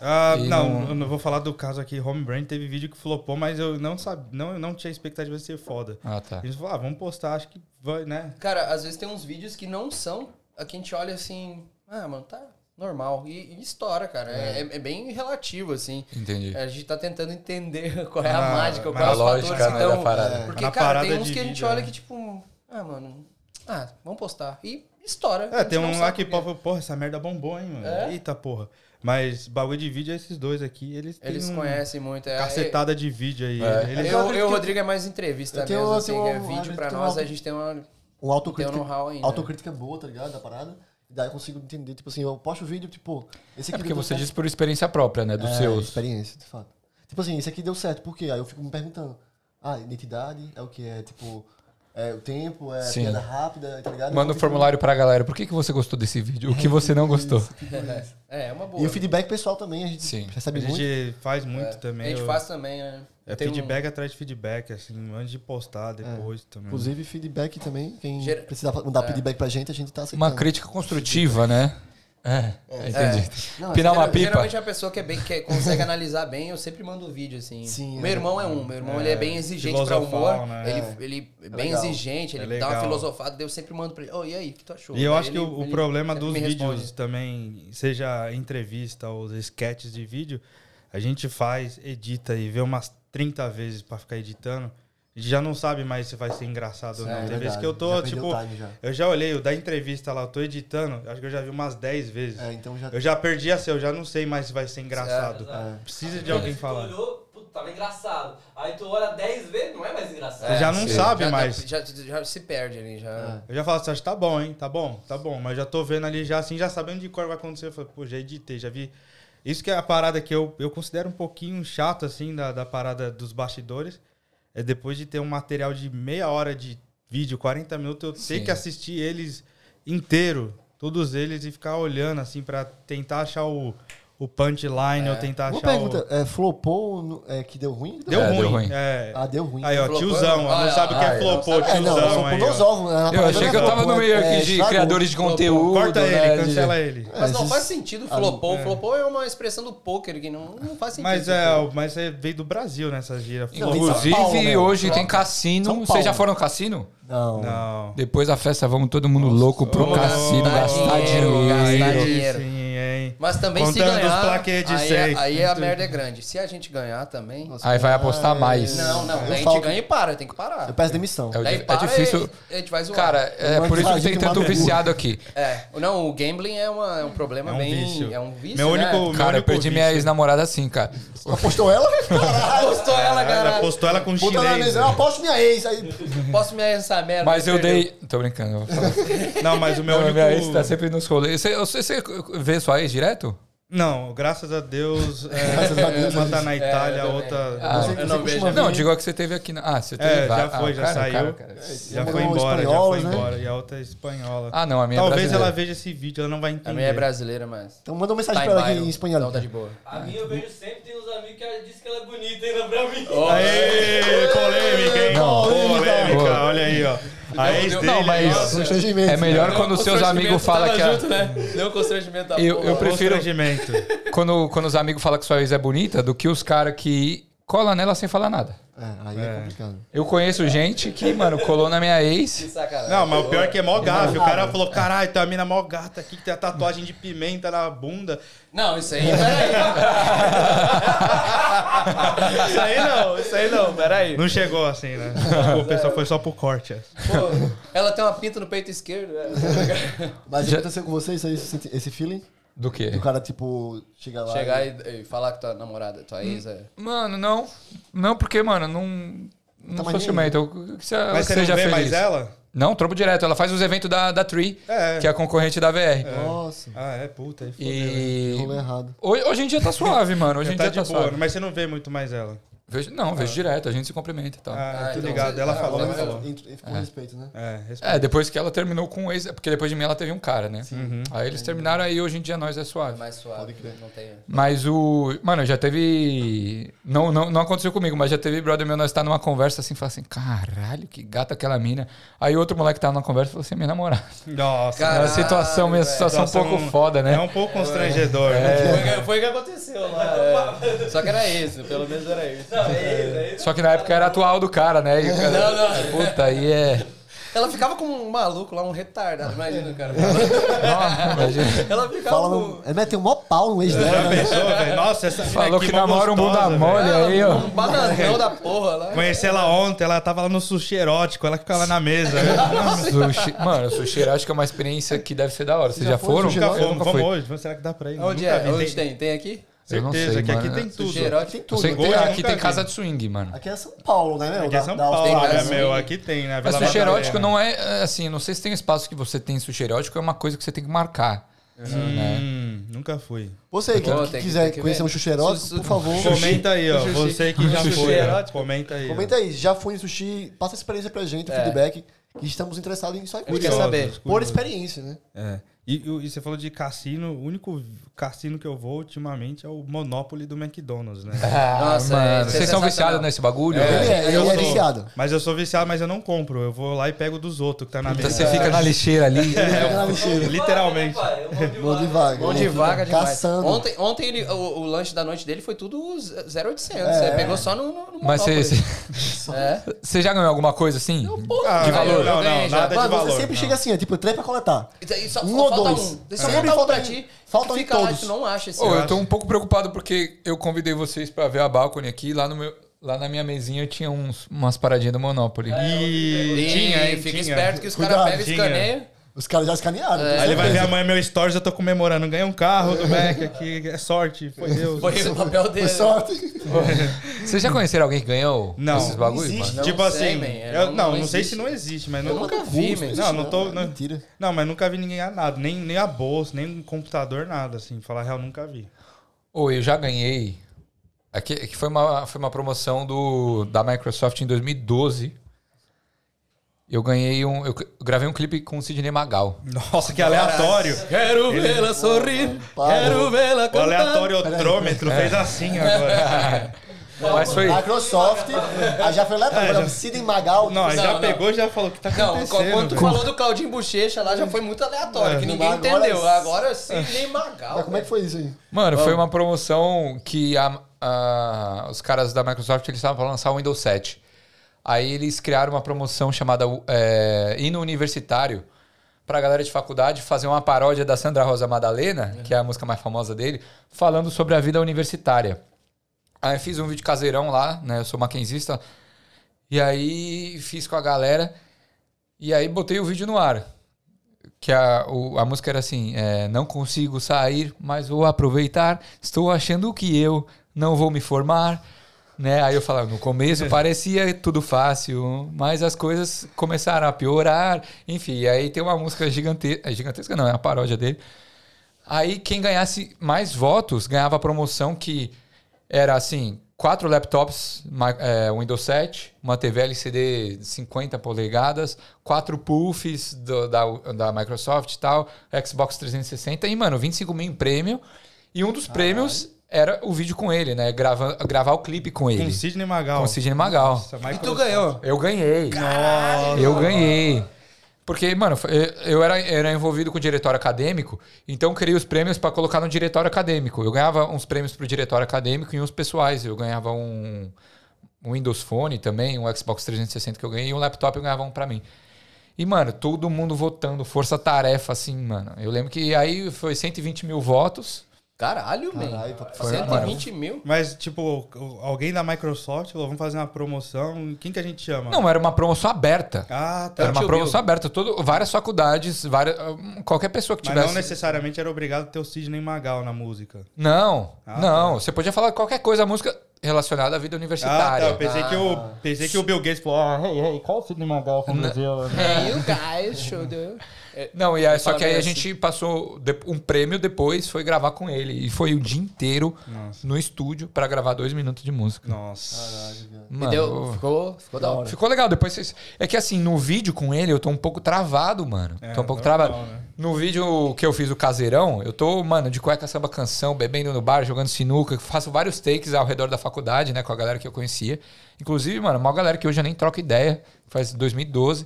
Speaker 2: Ah,
Speaker 3: E
Speaker 2: não,
Speaker 3: não-
Speaker 2: eu não vou falar do caso aqui. Home Brand teve vídeo que flopou, mas eu não sabia, não, eu não tinha expectativa de ser foda.
Speaker 3: Ah, tá.
Speaker 4: É.
Speaker 2: Eles falaram, ah, vamos postar, acho que vai, né?
Speaker 4: Cara, às vezes tem uns vídeos que não são. A que a gente olha assim. Ah, mano, tá normal. E, e estoura, cara. É. é- é bem relativo, assim.
Speaker 3: Entendi.
Speaker 4: A gente tá tentando entender qual é
Speaker 2: Ah,
Speaker 4: a mágica,
Speaker 2: mas
Speaker 4: qual é
Speaker 3: a
Speaker 4: os fatores
Speaker 3: lógica,
Speaker 4: que
Speaker 3: né, da
Speaker 4: estão-
Speaker 3: parada.
Speaker 1: É.
Speaker 4: Porque,
Speaker 2: Tá na
Speaker 4: cara,
Speaker 2: parada
Speaker 4: tem uns
Speaker 2: de
Speaker 4: que a gente
Speaker 2: vídeo,
Speaker 4: olha
Speaker 2: né?
Speaker 4: que, tipo, ah, mano, ah, vamos postar. E estoura. A
Speaker 2: É,
Speaker 4: gente
Speaker 2: tem
Speaker 4: não
Speaker 2: um
Speaker 4: sabe
Speaker 2: lá que
Speaker 4: por quê.
Speaker 2: popa, porra, essa merda bombou, hein, mano.
Speaker 4: É?
Speaker 2: Eita porra. Mas bagulho de vídeo é esses dois aqui, eles têm
Speaker 4: Eles
Speaker 2: um
Speaker 4: conhecem muito. É,
Speaker 2: cacetada de vídeo aí.
Speaker 3: É.
Speaker 4: Eu,
Speaker 2: Eles-
Speaker 4: eu, o Rodrigo é mais entrevista
Speaker 1: Eu tenho-
Speaker 4: mesmo,
Speaker 1: eu
Speaker 4: assim,
Speaker 1: tenho
Speaker 4: que é
Speaker 1: uma- um
Speaker 4: vídeo
Speaker 1: eu
Speaker 4: pra
Speaker 1: tenho
Speaker 4: nós,
Speaker 1: uma-
Speaker 4: a gente tem, uma,
Speaker 1: Um
Speaker 4: tem um
Speaker 1: autocrítica,
Speaker 4: know-how ainda.
Speaker 1: autocrítica boa, tá ligado, da parada. E daí eu consigo entender, tipo assim, eu posto o vídeo, tipo... Esse
Speaker 3: É
Speaker 1: aqui
Speaker 3: porque
Speaker 1: deu
Speaker 3: você
Speaker 1: certo.
Speaker 3: diz por experiência própria, né? Dos
Speaker 1: É,
Speaker 3: seus.
Speaker 1: experiência, de fato. Tipo assim, isso aqui deu certo, por quê? Aí eu fico me perguntando. Ah, identidade é o que? É tipo... É o tempo, é
Speaker 3: Sim.
Speaker 1: piada rápida, tá ligado?
Speaker 3: Manda um
Speaker 1: Então,
Speaker 3: formulário pra galera. Por que, que você gostou desse vídeo? O que você não gostou?
Speaker 4: É, é uma boa.
Speaker 1: E o feedback pessoal também, a gente
Speaker 3: Sim.
Speaker 1: recebe
Speaker 2: a
Speaker 1: muito.
Speaker 2: gente faz muito
Speaker 4: É,
Speaker 2: também.
Speaker 4: A gente
Speaker 2: eu-
Speaker 4: faz também, né?
Speaker 2: É
Speaker 4: Tem um-
Speaker 2: feedback atrás de feedback, assim, antes de postar,
Speaker 3: É.
Speaker 2: depois também.
Speaker 1: Inclusive, feedback também. Quem
Speaker 4: Gera- É.
Speaker 1: precisar mandar feedback pra gente, a gente tá aceitando.
Speaker 3: Uma crítica construtiva, né? É, entendi.
Speaker 1: Não,
Speaker 3: Pinar uma
Speaker 4: Geral-
Speaker 3: pipa.
Speaker 4: Geralmente é a pessoa que, é bem, que consegue analisar bem, eu sempre mando o vídeo, assim.
Speaker 1: Sim,
Speaker 4: meu
Speaker 1: é.
Speaker 4: irmão é um, meu irmão ele é bem exigente pra
Speaker 2: Filosofal,
Speaker 4: humor.
Speaker 2: né?
Speaker 4: Ele, ele é bem
Speaker 1: legal.
Speaker 4: exigente,
Speaker 2: É
Speaker 4: ele dá uma
Speaker 2: legal.
Speaker 4: filosofada, daí eu sempre mando pra ele, oh, e aí, o que tu achou?
Speaker 2: E eu
Speaker 4: Daí
Speaker 2: acho que
Speaker 4: ele-
Speaker 2: o, o
Speaker 4: ele
Speaker 2: problema
Speaker 4: sempre
Speaker 2: dos
Speaker 4: me
Speaker 2: vídeos
Speaker 4: responde.
Speaker 2: também, seja entrevista ou os sketches de vídeo, a gente faz, edita e vê umas 30 vezes pra ficar editando. A gente já não sabe mais se vai ser engraçado ou não.
Speaker 1: É
Speaker 2: Tem
Speaker 1: verdade,
Speaker 2: vezes que eu
Speaker 1: já
Speaker 2: tô,
Speaker 1: perdeu
Speaker 2: tipo,
Speaker 1: o time já.
Speaker 2: eu já olhei o da entrevista lá, eu tô editando, eu acho que eu já vi umas 10 vezes.
Speaker 1: É, então já.
Speaker 2: Eu já perdi a seu, eu já não sei mais se vai ser engraçado.
Speaker 1: É.
Speaker 2: Precisa de alguém
Speaker 5: tu
Speaker 2: falar.
Speaker 5: olhou, puta, tava engraçado. Aí tu olha 10 vezes, não é mais engraçado.
Speaker 2: Você já não
Speaker 4: Sim.
Speaker 2: sabe
Speaker 4: Já-
Speaker 2: mais.
Speaker 4: Já, já se perde ali,
Speaker 1: É.
Speaker 4: já.
Speaker 2: Eu já falo assim, acho que tá bom, hein? Tá bom, tá bom. Mas já tô vendo ali já, assim, já sabendo de cor vai acontecer. Eu falei, pô, já editei, já vi. Isso que é a parada que eu, eu considero um pouquinho chato, assim, da, da parada dos bastidores. É depois de ter um material de meia hora de vídeo, 40 minutos, eu
Speaker 3: Sim.
Speaker 2: ter que assistir eles inteiro, todos eles, e ficar olhando, assim, pra tentar achar o, o punchline, ou tentar
Speaker 1: Uma
Speaker 2: achar
Speaker 1: pergunta,
Speaker 2: o...
Speaker 1: é, flopou no- é, que deu ruim?
Speaker 2: Deu,
Speaker 3: É,
Speaker 2: ruim.
Speaker 3: deu ruim.
Speaker 2: É.
Speaker 1: Ah, deu ruim.
Speaker 2: Aí, ó,
Speaker 4: Flopou?
Speaker 2: tiozão. ó,
Speaker 4: Ah,
Speaker 2: Não sabe o que
Speaker 4: ah,
Speaker 2: é
Speaker 4: é.
Speaker 2: flopou,
Speaker 1: é, não,
Speaker 2: tiozão.
Speaker 1: flopou
Speaker 2: aí,
Speaker 1: nos
Speaker 2: ó.
Speaker 1: ovos. né?
Speaker 3: Eu achei que eu tava
Speaker 1: Flopou,
Speaker 3: no meio
Speaker 1: é,
Speaker 3: aqui de
Speaker 1: estragou.
Speaker 3: criadores de conteúdo.
Speaker 2: Corta
Speaker 3: né,
Speaker 2: ele,
Speaker 3: de-
Speaker 2: cancela ele.
Speaker 1: É,
Speaker 4: Mas não
Speaker 1: esses-
Speaker 4: faz sentido flopou. Flopou é uma expressão do poker que não, não faz sentido.
Speaker 2: Mas é, o- mas é, veio do Brasil nessa gira.
Speaker 1: Não,
Speaker 2: Flopou.
Speaker 1: São Paulo,
Speaker 3: Inclusive,
Speaker 1: meu.
Speaker 3: hoje tem
Speaker 1: São
Speaker 3: cassino.
Speaker 1: Paulo.
Speaker 3: Vocês já foram no cassino?
Speaker 1: Não.
Speaker 2: Não.
Speaker 3: Depois da festa, vamos todo mundo louco pro
Speaker 2: Vamos
Speaker 3: cassino,
Speaker 2: gastar
Speaker 3: gastar
Speaker 4: dinheiro, gastar
Speaker 3: dinheiro.
Speaker 4: dinheiro.
Speaker 2: Sim, hein?
Speaker 4: Mas também
Speaker 2: Contando
Speaker 4: se ganhar,
Speaker 2: os plaquês de
Speaker 4: aí,
Speaker 2: seis.
Speaker 4: aí a merda é grande. Se a gente ganhar também...
Speaker 1: Nossa,
Speaker 3: Aí vai apostar
Speaker 1: é,
Speaker 3: mais.
Speaker 4: Não, não.
Speaker 1: Eu
Speaker 4: daí a gente
Speaker 1: falo-
Speaker 4: ganha e para, tem que parar.
Speaker 1: Eu peço demissão.
Speaker 3: É o-
Speaker 4: Daí
Speaker 3: é
Speaker 4: para
Speaker 3: difícil-
Speaker 4: e a gente vai zoar.
Speaker 3: Cara, é
Speaker 1: Mas
Speaker 3: por isso que
Speaker 1: imagina
Speaker 3: tem
Speaker 1: que
Speaker 3: tanto
Speaker 1: uma merda.
Speaker 3: viciado aqui.
Speaker 4: É, não, o gambling é, uma, é um problema
Speaker 2: É um
Speaker 4: bem...
Speaker 2: vício.
Speaker 4: É um vício,
Speaker 2: Meu
Speaker 4: né?
Speaker 2: único-
Speaker 3: Cara, eu
Speaker 2: único
Speaker 3: perdi minha
Speaker 2: vício.
Speaker 3: ex-namorada assim, cara.
Speaker 1: Apostou ela?
Speaker 3: né? É
Speaker 4: Postou Ah, ela,
Speaker 2: Ela
Speaker 4: cara.
Speaker 2: postou ela com
Speaker 1: Puta na
Speaker 2: chinês. né?
Speaker 1: mesa, eu aposto minha ex. Aí,
Speaker 4: Posso me essa merda?
Speaker 3: Mas eu
Speaker 4: perdeu.
Speaker 3: dei. Tô brincando. eu vou falar.
Speaker 2: Não, mas o meu
Speaker 3: Não,
Speaker 2: único...
Speaker 3: Minha ex tá sempre nos rolês. Você, você, você vê sua ex direto?
Speaker 2: Não, graças a Deus. é,
Speaker 1: Graças a Deus,
Speaker 2: uma tá na Itália,
Speaker 4: É,
Speaker 2: a
Speaker 4: eu
Speaker 2: outra...
Speaker 4: também.
Speaker 1: não
Speaker 3: Ah,
Speaker 1: sei o que
Speaker 4: eu
Speaker 1: você
Speaker 4: não vejo,
Speaker 1: costuma
Speaker 3: Não,
Speaker 1: ver.
Speaker 3: digo a que você teve aqui. na- Ah, você teve.
Speaker 2: É, já
Speaker 3: ah,
Speaker 2: foi, já saiu. Já
Speaker 1: Namorou
Speaker 2: foi embora, já
Speaker 1: espanhola,
Speaker 2: foi
Speaker 1: né?
Speaker 2: embora. E a outra é espanhola.
Speaker 3: Ah, não, a minha é
Speaker 2: Talvez
Speaker 3: brasileira.
Speaker 2: ela veja esse vídeo, ela não vai entender.
Speaker 4: A minha é brasileira, mas...
Speaker 1: Então manda uma
Speaker 4: Tá
Speaker 1: mensagem pra ela aqui
Speaker 4: bio.
Speaker 1: em espanhol.
Speaker 4: Não, tá de boa.
Speaker 5: A minha eu vejo sempre, tem uns amigos que ela diz que ela é bonita ainda pra mim. né,
Speaker 2: Aê, polêmica, hein?
Speaker 3: Não.
Speaker 2: Polêmica,
Speaker 3: Boa.
Speaker 2: olha aí, ó. A ex
Speaker 4: Não,
Speaker 2: dele...
Speaker 3: Não, mas
Speaker 1: Não seja imenso.
Speaker 3: é melhor
Speaker 4: Deu
Speaker 3: quando
Speaker 4: um
Speaker 3: os seus amigos
Speaker 4: constrangimento,
Speaker 3: falam
Speaker 4: tava
Speaker 3: que a-
Speaker 4: junto, né? Deu um constrangimento da
Speaker 3: Eu-
Speaker 4: porra.
Speaker 3: eu prefiro-
Speaker 2: Constrangimento.
Speaker 3: quando, quando os amigos falam que sua ex é bonita do que os caras que colam nela sem falar nada.
Speaker 1: É, aí é, complicado.
Speaker 3: Eu conheço gente que, mano, colou na minha
Speaker 4: Que
Speaker 3: ex.
Speaker 4: sacanagem.
Speaker 2: Não, mas o pior é que é mó gafe. O cara falou, caralho, tem uma mina mó gata aqui que tem a tatuagem de pimenta na bunda.
Speaker 4: Não, isso aí, peraí.
Speaker 2: Isso aí não, isso aí não.
Speaker 4: peraí.
Speaker 2: Não chegou assim, né? Desculpa, pessoal, foi só pro corte. é. essa.
Speaker 4: Pô, ela tem uma pinta no peito esquerdo. né?
Speaker 1: Mas já
Speaker 3: Já- É.
Speaker 1: aconteceu com você isso aí, esse, esse feeling?
Speaker 3: Do quê?
Speaker 1: Do cara, tipo, chegar lá.
Speaker 4: Chegar e, e falar que tua namorada, tua ex é.
Speaker 3: Mano, não. Não, porque, mano, não. Não
Speaker 1: Tá, mas
Speaker 3: sou
Speaker 1: nem-
Speaker 3: ciumento. Eu- que se ela
Speaker 2: Mas você não
Speaker 3: Ah, seja
Speaker 2: vê
Speaker 3: feliz.
Speaker 2: mais ela?
Speaker 3: Não, trobo direto. Ela faz os eventos da, da Tree,
Speaker 2: É.
Speaker 3: que é a concorrente da VR.
Speaker 1: Nossa,
Speaker 2: Ah, é, puta, aí fodeu. né?
Speaker 3: E.
Speaker 1: rolou errado.
Speaker 3: Hoje, hoje em dia tá suave, mano. Hoje
Speaker 2: Já
Speaker 3: em
Speaker 2: tá
Speaker 3: dia
Speaker 2: de
Speaker 3: tá
Speaker 2: boa,
Speaker 3: suave.
Speaker 2: mas você não vê muito mais ela.
Speaker 3: Vejo- não, vejo direto, a gente se cumprimenta e tal.
Speaker 2: Ah,
Speaker 4: Ah,
Speaker 2: tô
Speaker 4: então
Speaker 2: ligado.
Speaker 4: você-
Speaker 2: Ela
Speaker 4: ah,
Speaker 2: falou,
Speaker 1: Pelo
Speaker 2: ela
Speaker 4: mas-
Speaker 1: menos
Speaker 2: falou.
Speaker 1: ent- ele ficou com respeito, né?
Speaker 2: É, respeito.
Speaker 3: É, depois que ela terminou com o ex. é Porque depois de mim ela teve um cara, né?
Speaker 1: Uhum.
Speaker 3: Aí eles terminaram, aí hoje em dia nós é
Speaker 4: É
Speaker 3: suave.
Speaker 4: mais suave.
Speaker 1: Hum. Pode crer.
Speaker 4: Não tem.
Speaker 3: Mas o. Mano, já teve. Não, não, não aconteceu comigo, mas já teve brother meu, nós tá numa conversa assim, fala assim, caralho, que gata aquela mina. Aí outro moleque tava numa conversa e falou assim, minha namorada.
Speaker 2: Nossa.
Speaker 4: Cara,
Speaker 3: É uma
Speaker 4: Caralho,
Speaker 3: situação, minha
Speaker 4: velho.
Speaker 3: situação um pouco foda, né? É.
Speaker 2: É um pouco constrangedor, né?
Speaker 4: É. Foi, que- foi o que aconteceu lá. é. Só que era esse, pelo menos era esse.
Speaker 5: Não, é isso, é isso.
Speaker 3: Só que na época era atual do cara, né? E o cara,
Speaker 4: Não, não.
Speaker 3: Puta, aí é.
Speaker 4: Ela ficava com um maluco lá, um retardado, imagina, cara.
Speaker 3: Nossa, imagina.
Speaker 4: Ela ficava
Speaker 1: Fala,
Speaker 4: com.
Speaker 1: no- ele meteu um mó pau no ex dela,
Speaker 2: Já
Speaker 1: né?
Speaker 2: pensou, velho? Nossa, essa mina
Speaker 3: Falou
Speaker 2: aqui
Speaker 3: que
Speaker 2: mó
Speaker 3: namora um
Speaker 2: gostosa,
Speaker 3: bunda
Speaker 2: velho.
Speaker 3: mole. Olha aí, ó.
Speaker 4: Um bananão da porra lá.
Speaker 2: Conheci ela ontem, ela tava lá no sushi erótico, ela ficava lá na mesa. né?
Speaker 3: Sushi. Mano, o sushi eu acho que é uma experiência que deve ser da hora. Vocês já,
Speaker 1: foi
Speaker 3: foram?
Speaker 1: sushi
Speaker 2: Nunca
Speaker 1: Eu
Speaker 2: fomos,
Speaker 3: nunca
Speaker 2: vamos
Speaker 3: fui.
Speaker 2: hoje. Vamos- Será que dá pra ir?
Speaker 4: Onde
Speaker 2: Nunca
Speaker 4: é?
Speaker 2: vi,
Speaker 4: Onde
Speaker 2: tem
Speaker 4: tem? Tem aqui?
Speaker 3: Eu não
Speaker 2: Certeza
Speaker 3: sei,
Speaker 2: que aqui
Speaker 3: mano.
Speaker 2: tem tudo.
Speaker 4: Sujeiro, tem
Speaker 1: Tem
Speaker 4: tudo.
Speaker 3: Eu sei que
Speaker 1: tudo.
Speaker 3: tem-
Speaker 2: Goiás,
Speaker 3: aqui
Speaker 2: nunca
Speaker 3: tem
Speaker 2: vi.
Speaker 3: casa de swing, mano.
Speaker 1: Aqui é São Paulo, né? meu?
Speaker 2: Aqui
Speaker 1: Da-
Speaker 2: é São
Speaker 1: da
Speaker 2: Paulo,
Speaker 1: Austrália.
Speaker 2: né,
Speaker 4: assim.
Speaker 2: meu? Aqui tem, né?
Speaker 3: Mas
Speaker 2: Vila
Speaker 3: sushi
Speaker 2: Madalena.
Speaker 3: erótico não é é, assim, não sei se tem espaço que você tem em sushi erótico, é uma coisa que você tem que marcar.
Speaker 2: É.
Speaker 3: né? é,
Speaker 2: Hum, nunca fui.
Speaker 1: Você que
Speaker 4: Pô, tem que-
Speaker 1: quiser
Speaker 4: tem que
Speaker 1: conhecer
Speaker 4: ver.
Speaker 1: um sushi erótico,
Speaker 4: Su- su-
Speaker 1: por favor,
Speaker 2: Comenta aí, ó.
Speaker 4: Sushi.
Speaker 2: Você que já
Speaker 4: Sushi
Speaker 2: foi.
Speaker 4: erótico?
Speaker 2: Comenta aí. ó.
Speaker 1: comenta aí. Já foi em sushi, passa a experiência pra gente, o
Speaker 4: É.
Speaker 1: feedback. Que estamos interessados em só
Speaker 4: gente
Speaker 1: curiosos.
Speaker 4: quer saber.
Speaker 2: Curiosos,
Speaker 1: Por
Speaker 2: curiosos.
Speaker 1: experiência, né?
Speaker 2: É. E, e- e você falou de cassino, o único cassino que eu vou ultimamente é o Monopoly do McDonald's, né?
Speaker 4: Nossa,
Speaker 3: Vocês são
Speaker 4: é sensacional.
Speaker 3: viciados nesse bagulho?
Speaker 1: Ele
Speaker 3: velho?
Speaker 1: é, ele é
Speaker 4: sou-
Speaker 1: viciado.
Speaker 2: Mas eu sou viciado, mas eu não compro. Eu vou lá e pego dos outros que tá na
Speaker 3: Então
Speaker 2: mesa. É,
Speaker 3: você fica É. na lixeira ali.
Speaker 1: Fica na lixeira.
Speaker 2: Literalmente.
Speaker 1: Bom de vaga.
Speaker 4: Mão de vaga demais.
Speaker 1: Caçando.
Speaker 4: Ontem, ontem ele, o, o lanche da noite dele foi tudo z- 0800.
Speaker 1: É.
Speaker 4: Você pegou só no, no, no
Speaker 3: Mas
Speaker 4: Monopoly.
Speaker 3: você
Speaker 4: É.
Speaker 3: você já ganhou alguma coisa assim?
Speaker 4: Porra,
Speaker 2: de
Speaker 4: velho,
Speaker 2: valor.
Speaker 4: eu
Speaker 2: Ah, Não,
Speaker 4: ganhei
Speaker 2: não,
Speaker 4: já.
Speaker 2: nada de
Speaker 4: Mano,
Speaker 1: Mano,
Speaker 2: valor,
Speaker 1: você sempre
Speaker 2: não.
Speaker 1: chega assim, é tipo, três pra coletar.
Speaker 4: E só,
Speaker 1: Um
Speaker 4: só
Speaker 1: ou
Speaker 4: falta
Speaker 1: dois.
Speaker 4: um. Só
Speaker 1: É.
Speaker 4: falta um pra
Speaker 1: Falta
Speaker 4: ti.
Speaker 1: faltam
Speaker 4: Fica lá,
Speaker 1: todos.
Speaker 4: tu não acha esse
Speaker 3: Ô, eu
Speaker 4: lanche.
Speaker 3: tô um pouco preocupado porque eu convidei vocês pra ver a balcony aqui. Lá, no meu, lá na minha mesinha eu tinha uns, umas paradinhas do Monopoly.
Speaker 2: É. E...
Speaker 4: Ih,
Speaker 2: Tinha, hein?
Speaker 4: Fica
Speaker 2: tinha.
Speaker 4: esperto que os caras
Speaker 1: Cuidado,
Speaker 4: pegam e
Speaker 2: tinha.
Speaker 4: escaneiam.
Speaker 1: Os caras já escanearam.
Speaker 4: É.
Speaker 2: Aí ele vai ver amanhã meu stories, eu tô comemorando. Ganhei um carro do Mac aqui, é sorte, foi Deus.
Speaker 4: Foi o papel dele.
Speaker 1: Por sorte.
Speaker 3: Vocês já conheceram alguém que ganhou
Speaker 2: Não.
Speaker 3: esses bagulhos?
Speaker 1: Não existe.
Speaker 3: mano?
Speaker 4: Não
Speaker 2: tipo
Speaker 4: sei,
Speaker 2: assim,
Speaker 4: man,
Speaker 2: eu, não,
Speaker 4: não-
Speaker 2: não,
Speaker 4: não
Speaker 2: sei
Speaker 4: existe.
Speaker 2: se não existe, mas
Speaker 4: Eu
Speaker 2: não,
Speaker 4: nunca vi, man.
Speaker 2: Não, não tô- né? não-
Speaker 1: Mentira.
Speaker 2: não, mas nunca vi ninguém ganhar nada, nem, nem a bolsa, nem um computador, nada, assim, falar a real, nunca vi.
Speaker 3: Ou eu já ganhei. Aqui, que foi, uma, foi uma promoção do, da Microsoft em 2012. Eu ganhei um. Eu gravei um clipe com o Sidney Magal.
Speaker 2: Nossa, que aleatório.
Speaker 4: Quero vê-la sorrir,
Speaker 1: Para.
Speaker 4: quero vê-la
Speaker 2: O
Speaker 4: cantar.
Speaker 2: aleatoriômetro fez
Speaker 3: É.
Speaker 2: assim agora.
Speaker 3: Mas foi.
Speaker 1: Microsoft, aí já foi lá pra agora, Sidney Magal.
Speaker 2: Não, aí
Speaker 4: Não,
Speaker 2: já
Speaker 4: não.
Speaker 2: pegou e já falou o que tá
Speaker 4: Não,
Speaker 2: acontecendo.
Speaker 4: quando tu
Speaker 2: velho?
Speaker 4: falou do Claudinho Bochecha lá já foi muito aleatório,
Speaker 2: É.
Speaker 4: que ninguém
Speaker 1: Agora-
Speaker 4: entendeu. Agora
Speaker 2: Ah.
Speaker 4: sim, nem Magal.
Speaker 1: Mas como é que foi isso aí?
Speaker 3: Mano, foi uma promoção que a- a- os caras da Microsoft eles estavam para lançar o Windows 7. Aí eles criaram uma promoção chamada é, Hino Universitário pra galera de faculdade fazer uma paródia da Sandra Rosa Madalena, que é a música mais famosa dele, falando sobre a vida universitária. Aí eu fiz um vídeo caseirão lá, né? Eu sou maquenzista. E aí fiz com a galera. E aí botei o vídeo no ar. Que a, o- a música era assim: é, Não consigo sair, mas vou aproveitar. Estou achando que eu não vou me formar. Né? Aí eu falava, no começo parecia tudo fácil, mas as coisas começaram a piorar. Enfim, aí tem uma música gigante... é gigantesca, não, é uma paródia dele. Aí quem ganhasse mais votos ganhava a promoção que era assim: quatro laptops ma- é, Windows 7, uma TV LCD de 50 polegadas, quatro puffs do- da, da Microsoft e tal, Xbox 360 e, mano, 25 mil em prêmio. E um dos prêmios era o vídeo com ele, né? Grava, gravar o clipe com
Speaker 2: Com
Speaker 3: ele.
Speaker 2: Sidney Magal.
Speaker 3: Com o Sidney Magal.
Speaker 2: Nossa,
Speaker 4: E tu
Speaker 2: Microsoft.
Speaker 4: ganhou.
Speaker 3: Eu ganhei.
Speaker 2: Nossa.
Speaker 3: Eu ganhei. Porque, mano, foi- eu era, era envolvido com o diretório acadêmico, então eu queria os prêmios pra colocar no diretório acadêmico. Eu ganhava uns prêmios pro diretório acadêmico e uns pessoais. Eu ganhava um, um Windows Phone também, um Xbox 360 que eu ganhei, e um laptop eu ganhava um pra mim. E, mano, todo mundo votando, força-tarefa, assim, mano. Eu lembro que aí foi 120 mil votos
Speaker 4: Caralho,
Speaker 1: Caralho,
Speaker 4: velho.
Speaker 1: foi uma
Speaker 4: 120 mil?
Speaker 2: Mas, tipo, o- alguém da Microsoft, falou, vamos fazer uma promoção. Quem que a gente chama?
Speaker 3: Não, era uma promoção aberta.
Speaker 2: Ah,
Speaker 3: Era
Speaker 2: tá.
Speaker 3: uma
Speaker 4: Tio
Speaker 3: promoção
Speaker 4: Bill.
Speaker 3: aberta. Todo, várias faculdades, várias, hum, qualquer pessoa que
Speaker 2: Mas
Speaker 3: tivesse.
Speaker 2: não necessariamente era obrigado a ter o Sidney Magal na música.
Speaker 3: Não,
Speaker 2: Ah,
Speaker 3: não. Você podia falar qualquer coisa, música relacionada à vida
Speaker 2: Ah, tá.
Speaker 3: universitária.
Speaker 2: Eu pensei, que o, pensei que o Bill Gates falou, ah, hey, hey, qual o Sidney Magal né? from Brazil?
Speaker 4: Hey, you guys, show the...
Speaker 2: Ah,
Speaker 4: É,
Speaker 3: Não, e aí, só que aí a
Speaker 4: Parece.
Speaker 3: gente passou de- um prêmio depois, foi gravar com ele. E foi o dia inteiro
Speaker 2: Nossa.
Speaker 3: no estúdio pra gravar dois minutos de música.
Speaker 2: Nossa.
Speaker 3: Mano,
Speaker 4: Deu, ficou, ficou da hora.
Speaker 3: Ficou legal, depois vocês... É que assim, no vídeo com ele eu tô um pouco travado, mano.
Speaker 2: É,
Speaker 3: tô um pouco
Speaker 2: normal,
Speaker 3: travado.
Speaker 2: né?
Speaker 3: No vídeo que eu fiz o caseirão, eu tô, mano, de cueca samba canção, bebendo no bar, jogando sinuca, faço vários takes ao redor da faculdade, né, com a galera que eu conhecia. Inclusive, mano, uma galera que hoje eu nem troco ideia, faz 2012.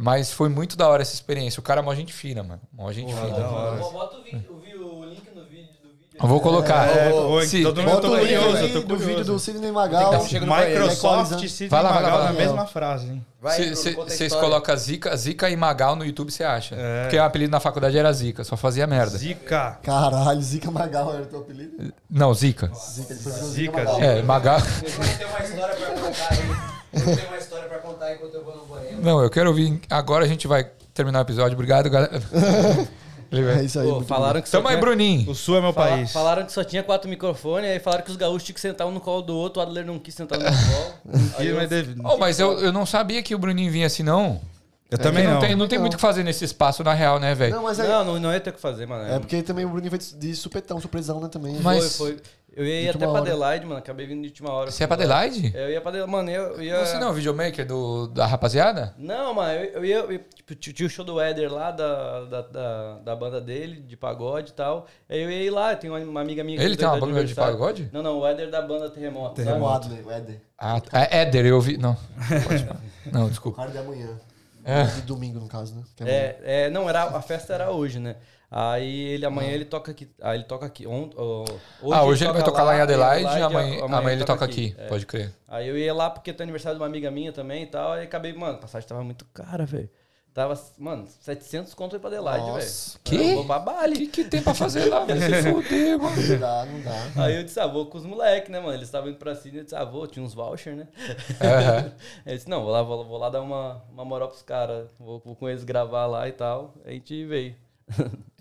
Speaker 3: Mas foi muito da hora essa experiência. O cara é mó gente fina, mano. Mó gente
Speaker 2: da
Speaker 3: fina.
Speaker 2: hora.
Speaker 5: Bota o, vi- o vi- o link no vídeo do vídeo.
Speaker 3: Eu vou colocar.
Speaker 2: É, ô,
Speaker 3: Se-
Speaker 2: todo mundo eu
Speaker 1: Bota
Speaker 2: tô
Speaker 1: o link
Speaker 2: curioso, Então
Speaker 1: aí
Speaker 2: eu tô
Speaker 1: do vídeo do
Speaker 2: curioso.
Speaker 1: Sidney Magal.
Speaker 4: Tem que dar um chego no
Speaker 2: Microsoft
Speaker 1: banheiro,
Speaker 2: e
Speaker 1: né?
Speaker 2: Sidney
Speaker 3: Vai lá, vai lá,
Speaker 2: Magal
Speaker 3: vai lá.
Speaker 2: na mesma frase, hein?
Speaker 4: Bruno, conta a
Speaker 3: Vocês
Speaker 4: história.
Speaker 3: colocam Zica, Zica e Magal no YouTube, você acha?
Speaker 2: É.
Speaker 3: Porque o apelido na faculdade era Zica, só fazia merda.
Speaker 2: Zica.
Speaker 1: Caralho, Zica Magal era o teu apelido?
Speaker 3: Não, Zica.
Speaker 1: Zica, ele fazia o
Speaker 2: Zica,
Speaker 1: Magal.
Speaker 3: É, Magal.
Speaker 5: Depois tem uma história pra contar aí. Eu tenho uma história pra contar enquanto eu vou no banheiro.
Speaker 3: Não, eu quero ouvir. Agora a gente vai terminar o episódio. Obrigado, galera. Ele vai-
Speaker 1: É isso aí.
Speaker 6: Pô,
Speaker 1: muito
Speaker 6: falaram que só
Speaker 3: Tamo aí,
Speaker 6: tinha-
Speaker 3: Bruninho.
Speaker 2: O sul é meu
Speaker 6: fala-
Speaker 2: país.
Speaker 6: Falaram que só tinha quatro microfones, aí falaram que os gaúchos tinham que sentar um no colo do outro, o Adler não quis sentar no meu colo. Aí
Speaker 2: Ih,
Speaker 6: eu-
Speaker 2: mas deve-
Speaker 3: Oh, mas eu, eu não sabia que o Bruninho vinha assim, não.
Speaker 2: Eu também
Speaker 3: não,
Speaker 2: não.
Speaker 3: tem, não tem muito o que fazer nesse espaço, na real, né,
Speaker 1: bom.
Speaker 3: velho?
Speaker 1: Não, mas é,
Speaker 6: Não, não, não ia ter o que fazer, mano.
Speaker 1: é porque também o Bruninho fez de supetão, surpresão, né, também.
Speaker 3: Mas-
Speaker 6: Foi, foi. Eu ia
Speaker 1: De
Speaker 6: até
Speaker 1: última
Speaker 6: pra
Speaker 1: hora.
Speaker 6: Adelaide, mano, acabei vindo de última hora.
Speaker 3: Você é pra Adelaide?
Speaker 6: É, Eu ia pra Adelaide, mano, eu, eu ia...
Speaker 3: Você não é o videomaker do, da rapaziada?
Speaker 6: Não, mano, eu, eu ia. eu- tipo, tinha tinha o show do Éder lá, da, da, da, da banda dele, de pagode e tal. Aí eu ia ir lá, tem uma, uma amiga minha que
Speaker 3: Ele
Speaker 6: fez
Speaker 3: tem uma
Speaker 6: dois
Speaker 3: banda de
Speaker 6: aniversário.
Speaker 3: pagode?
Speaker 6: Não, não, o Éder da banda Terremoto. sabe?
Speaker 1: É O Adler, o Éder.
Speaker 3: Ah, tá. é Éder, eu vi. Não. Não,
Speaker 1: O
Speaker 3: desculpa.
Speaker 1: cara de amanhã.
Speaker 3: É.
Speaker 1: De domingo, no caso, né? Que amanhã.
Speaker 6: É, é, não, era, a festa era hoje, né? Aí ele amanhã ele toca aqui. Ah, ele toca aqui. Ont, ó,
Speaker 3: ah, hoje ele vai
Speaker 6: toca
Speaker 3: tocar lá em Adelaide, é
Speaker 6: Adelaide,
Speaker 3: amanhã, amanhã ele toca aqui.
Speaker 6: É.
Speaker 3: Pode crer.
Speaker 6: Aí eu ia lá porque tem aniversário de uma amiga minha também e tal. Aí acabei, mano, a passagem tava muito cara, velho. Tava, mano, 700 conto aí pra Adelaide, velho.
Speaker 1: Nossa.
Speaker 3: Que?
Speaker 6: Eu Vou pra Bali.
Speaker 3: O que, que tem pra fazer lá? Vai se fuder, mano.
Speaker 1: Não dá, não dá.
Speaker 6: Aí eu disse, ah, vou com os moleques, né, mano? Eles estavam indo pra Sydney, eu disse, ah, vou, tinha uns voucher, né?
Speaker 3: É. Aham.
Speaker 6: Aí eu disse, não, vou lá, vou, lá- vou lá dar uma, uma moral pros caras, vou, vou com eles gravar lá e tal. A gente veio.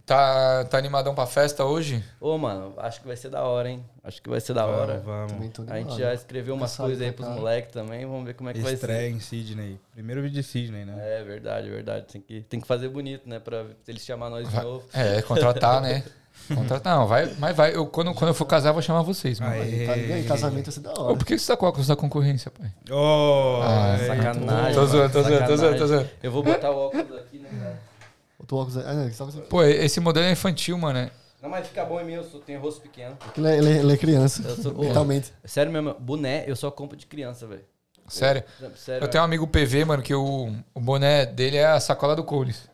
Speaker 3: Tá, tá animadão pra festa hoje?
Speaker 6: Ô, mano, acho que vai ser da hora, hein? Acho que vai ser da hora.
Speaker 2: Vamos.
Speaker 1: Também tô
Speaker 6: A
Speaker 1: animado.
Speaker 6: gente já escreveu umas
Speaker 1: Cansado
Speaker 6: coisas aí
Speaker 1: pra
Speaker 3: tá
Speaker 6: pros
Speaker 1: caralho.
Speaker 6: moleques também, vamos ver como é que vai
Speaker 2: Estreia
Speaker 6: ser.
Speaker 2: em Sidney. Primeiro vídeo de Sidney, né?
Speaker 6: É verdade, verdade. Tem que, tem que fazer bonito, né? Pra eles chamar nós de
Speaker 3: Vai-
Speaker 6: novo.
Speaker 3: É, contratar, né? Contratar, não, vai, mas vai. Eu, quando, quando eu for casar, eu vou chamar vocês, mano.
Speaker 2: Aê.
Speaker 1: Tá ligado?
Speaker 6: É.
Speaker 1: E Casamento vai ser da
Speaker 3: Ô,
Speaker 1: hora.
Speaker 3: por que que você tá com óculos da concorrência, pai?
Speaker 2: Oh,
Speaker 3: Ah,
Speaker 2: é.
Speaker 6: Sacanagem.
Speaker 3: Tô zoando, tô
Speaker 6: mano,
Speaker 3: zoando, tô zoando, tô
Speaker 6: sacanagem.
Speaker 3: zoando.
Speaker 6: Eu vou botar o óculos aqui, né, cara?
Speaker 1: O teu óculos é... Ah, não, sabe,
Speaker 3: Pô, esse modelo é infantil, mano.
Speaker 6: Não, mas fica bom em mim, eu sou- tenho rosto pequeno.
Speaker 1: ele, é, ele, é, ele é criança.
Speaker 6: Eu sou-
Speaker 1: Mentalmente.
Speaker 6: Sério mesmo, boné eu só compro de criança, velho.
Speaker 3: Sério.
Speaker 6: Sério.
Speaker 3: Eu tenho um amigo PV, mano, que o, o boné dele é a sacola do Coles.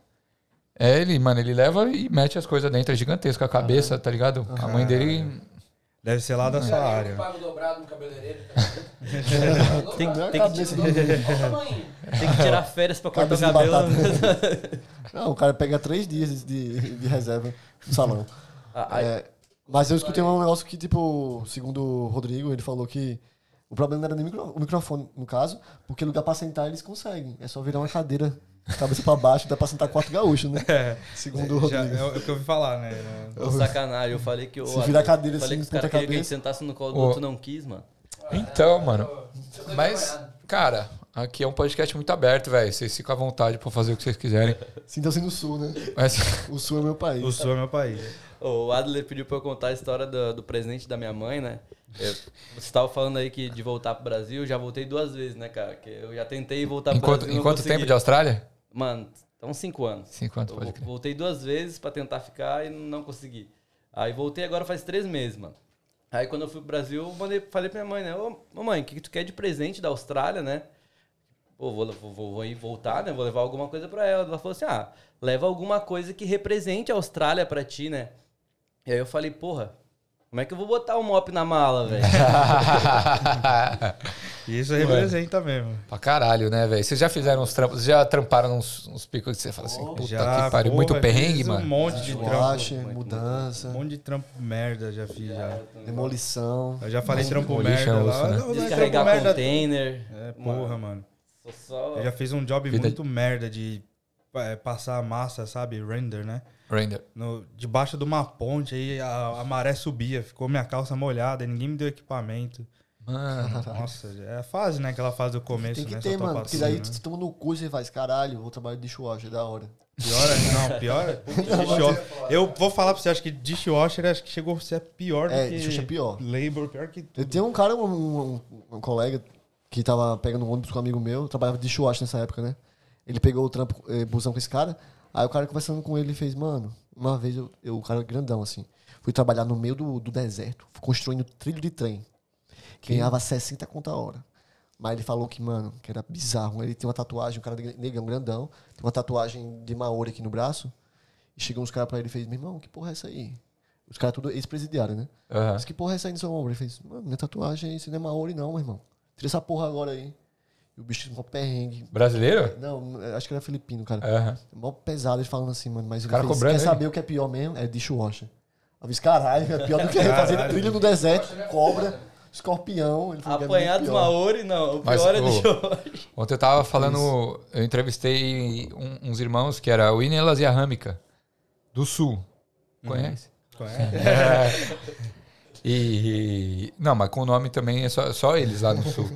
Speaker 3: É ele, mano, ele leva e mete as coisas dentro, é gigantesco a cabeça, tá ligado? A mãe dele.
Speaker 2: Deve ser lá da sua área.
Speaker 5: Pago dobrado no cabeleireiro. tá
Speaker 6: Tem,
Speaker 1: Não é a
Speaker 6: tem que,
Speaker 1: cabeça do...
Speaker 4: é.
Speaker 5: Olha o tamanho.
Speaker 6: tem que tirar férias pra cortar o
Speaker 1: Cabeça de
Speaker 6: cabelo.
Speaker 1: Não, o cara pega três dias de, de reserva no salão.
Speaker 6: Ah, aí-
Speaker 1: É, mas eu escutei um negócio que, tipo, segundo o Rodrigo, ele falou que o problema não era nem micro- o microfone, no caso, porque lugar pra sentar eles conseguem. É só virar uma cadeira, cabeça pra baixo, dá pra sentar quatro gaúchos, né?
Speaker 2: É,
Speaker 1: Segundo o
Speaker 2: já,
Speaker 1: Rodrigo.
Speaker 2: é o é o que eu ouvi falar, né?
Speaker 6: Ô, sacanagem, eu falei que o.
Speaker 1: Se virar a cadeira
Speaker 6: falei
Speaker 1: assim,
Speaker 6: que os
Speaker 1: ponta
Speaker 6: caras queriam que a gente
Speaker 1: cabeça.
Speaker 6: sentasse no colo do
Speaker 3: Ô.
Speaker 6: outro, não quis, mano.
Speaker 3: Então, mano. Mas, cara, aqui é um podcast muito aberto, velho. Vocês ficam à vontade pra fazer o que vocês quiserem.
Speaker 1: Sintam-se no sul, né?
Speaker 3: Mas,
Speaker 1: O sul é meu país.
Speaker 2: O sul é meu país.
Speaker 6: Ô, O Adler pediu pra eu contar a história do, do presente da minha mãe, né? Eu- você tava falando aí que de voltar pro Brasil, eu já voltei duas vezes, né, cara? Que eu já tentei voltar
Speaker 3: em
Speaker 6: pro
Speaker 3: quanto,
Speaker 6: Brasil.
Speaker 3: em
Speaker 6: não
Speaker 3: quanto
Speaker 6: consegui.
Speaker 3: tempo de Austrália?
Speaker 6: Mano, então cinco anos.
Speaker 3: Cinco anos,
Speaker 6: Eu
Speaker 3: pode
Speaker 6: vo-
Speaker 3: crer.
Speaker 6: Voltei duas vezes pra tentar ficar e não consegui. Aí voltei agora faz três meses, mano. Aí quando eu fui pro Brasil, eu mandei, falei pra minha mãe, né? Ô, mamãe, o que, que tu quer de presente da Austrália, né? Pô, vou, vou, vou, vou ir voltar, né? Vou levar alguma coisa pra ela. Ela falou assim, ah, leva alguma coisa que represente a Austrália pra ti, né? E aí eu falei, um porra, como é que eu vou botar o mop na mala, velho?
Speaker 2: Isso representa mesmo.
Speaker 3: Pra caralho, né, velho? Vocês já fizeram uns trampos, vocês já tramparam uns, uns picos que você fala assim, puta que pariu,
Speaker 2: porra,
Speaker 3: muito
Speaker 2: fiz
Speaker 3: perrengue,
Speaker 2: Um
Speaker 3: mano.
Speaker 2: monte de trampo.
Speaker 1: Guache, mudança,
Speaker 2: Um monte de trampo merda já fiz já.
Speaker 1: demolição.
Speaker 2: Eu já falei trampo
Speaker 3: demolition
Speaker 2: merda
Speaker 3: é osso,
Speaker 2: lá. Não, não é
Speaker 3: né?
Speaker 2: trampo
Speaker 6: Descarregar
Speaker 2: merda.
Speaker 6: container.
Speaker 2: É, porra, mano.
Speaker 6: Sou só.
Speaker 2: Eu já fiz um job
Speaker 3: Vida-
Speaker 2: muito merda de é, passar massa, sabe? Render, né?
Speaker 3: Render.
Speaker 2: No, debaixo de uma ponte aí a, a maré subia, ficou minha calça molhada, ninguém me deu equipamento.
Speaker 3: Mano,
Speaker 2: Nossa, é a fase, né? Aquela fase do começo,
Speaker 1: Tem que
Speaker 2: né?
Speaker 1: ter,
Speaker 2: Só tô
Speaker 1: mano. Porque
Speaker 2: passando,
Speaker 1: daí
Speaker 2: né?
Speaker 1: tu toma no cu e você faz, caralho, vou trabalhar de dishwasher, da hora.
Speaker 2: Piora? Não, piora? Pô, dishwasher. Eu vou falar pra você, acho que dishwasher acho que chegou a ser pior do
Speaker 1: É,
Speaker 2: que...
Speaker 1: dishwasher é pior.
Speaker 2: Labor, pior que
Speaker 1: Eu
Speaker 2: tudo.
Speaker 1: tenho um cara, um, um- um colega que tava pegando um ônibus com um amigo meu, trabalhava de chuacho nessa época, né? Ele pegou o trampo, eh, busão com esse cara, aí o cara conversando com ele, ele fez, mano, uma vez eu, eu- o cara grandão, assim, fui trabalhar no meio do, do deserto, construindo trilho de trem. Ganhava 60 conto a hora. Mas ele falou que, mano, que era bizarro. Ele tem uma tatuagem, um cara de- negão grandão, tem uma tatuagem de Maori aqui no braço. E chegou uns caras pra ele e fez, meu irmão, que porra é essa aí? Os caras tudo ex-presidiário, né?
Speaker 3: Aham.
Speaker 1: Mas que porra é essa aí no seu ombro? Ele fez, mano, minha tatuagem é isso não é Maori não, meu irmão. Tira essa porra agora aí. E o bicho mó perrengue.
Speaker 3: brasileiro?
Speaker 1: Não, acho que era filipino, cara.
Speaker 3: Aham.
Speaker 1: Mó pesado, eles falando assim, mano. Mas ele
Speaker 3: É. cara
Speaker 1: fez,
Speaker 3: cobrando
Speaker 1: quer
Speaker 3: ele?
Speaker 1: saber o que é pior mesmo? É dishwasher. Eu fiz, caralho, é pior do que fazer
Speaker 2: Caralho.
Speaker 1: trilho no deserto, cobra, escorpião. Ele
Speaker 2: um
Speaker 1: falou que é muito
Speaker 6: Apanhar dos
Speaker 1: pior.
Speaker 6: Maori, não. O pior
Speaker 3: Mas,
Speaker 6: é
Speaker 3: ô,
Speaker 6: de Jorge.
Speaker 3: Ontem eu tava falando, eu entrevistei um- uns irmãos que era o Inelas e a Râmica, do Sul. Conhece?
Speaker 2: Conhece?
Speaker 3: E, e- Não, mas com o nome também é só, só eles lá no sul.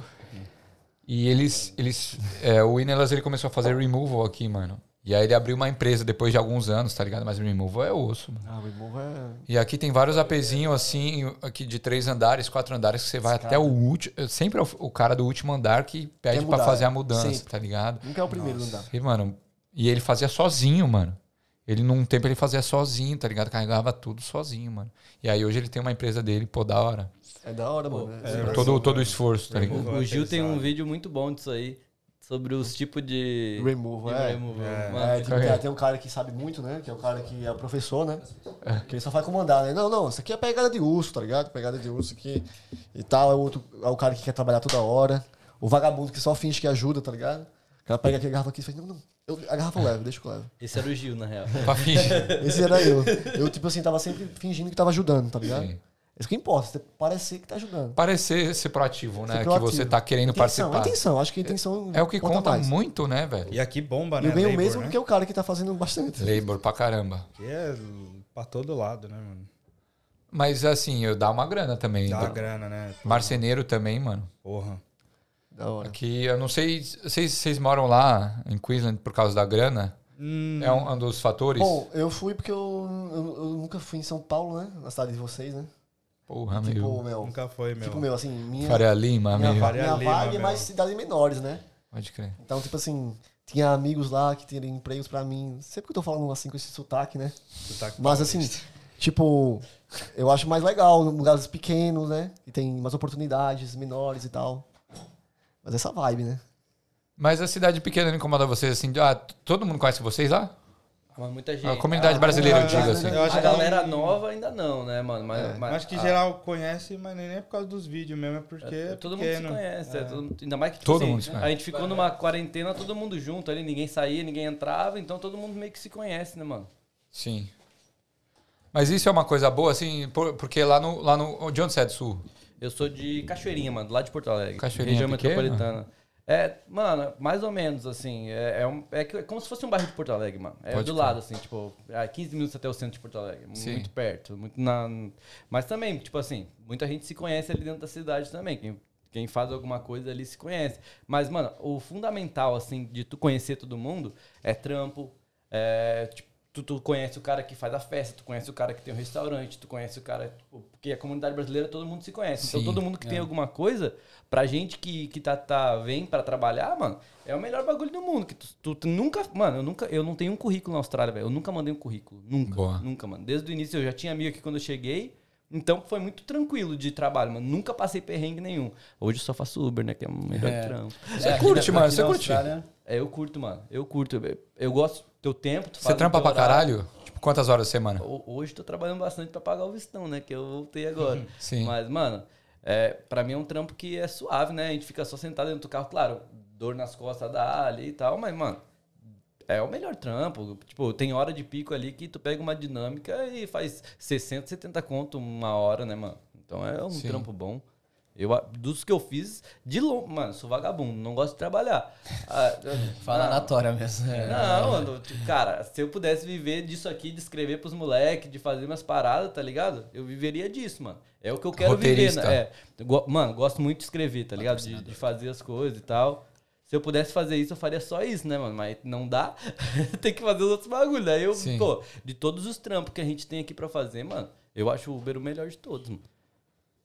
Speaker 3: E eles. eles é, o Inelas ele começou a fazer removal aqui, mano. E aí ele abriu uma empresa depois de alguns anos, tá ligado? Mas removal é osso, mano.
Speaker 1: Ah, o irmão é...
Speaker 3: E aqui tem vários apezinhos assim, aqui de três andares, quatro andares, que você vai até o último. Sempre é o, o cara do último andar que pede pra
Speaker 1: mudar,
Speaker 3: fazer a
Speaker 1: né?
Speaker 3: mudança,
Speaker 1: Sempre.
Speaker 3: tá ligado?
Speaker 1: Nunca é o primeiro não dá.
Speaker 3: E, mano, e ele fazia sozinho, mano. Ele, num tempo, ele fazia sozinho, tá ligado? Carregava tudo sozinho, mano. E aí, hoje ele tem uma empresa dele, pô, da hora.
Speaker 1: É da hora, mano.
Speaker 2: é.
Speaker 3: Todo, todo o esforço, tá ligado?
Speaker 2: Removal.
Speaker 6: O Gil tem um
Speaker 2: Pesado.
Speaker 6: vídeo muito bom disso aí. Sobre os tipos de.
Speaker 1: Removal,
Speaker 6: de
Speaker 1: é.
Speaker 6: removal.
Speaker 2: É.
Speaker 6: Mano,
Speaker 1: É, tem, tem- tem um cara que sabe muito, né? Que é o cara que é o professor, né? Que ele só vai comandar, né? Não, não, isso aqui é pegada de urso, tá ligado? Pegada de urso aqui e tal. É o, outro, é o cara que quer trabalhar toda hora. O vagabundo que só finge que ajuda, tá ligado? O cara pega aqui a garrafa aqui e faz, não, não, eu, a garrafa eu levo, deixa que eu levo.
Speaker 6: Esse era o Gil, na real.
Speaker 3: Pra fingir.
Speaker 1: Esse era eu. Eu, tipo assim, tava sempre fingindo que tava ajudando, tá ligado?
Speaker 3: Sim.
Speaker 1: Isso que importa, você parecer que tá ajudando.
Speaker 3: Parecer ser proativo, né?
Speaker 1: Ser
Speaker 3: Que você
Speaker 1: proativo.
Speaker 3: tá querendo
Speaker 1: Intenção, é
Speaker 3: participar.
Speaker 1: intenção, acho que a intenção
Speaker 3: É o que conta
Speaker 1: mais.
Speaker 3: muito, né, velho?
Speaker 2: E aqui bomba, né?
Speaker 1: Eu ganho o
Speaker 2: Labor,
Speaker 1: mesmo
Speaker 2: né?
Speaker 1: que o cara que tá fazendo bastante.
Speaker 3: Labor pra caramba.
Speaker 2: Aqui é pra todo lado, né, mano?
Speaker 3: Mas, assim, eu dá uma grana também.
Speaker 2: Dá
Speaker 3: Dá
Speaker 6: tá.
Speaker 2: uma grana, né?
Speaker 3: Marceneiro também, mano.
Speaker 2: Porra.
Speaker 1: Da hora.
Speaker 3: Aqui, eu não sei... Vocês, vocês moram lá, em Queensland, por causa da grana?
Speaker 2: Hum,
Speaker 3: É um, um dos fatores?
Speaker 1: Bom, eu fui porque eu, eu, eu nunca fui em São Paulo, né? Na cidade de vocês, né?
Speaker 3: Porra,
Speaker 1: Tipo,
Speaker 3: meu.
Speaker 1: meu.
Speaker 2: Nunca foi, meu.
Speaker 1: Tipo, meu, assim, minha,
Speaker 3: Faria Lima,
Speaker 1: minha,
Speaker 3: meu.
Speaker 1: va-
Speaker 2: Faria
Speaker 1: minha
Speaker 2: Lima,
Speaker 1: vaga é
Speaker 2: meu.
Speaker 1: mais cidades menores, né?
Speaker 3: Pode crer.
Speaker 1: Então, tipo assim, tinha amigos lá que tinham empregos pra mim. Sempre que eu tô falando assim com esse sotaque, né?
Speaker 2: Tu tá com-
Speaker 1: Mas assim, tipo, eu acho mais legal lugares pequenos, né? E tem mais oportunidades menores e tal. Mas essa vibe, né?
Speaker 3: Mas a cidade pequena não incomoda vocês assim? de, Ah, t- todo mundo conhece vocês lá?
Speaker 6: Mas muita gente.
Speaker 3: A comunidade
Speaker 1: Ah,
Speaker 3: brasileira, eu digo assim.
Speaker 1: né?
Speaker 2: Eu acho
Speaker 6: a
Speaker 2: que um
Speaker 6: galera nova ainda não, né, mano? Mas,
Speaker 2: Eu
Speaker 6: mas-
Speaker 2: acho que
Speaker 6: a-
Speaker 2: geral conhece, mas nem é por causa dos vídeos mesmo, é porque. É,
Speaker 6: Todo mundo
Speaker 2: pequeno.
Speaker 6: se conhece, é, todo mundo- ainda mais que tipo,
Speaker 3: Todo mundo se conhece.
Speaker 6: a gente ficou numa quarentena, todo mundo junto ali, ninguém saía, ninguém entrava, então todo mundo meio que se conhece, né, mano?
Speaker 3: Sim. Mas isso é uma coisa boa, assim, por- porque lá no, lá no. De onde você é do sul?
Speaker 6: Eu sou de Cachoeirinha, mano, lá de Porto Alegre.
Speaker 3: Cachoeirinha
Speaker 6: região
Speaker 3: é pequeno?
Speaker 6: metropolitana. É, mano, mais ou menos, assim. É, é, um- é que- é como se fosse um bairro de Porto Alegre, mano. É
Speaker 3: Pode
Speaker 6: do
Speaker 3: crer.
Speaker 6: lado, assim, tipo, a 15 minutos até o centro de Porto Alegre.
Speaker 3: Sim.
Speaker 6: Muito perto. Muito na, mas também, tipo assim, muita gente se conhece ali dentro da cidade também. Quem, quem faz alguma coisa ali se conhece. Mas, mano, o fundamental, assim, de tu conhecer todo mundo é trampo. É, tipo, tu, tu conhece o cara que faz a festa, tu conhece o cara que tem o restaurante, tu conhece o cara. tipo, porque a comunidade brasileira todo mundo se conhece.
Speaker 3: Sim. é.
Speaker 6: Então todo mundo que tem alguma coisa, pra gente que, que tá, tá, vem pra trabalhar, mano, é o melhor bagulho do mundo. Que tu, tu- tu nunca. Mano, eu nunca. Eu não tenho um currículo na Austrália, velho. Eu nunca mandei um currículo. Nunca.
Speaker 3: Boa.
Speaker 6: Nunca, mano. Desde o início eu já tinha amigo aqui quando eu cheguei. Então foi muito tranquilo de trabalho, mano. Nunca passei perrengue nenhum. Hoje eu só faço Uber, né? Que é o melhor
Speaker 4: É.
Speaker 6: trampo.
Speaker 3: Você curte, mano, você curte.
Speaker 6: É, eu curto, mano. Eu curto. Eu- Eu gosto do teu tempo. Tu
Speaker 3: Você
Speaker 6: faz o
Speaker 3: trampa
Speaker 6: teu
Speaker 3: pra
Speaker 6: horário.
Speaker 3: caralho? Tipo, quantas horas por semana?
Speaker 6: Ho- Hoje tô trabalhando bastante pra pagar o vistão, né? Que eu voltei agora.
Speaker 3: Sim.
Speaker 6: Mas, mano, É, pra mim é um trampo que é suave, né? A gente fica só sentado dentro do carro, claro, dor nas costas dá ali e tal, mas, mano, é o melhor trampo. Tipo, tem hora de pico ali que tu pega uma dinâmica e faz 60, 70 conto uma hora, né, mano? Então é um
Speaker 3: Sim.
Speaker 6: trampo bom. Eu, a- dos que eu fiz, de longe. Mano, sou vagabundo, não gosto de trabalhar. Ah,
Speaker 4: Fala
Speaker 6: não,
Speaker 4: na tora mesmo. É.
Speaker 6: Não, mano, tipo, cara, se eu pudesse viver disso aqui, de escrever pros moleques, de fazer minhas paradas, tá ligado? Eu viveria disso, mano. É o que eu quero viver,
Speaker 3: Roteirista.
Speaker 6: né? É. Eu go- Mano, gosto muito de escrever, tá ligado? De, de fazer as coisas e tal. Se eu pudesse fazer isso, eu faria só isso, né, mano? Mas não dá. tem que fazer os outros bagulhos. Aí eu,
Speaker 3: Sim.
Speaker 6: pô, de todos os trampos que a gente tem aqui pra fazer, mano, eu acho o Uber o melhor de todos, mano.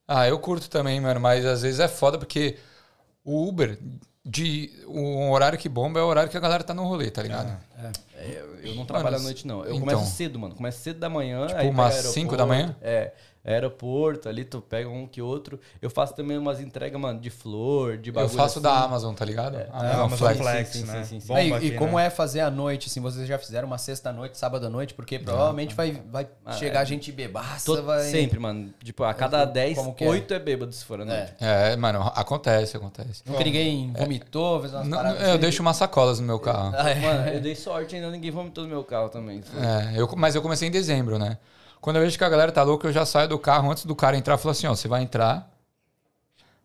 Speaker 3: Ah, eu curto também, mano, mas às vezes é foda porque o Uber, de, o horário que bomba é o horário que a galera tá no rolê, tá ligado?
Speaker 6: É, eu- eu não trabalho à noite, não. Eu
Speaker 3: então.
Speaker 6: começo cedo, mano. Começo cedo da manhã.
Speaker 3: Tipo,
Speaker 6: aí pega
Speaker 3: umas
Speaker 6: aeroporto,
Speaker 3: cinco da manhã?
Speaker 6: É. Aeroporto, ali tu pega um que outro. Eu faço também umas entregas, mano, de flor, de
Speaker 3: eu
Speaker 6: bagulho.
Speaker 3: faço
Speaker 6: assim.
Speaker 3: da Amazon, tá ligado? Amazon
Speaker 2: é, Amazon
Speaker 3: Flex.
Speaker 2: Flex,
Speaker 6: É, Sim, sim,
Speaker 2: né?
Speaker 6: sim, sim, sim.
Speaker 2: Bomba
Speaker 4: Aí, e
Speaker 2: aqui,
Speaker 4: como
Speaker 2: né?
Speaker 4: é fazer à noite, assim, vocês já fizeram uma sexta à noite, sábado à noite, porque provavelmente vai, vai
Speaker 6: Ah,
Speaker 4: chegar a gente bebaça,
Speaker 6: Todo-
Speaker 4: vai...
Speaker 6: Sempre, mano. Tipo, a cada
Speaker 4: como-
Speaker 6: 10,
Speaker 4: como que é?
Speaker 6: 8 é bêbado se for à noite.
Speaker 3: É, mano, acontece, acontece.
Speaker 4: Nunca ninguém vomitou, fez umas
Speaker 3: Não-
Speaker 4: paradas
Speaker 3: eu
Speaker 4: assim?
Speaker 3: deixo umas sacolas no meu carro.
Speaker 4: Ah, é.
Speaker 6: Mano, eu dei sorte ainda, ninguém vomitou no meu carro também.
Speaker 3: É, eu, mas eu comecei em dezembro, né? Quando eu vejo que a galera tá louca, eu já saio do carro antes do cara entrar. Eu falo assim, ó, você vai entrar,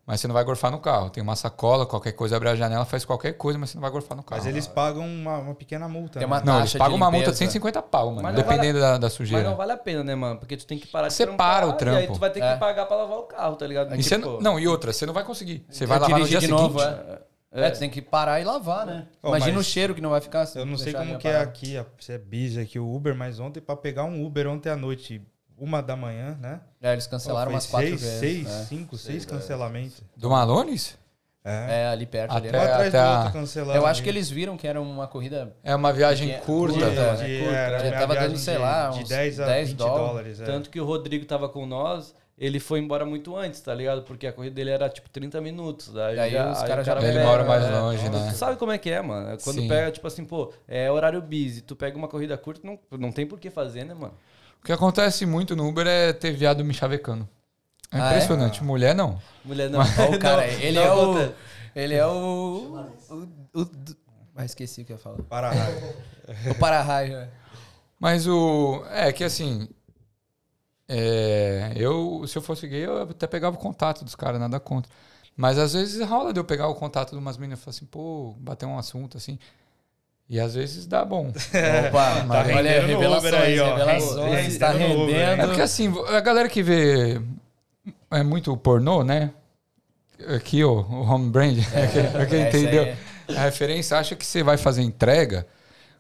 Speaker 3: mas você não vai gorfar no carro. Tem uma sacola, qualquer coisa, abre a janela, faz qualquer coisa, mas você não vai gorfar no
Speaker 1: é?
Speaker 3: carro.
Speaker 2: Mas
Speaker 6: Ah.
Speaker 2: eles pagam uma, uma pequena multa.
Speaker 4: Tem
Speaker 2: né?
Speaker 4: uma
Speaker 3: Não, eles
Speaker 4: taxa
Speaker 3: pagam
Speaker 4: de
Speaker 3: uma multa de
Speaker 4: limpeza.
Speaker 3: 150 pau, mano.
Speaker 6: Mas não
Speaker 3: Dependendo da, da
Speaker 6: Mas
Speaker 3: sujeira.
Speaker 6: não vale a pena, né, mano? Porque tu tem que parar de
Speaker 3: Você
Speaker 6: trampar,
Speaker 3: para o
Speaker 6: E aí
Speaker 3: trampo.
Speaker 6: tu vai ter que
Speaker 4: É.
Speaker 6: pagar pra lavar o carro, tá ligado?
Speaker 3: E você
Speaker 6: Tipo,
Speaker 3: não, não, e outra, você não vai conseguir. Você vai
Speaker 4: Eu
Speaker 3: lavar no dia
Speaker 4: dirigi de
Speaker 3: seguinte.
Speaker 4: novo, é. É, tu tem que parar e lavar, né?
Speaker 2: Ó,
Speaker 4: Imagina
Speaker 2: mas-
Speaker 4: o cheiro que não vai ficar... se
Speaker 2: Eu não sei
Speaker 4: deixar
Speaker 2: como
Speaker 4: ali
Speaker 2: que é
Speaker 4: parada.
Speaker 2: aqui, a- se é busy aqui o Uber, mas ontem pra pegar um Uber ontem à noite, uma da manhã, né?
Speaker 4: É, eles cancelaram
Speaker 2: Foi
Speaker 4: umas quatro
Speaker 2: seis,
Speaker 4: vezes.
Speaker 2: Seis,
Speaker 4: né?
Speaker 2: cinco, seis cancelamentos.
Speaker 3: Do Malones?
Speaker 2: É.
Speaker 4: É, ali perto. ali.
Speaker 2: Um
Speaker 3: É,
Speaker 2: atrás
Speaker 3: até
Speaker 2: do
Speaker 3: a-
Speaker 2: outro cancelado.
Speaker 4: Eu acho que eles viram que era uma corrida
Speaker 3: É uma viagem
Speaker 4: Pequena-
Speaker 3: curta.
Speaker 4: curta,
Speaker 3: velho.
Speaker 4: né?
Speaker 2: de,
Speaker 4: curta.
Speaker 2: era
Speaker 4: Já
Speaker 2: uma
Speaker 4: tava
Speaker 2: viagem
Speaker 4: dando, sei lá,
Speaker 2: de,
Speaker 4: uns
Speaker 2: de 10 a
Speaker 4: 10
Speaker 2: 20
Speaker 4: dólares,
Speaker 2: dólares. é.
Speaker 6: Tanto que o Rodrigo tava com nós, ele foi embora muito antes, tá ligado? Porque a corrida dele era tipo 30 minutos. Daí,
Speaker 4: Daí
Speaker 6: já,
Speaker 4: os
Speaker 6: aí
Speaker 4: caras
Speaker 6: o
Speaker 4: já
Speaker 6: cara
Speaker 3: Ele
Speaker 4: pegam,
Speaker 6: pega,
Speaker 3: mora mais
Speaker 6: é.
Speaker 3: longe, né?
Speaker 6: Tu sabe como é que é, mano? É Quando
Speaker 3: Sim.
Speaker 6: pega, tipo assim, pô, é horário busy, tu pega uma corrida curta, não, não tem por que fazer, né, mano?
Speaker 3: O que acontece muito no Uber é ter viado me chavecando. É
Speaker 4: Ah, é?
Speaker 3: impressionante. Mulher não.
Speaker 6: Mulher não.
Speaker 4: Ó, o cara,
Speaker 6: não,
Speaker 4: ele
Speaker 6: não
Speaker 4: é o.
Speaker 6: acontece.
Speaker 4: Ele é o. o, o, o- ah, esqueci o que eu ia falar.
Speaker 2: Para
Speaker 4: O para-raio. né?
Speaker 3: Mas o. É que assim. é, eu, se eu fosse gay, eu até pegava o contato dos caras, nada contra. Mas às vezes rola de eu pegar o contato de umas meninas e falar assim, pô, bater um assunto assim. E às vezes dá bom.
Speaker 4: Opa,
Speaker 2: rendendo
Speaker 4: olha aí,
Speaker 2: no
Speaker 4: revelações,
Speaker 2: Uber aí, ó.
Speaker 4: revelações.
Speaker 2: Rendendo
Speaker 4: Tá
Speaker 2: no Uber, hein?
Speaker 3: É porque
Speaker 4: rendendo.
Speaker 3: assim, a galera que vê é muito pornô, né? Aqui, ó, o home brand, pra quem
Speaker 4: é, isso aí
Speaker 3: entendeu
Speaker 4: é.
Speaker 3: a referência, acha que você vai fazer entrega.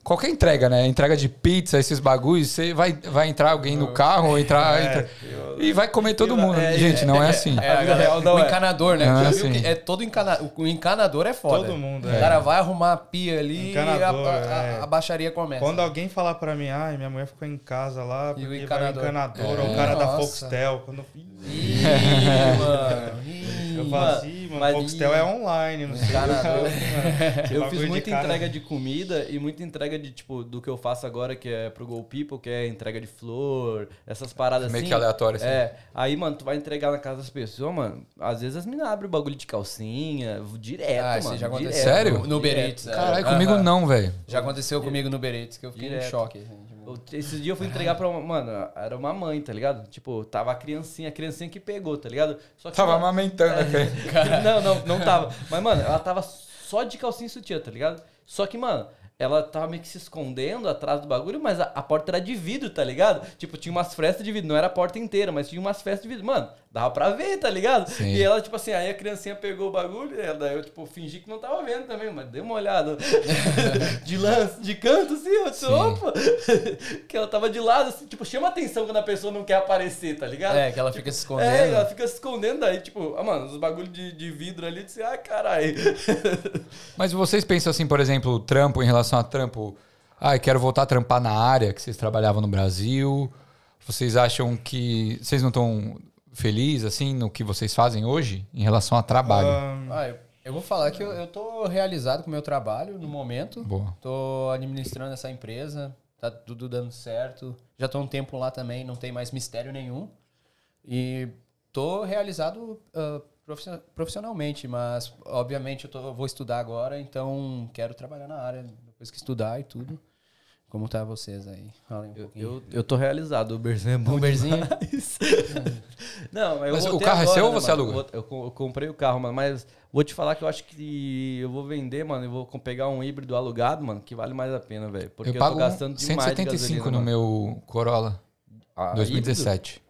Speaker 3: Qualquer entrega, né? Entrega de pizza, esses bagulhos, você vai, vai entrar alguém no carro, ou entrar.
Speaker 2: É.
Speaker 4: tá.
Speaker 3: entra- e vai comer todo mundo.
Speaker 6: é,
Speaker 3: Gente, não é assim.
Speaker 4: É, a galera,
Speaker 6: real não
Speaker 4: o
Speaker 6: é.
Speaker 4: encanador, né?
Speaker 3: Ah,
Speaker 4: Já viu
Speaker 3: sim.
Speaker 4: que é todo encana, o- o encanador é foda.
Speaker 2: Todo mundo,
Speaker 4: O
Speaker 2: é.
Speaker 4: cara vai arrumar a pia ali e a,
Speaker 2: Encanador,
Speaker 4: a-
Speaker 2: é.
Speaker 4: a- a baixaria começa.
Speaker 2: Quando alguém falar pra mim, ai, minha mulher ficou em casa lá, porque vai o
Speaker 4: encanador. É,
Speaker 2: encanador, ou o cara da
Speaker 4: Nossa.
Speaker 2: Foxtel. Quando... Ih,
Speaker 4: Ih, mano.
Speaker 2: Eu
Speaker 4: Ih,
Speaker 2: falo assim, mano,
Speaker 6: mas-
Speaker 2: Foxtel é online, não sei.
Speaker 4: encanador.
Speaker 6: Eu fiz muita entrega de comida e muita entrega de, tipo, do que eu faço agora, que é pro Go People, que é entrega de flor, essas paradas
Speaker 3: Meio
Speaker 6: assim.
Speaker 3: que aleatório, assim.
Speaker 6: É. Aí, mano, tu vai entregar na casa das pessoas, mano. Às vezes as minas abrem o bagulho de calcinha, v- direto,
Speaker 4: Ah,
Speaker 6: mano.
Speaker 4: isso já aconteceu.
Speaker 6: direto.
Speaker 3: Sério?
Speaker 4: No, no Uber Eats, é.
Speaker 3: Caralho, comigo
Speaker 4: Aham.
Speaker 3: não, velho.
Speaker 4: Já aconteceu comigo no Uber Eats, que eu fiquei em
Speaker 6: Direto.
Speaker 4: choque. assim, tipo,
Speaker 6: Eu- Esse dia eu fui entregar pra uma. Mano, era uma mãe, tá ligado? Tipo, tava a criancinha, a criancinha que pegou, tá ligado? Só que
Speaker 3: Tava
Speaker 6: ela-
Speaker 3: amamentando.
Speaker 4: É.
Speaker 3: cara.
Speaker 6: Não, não, não tava. Mas, mano, ela tava só de calcinha e sutiã, tá ligado? Só que, mano, ela tava meio que se escondendo atrás do bagulho, mas a, a porta era de vidro, tá ligado? Tipo, tinha umas frestas de vidro. Não era a porta inteira, mas tinha umas frestas de vidro. Mano, dava pra ver, tá ligado?
Speaker 3: Sim.
Speaker 6: E ela, tipo assim, aí a criancinha pegou o bagulho, e daí eu, tipo, fingi que não tava vendo também, mas dei uma olhada. de lance, de canto, assim, eu disse, opa! que ela tava de lado, assim, tipo, chama atenção quando a pessoa não quer aparecer, tá ligado?
Speaker 4: É, que ela fica se escondendo.
Speaker 6: É, ela fica se escondendo daí, tipo, ah, mano, os bagulho de, de vidro ali, disse, ah, caralho.
Speaker 3: Mas vocês pensam assim, por exemplo, trampo em relação a trampo. Ah, eu quero voltar a trampar na área que vocês trabalhavam no Brasil. Vocês acham que. Vocês não estão felizes, assim, no que vocês fazem hoje em relação a trabalho?
Speaker 4: Ah, eu, eu vou falar que eu, eu tô realizado com o meu trabalho no momento.
Speaker 3: Boa.
Speaker 4: Tô administrando essa empresa, tá tudo dando certo. Já tô um tempo lá também, não tem mais mistério nenhum. E tô realizado ah, profiss- profissionalmente, mas obviamente eu, tô- eu vou estudar agora, então quero trabalhar na área, depois que estudar e tudo. Como tá vocês aí? Falem um
Speaker 6: Eu,
Speaker 4: pouquinho.
Speaker 6: eu, eu tô realizado, o Uberzinho é bom
Speaker 4: Uberzinho?
Speaker 6: demais. Não, mas eu
Speaker 3: Mas o
Speaker 6: voltei
Speaker 3: carro é
Speaker 6: agora,
Speaker 3: seu ou
Speaker 6: né,
Speaker 3: você
Speaker 6: mano?
Speaker 3: aluga?
Speaker 6: Eu vou- Eu, co- eu comprei o carro, mano, mas vou te falar que eu acho que eu vou vender, mano, e vou co- pegar um híbrido alugado, mano, que vale mais a pena, velho. Porque eu,
Speaker 3: eu pago
Speaker 6: tô
Speaker 3: um
Speaker 6: gastando demais né?
Speaker 3: 175 no meu Corolla
Speaker 6: meu
Speaker 3: 2017.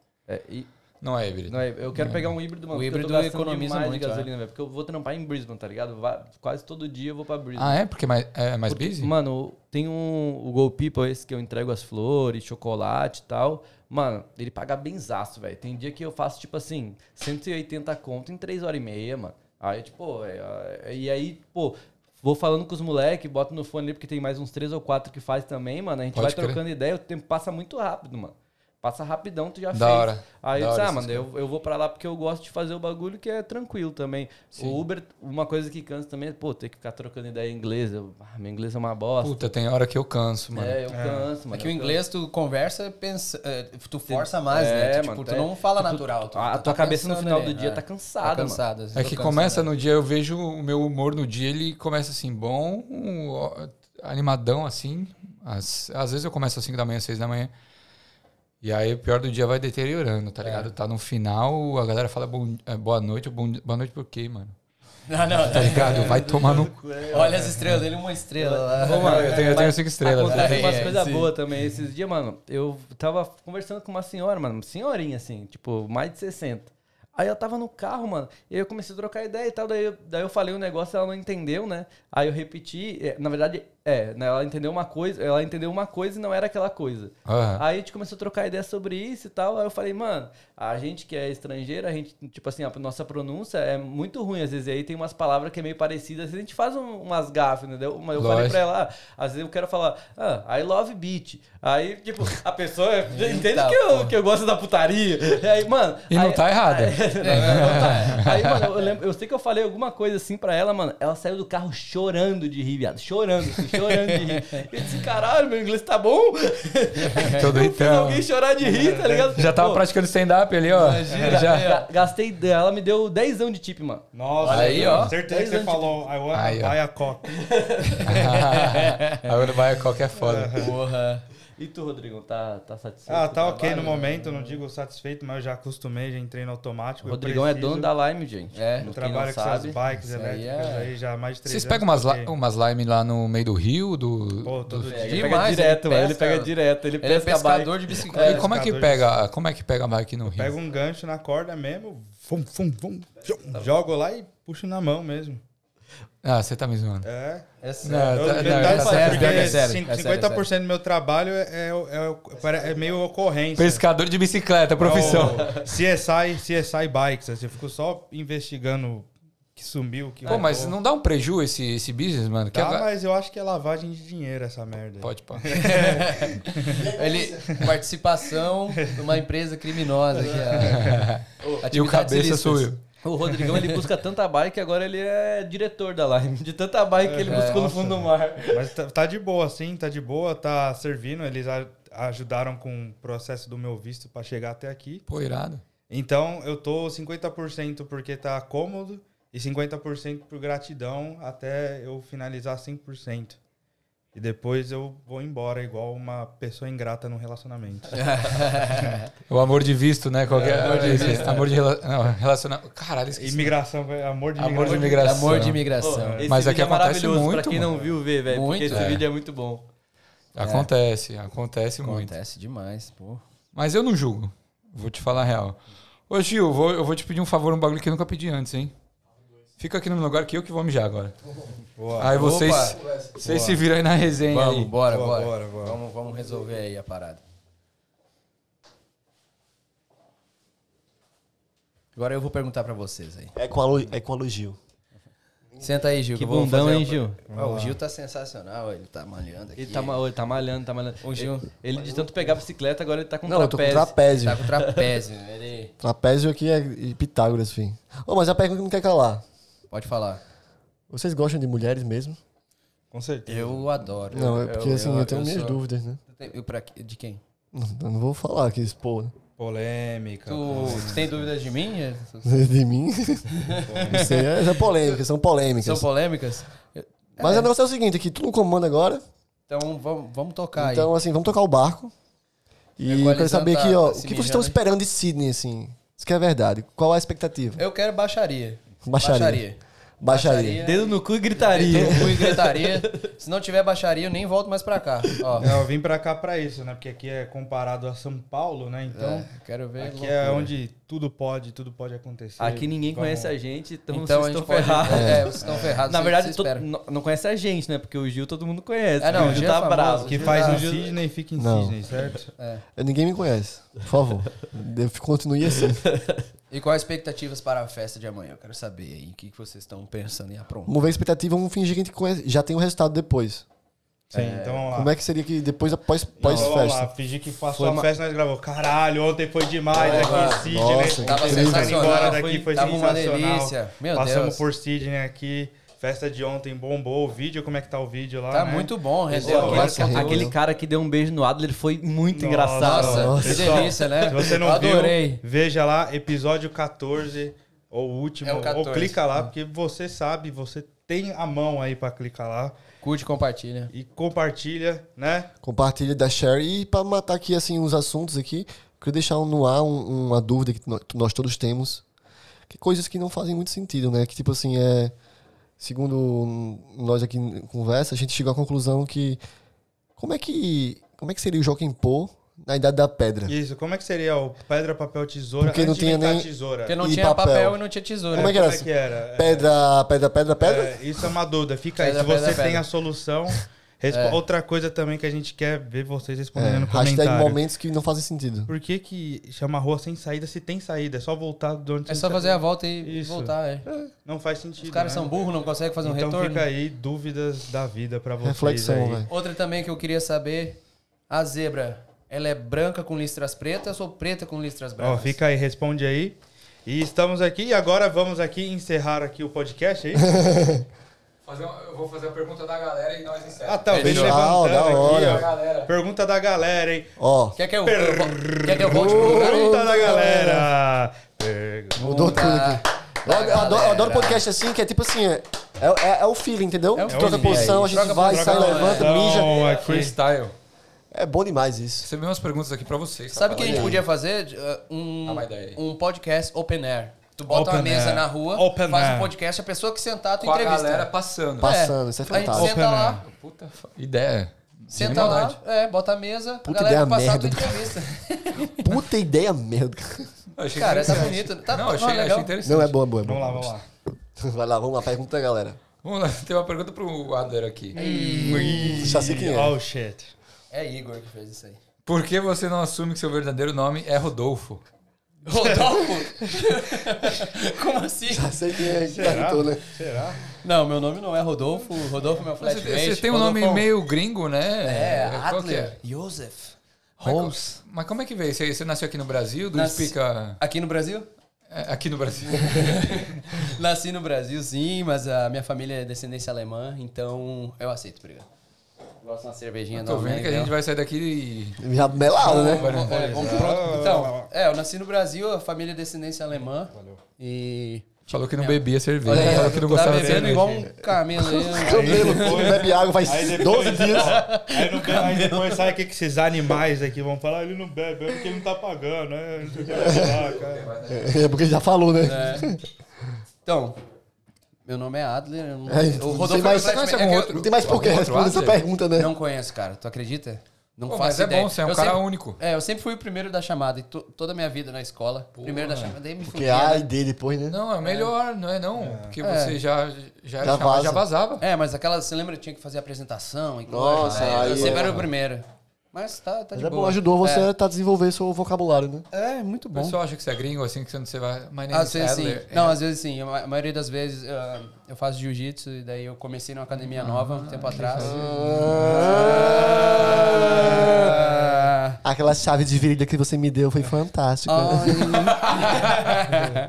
Speaker 6: e,
Speaker 3: Não é híbrido.
Speaker 6: Ah, não, é- eu quero pegar um híbrido, mano.
Speaker 4: O
Speaker 6: porque eu tô
Speaker 4: híbrido
Speaker 6: gastando
Speaker 4: economiza
Speaker 6: demais
Speaker 4: muito,
Speaker 6: de
Speaker 4: é.
Speaker 6: gasolina, velho. Porque eu vou trampar em Brisbane, tá ligado? Va- quase todo dia eu vou pra Brisbane.
Speaker 3: Ah, é? Porque é mais, é mais busy?
Speaker 6: Mano, tem um. O Gold People, esse que eu entrego as flores, chocolate e tal. Mano, ele paga benzaço, velho. Tem dia que eu faço, tipo assim, 180 conto em 3 horas e meia, mano. Aí, tipo, pô, é, é, e aí, pô, vou falando com os moleques, boto no fone ali, porque tem mais uns 3 ou 4 que faz também, mano. A gente
Speaker 3: Pode
Speaker 6: vai
Speaker 3: crer.
Speaker 6: trocando ideia, o tempo passa muito rápido, mano. Passa rapidão, tu já
Speaker 3: Da
Speaker 6: fez.
Speaker 3: hora.
Speaker 6: Aí
Speaker 3: Da
Speaker 6: eu disse,
Speaker 3: hora
Speaker 6: ah,
Speaker 3: essas
Speaker 6: mano, eu, eu vou pra lá porque eu gosto de fazer o bagulho que é tranquilo também. O Uber, uma coisa que cansa também é, pô, ter que ficar trocando ideia em inglês. Eu, ah, meu inglês é uma bosta.
Speaker 3: Puta, tem hora que eu canso, mano.
Speaker 6: é, eu canso, mano.
Speaker 4: É que o
Speaker 6: eu
Speaker 4: inglês tu conversa, pensa, eh, tu força mais,
Speaker 6: É,
Speaker 4: né? Tu,
Speaker 6: mano,
Speaker 4: tipo, tu tá
Speaker 6: é-
Speaker 4: não fala
Speaker 6: tu-
Speaker 4: natural.
Speaker 6: canso. A a tua cabeça no final do dia tá
Speaker 4: cansada,
Speaker 6: cansada, mano.
Speaker 4: né? cansada.
Speaker 3: É que começa no dia, eu vejo o meu humor no dia, ele começa assim, bom, ó, animadão assim. Às, às vezes eu começo às 5 da manhã, 6 da manhã. E aí o pior do dia vai deteriorando, tá ligado? Tá no final, a galera fala bom- é, boa noite, bom, dia- boa noite por quê, mano?
Speaker 4: Não, Ah, não,
Speaker 3: Tá ligado? Vai tomar no.
Speaker 4: Olha as estrelas, ele é uma estrela lá.
Speaker 6: Ô, mano,
Speaker 3: Eu tenho, eu tenho cinco estrelas. né?
Speaker 6: Acontece
Speaker 4: É,
Speaker 6: umas
Speaker 4: é,
Speaker 6: coisas
Speaker 4: sim.
Speaker 6: boas também. Esses dias, mano, eu tava conversando com uma senhora, mano, senhorinha, assim, tipo, mais de 60. Aí ela tava no carro, mano, e aí eu comecei a trocar ideia e tal, daí eu, daí eu falei um negócio, ela não entendeu, né? Aí eu repeti, é, na verdade, é, né, ela entendeu uma coisa, ela entendeu uma coisa e não era aquela coisa.
Speaker 3: Aham.
Speaker 6: Aí a gente começou a trocar ideia sobre isso e tal. Aí eu falei, mano, a gente que é estrangeiro, a gente, tipo assim, a nossa pronúncia é muito ruim. Às vezes aí tem umas palavras que é meio parecidas. Às vezes a gente faz um- umas gafas, entendeu? Mas eu falei
Speaker 3: Lógico.
Speaker 6: pra ela, ah, às vezes eu quero falar, ah, I love beat. Aí, tipo, a pessoa entende
Speaker 4: Eita,
Speaker 6: que eu,
Speaker 4: pô.
Speaker 6: que eu gosto da putaria. Aí, mano.
Speaker 3: E não
Speaker 6: aí-
Speaker 3: tá errado.
Speaker 6: tá. Aí, mano, eu, lembro- eu sei que eu falei alguma coisa assim pra ela, mano. Ela saiu do carro chorando de rir, viado. Chorando, assim, chorando de rir. Eu disse, caralho, meu inglês tá bom?
Speaker 3: Tô
Speaker 6: Eu fiz
Speaker 3: doidão.
Speaker 6: alguém chorar de rir, tá ligado?
Speaker 3: Então, Já tava
Speaker 6: Pô,
Speaker 3: praticando stand-up ali, ó. Já.
Speaker 6: ga- Gastei, ela me deu 10 anos de tip, mano.
Speaker 2: Nossa,
Speaker 3: Aí, ó.
Speaker 2: certeza que
Speaker 6: Dez
Speaker 2: você
Speaker 6: anos de-
Speaker 2: falou I wanna
Speaker 3: Aí, ó.
Speaker 2: buy a coca.
Speaker 3: Agora vai a qualquer foda.
Speaker 4: Porra.
Speaker 6: E tu, Rodrigo, tá, tá satisfeito?
Speaker 2: Ah,
Speaker 6: com o
Speaker 2: tá ok
Speaker 6: trabalho?
Speaker 2: no momento, não digo satisfeito, mas eu já acostumei, já entrei no automático.
Speaker 6: O
Speaker 2: eu
Speaker 6: Rodrigão é
Speaker 2: preciso.
Speaker 6: dono da Lime, gente.
Speaker 4: É.
Speaker 6: Quem
Speaker 2: Eu
Speaker 6: não
Speaker 2: trabalho com
Speaker 6: sabe.
Speaker 2: essas bikes
Speaker 4: Isso aí
Speaker 2: elétricas
Speaker 4: é-
Speaker 2: aí já há mais de três
Speaker 3: Vocês
Speaker 2: anos.
Speaker 3: pegam umas, um
Speaker 2: porque-
Speaker 3: li- umas lime lá no meio do rio, do.
Speaker 2: Pô, todo
Speaker 3: do-
Speaker 2: dia.
Speaker 6: É, Ele pega
Speaker 4: Demais,
Speaker 6: direto,
Speaker 4: ele
Speaker 6: mano. Ele
Speaker 4: pesca-
Speaker 6: pega direto. Ele,
Speaker 4: Ele é
Speaker 6: pesca a bike.
Speaker 4: pescador de
Speaker 3: E
Speaker 4: bicicleta.
Speaker 3: como é que
Speaker 2: pescador de
Speaker 3: pega? Como é que pega a bike no rio?
Speaker 2: Pego um gancho na corda mesmo, fum, fum, fum,
Speaker 3: Tá
Speaker 2: fium, jogo lá e puxo na mão mesmo.
Speaker 3: Ah, você tá me zoando.
Speaker 2: É.
Speaker 4: É
Speaker 3: Não,
Speaker 2: Eu-
Speaker 3: tá-
Speaker 2: eu-
Speaker 3: não,
Speaker 2: eu-
Speaker 3: tá
Speaker 2: eu-
Speaker 3: certo,
Speaker 2: porque
Speaker 4: é sério, é sério,
Speaker 2: cin-
Speaker 4: é sério.
Speaker 2: 50% do meu trabalho é, é, é- é meio ocorrência.
Speaker 3: Pescador de bicicleta, profissão.
Speaker 2: É o CSI, CSI Bikes. assim, eu fico só investigando que sumiu, que
Speaker 3: Pô, mas
Speaker 2: voltou.
Speaker 3: não dá um preju esse, esse business, mano? Que
Speaker 2: Tá,
Speaker 3: agora-
Speaker 2: mas eu acho que é lavagem de dinheiro essa merda. aí.
Speaker 3: Pode, pô.
Speaker 4: Ele, participação de uma empresa criminosa aqui. a-
Speaker 3: E o
Speaker 4: atividades
Speaker 3: cabeça
Speaker 4: ilícitas.
Speaker 3: sou eu.
Speaker 6: O Rodrigão, ele busca tanta bike que agora ele é diretor da Lime. De tanta bike que ele buscou no
Speaker 2: nossa,
Speaker 6: fundo do mar.
Speaker 2: Mas tá, tá de boa, sim, tá de boa, tá servindo. Eles a- ajudaram com o processo do meu visto pra chegar até aqui.
Speaker 3: Pô, irado.
Speaker 2: Então eu tô 50% porque tá cômodo e 50% por gratidão até eu finalizar 100%. E depois eu vou embora igual uma pessoa ingrata num relacionamento.
Speaker 3: O amor de visto, né? Qualquer amor de visto. Amor de rela... não, relaciona- Caralho, esqueci.
Speaker 2: Imigração, amor de
Speaker 3: Amor de
Speaker 2: imigração.
Speaker 3: imigração.
Speaker 4: Amor de
Speaker 6: Pô,
Speaker 4: imigração.
Speaker 6: esse
Speaker 3: Mas
Speaker 6: vídeo
Speaker 3: aqui
Speaker 6: é
Speaker 3: acontece
Speaker 6: maravilhoso pra
Speaker 3: muito,
Speaker 6: quem não
Speaker 3: mano.
Speaker 6: viu ver, velho. Porque
Speaker 4: Muito,
Speaker 6: esse
Speaker 3: é.
Speaker 6: vídeo é muito bom.
Speaker 3: Acontece, acontece é muito.
Speaker 4: Acontece demais, pô.
Speaker 3: Mas eu não julgo. Vou te falar a real. Ô, Gil, vou- eu vou te pedir um favor, um bagulho que eu nunca pedi antes, hein? Fica aqui no meu lugar que eu que vou mijar agora.
Speaker 2: Boa,
Speaker 3: Aí vocês,
Speaker 4: Opa.
Speaker 3: vocês se viram aí na resenha. aí.
Speaker 4: Vamos, bora,
Speaker 2: boa,
Speaker 4: bora.
Speaker 2: bora, bora.
Speaker 4: Vamos, vamos resolver aí a parada. Agora eu vou perguntar pra vocês aí.
Speaker 1: É com a Lu- é com a Lu Gil.
Speaker 4: Senta aí, Gil.
Speaker 6: Que
Speaker 4: eu vou
Speaker 6: bundão,
Speaker 4: fazer a-
Speaker 6: hein, Gil?
Speaker 4: Ah, o Gil tá sensacional, ele tá malhando aqui.
Speaker 6: Ele tá, ma- ele tá malhando, tá malhando.
Speaker 4: O Gil-
Speaker 6: Ele, ele de tanto pegar a bicicleta, agora ele tá com
Speaker 1: Não, eu tô com
Speaker 6: trapézio.
Speaker 1: trapézio.
Speaker 4: Tá com trapézio, ele...
Speaker 1: Trapézio aqui é de Pitágoras, fim. Ô, mas a pergunta que não quer calar.
Speaker 4: Pode falar.
Speaker 1: Vocês gostam de mulheres mesmo?
Speaker 2: com certeza.
Speaker 4: Eu adoro.
Speaker 1: Não, é porque é assim, eu, tenho minhas
Speaker 4: sou-
Speaker 1: dúvidas, né?
Speaker 4: Eu tenho- eu pra- De quem?
Speaker 1: Não, eu não vou falar aqui, expor. né?
Speaker 2: Polêmica.
Speaker 6: Então,
Speaker 4: Tu tem dúvidas de mim?
Speaker 1: De mim? Não sei, é, é polêmica, são polêmicas.
Speaker 4: São polêmicas?
Speaker 1: Mas o negócio é o seguinte, que tu não comanda agora,
Speaker 4: Então vamos, vamos tocar
Speaker 1: então assim, vamos tocar o barco. E eu quero
Speaker 4: Equalizando
Speaker 1: saber aqui,
Speaker 4: a-
Speaker 1: ó, o
Speaker 4: a
Speaker 1: que
Speaker 4: se
Speaker 1: vocês
Speaker 4: mijar,
Speaker 1: estão
Speaker 4: né?
Speaker 1: esperando de Sydney, assim? Isso que é verdade. Qual a expectativa?
Speaker 4: aí. Eu quero baixaria.
Speaker 1: Baixaria. Baixaria.
Speaker 4: Baixaria.
Speaker 6: Dedo no cu e gritaria.
Speaker 4: Eu fui gritaria. Se não tiver baixaria, eu nem volto mais pra cá. Ó,
Speaker 2: É, eu vim pra cá pra isso, né? Porque aqui é comparado a São Paulo, né? Então,
Speaker 4: é, quero ver.
Speaker 2: aqui
Speaker 4: loucura.
Speaker 2: é onde tudo pode, tudo pode acontecer.
Speaker 6: Aqui ninguém
Speaker 2: Vamos-
Speaker 6: conhece a gente, então,
Speaker 4: Então a
Speaker 6: vocês
Speaker 4: gente
Speaker 6: estão
Speaker 4: pode...
Speaker 6: ferrados.
Speaker 4: É, vocês estão ferrados.
Speaker 6: Na
Speaker 4: vocês-
Speaker 6: verdade,
Speaker 4: vocês
Speaker 6: todo-
Speaker 4: esperam.
Speaker 6: não, não conhece a gente, né? Porque o Gil todo mundo conhece.
Speaker 4: É, não,
Speaker 6: o
Speaker 4: o
Speaker 6: Gil
Speaker 4: Gil é
Speaker 6: tá
Speaker 4: famoso,
Speaker 6: bravo.
Speaker 2: Que
Speaker 4: Não, É.
Speaker 2: faz
Speaker 4: não.
Speaker 2: no Disney e fica em
Speaker 1: Não.
Speaker 2: Sydney, certo?
Speaker 1: Ninguém me conhece. Por favor. Eu continue assim.
Speaker 4: E quais expectativas para a festa de amanhã? Eu quero saber aí o que, que vocês estão pensando em aprontar.
Speaker 1: Vamos ver a expectativa, vamos fingir que a gente conhece- já tem o resultado depois.
Speaker 2: Sim, então vamos lá.
Speaker 1: Como é que seria que depois, após
Speaker 2: Então,
Speaker 1: pós
Speaker 2: Vamos lá,
Speaker 1: festa?
Speaker 2: fingir que passou
Speaker 4: Foi
Speaker 2: a
Speaker 4: uma-
Speaker 2: festa e nós gravamos. Caralho, ontem foi demais aqui em Sydney.
Speaker 1: nossa,
Speaker 4: Tava
Speaker 2: Ontem
Speaker 1: incrível.
Speaker 2: saindo embora
Speaker 4: sensacional,
Speaker 2: daqui foi
Speaker 4: tava uma
Speaker 2: sensacional.
Speaker 4: delícia. Meu
Speaker 2: Passamos
Speaker 4: Deus.
Speaker 2: por Sydney aqui. Festa de ontem bombou o vídeo. Como é que tá o vídeo lá?
Speaker 4: Tá
Speaker 2: né?
Speaker 4: muito bom, rendeu.
Speaker 1: Pô,
Speaker 4: vários
Speaker 1: aquele-
Speaker 4: conteúdos.
Speaker 6: Aquele cara que deu um beijo no Adler foi muito
Speaker 2: Nossa.
Speaker 6: engraçado.
Speaker 4: Nossa,
Speaker 1: Nossa.
Speaker 4: que delícia, né?
Speaker 2: Se você não
Speaker 4: Eu Adorei.
Speaker 2: viu, veja lá, episódio 14, ou o último,
Speaker 4: É o 14.
Speaker 2: ou clica lá, porque você sabe, você tem a mão aí pra clicar lá
Speaker 4: Curte e compartilha.
Speaker 2: e compartilha, né?
Speaker 1: Compartilha da share. E para matar aqui assim uns assuntos aqui, queria deixar no ar um- uma dúvida que no- nós todos temos. Que coisas que não fazem muito sentido, né? Que tipo assim, é. Segundo hum, nós aqui em conversa, a gente chegou à conclusão que. Como é que. Como é que seria o Joaquim Pô na Idade da Pedra?
Speaker 2: Isso, como é que seria o pedra, papel, tesoura?
Speaker 1: Porque não
Speaker 2: antes de
Speaker 1: tinha
Speaker 2: inventar
Speaker 1: nem-
Speaker 2: tesoura.
Speaker 4: Porque não
Speaker 1: E
Speaker 4: tinha papel.
Speaker 1: papel
Speaker 4: e não tinha tesoura.
Speaker 1: Como é que era?
Speaker 2: Como é que era? É,
Speaker 1: Pedra, pedra, pedra, pedra?
Speaker 2: é, isso é uma dúvida. Fica aí.
Speaker 4: Pedra,
Speaker 2: Se você
Speaker 4: pedra,
Speaker 2: tem
Speaker 4: pedra. É.
Speaker 2: a solução, respo- outra coisa também que a gente quer ver vocês respondendo
Speaker 1: É,
Speaker 2: no
Speaker 1: hashtag
Speaker 2: comentário.
Speaker 1: momentos que não fazem sentido.
Speaker 2: Por que, que chama rua sem saída se tem saída? É só voltar de onde
Speaker 4: É
Speaker 2: você
Speaker 4: só
Speaker 2: tá-
Speaker 4: fazer a volta e
Speaker 2: Isso.
Speaker 4: voltar. É.
Speaker 2: Não faz sentido.
Speaker 4: Os caras
Speaker 2: né?
Speaker 4: são burros, não conseguem fazer um
Speaker 2: então
Speaker 4: retorno.
Speaker 2: fica aí dúvidas da vida pra vocês
Speaker 1: Reflexão,
Speaker 2: aí.
Speaker 1: velho.
Speaker 4: Outra também que eu queria saber: a zebra, ela é branca com listras pretas ou preta com listras
Speaker 2: Ó,
Speaker 4: brancas?
Speaker 2: fica aí, responde aí. E estamos aqui e agora vamos aqui encerrar aqui o podcast é aí.
Speaker 3: Fazer uma- eu vou fazer a pergunta da galera e nós
Speaker 2: Ah,
Speaker 3: encerramos.
Speaker 2: tá, o vídeo
Speaker 1: Legal,
Speaker 2: levantando
Speaker 1: Ah, da hora.
Speaker 2: aqui, ó. Pergunta da galera, hein?
Speaker 1: Ó,
Speaker 4: Quer que eu, eu vo- quer que eu volte pro lugar?
Speaker 2: Pergunta da galera. Pergunta.
Speaker 1: mudou tudo aqui. Eu adoro- eu adoro, eu adoro podcast assim, que é tipo assim, é, é, é o feeling, entendeu?
Speaker 4: É o
Speaker 1: Troca
Speaker 4: feeling,
Speaker 1: posição,
Speaker 4: é
Speaker 1: a gente
Speaker 4: Troca
Speaker 1: vai,
Speaker 4: posição,
Speaker 1: sai,
Speaker 4: é.
Speaker 1: levanta, mija.
Speaker 2: né? Então, aqui.
Speaker 3: Freestyle.
Speaker 1: É bom demais isso.
Speaker 3: Recebi umas perguntas aqui pra vocês.
Speaker 4: Sabe o
Speaker 3: tá?
Speaker 4: que a gente podia fazer? Uh, Um,
Speaker 3: Dá uma ideia aí.
Speaker 4: um podcast open air. Tu bota uma
Speaker 2: Open
Speaker 4: mesa
Speaker 2: air.
Speaker 4: na rua,
Speaker 2: Open
Speaker 4: faz
Speaker 2: air.
Speaker 4: um podcast, a pessoa que sentar, tu
Speaker 3: Com a
Speaker 4: entrevista.
Speaker 3: galera passando.
Speaker 1: Pa- Passando, isso é
Speaker 4: A gente
Speaker 1: fantástico.
Speaker 4: senta
Speaker 2: Open
Speaker 4: lá,
Speaker 3: Puta fa- ideia.
Speaker 4: senta
Speaker 3: Genialidade.
Speaker 4: lá, é, bota a mesa,
Speaker 1: Puta
Speaker 4: a galera
Speaker 1: ideia
Speaker 4: vai passar
Speaker 1: merda.
Speaker 4: tu entrevista.
Speaker 1: Puta ideia merda.
Speaker 3: Achei
Speaker 4: Cara, tá
Speaker 3: interessante.
Speaker 4: bonito. Tá
Speaker 3: não, achei,
Speaker 4: não, legal.
Speaker 3: achei interessante.
Speaker 1: Não, é boa, é boa. É
Speaker 2: Vamos
Speaker 1: boa.
Speaker 2: lá, vamos lá.
Speaker 1: Vai lá, vamos lá, pergunta, galera.
Speaker 3: Vamos lá, tem uma pergunta pro Adler aqui.
Speaker 4: Hum.
Speaker 1: Já sei quem é.
Speaker 2: Oh shit.
Speaker 4: É Igor que fez isso aí.
Speaker 3: Por que você não assume que seu verdadeiro nome é Rodolfo?
Speaker 4: Rodolfo? Como assim?
Speaker 1: Já sei quem é que perguntou, né?
Speaker 2: Será?
Speaker 4: Não, meu nome não é Rodolfo. Rodolfo é meu
Speaker 3: Você,
Speaker 4: flatmate.
Speaker 3: você tem um nome
Speaker 4: Rodolfão.
Speaker 3: meio gringo, né?
Speaker 4: É,
Speaker 3: Qual que é?
Speaker 4: Adler, Joseph,
Speaker 3: Mas co-
Speaker 4: Holmes.
Speaker 3: Mas como é que veio? Você, você nasceu aqui no Brasil? Do
Speaker 4: Nasci-
Speaker 3: Explica.
Speaker 4: Aqui no Brasil?
Speaker 3: é, Aqui no Brasil.
Speaker 4: Nasci no Brasil, sim, mas a minha família é descendência alemã, então eu aceito, obrigado. Gosto de uma cervejinha
Speaker 3: Tô
Speaker 4: não,
Speaker 3: vendo
Speaker 4: né,
Speaker 3: que a gente
Speaker 4: então.
Speaker 3: vai sair daqui e.
Speaker 1: Já melado, né?
Speaker 4: Vamos- é, vamos pro
Speaker 3: Ah,
Speaker 4: outro- Então, é, eu nasci no Brasil, a família é descendência alemã. E.
Speaker 3: Falou que não bebia cerveja.
Speaker 4: Olha aí,
Speaker 3: Falou que não
Speaker 4: tá
Speaker 3: gostava de
Speaker 4: bebendo igual
Speaker 3: cerveja.
Speaker 4: um camelo. aí,
Speaker 1: Cabelo, bebe água faz
Speaker 2: Aí depois,
Speaker 1: 12 dias.
Speaker 2: Aí, não, aí depois sabe o que que esses animais aqui vão falar? Ele não bebe, é porque ele não tá pagando, né? Não sei o que lá, cara.
Speaker 1: É porque já falou, né?
Speaker 4: Então, meu nome é Adler. Eu não,
Speaker 1: É,
Speaker 4: o
Speaker 1: não
Speaker 4: Rodolfo
Speaker 1: sei mais-
Speaker 4: é meu
Speaker 3: Conhece algum
Speaker 4: flatmate- é que eu
Speaker 3: outro?
Speaker 1: Não tem mais por que
Speaker 3: Algum outro
Speaker 1: responder essa
Speaker 3: Adler?
Speaker 1: pergunta, né?
Speaker 4: Não conheço, cara. Tu acredita? Não
Speaker 3: Pô,
Speaker 4: faço
Speaker 3: mas é
Speaker 4: ideia.
Speaker 3: bom, você é um
Speaker 4: Eu
Speaker 3: cara
Speaker 4: sempre-
Speaker 3: único.
Speaker 4: É, eu sempre fui o primeiro da chamada. E to- toda a minha vida na escola. primeiro da chamada. Daí me
Speaker 1: Porque é
Speaker 4: fudia,
Speaker 1: A e
Speaker 4: né?
Speaker 1: D depois, né?
Speaker 3: Não, é melhor, não é não? Porque você já, já,
Speaker 1: Já
Speaker 3: já,
Speaker 1: vaza.
Speaker 3: já vazava.
Speaker 4: É, mas aquela... Você lembra? que Tinha que fazer apresentação e coisa,
Speaker 1: Nossa,
Speaker 4: né?
Speaker 1: aí
Speaker 4: Eu
Speaker 1: é.
Speaker 4: sempre era o primeiro. Mas tá, tá
Speaker 1: Mas
Speaker 4: de
Speaker 1: é bom,
Speaker 4: boa.
Speaker 1: ajudou você a tá desenvolver seu vocabulário, né?
Speaker 4: É, muito
Speaker 3: O
Speaker 4: bom.
Speaker 3: pessoal acha que você é gringo, assim, que você não você vai. My name
Speaker 4: Às
Speaker 3: is
Speaker 4: vezes sim.
Speaker 3: Adler. é.
Speaker 4: Não, às vezes sim. A ma- a maioria das vezes ah, eu faço jiu-jitsu e daí eu comecei numa academia nova um tempo atrás.
Speaker 1: Ah.
Speaker 4: Ah.
Speaker 1: Aquela chave de virilha que você me deu foi fantástica.
Speaker 4: Ai.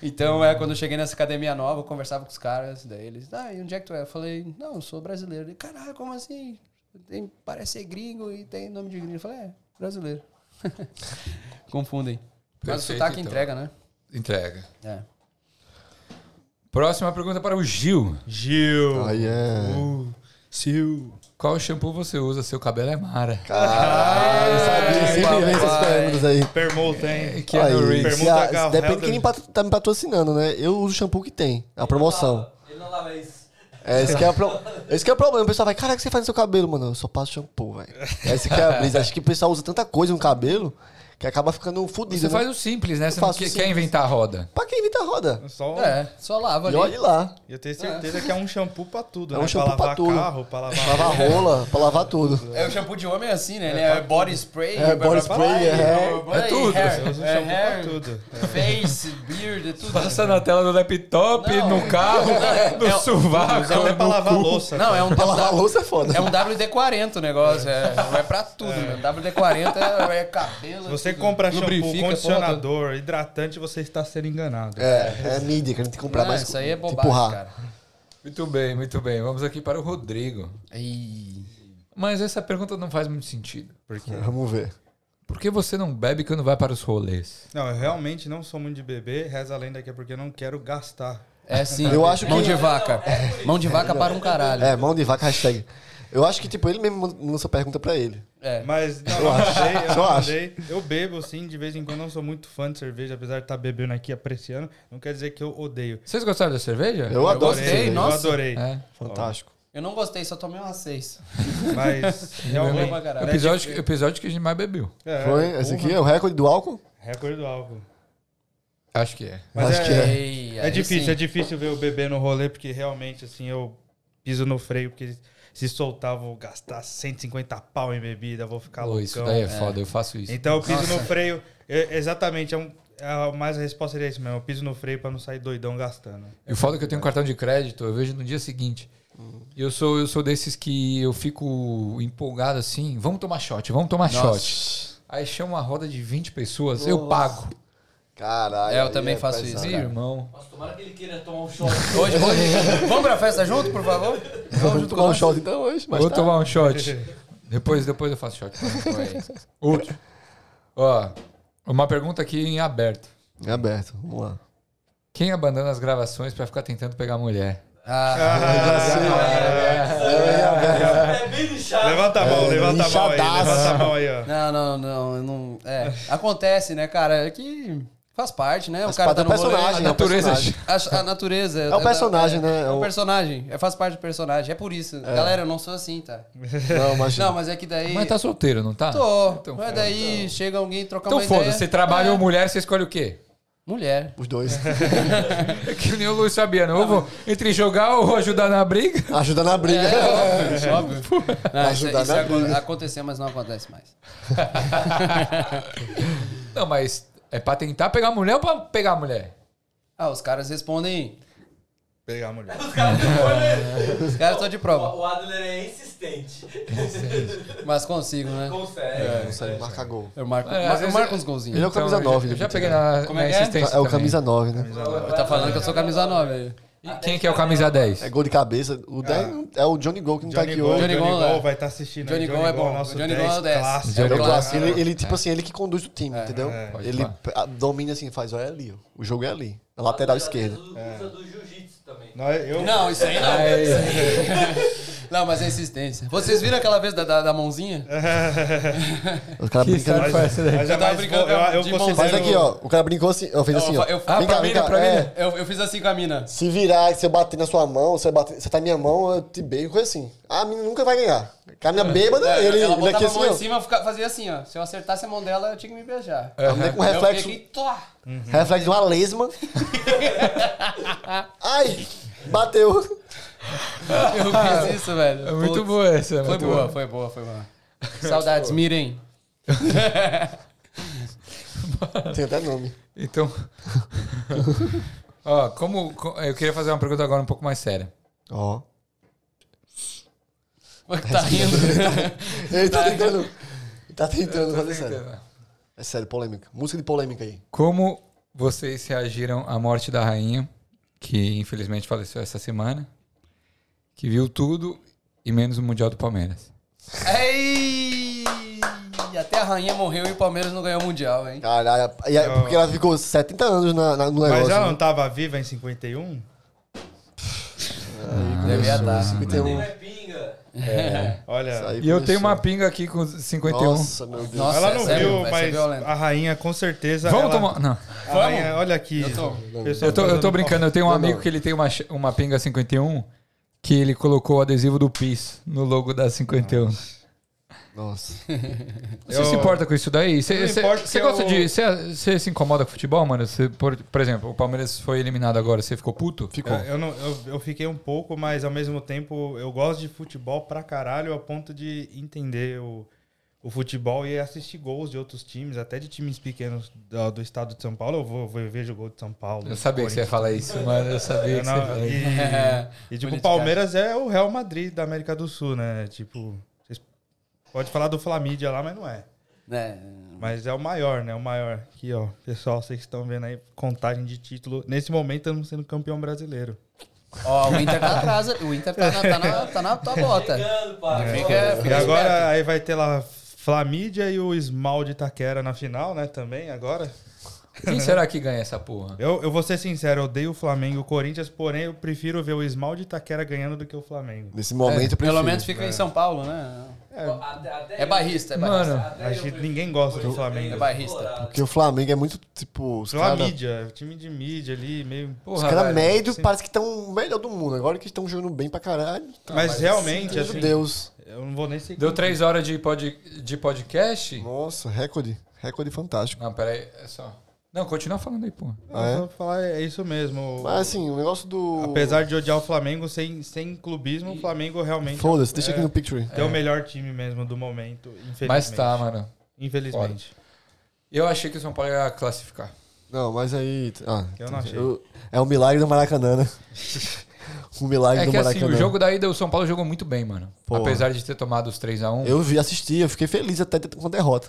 Speaker 4: então, é, quando eu cheguei nessa academia nova, eu conversava com os caras, daí eles, ah, e onde é que tu é? Eu falei, não, eu sou brasileiro. Ele, caralho, como assim? Tem, parece ser gringo e tem nome de gringo. Eu falei, é, brasileiro. Confundem. Mas o
Speaker 3: Perfeito,
Speaker 4: sotaque
Speaker 3: então.
Speaker 4: entrega, né?
Speaker 3: Entrega.
Speaker 4: É.
Speaker 3: Próxima pergunta para o Gil.
Speaker 2: Gil.
Speaker 1: Aí é.
Speaker 2: Uh, Sil.
Speaker 3: Qual shampoo você usa? Seu cabelo é mara.
Speaker 1: Ah, eu sabia, sempre vem essas
Speaker 7: papai.
Speaker 1: perguntas aí.
Speaker 2: Permuta, hein?
Speaker 3: Que é do
Speaker 1: Aí,
Speaker 3: Reeves.
Speaker 1: se
Speaker 2: Permuta
Speaker 1: a- se-
Speaker 2: Gal
Speaker 1: depende
Speaker 2: Helder.
Speaker 1: de quem me pat- tá me patrocinando, né? Eu uso o shampoo que tem, a promoção.
Speaker 6: Ele não lava isso.
Speaker 1: É, esse, que é o pro- esse que é o problema. O pessoal vai, caraca, o que você faz no seu cabelo, mano. Eu só passo shampoo, velho. Esse que é a brisa. Acho que o pessoal usa tanta coisa no cabelo que acaba ficando fudido.
Speaker 3: Você
Speaker 1: Né?
Speaker 3: faz o simples, né? Você não
Speaker 1: faço
Speaker 3: que-
Speaker 1: o
Speaker 3: quer
Speaker 1: simples.
Speaker 3: inventar a roda.
Speaker 1: Pra quem evita a roda.
Speaker 2: Ah, Só
Speaker 4: É, só lava
Speaker 1: E
Speaker 4: ali.
Speaker 1: olha lá.
Speaker 2: Eu tenho certeza que é um shampoo pra tudo,
Speaker 1: É um
Speaker 2: né?
Speaker 1: shampoo
Speaker 2: pra
Speaker 1: pra
Speaker 2: lavar
Speaker 1: tudo.
Speaker 2: carro, pra lavar.
Speaker 1: Pra lavar rola, pra lavar tudo.
Speaker 4: É, o shampoo de homem é assim, né? Ele é, body spray.
Speaker 1: É, body spray, é.
Speaker 4: É tudo.
Speaker 2: Eu uso shampoo pra tudo.
Speaker 4: Face, beard, é tudo.
Speaker 3: Passa na tela do laptop,
Speaker 4: Não.
Speaker 3: no carro, no sovaco.
Speaker 2: É até pra
Speaker 3: no
Speaker 2: lavar
Speaker 3: cu.
Speaker 2: louça.
Speaker 4: Não, é um,
Speaker 1: Pra lavar a louça é foda.
Speaker 4: é um WD-40 o negócio. É, é pra tudo, né? WD-40 é, é cabelo.
Speaker 2: Se você
Speaker 4: tudo.
Speaker 2: compra
Speaker 4: Lubrifica,
Speaker 2: shampoo,
Speaker 4: porra
Speaker 2: condicionador, hidratante, você está sendo enganado.
Speaker 1: É, é mídia que a gente tem que comprar
Speaker 4: Não,
Speaker 1: mais.
Speaker 4: isso aí é
Speaker 1: tipo,
Speaker 4: bobagem,
Speaker 1: ra-
Speaker 4: cara.
Speaker 3: Muito bem, muito bem. Vamos aqui para o Rodrigo.
Speaker 4: Ih.
Speaker 3: Mas essa pergunta não faz muito sentido. Por quê?
Speaker 1: Vamos ver.
Speaker 3: Por que você não bebe quando vai para os rolês?
Speaker 2: Não, eu realmente não sou muito de beber. Reza a lenda que é porque eu não quero gastar.
Speaker 4: É sim.
Speaker 1: Eu acho
Speaker 4: Mão
Speaker 1: que-
Speaker 4: de vaca. Mão de vaca para um caralho.
Speaker 1: É, mão de vaca, hashtag. Eu acho que, tipo, ele mesmo mandou essa pergunta pra ele.
Speaker 4: É.
Speaker 2: Mas não, eu mandei, eu
Speaker 1: Só acho.
Speaker 2: mandei. Eu bebo, sim, de vez em quando. Não sou muito fã de cerveja, apesar de estar bebendo aqui, apreciando. Não quer dizer que eu odeio.
Speaker 3: Vocês gostaram da cerveja?
Speaker 1: Eu adoro
Speaker 2: adorei,
Speaker 1: cerveja.
Speaker 4: nossa.
Speaker 2: Eu adorei.
Speaker 3: É.
Speaker 1: Fantástico.
Speaker 4: Eu não gostei, só tomei umas seis.
Speaker 2: Mas
Speaker 4: Boa pra
Speaker 2: realmente...
Speaker 4: caralho.
Speaker 3: Episódio, episódio que a gente mais bebeu.
Speaker 2: É,
Speaker 1: Foi? Esse
Speaker 2: porra,
Speaker 1: aqui é o recorde do álcoul?
Speaker 2: Recorde do álcool.
Speaker 3: Acho que é.
Speaker 2: Mas
Speaker 1: Acho
Speaker 2: é,
Speaker 1: que é.
Speaker 4: Ei,
Speaker 2: É
Speaker 4: aí assim,
Speaker 2: difícil,
Speaker 4: sim.
Speaker 2: é difícil ver o bebê no rolê, porque realmente, assim, eu piso no freio, porque se soltar, vou gastar 150 pau em bebida, vou ficar
Speaker 3: Pô,
Speaker 2: loucão.
Speaker 3: isso daí é foda, eu faço isso.
Speaker 2: Então eu piso no freio, é- exatamente, é um, é, mas a resposta seria isso mesmo, eu piso no freio pra não sair doidão gastando.
Speaker 3: E o foda é que eu tenho um cartão de crédito, eu vejo no dia seguinte. E eu sou, eu sou desses que eu fico empolgado assim, vamos tomar shot, vamos tomar shot. Aí chama uma roda de 20 pessoas, eu pago.
Speaker 1: Caralho.
Speaker 4: É, eu
Speaker 1: aí
Speaker 4: também faço
Speaker 1: pesado.
Speaker 4: isso.
Speaker 3: Meu irmão.
Speaker 6: Nossa, tomara que ele queira tomar um shot.
Speaker 4: Hoje, hoje. Vamos pra festa junto, por favor?
Speaker 1: Vamos tomar um shot então hoje, mas
Speaker 3: Vou
Speaker 1: tá.
Speaker 3: tomar um shot. Depois, depois eu faço shot. Outro. Ó, uma pergunta aqui em aberto.
Speaker 1: É aberto, vamos lá.
Speaker 3: Quem abandona as gravações pra ficar tentando pegar a mulher?
Speaker 4: Ah,
Speaker 2: é.
Speaker 4: é,
Speaker 6: É bem lixado.
Speaker 2: Levanta a mão,
Speaker 1: É,
Speaker 2: levanta a mão aí,
Speaker 1: inchadaço.
Speaker 2: levanta a mão aí, ó.
Speaker 4: não, não, não. eu não é. Acontece, né, cara? É que faz parte, né? O
Speaker 1: Mas
Speaker 4: cara tá
Speaker 1: parte
Speaker 4: no
Speaker 1: do personagem,
Speaker 4: rolê.
Speaker 1: né?
Speaker 3: natureza.
Speaker 1: personagem.
Speaker 4: A, a natureza.
Speaker 1: É o personagem, né?
Speaker 4: É,
Speaker 1: É
Speaker 4: o
Speaker 1: o-
Speaker 4: personagem. É, faz parte do personagem. É por isso. Galera, eu não sou assim, tá?
Speaker 1: Não, mas.
Speaker 4: Não, mas é que daí.
Speaker 3: Mas tá solteiro, não tá?
Speaker 4: Tô.
Speaker 3: Então,
Speaker 4: mas daí chega alguém trocar
Speaker 3: Então
Speaker 4: uma
Speaker 3: foda,
Speaker 4: ideia.
Speaker 3: você trabalha
Speaker 4: É.
Speaker 3: ou mulher, você escolhe o quê?
Speaker 4: Mulher.
Speaker 1: Os dois.
Speaker 3: É que nem o Luiz Fabiano. Eu vou entre jogar ou ajudar na briga.
Speaker 1: Ajuda na briga.
Speaker 4: É, óbvio. Não, isso,
Speaker 1: Ajudar
Speaker 4: isso
Speaker 1: na
Speaker 4: aco-
Speaker 1: briga.
Speaker 4: aconteceu, mas não acontece mais.
Speaker 3: Não, mas é pra tentar pegar a mulher ou pra pegar a mulher?
Speaker 4: Ah, os caras respondem.
Speaker 2: Pegar a mulher.
Speaker 1: Tá
Speaker 4: Os caras estão de prova.
Speaker 6: O Adler é insistente. é,
Speaker 4: Mas consigo, né?
Speaker 6: Consegue.
Speaker 1: Marca gol.
Speaker 4: Eu marco,
Speaker 3: É, às
Speaker 4: mar- eu
Speaker 3: vezes
Speaker 4: marco
Speaker 3: é-
Speaker 4: uns golzinhos.
Speaker 1: Ele é o camisa
Speaker 3: eu já-
Speaker 1: 9.
Speaker 3: Eu já peguei na,
Speaker 4: Como
Speaker 3: na
Speaker 4: é que é?
Speaker 3: existência.
Speaker 1: É o
Speaker 3: também.
Speaker 1: camisa 9, né?
Speaker 4: Tá falando que eu sou camisa 9 aí.
Speaker 3: E quem que é o camisa 10?
Speaker 1: É gol de cabeça. O 10 é o Johnny Gol que não tá
Speaker 2: Johnny
Speaker 1: aqui
Speaker 2: Gol,
Speaker 1: hoje.
Speaker 4: Johnny
Speaker 2: Johnny
Speaker 4: Gol, é.
Speaker 2: Gol vai estar assistindo. aí.
Speaker 4: Johnny Gol é bom.
Speaker 2: nosso
Speaker 4: Johnny
Speaker 2: 10
Speaker 4: Gol é o 10.
Speaker 2: clássico.
Speaker 1: Ele é o
Speaker 4: Johnny
Speaker 1: clássico. é,
Speaker 4: Gol.
Speaker 1: Ele, ele, tipo assim, ele que conduz o time, entendeu?
Speaker 3: Pode
Speaker 1: Ele
Speaker 3: pá.
Speaker 1: p- a- domina assim, faz, olha ali, ó. o jogo é ali, na lateral esquerda.
Speaker 6: Usa do jiu-jitsu
Speaker 4: é
Speaker 6: também.
Speaker 2: Nós- eu-
Speaker 4: Não, isso aí não. Isso aí- Não, mas é insistência. Vocês viram aquela vez da, da, da mãozinha?
Speaker 1: O cara brincando.
Speaker 2: nós- nós
Speaker 4: Eu tava
Speaker 2: jamais
Speaker 4: brincando
Speaker 2: vou- eu- eu
Speaker 4: de
Speaker 2: considero-
Speaker 4: mãozinha.
Speaker 1: né? Faz aqui, ó. O cara brincou assim, ó, fez assim, ó.
Speaker 4: eu- Ah,
Speaker 1: vem cá, vem cá. é.
Speaker 4: Eu, eu fiz assim com a mina.
Speaker 1: Se virar, se eu bater na sua mão, se eu bater, você tá na minha mão, eu te beijo, coisa assim. A menina nunca vai ganhar. A menina bêbada, ele,
Speaker 4: É. ela
Speaker 1: ele
Speaker 4: botava
Speaker 1: aqui
Speaker 4: a
Speaker 1: assim,
Speaker 4: mão em
Speaker 1: ó.
Speaker 4: cima, fica- fazia assim, ó. Se eu acertasse a mão dela, eu tinha que me beijar.
Speaker 1: A menina com
Speaker 4: Eu
Speaker 1: reflexo,
Speaker 4: peguei, tuá.
Speaker 1: reflexo de uma lesma. Ai, bateu.
Speaker 4: Eu fiz isso, velho.
Speaker 3: É muito
Speaker 4: Putz.
Speaker 3: boa essa. é
Speaker 4: Foi
Speaker 3: muito
Speaker 4: boa, foi boa, foi boa. Saudades, mirem.
Speaker 1: Tem até nome.
Speaker 3: Então. Ó, como. co- Eu queria fazer uma pergunta agora um pouco mais séria.
Speaker 1: Ó.
Speaker 4: Tá rindo.
Speaker 1: Ele tá tentando. Ele tá tentando fazer sério. É sério, polêmica. Música de polêmica aí.
Speaker 3: Como vocês reagiram à morte da rainha, que infelizmente faleceu essa semana, que viu tudo e menos o Mundial do Palmeiras?
Speaker 4: Ei! Até
Speaker 8: a rainha morreu e o Palmeiras não ganhou o Mundial, hein?
Speaker 1: Caralho, e aí- porque ela ficou 70 anos na, na- no negócio.
Speaker 2: Mas ela não
Speaker 1: né?
Speaker 2: tava viva em 51?
Speaker 8: Devia estar.
Speaker 1: 51.
Speaker 5: Não é pinga.
Speaker 2: Olha.
Speaker 1: Aí
Speaker 3: E eu
Speaker 1: começou.
Speaker 3: tenho uma pinga aqui com 51.
Speaker 1: Nossa, meu Deus.
Speaker 8: Nossa,
Speaker 2: ela não
Speaker 8: essa é-
Speaker 2: viu,
Speaker 8: vai ser
Speaker 2: mas
Speaker 8: violenta.
Speaker 2: a rainha com certeza.
Speaker 3: Vamos
Speaker 2: ela-
Speaker 3: tomar. Não.
Speaker 2: A rainha, olha aqui.
Speaker 3: Eu tô, eu tô brincando, eu tenho um
Speaker 1: tá Não,
Speaker 3: amigo
Speaker 1: não.
Speaker 3: que ele tem uma, ch- uma pinga 51 que ele colocou o adesivo do PIS no logo da 51.
Speaker 1: Nossa.
Speaker 3: Você se importa com isso daí? Você
Speaker 2: Eu me
Speaker 3: você-
Speaker 2: importo
Speaker 3: você
Speaker 2: que
Speaker 3: gosta
Speaker 2: eu-
Speaker 3: de. Você você se incomoda com futebol, mano? Você, por, por exemplo, o Palmeiras foi eliminado agora, você ficou puto? É.
Speaker 1: Ficou.
Speaker 2: Eu, eu não, eu, eu fiquei um pouco, mas ao mesmo tempo eu gosto de futebol pra caralho a ponto de entender o, o futebol e assistir gols de outros times, até de times pequenos do, do estado de São Paulo. Eu vou, vou vejo gol de São Paulo.
Speaker 3: Eu sabia que você ia falar isso, mano. Eu sabia que
Speaker 2: Eu
Speaker 3: você ia falar
Speaker 2: não-
Speaker 3: isso.
Speaker 4: É,
Speaker 2: E, e tipo,
Speaker 8: Politicagem.
Speaker 2: o Palmeiras é o Real Madrid da América do Sul, né? Tipo, vocês pode falar do Flamídia lá, mas não é.
Speaker 4: né?
Speaker 8: É.
Speaker 2: Mas é o maior, né? O maior. Aqui, ó. Pessoal, vocês que estão vendo aí, contagem de título. Nesse momento, estamos sendo campeão brasileiro.
Speaker 8: Ó, o Inter tá atrás. O Inter tá na, tá na, tá na tua bota.
Speaker 5: Chegando, pai.
Speaker 8: Fica,
Speaker 2: E
Speaker 8: fica
Speaker 2: agora aí vai ter lá Flamídia e o Esmal de Taquera na final, né? Também agora.
Speaker 3: Quem será que ganha essa porra?
Speaker 2: Eu, eu vou ser sincero, eu odeio o Flamengo e o Corinthians, porém eu prefiro ver o Esmal de Taquera ganhando do que o Flamengo.
Speaker 1: Nesse momento, eu prefiro.
Speaker 8: É, Pelo menos fica em São Paulo, né?
Speaker 5: Até, até
Speaker 8: É barrista, é barrista.
Speaker 3: Mano,
Speaker 2: Acho que ninguém gosta do Flamengo.
Speaker 8: É barrista.
Speaker 1: Porque o Flamengo é muito, tipo, os
Speaker 2: Pela
Speaker 1: caras.
Speaker 2: mídia, o time de mídia ali, meio.
Speaker 1: Os
Speaker 3: porra.
Speaker 1: caras
Speaker 3: velho.
Speaker 1: médios
Speaker 2: Sim.
Speaker 1: parece que estão o melhor do mundo. Agora que estão jogando bem pra caralho.
Speaker 2: mas realmente,
Speaker 1: Meu
Speaker 2: assim,
Speaker 1: Deus.
Speaker 2: eu não vou nem ser.
Speaker 3: Deu três horas de, pod, de podcast?
Speaker 1: Nossa, recorde. Recorde fantástico.
Speaker 3: Não, peraí, é só. Não, continua falando aí, porra.
Speaker 2: Eu vou falar, é isso mesmo.
Speaker 1: Ah, Mas assim, o negócio do.
Speaker 2: Apesar de odiar o Flamengo, sem, sem clubismo, o Flamengo realmente
Speaker 1: Foda-se, deixa aqui no Picture.
Speaker 2: é o melhor time mesmo do momento, infelizmente.
Speaker 3: Mas tá, mano.
Speaker 2: Infelizmente.
Speaker 3: Eu achei que o São Paulo ia classificar.
Speaker 1: Não, mas aí. Ah,
Speaker 2: Eu não achei.
Speaker 1: eu- É o milagre do Maracanã, né? o milagre
Speaker 3: É
Speaker 1: do
Speaker 3: que
Speaker 1: Maracanã.
Speaker 3: assim, o jogo da ida, o São Paulo jogou muito bem, mano.
Speaker 1: Porra.
Speaker 3: Apesar de ter tomado os 3x1.
Speaker 1: Eu vi, assisti, eu fiquei feliz até com a derrota.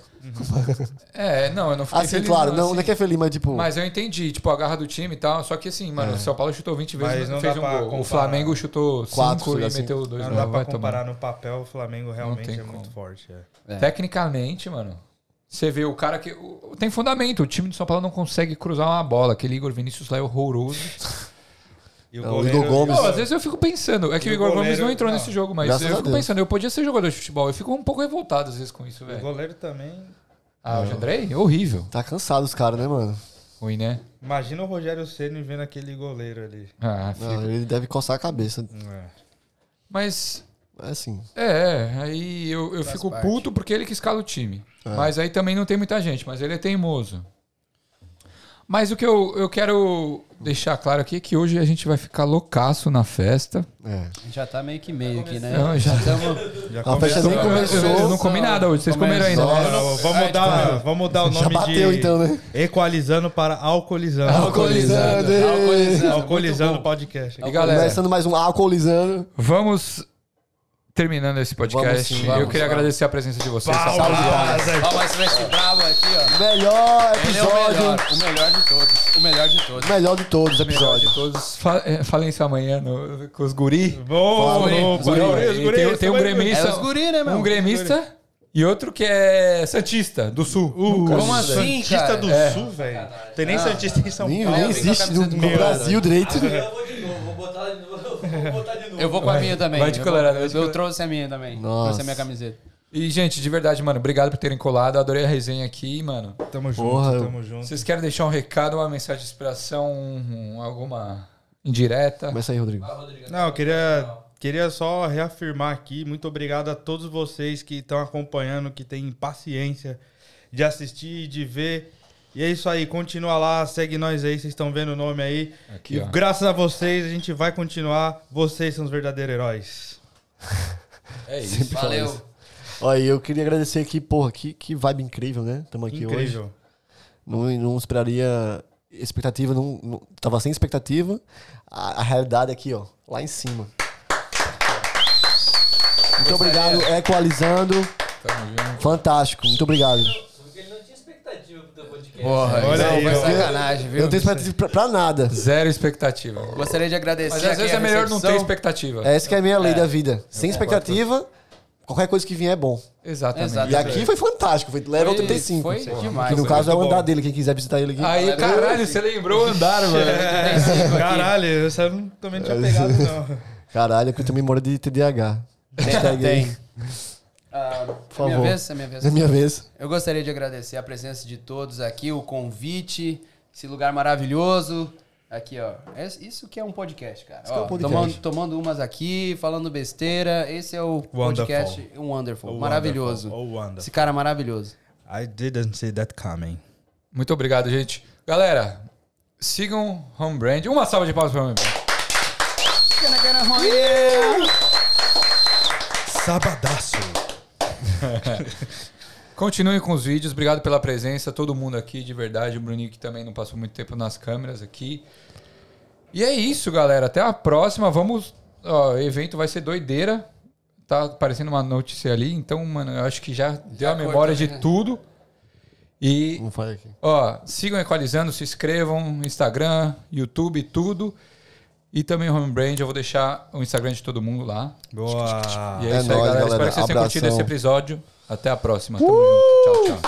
Speaker 3: É, não, eu não fiquei
Speaker 1: Assim,
Speaker 3: feliz,
Speaker 1: claro, não,
Speaker 3: assim.
Speaker 1: não é que é feliz, mas tipo.
Speaker 3: Mas eu entendi, tipo, a garra do time e tal. Só que assim,
Speaker 1: É.
Speaker 3: mano, o São Paulo chutou 20 vezes
Speaker 2: Mas
Speaker 3: e
Speaker 2: não
Speaker 3: fez
Speaker 2: dá
Speaker 3: um
Speaker 2: pra
Speaker 3: gol. O
Speaker 2: comparar.
Speaker 3: Flamengo chutou 5
Speaker 1: Quatro,
Speaker 3: e
Speaker 1: assim.
Speaker 3: meteu 2
Speaker 2: Não dá pra
Speaker 3: Vai
Speaker 2: comparar
Speaker 3: tomar.
Speaker 2: no papel, o Flamengo realmente
Speaker 3: tem
Speaker 2: é
Speaker 3: como.
Speaker 2: muito forte. é.
Speaker 3: Tecnicamente, mano, você vê o cara que. o- tem fundamento. O time do São Paulo não consegue cruzar uma bola. Aquele Igor Vinícius lá é horroroso.
Speaker 2: E o
Speaker 1: É, o Igor Gomes.
Speaker 3: Pô, às vezes eu fico pensando. É que
Speaker 2: E
Speaker 3: o
Speaker 2: o
Speaker 3: Igor Gomes
Speaker 2: goleiro-
Speaker 3: não entrou
Speaker 2: não.
Speaker 3: nesse jogo, mas
Speaker 1: Graças
Speaker 3: eu
Speaker 1: a
Speaker 3: fico
Speaker 1: Deus.
Speaker 3: pensando, eu podia ser jogador de futebol. Eu fico um pouco revoltado às vezes com isso,
Speaker 2: O
Speaker 3: velho.
Speaker 2: goleiro também.
Speaker 3: Ah, o Andrei? Horrível.
Speaker 1: Tá cansado os caras, né, mano?
Speaker 3: Ruim, né?
Speaker 2: Imagina o Rogério Ceni vendo aquele goleiro ali. É.
Speaker 3: Ah, fico.
Speaker 1: Não, ele deve coçar a cabeça.
Speaker 3: Mas
Speaker 1: É assim.
Speaker 3: É, aí eu, eu fico puto porque ele que escala o time. Mas aí também não tem muita gente, mas ele é teimoso. Mas o que eu, eu quero deixar claro aqui é que hoje a gente vai ficar loucaço na festa.
Speaker 1: É.
Speaker 8: Já tá meio que meio aqui, né?
Speaker 3: Não, já
Speaker 8: Tamo-
Speaker 2: Já
Speaker 1: A festa nem
Speaker 2: começou.
Speaker 3: Eu, eu não
Speaker 1: começou.
Speaker 3: comi nada hoje, vocês comeram ainda. né?
Speaker 2: Não, Vamos mudar,
Speaker 3: tipo,
Speaker 2: vamos mudar o
Speaker 1: Já
Speaker 2: nome
Speaker 1: bateu
Speaker 2: de
Speaker 1: então, né?
Speaker 2: equalizando para alcoolizando.
Speaker 1: Alcoolizando.
Speaker 8: Tá
Speaker 2: Alcoolizando o podcast.
Speaker 3: E galera,
Speaker 1: Começando mais um alcoolizando.
Speaker 3: vamos terminando esse podcast.
Speaker 1: Vamos sim,
Speaker 3: eu
Speaker 1: vamos,
Speaker 3: queria agradecer a presença de vocês. essa
Speaker 2: Palmas.
Speaker 4: é
Speaker 8: Ó, mas esse bravo aqui, ó.
Speaker 1: Melhor
Speaker 8: Ele é o
Speaker 1: episódio.
Speaker 8: melhor. O melhor de todos. O melhor de todos.
Speaker 1: Melhor de todos os
Speaker 3: de
Speaker 1: episódios.
Speaker 3: todos. Fa- é, Falem isso amanhã no- com os guri.
Speaker 2: Bom,
Speaker 1: Fala,
Speaker 2: bom,
Speaker 1: guri.
Speaker 2: bom.
Speaker 1: Guri,
Speaker 2: Guri,
Speaker 3: E
Speaker 2: guri,
Speaker 3: tem, tem um
Speaker 2: guri.
Speaker 3: gremista.
Speaker 8: É os guri, né, meu?
Speaker 3: Um gremista e outro que é Santista, do Sul.
Speaker 8: Como assim,
Speaker 2: Uh, Santista
Speaker 8: cara?
Speaker 2: do Sul, velho. Tem nem Santista em São
Speaker 1: Nem,
Speaker 2: Paulo.
Speaker 1: nem existe no, no
Speaker 2: Meu.
Speaker 1: Brasil direito.
Speaker 5: Eu vou de novo, vou botar de novo. Vou botar de novo.
Speaker 8: Eu vou com a minha também.
Speaker 3: vai de
Speaker 8: Eu
Speaker 3: Colorado,
Speaker 8: vou-
Speaker 3: vai de
Speaker 8: Eu
Speaker 3: Colorado.
Speaker 8: trouxe a minha também.
Speaker 1: Nossa.
Speaker 8: Trouxe a minha camiseta.
Speaker 3: E, gente, de verdade, mano, obrigado por terem colado. Adorei a resenha aqui, mano.
Speaker 2: Tamo junto,
Speaker 1: Porra, eu-
Speaker 2: tamo junto.
Speaker 3: Vocês querem deixar um recado, uma mensagem de inspiração, um- um- alguma indireta?
Speaker 1: Começa aí, Rodrigo.
Speaker 2: Não, eu queria, queria só reafirmar aqui, muito obrigado a todos vocês que estão acompanhando, que têm paciência de assistir, de ver. E é isso aí, continua lá, segue nós aí, vocês estão vendo o nome aí.
Speaker 3: Aqui,
Speaker 2: e
Speaker 3: ó.
Speaker 2: graças a vocês, a gente vai continuar. Vocês são os verdadeiros heróis.
Speaker 3: É isso.
Speaker 8: Valeu.
Speaker 1: Olha, e eu queria agradecer aqui, porra, que, que vibe incrível, né? Estamos aqui hoje.
Speaker 2: Incrível.
Speaker 1: Não, não esperaria expectativa, não, não- tava sem expectativa. A, a realidade é aqui, ó, lá em cima. Muito obrigado, Equalizando.
Speaker 3: Tamo junto.
Speaker 1: Fantástico, muito obrigado.
Speaker 5: Porque ele não tinha expectativa pro teu podcast.
Speaker 8: Porra,
Speaker 2: Olha
Speaker 8: não,
Speaker 2: aí,
Speaker 8: foi
Speaker 2: ó.
Speaker 8: sacanagem,
Speaker 1: Eu
Speaker 8: viu?
Speaker 1: não tenho expectativa pra, pra nada.
Speaker 3: Zero expectativa.
Speaker 8: Gostaria de agradecer
Speaker 3: Mas
Speaker 8: aqui
Speaker 4: é
Speaker 3: às vezes
Speaker 8: a
Speaker 3: é melhor não ter
Speaker 8: recepção.
Speaker 3: expectativa.
Speaker 1: Essa que é a minha lei da vida. Sem expectativa, qualquer coisa que vier é bom.
Speaker 3: Exatamente.
Speaker 1: E aqui foi fantástico, foi level 35.
Speaker 3: Foi demais.
Speaker 1: que no
Speaker 3: foi
Speaker 1: caso é o
Speaker 3: muito bom.
Speaker 1: andar dele, quem quiser visitar ele aqui.
Speaker 3: Aí, caralho, você lembrou o andar, mano.
Speaker 2: É, Caralho, eu só não- também não tinha pegado, não.
Speaker 1: Caralho, é porque eu também moro de TDAH. Hashtag aí.
Speaker 9: tem.
Speaker 4: Ah,
Speaker 1: Por
Speaker 4: é minha
Speaker 1: favor.
Speaker 4: vez? É minha vez.
Speaker 1: É minha vez.
Speaker 4: Eu gostaria de agradecer a presença de todos aqui, o convite, esse lugar maravilhoso. Aqui, ó. Es- Isso que é um podcast, cara.
Speaker 1: que é
Speaker 4: Ó,
Speaker 1: um podcast.
Speaker 4: Tomando, tomando umas aqui, falando besteira. Esse é o podcast um Wonderful.
Speaker 2: Oh,
Speaker 4: maravilhoso.
Speaker 2: wonderful, oh, wonderful.
Speaker 4: Esse cara é maravilhoso.
Speaker 2: I didn't see that coming.
Speaker 3: Muito obrigado, gente. Galera, sigam Home Brand. Uma salva de palmas para Home Brand.
Speaker 2: Sabadaço.
Speaker 3: Continuem com os vídeos. Obrigado pela presença, todo mundo aqui, de verdade. O Bruninho que também não passou muito tempo nas câmeras aqui. E é isso, galera. Até a próxima. Vamos. Ó, o evento vai ser doideira. Tá aparecendo uma notícia ali. Então, mano, eu acho que já deu a memória de tudo. E
Speaker 1: Não faz aqui.
Speaker 3: Ó, sigam equalizando, se inscrevam, Instagram, YouTube, tudo. E também o Home Brand, eu vou deixar o Instagram de todo mundo lá.
Speaker 2: Boa.
Speaker 3: E é,
Speaker 1: É
Speaker 3: isso
Speaker 1: nóis,
Speaker 3: aí, galera.
Speaker 1: galera.
Speaker 3: Espero que vocês tenham
Speaker 1: Abração. Uh!
Speaker 3: curtido esse episódio. Até a próxima. Tamo junto. Tchau, tchau.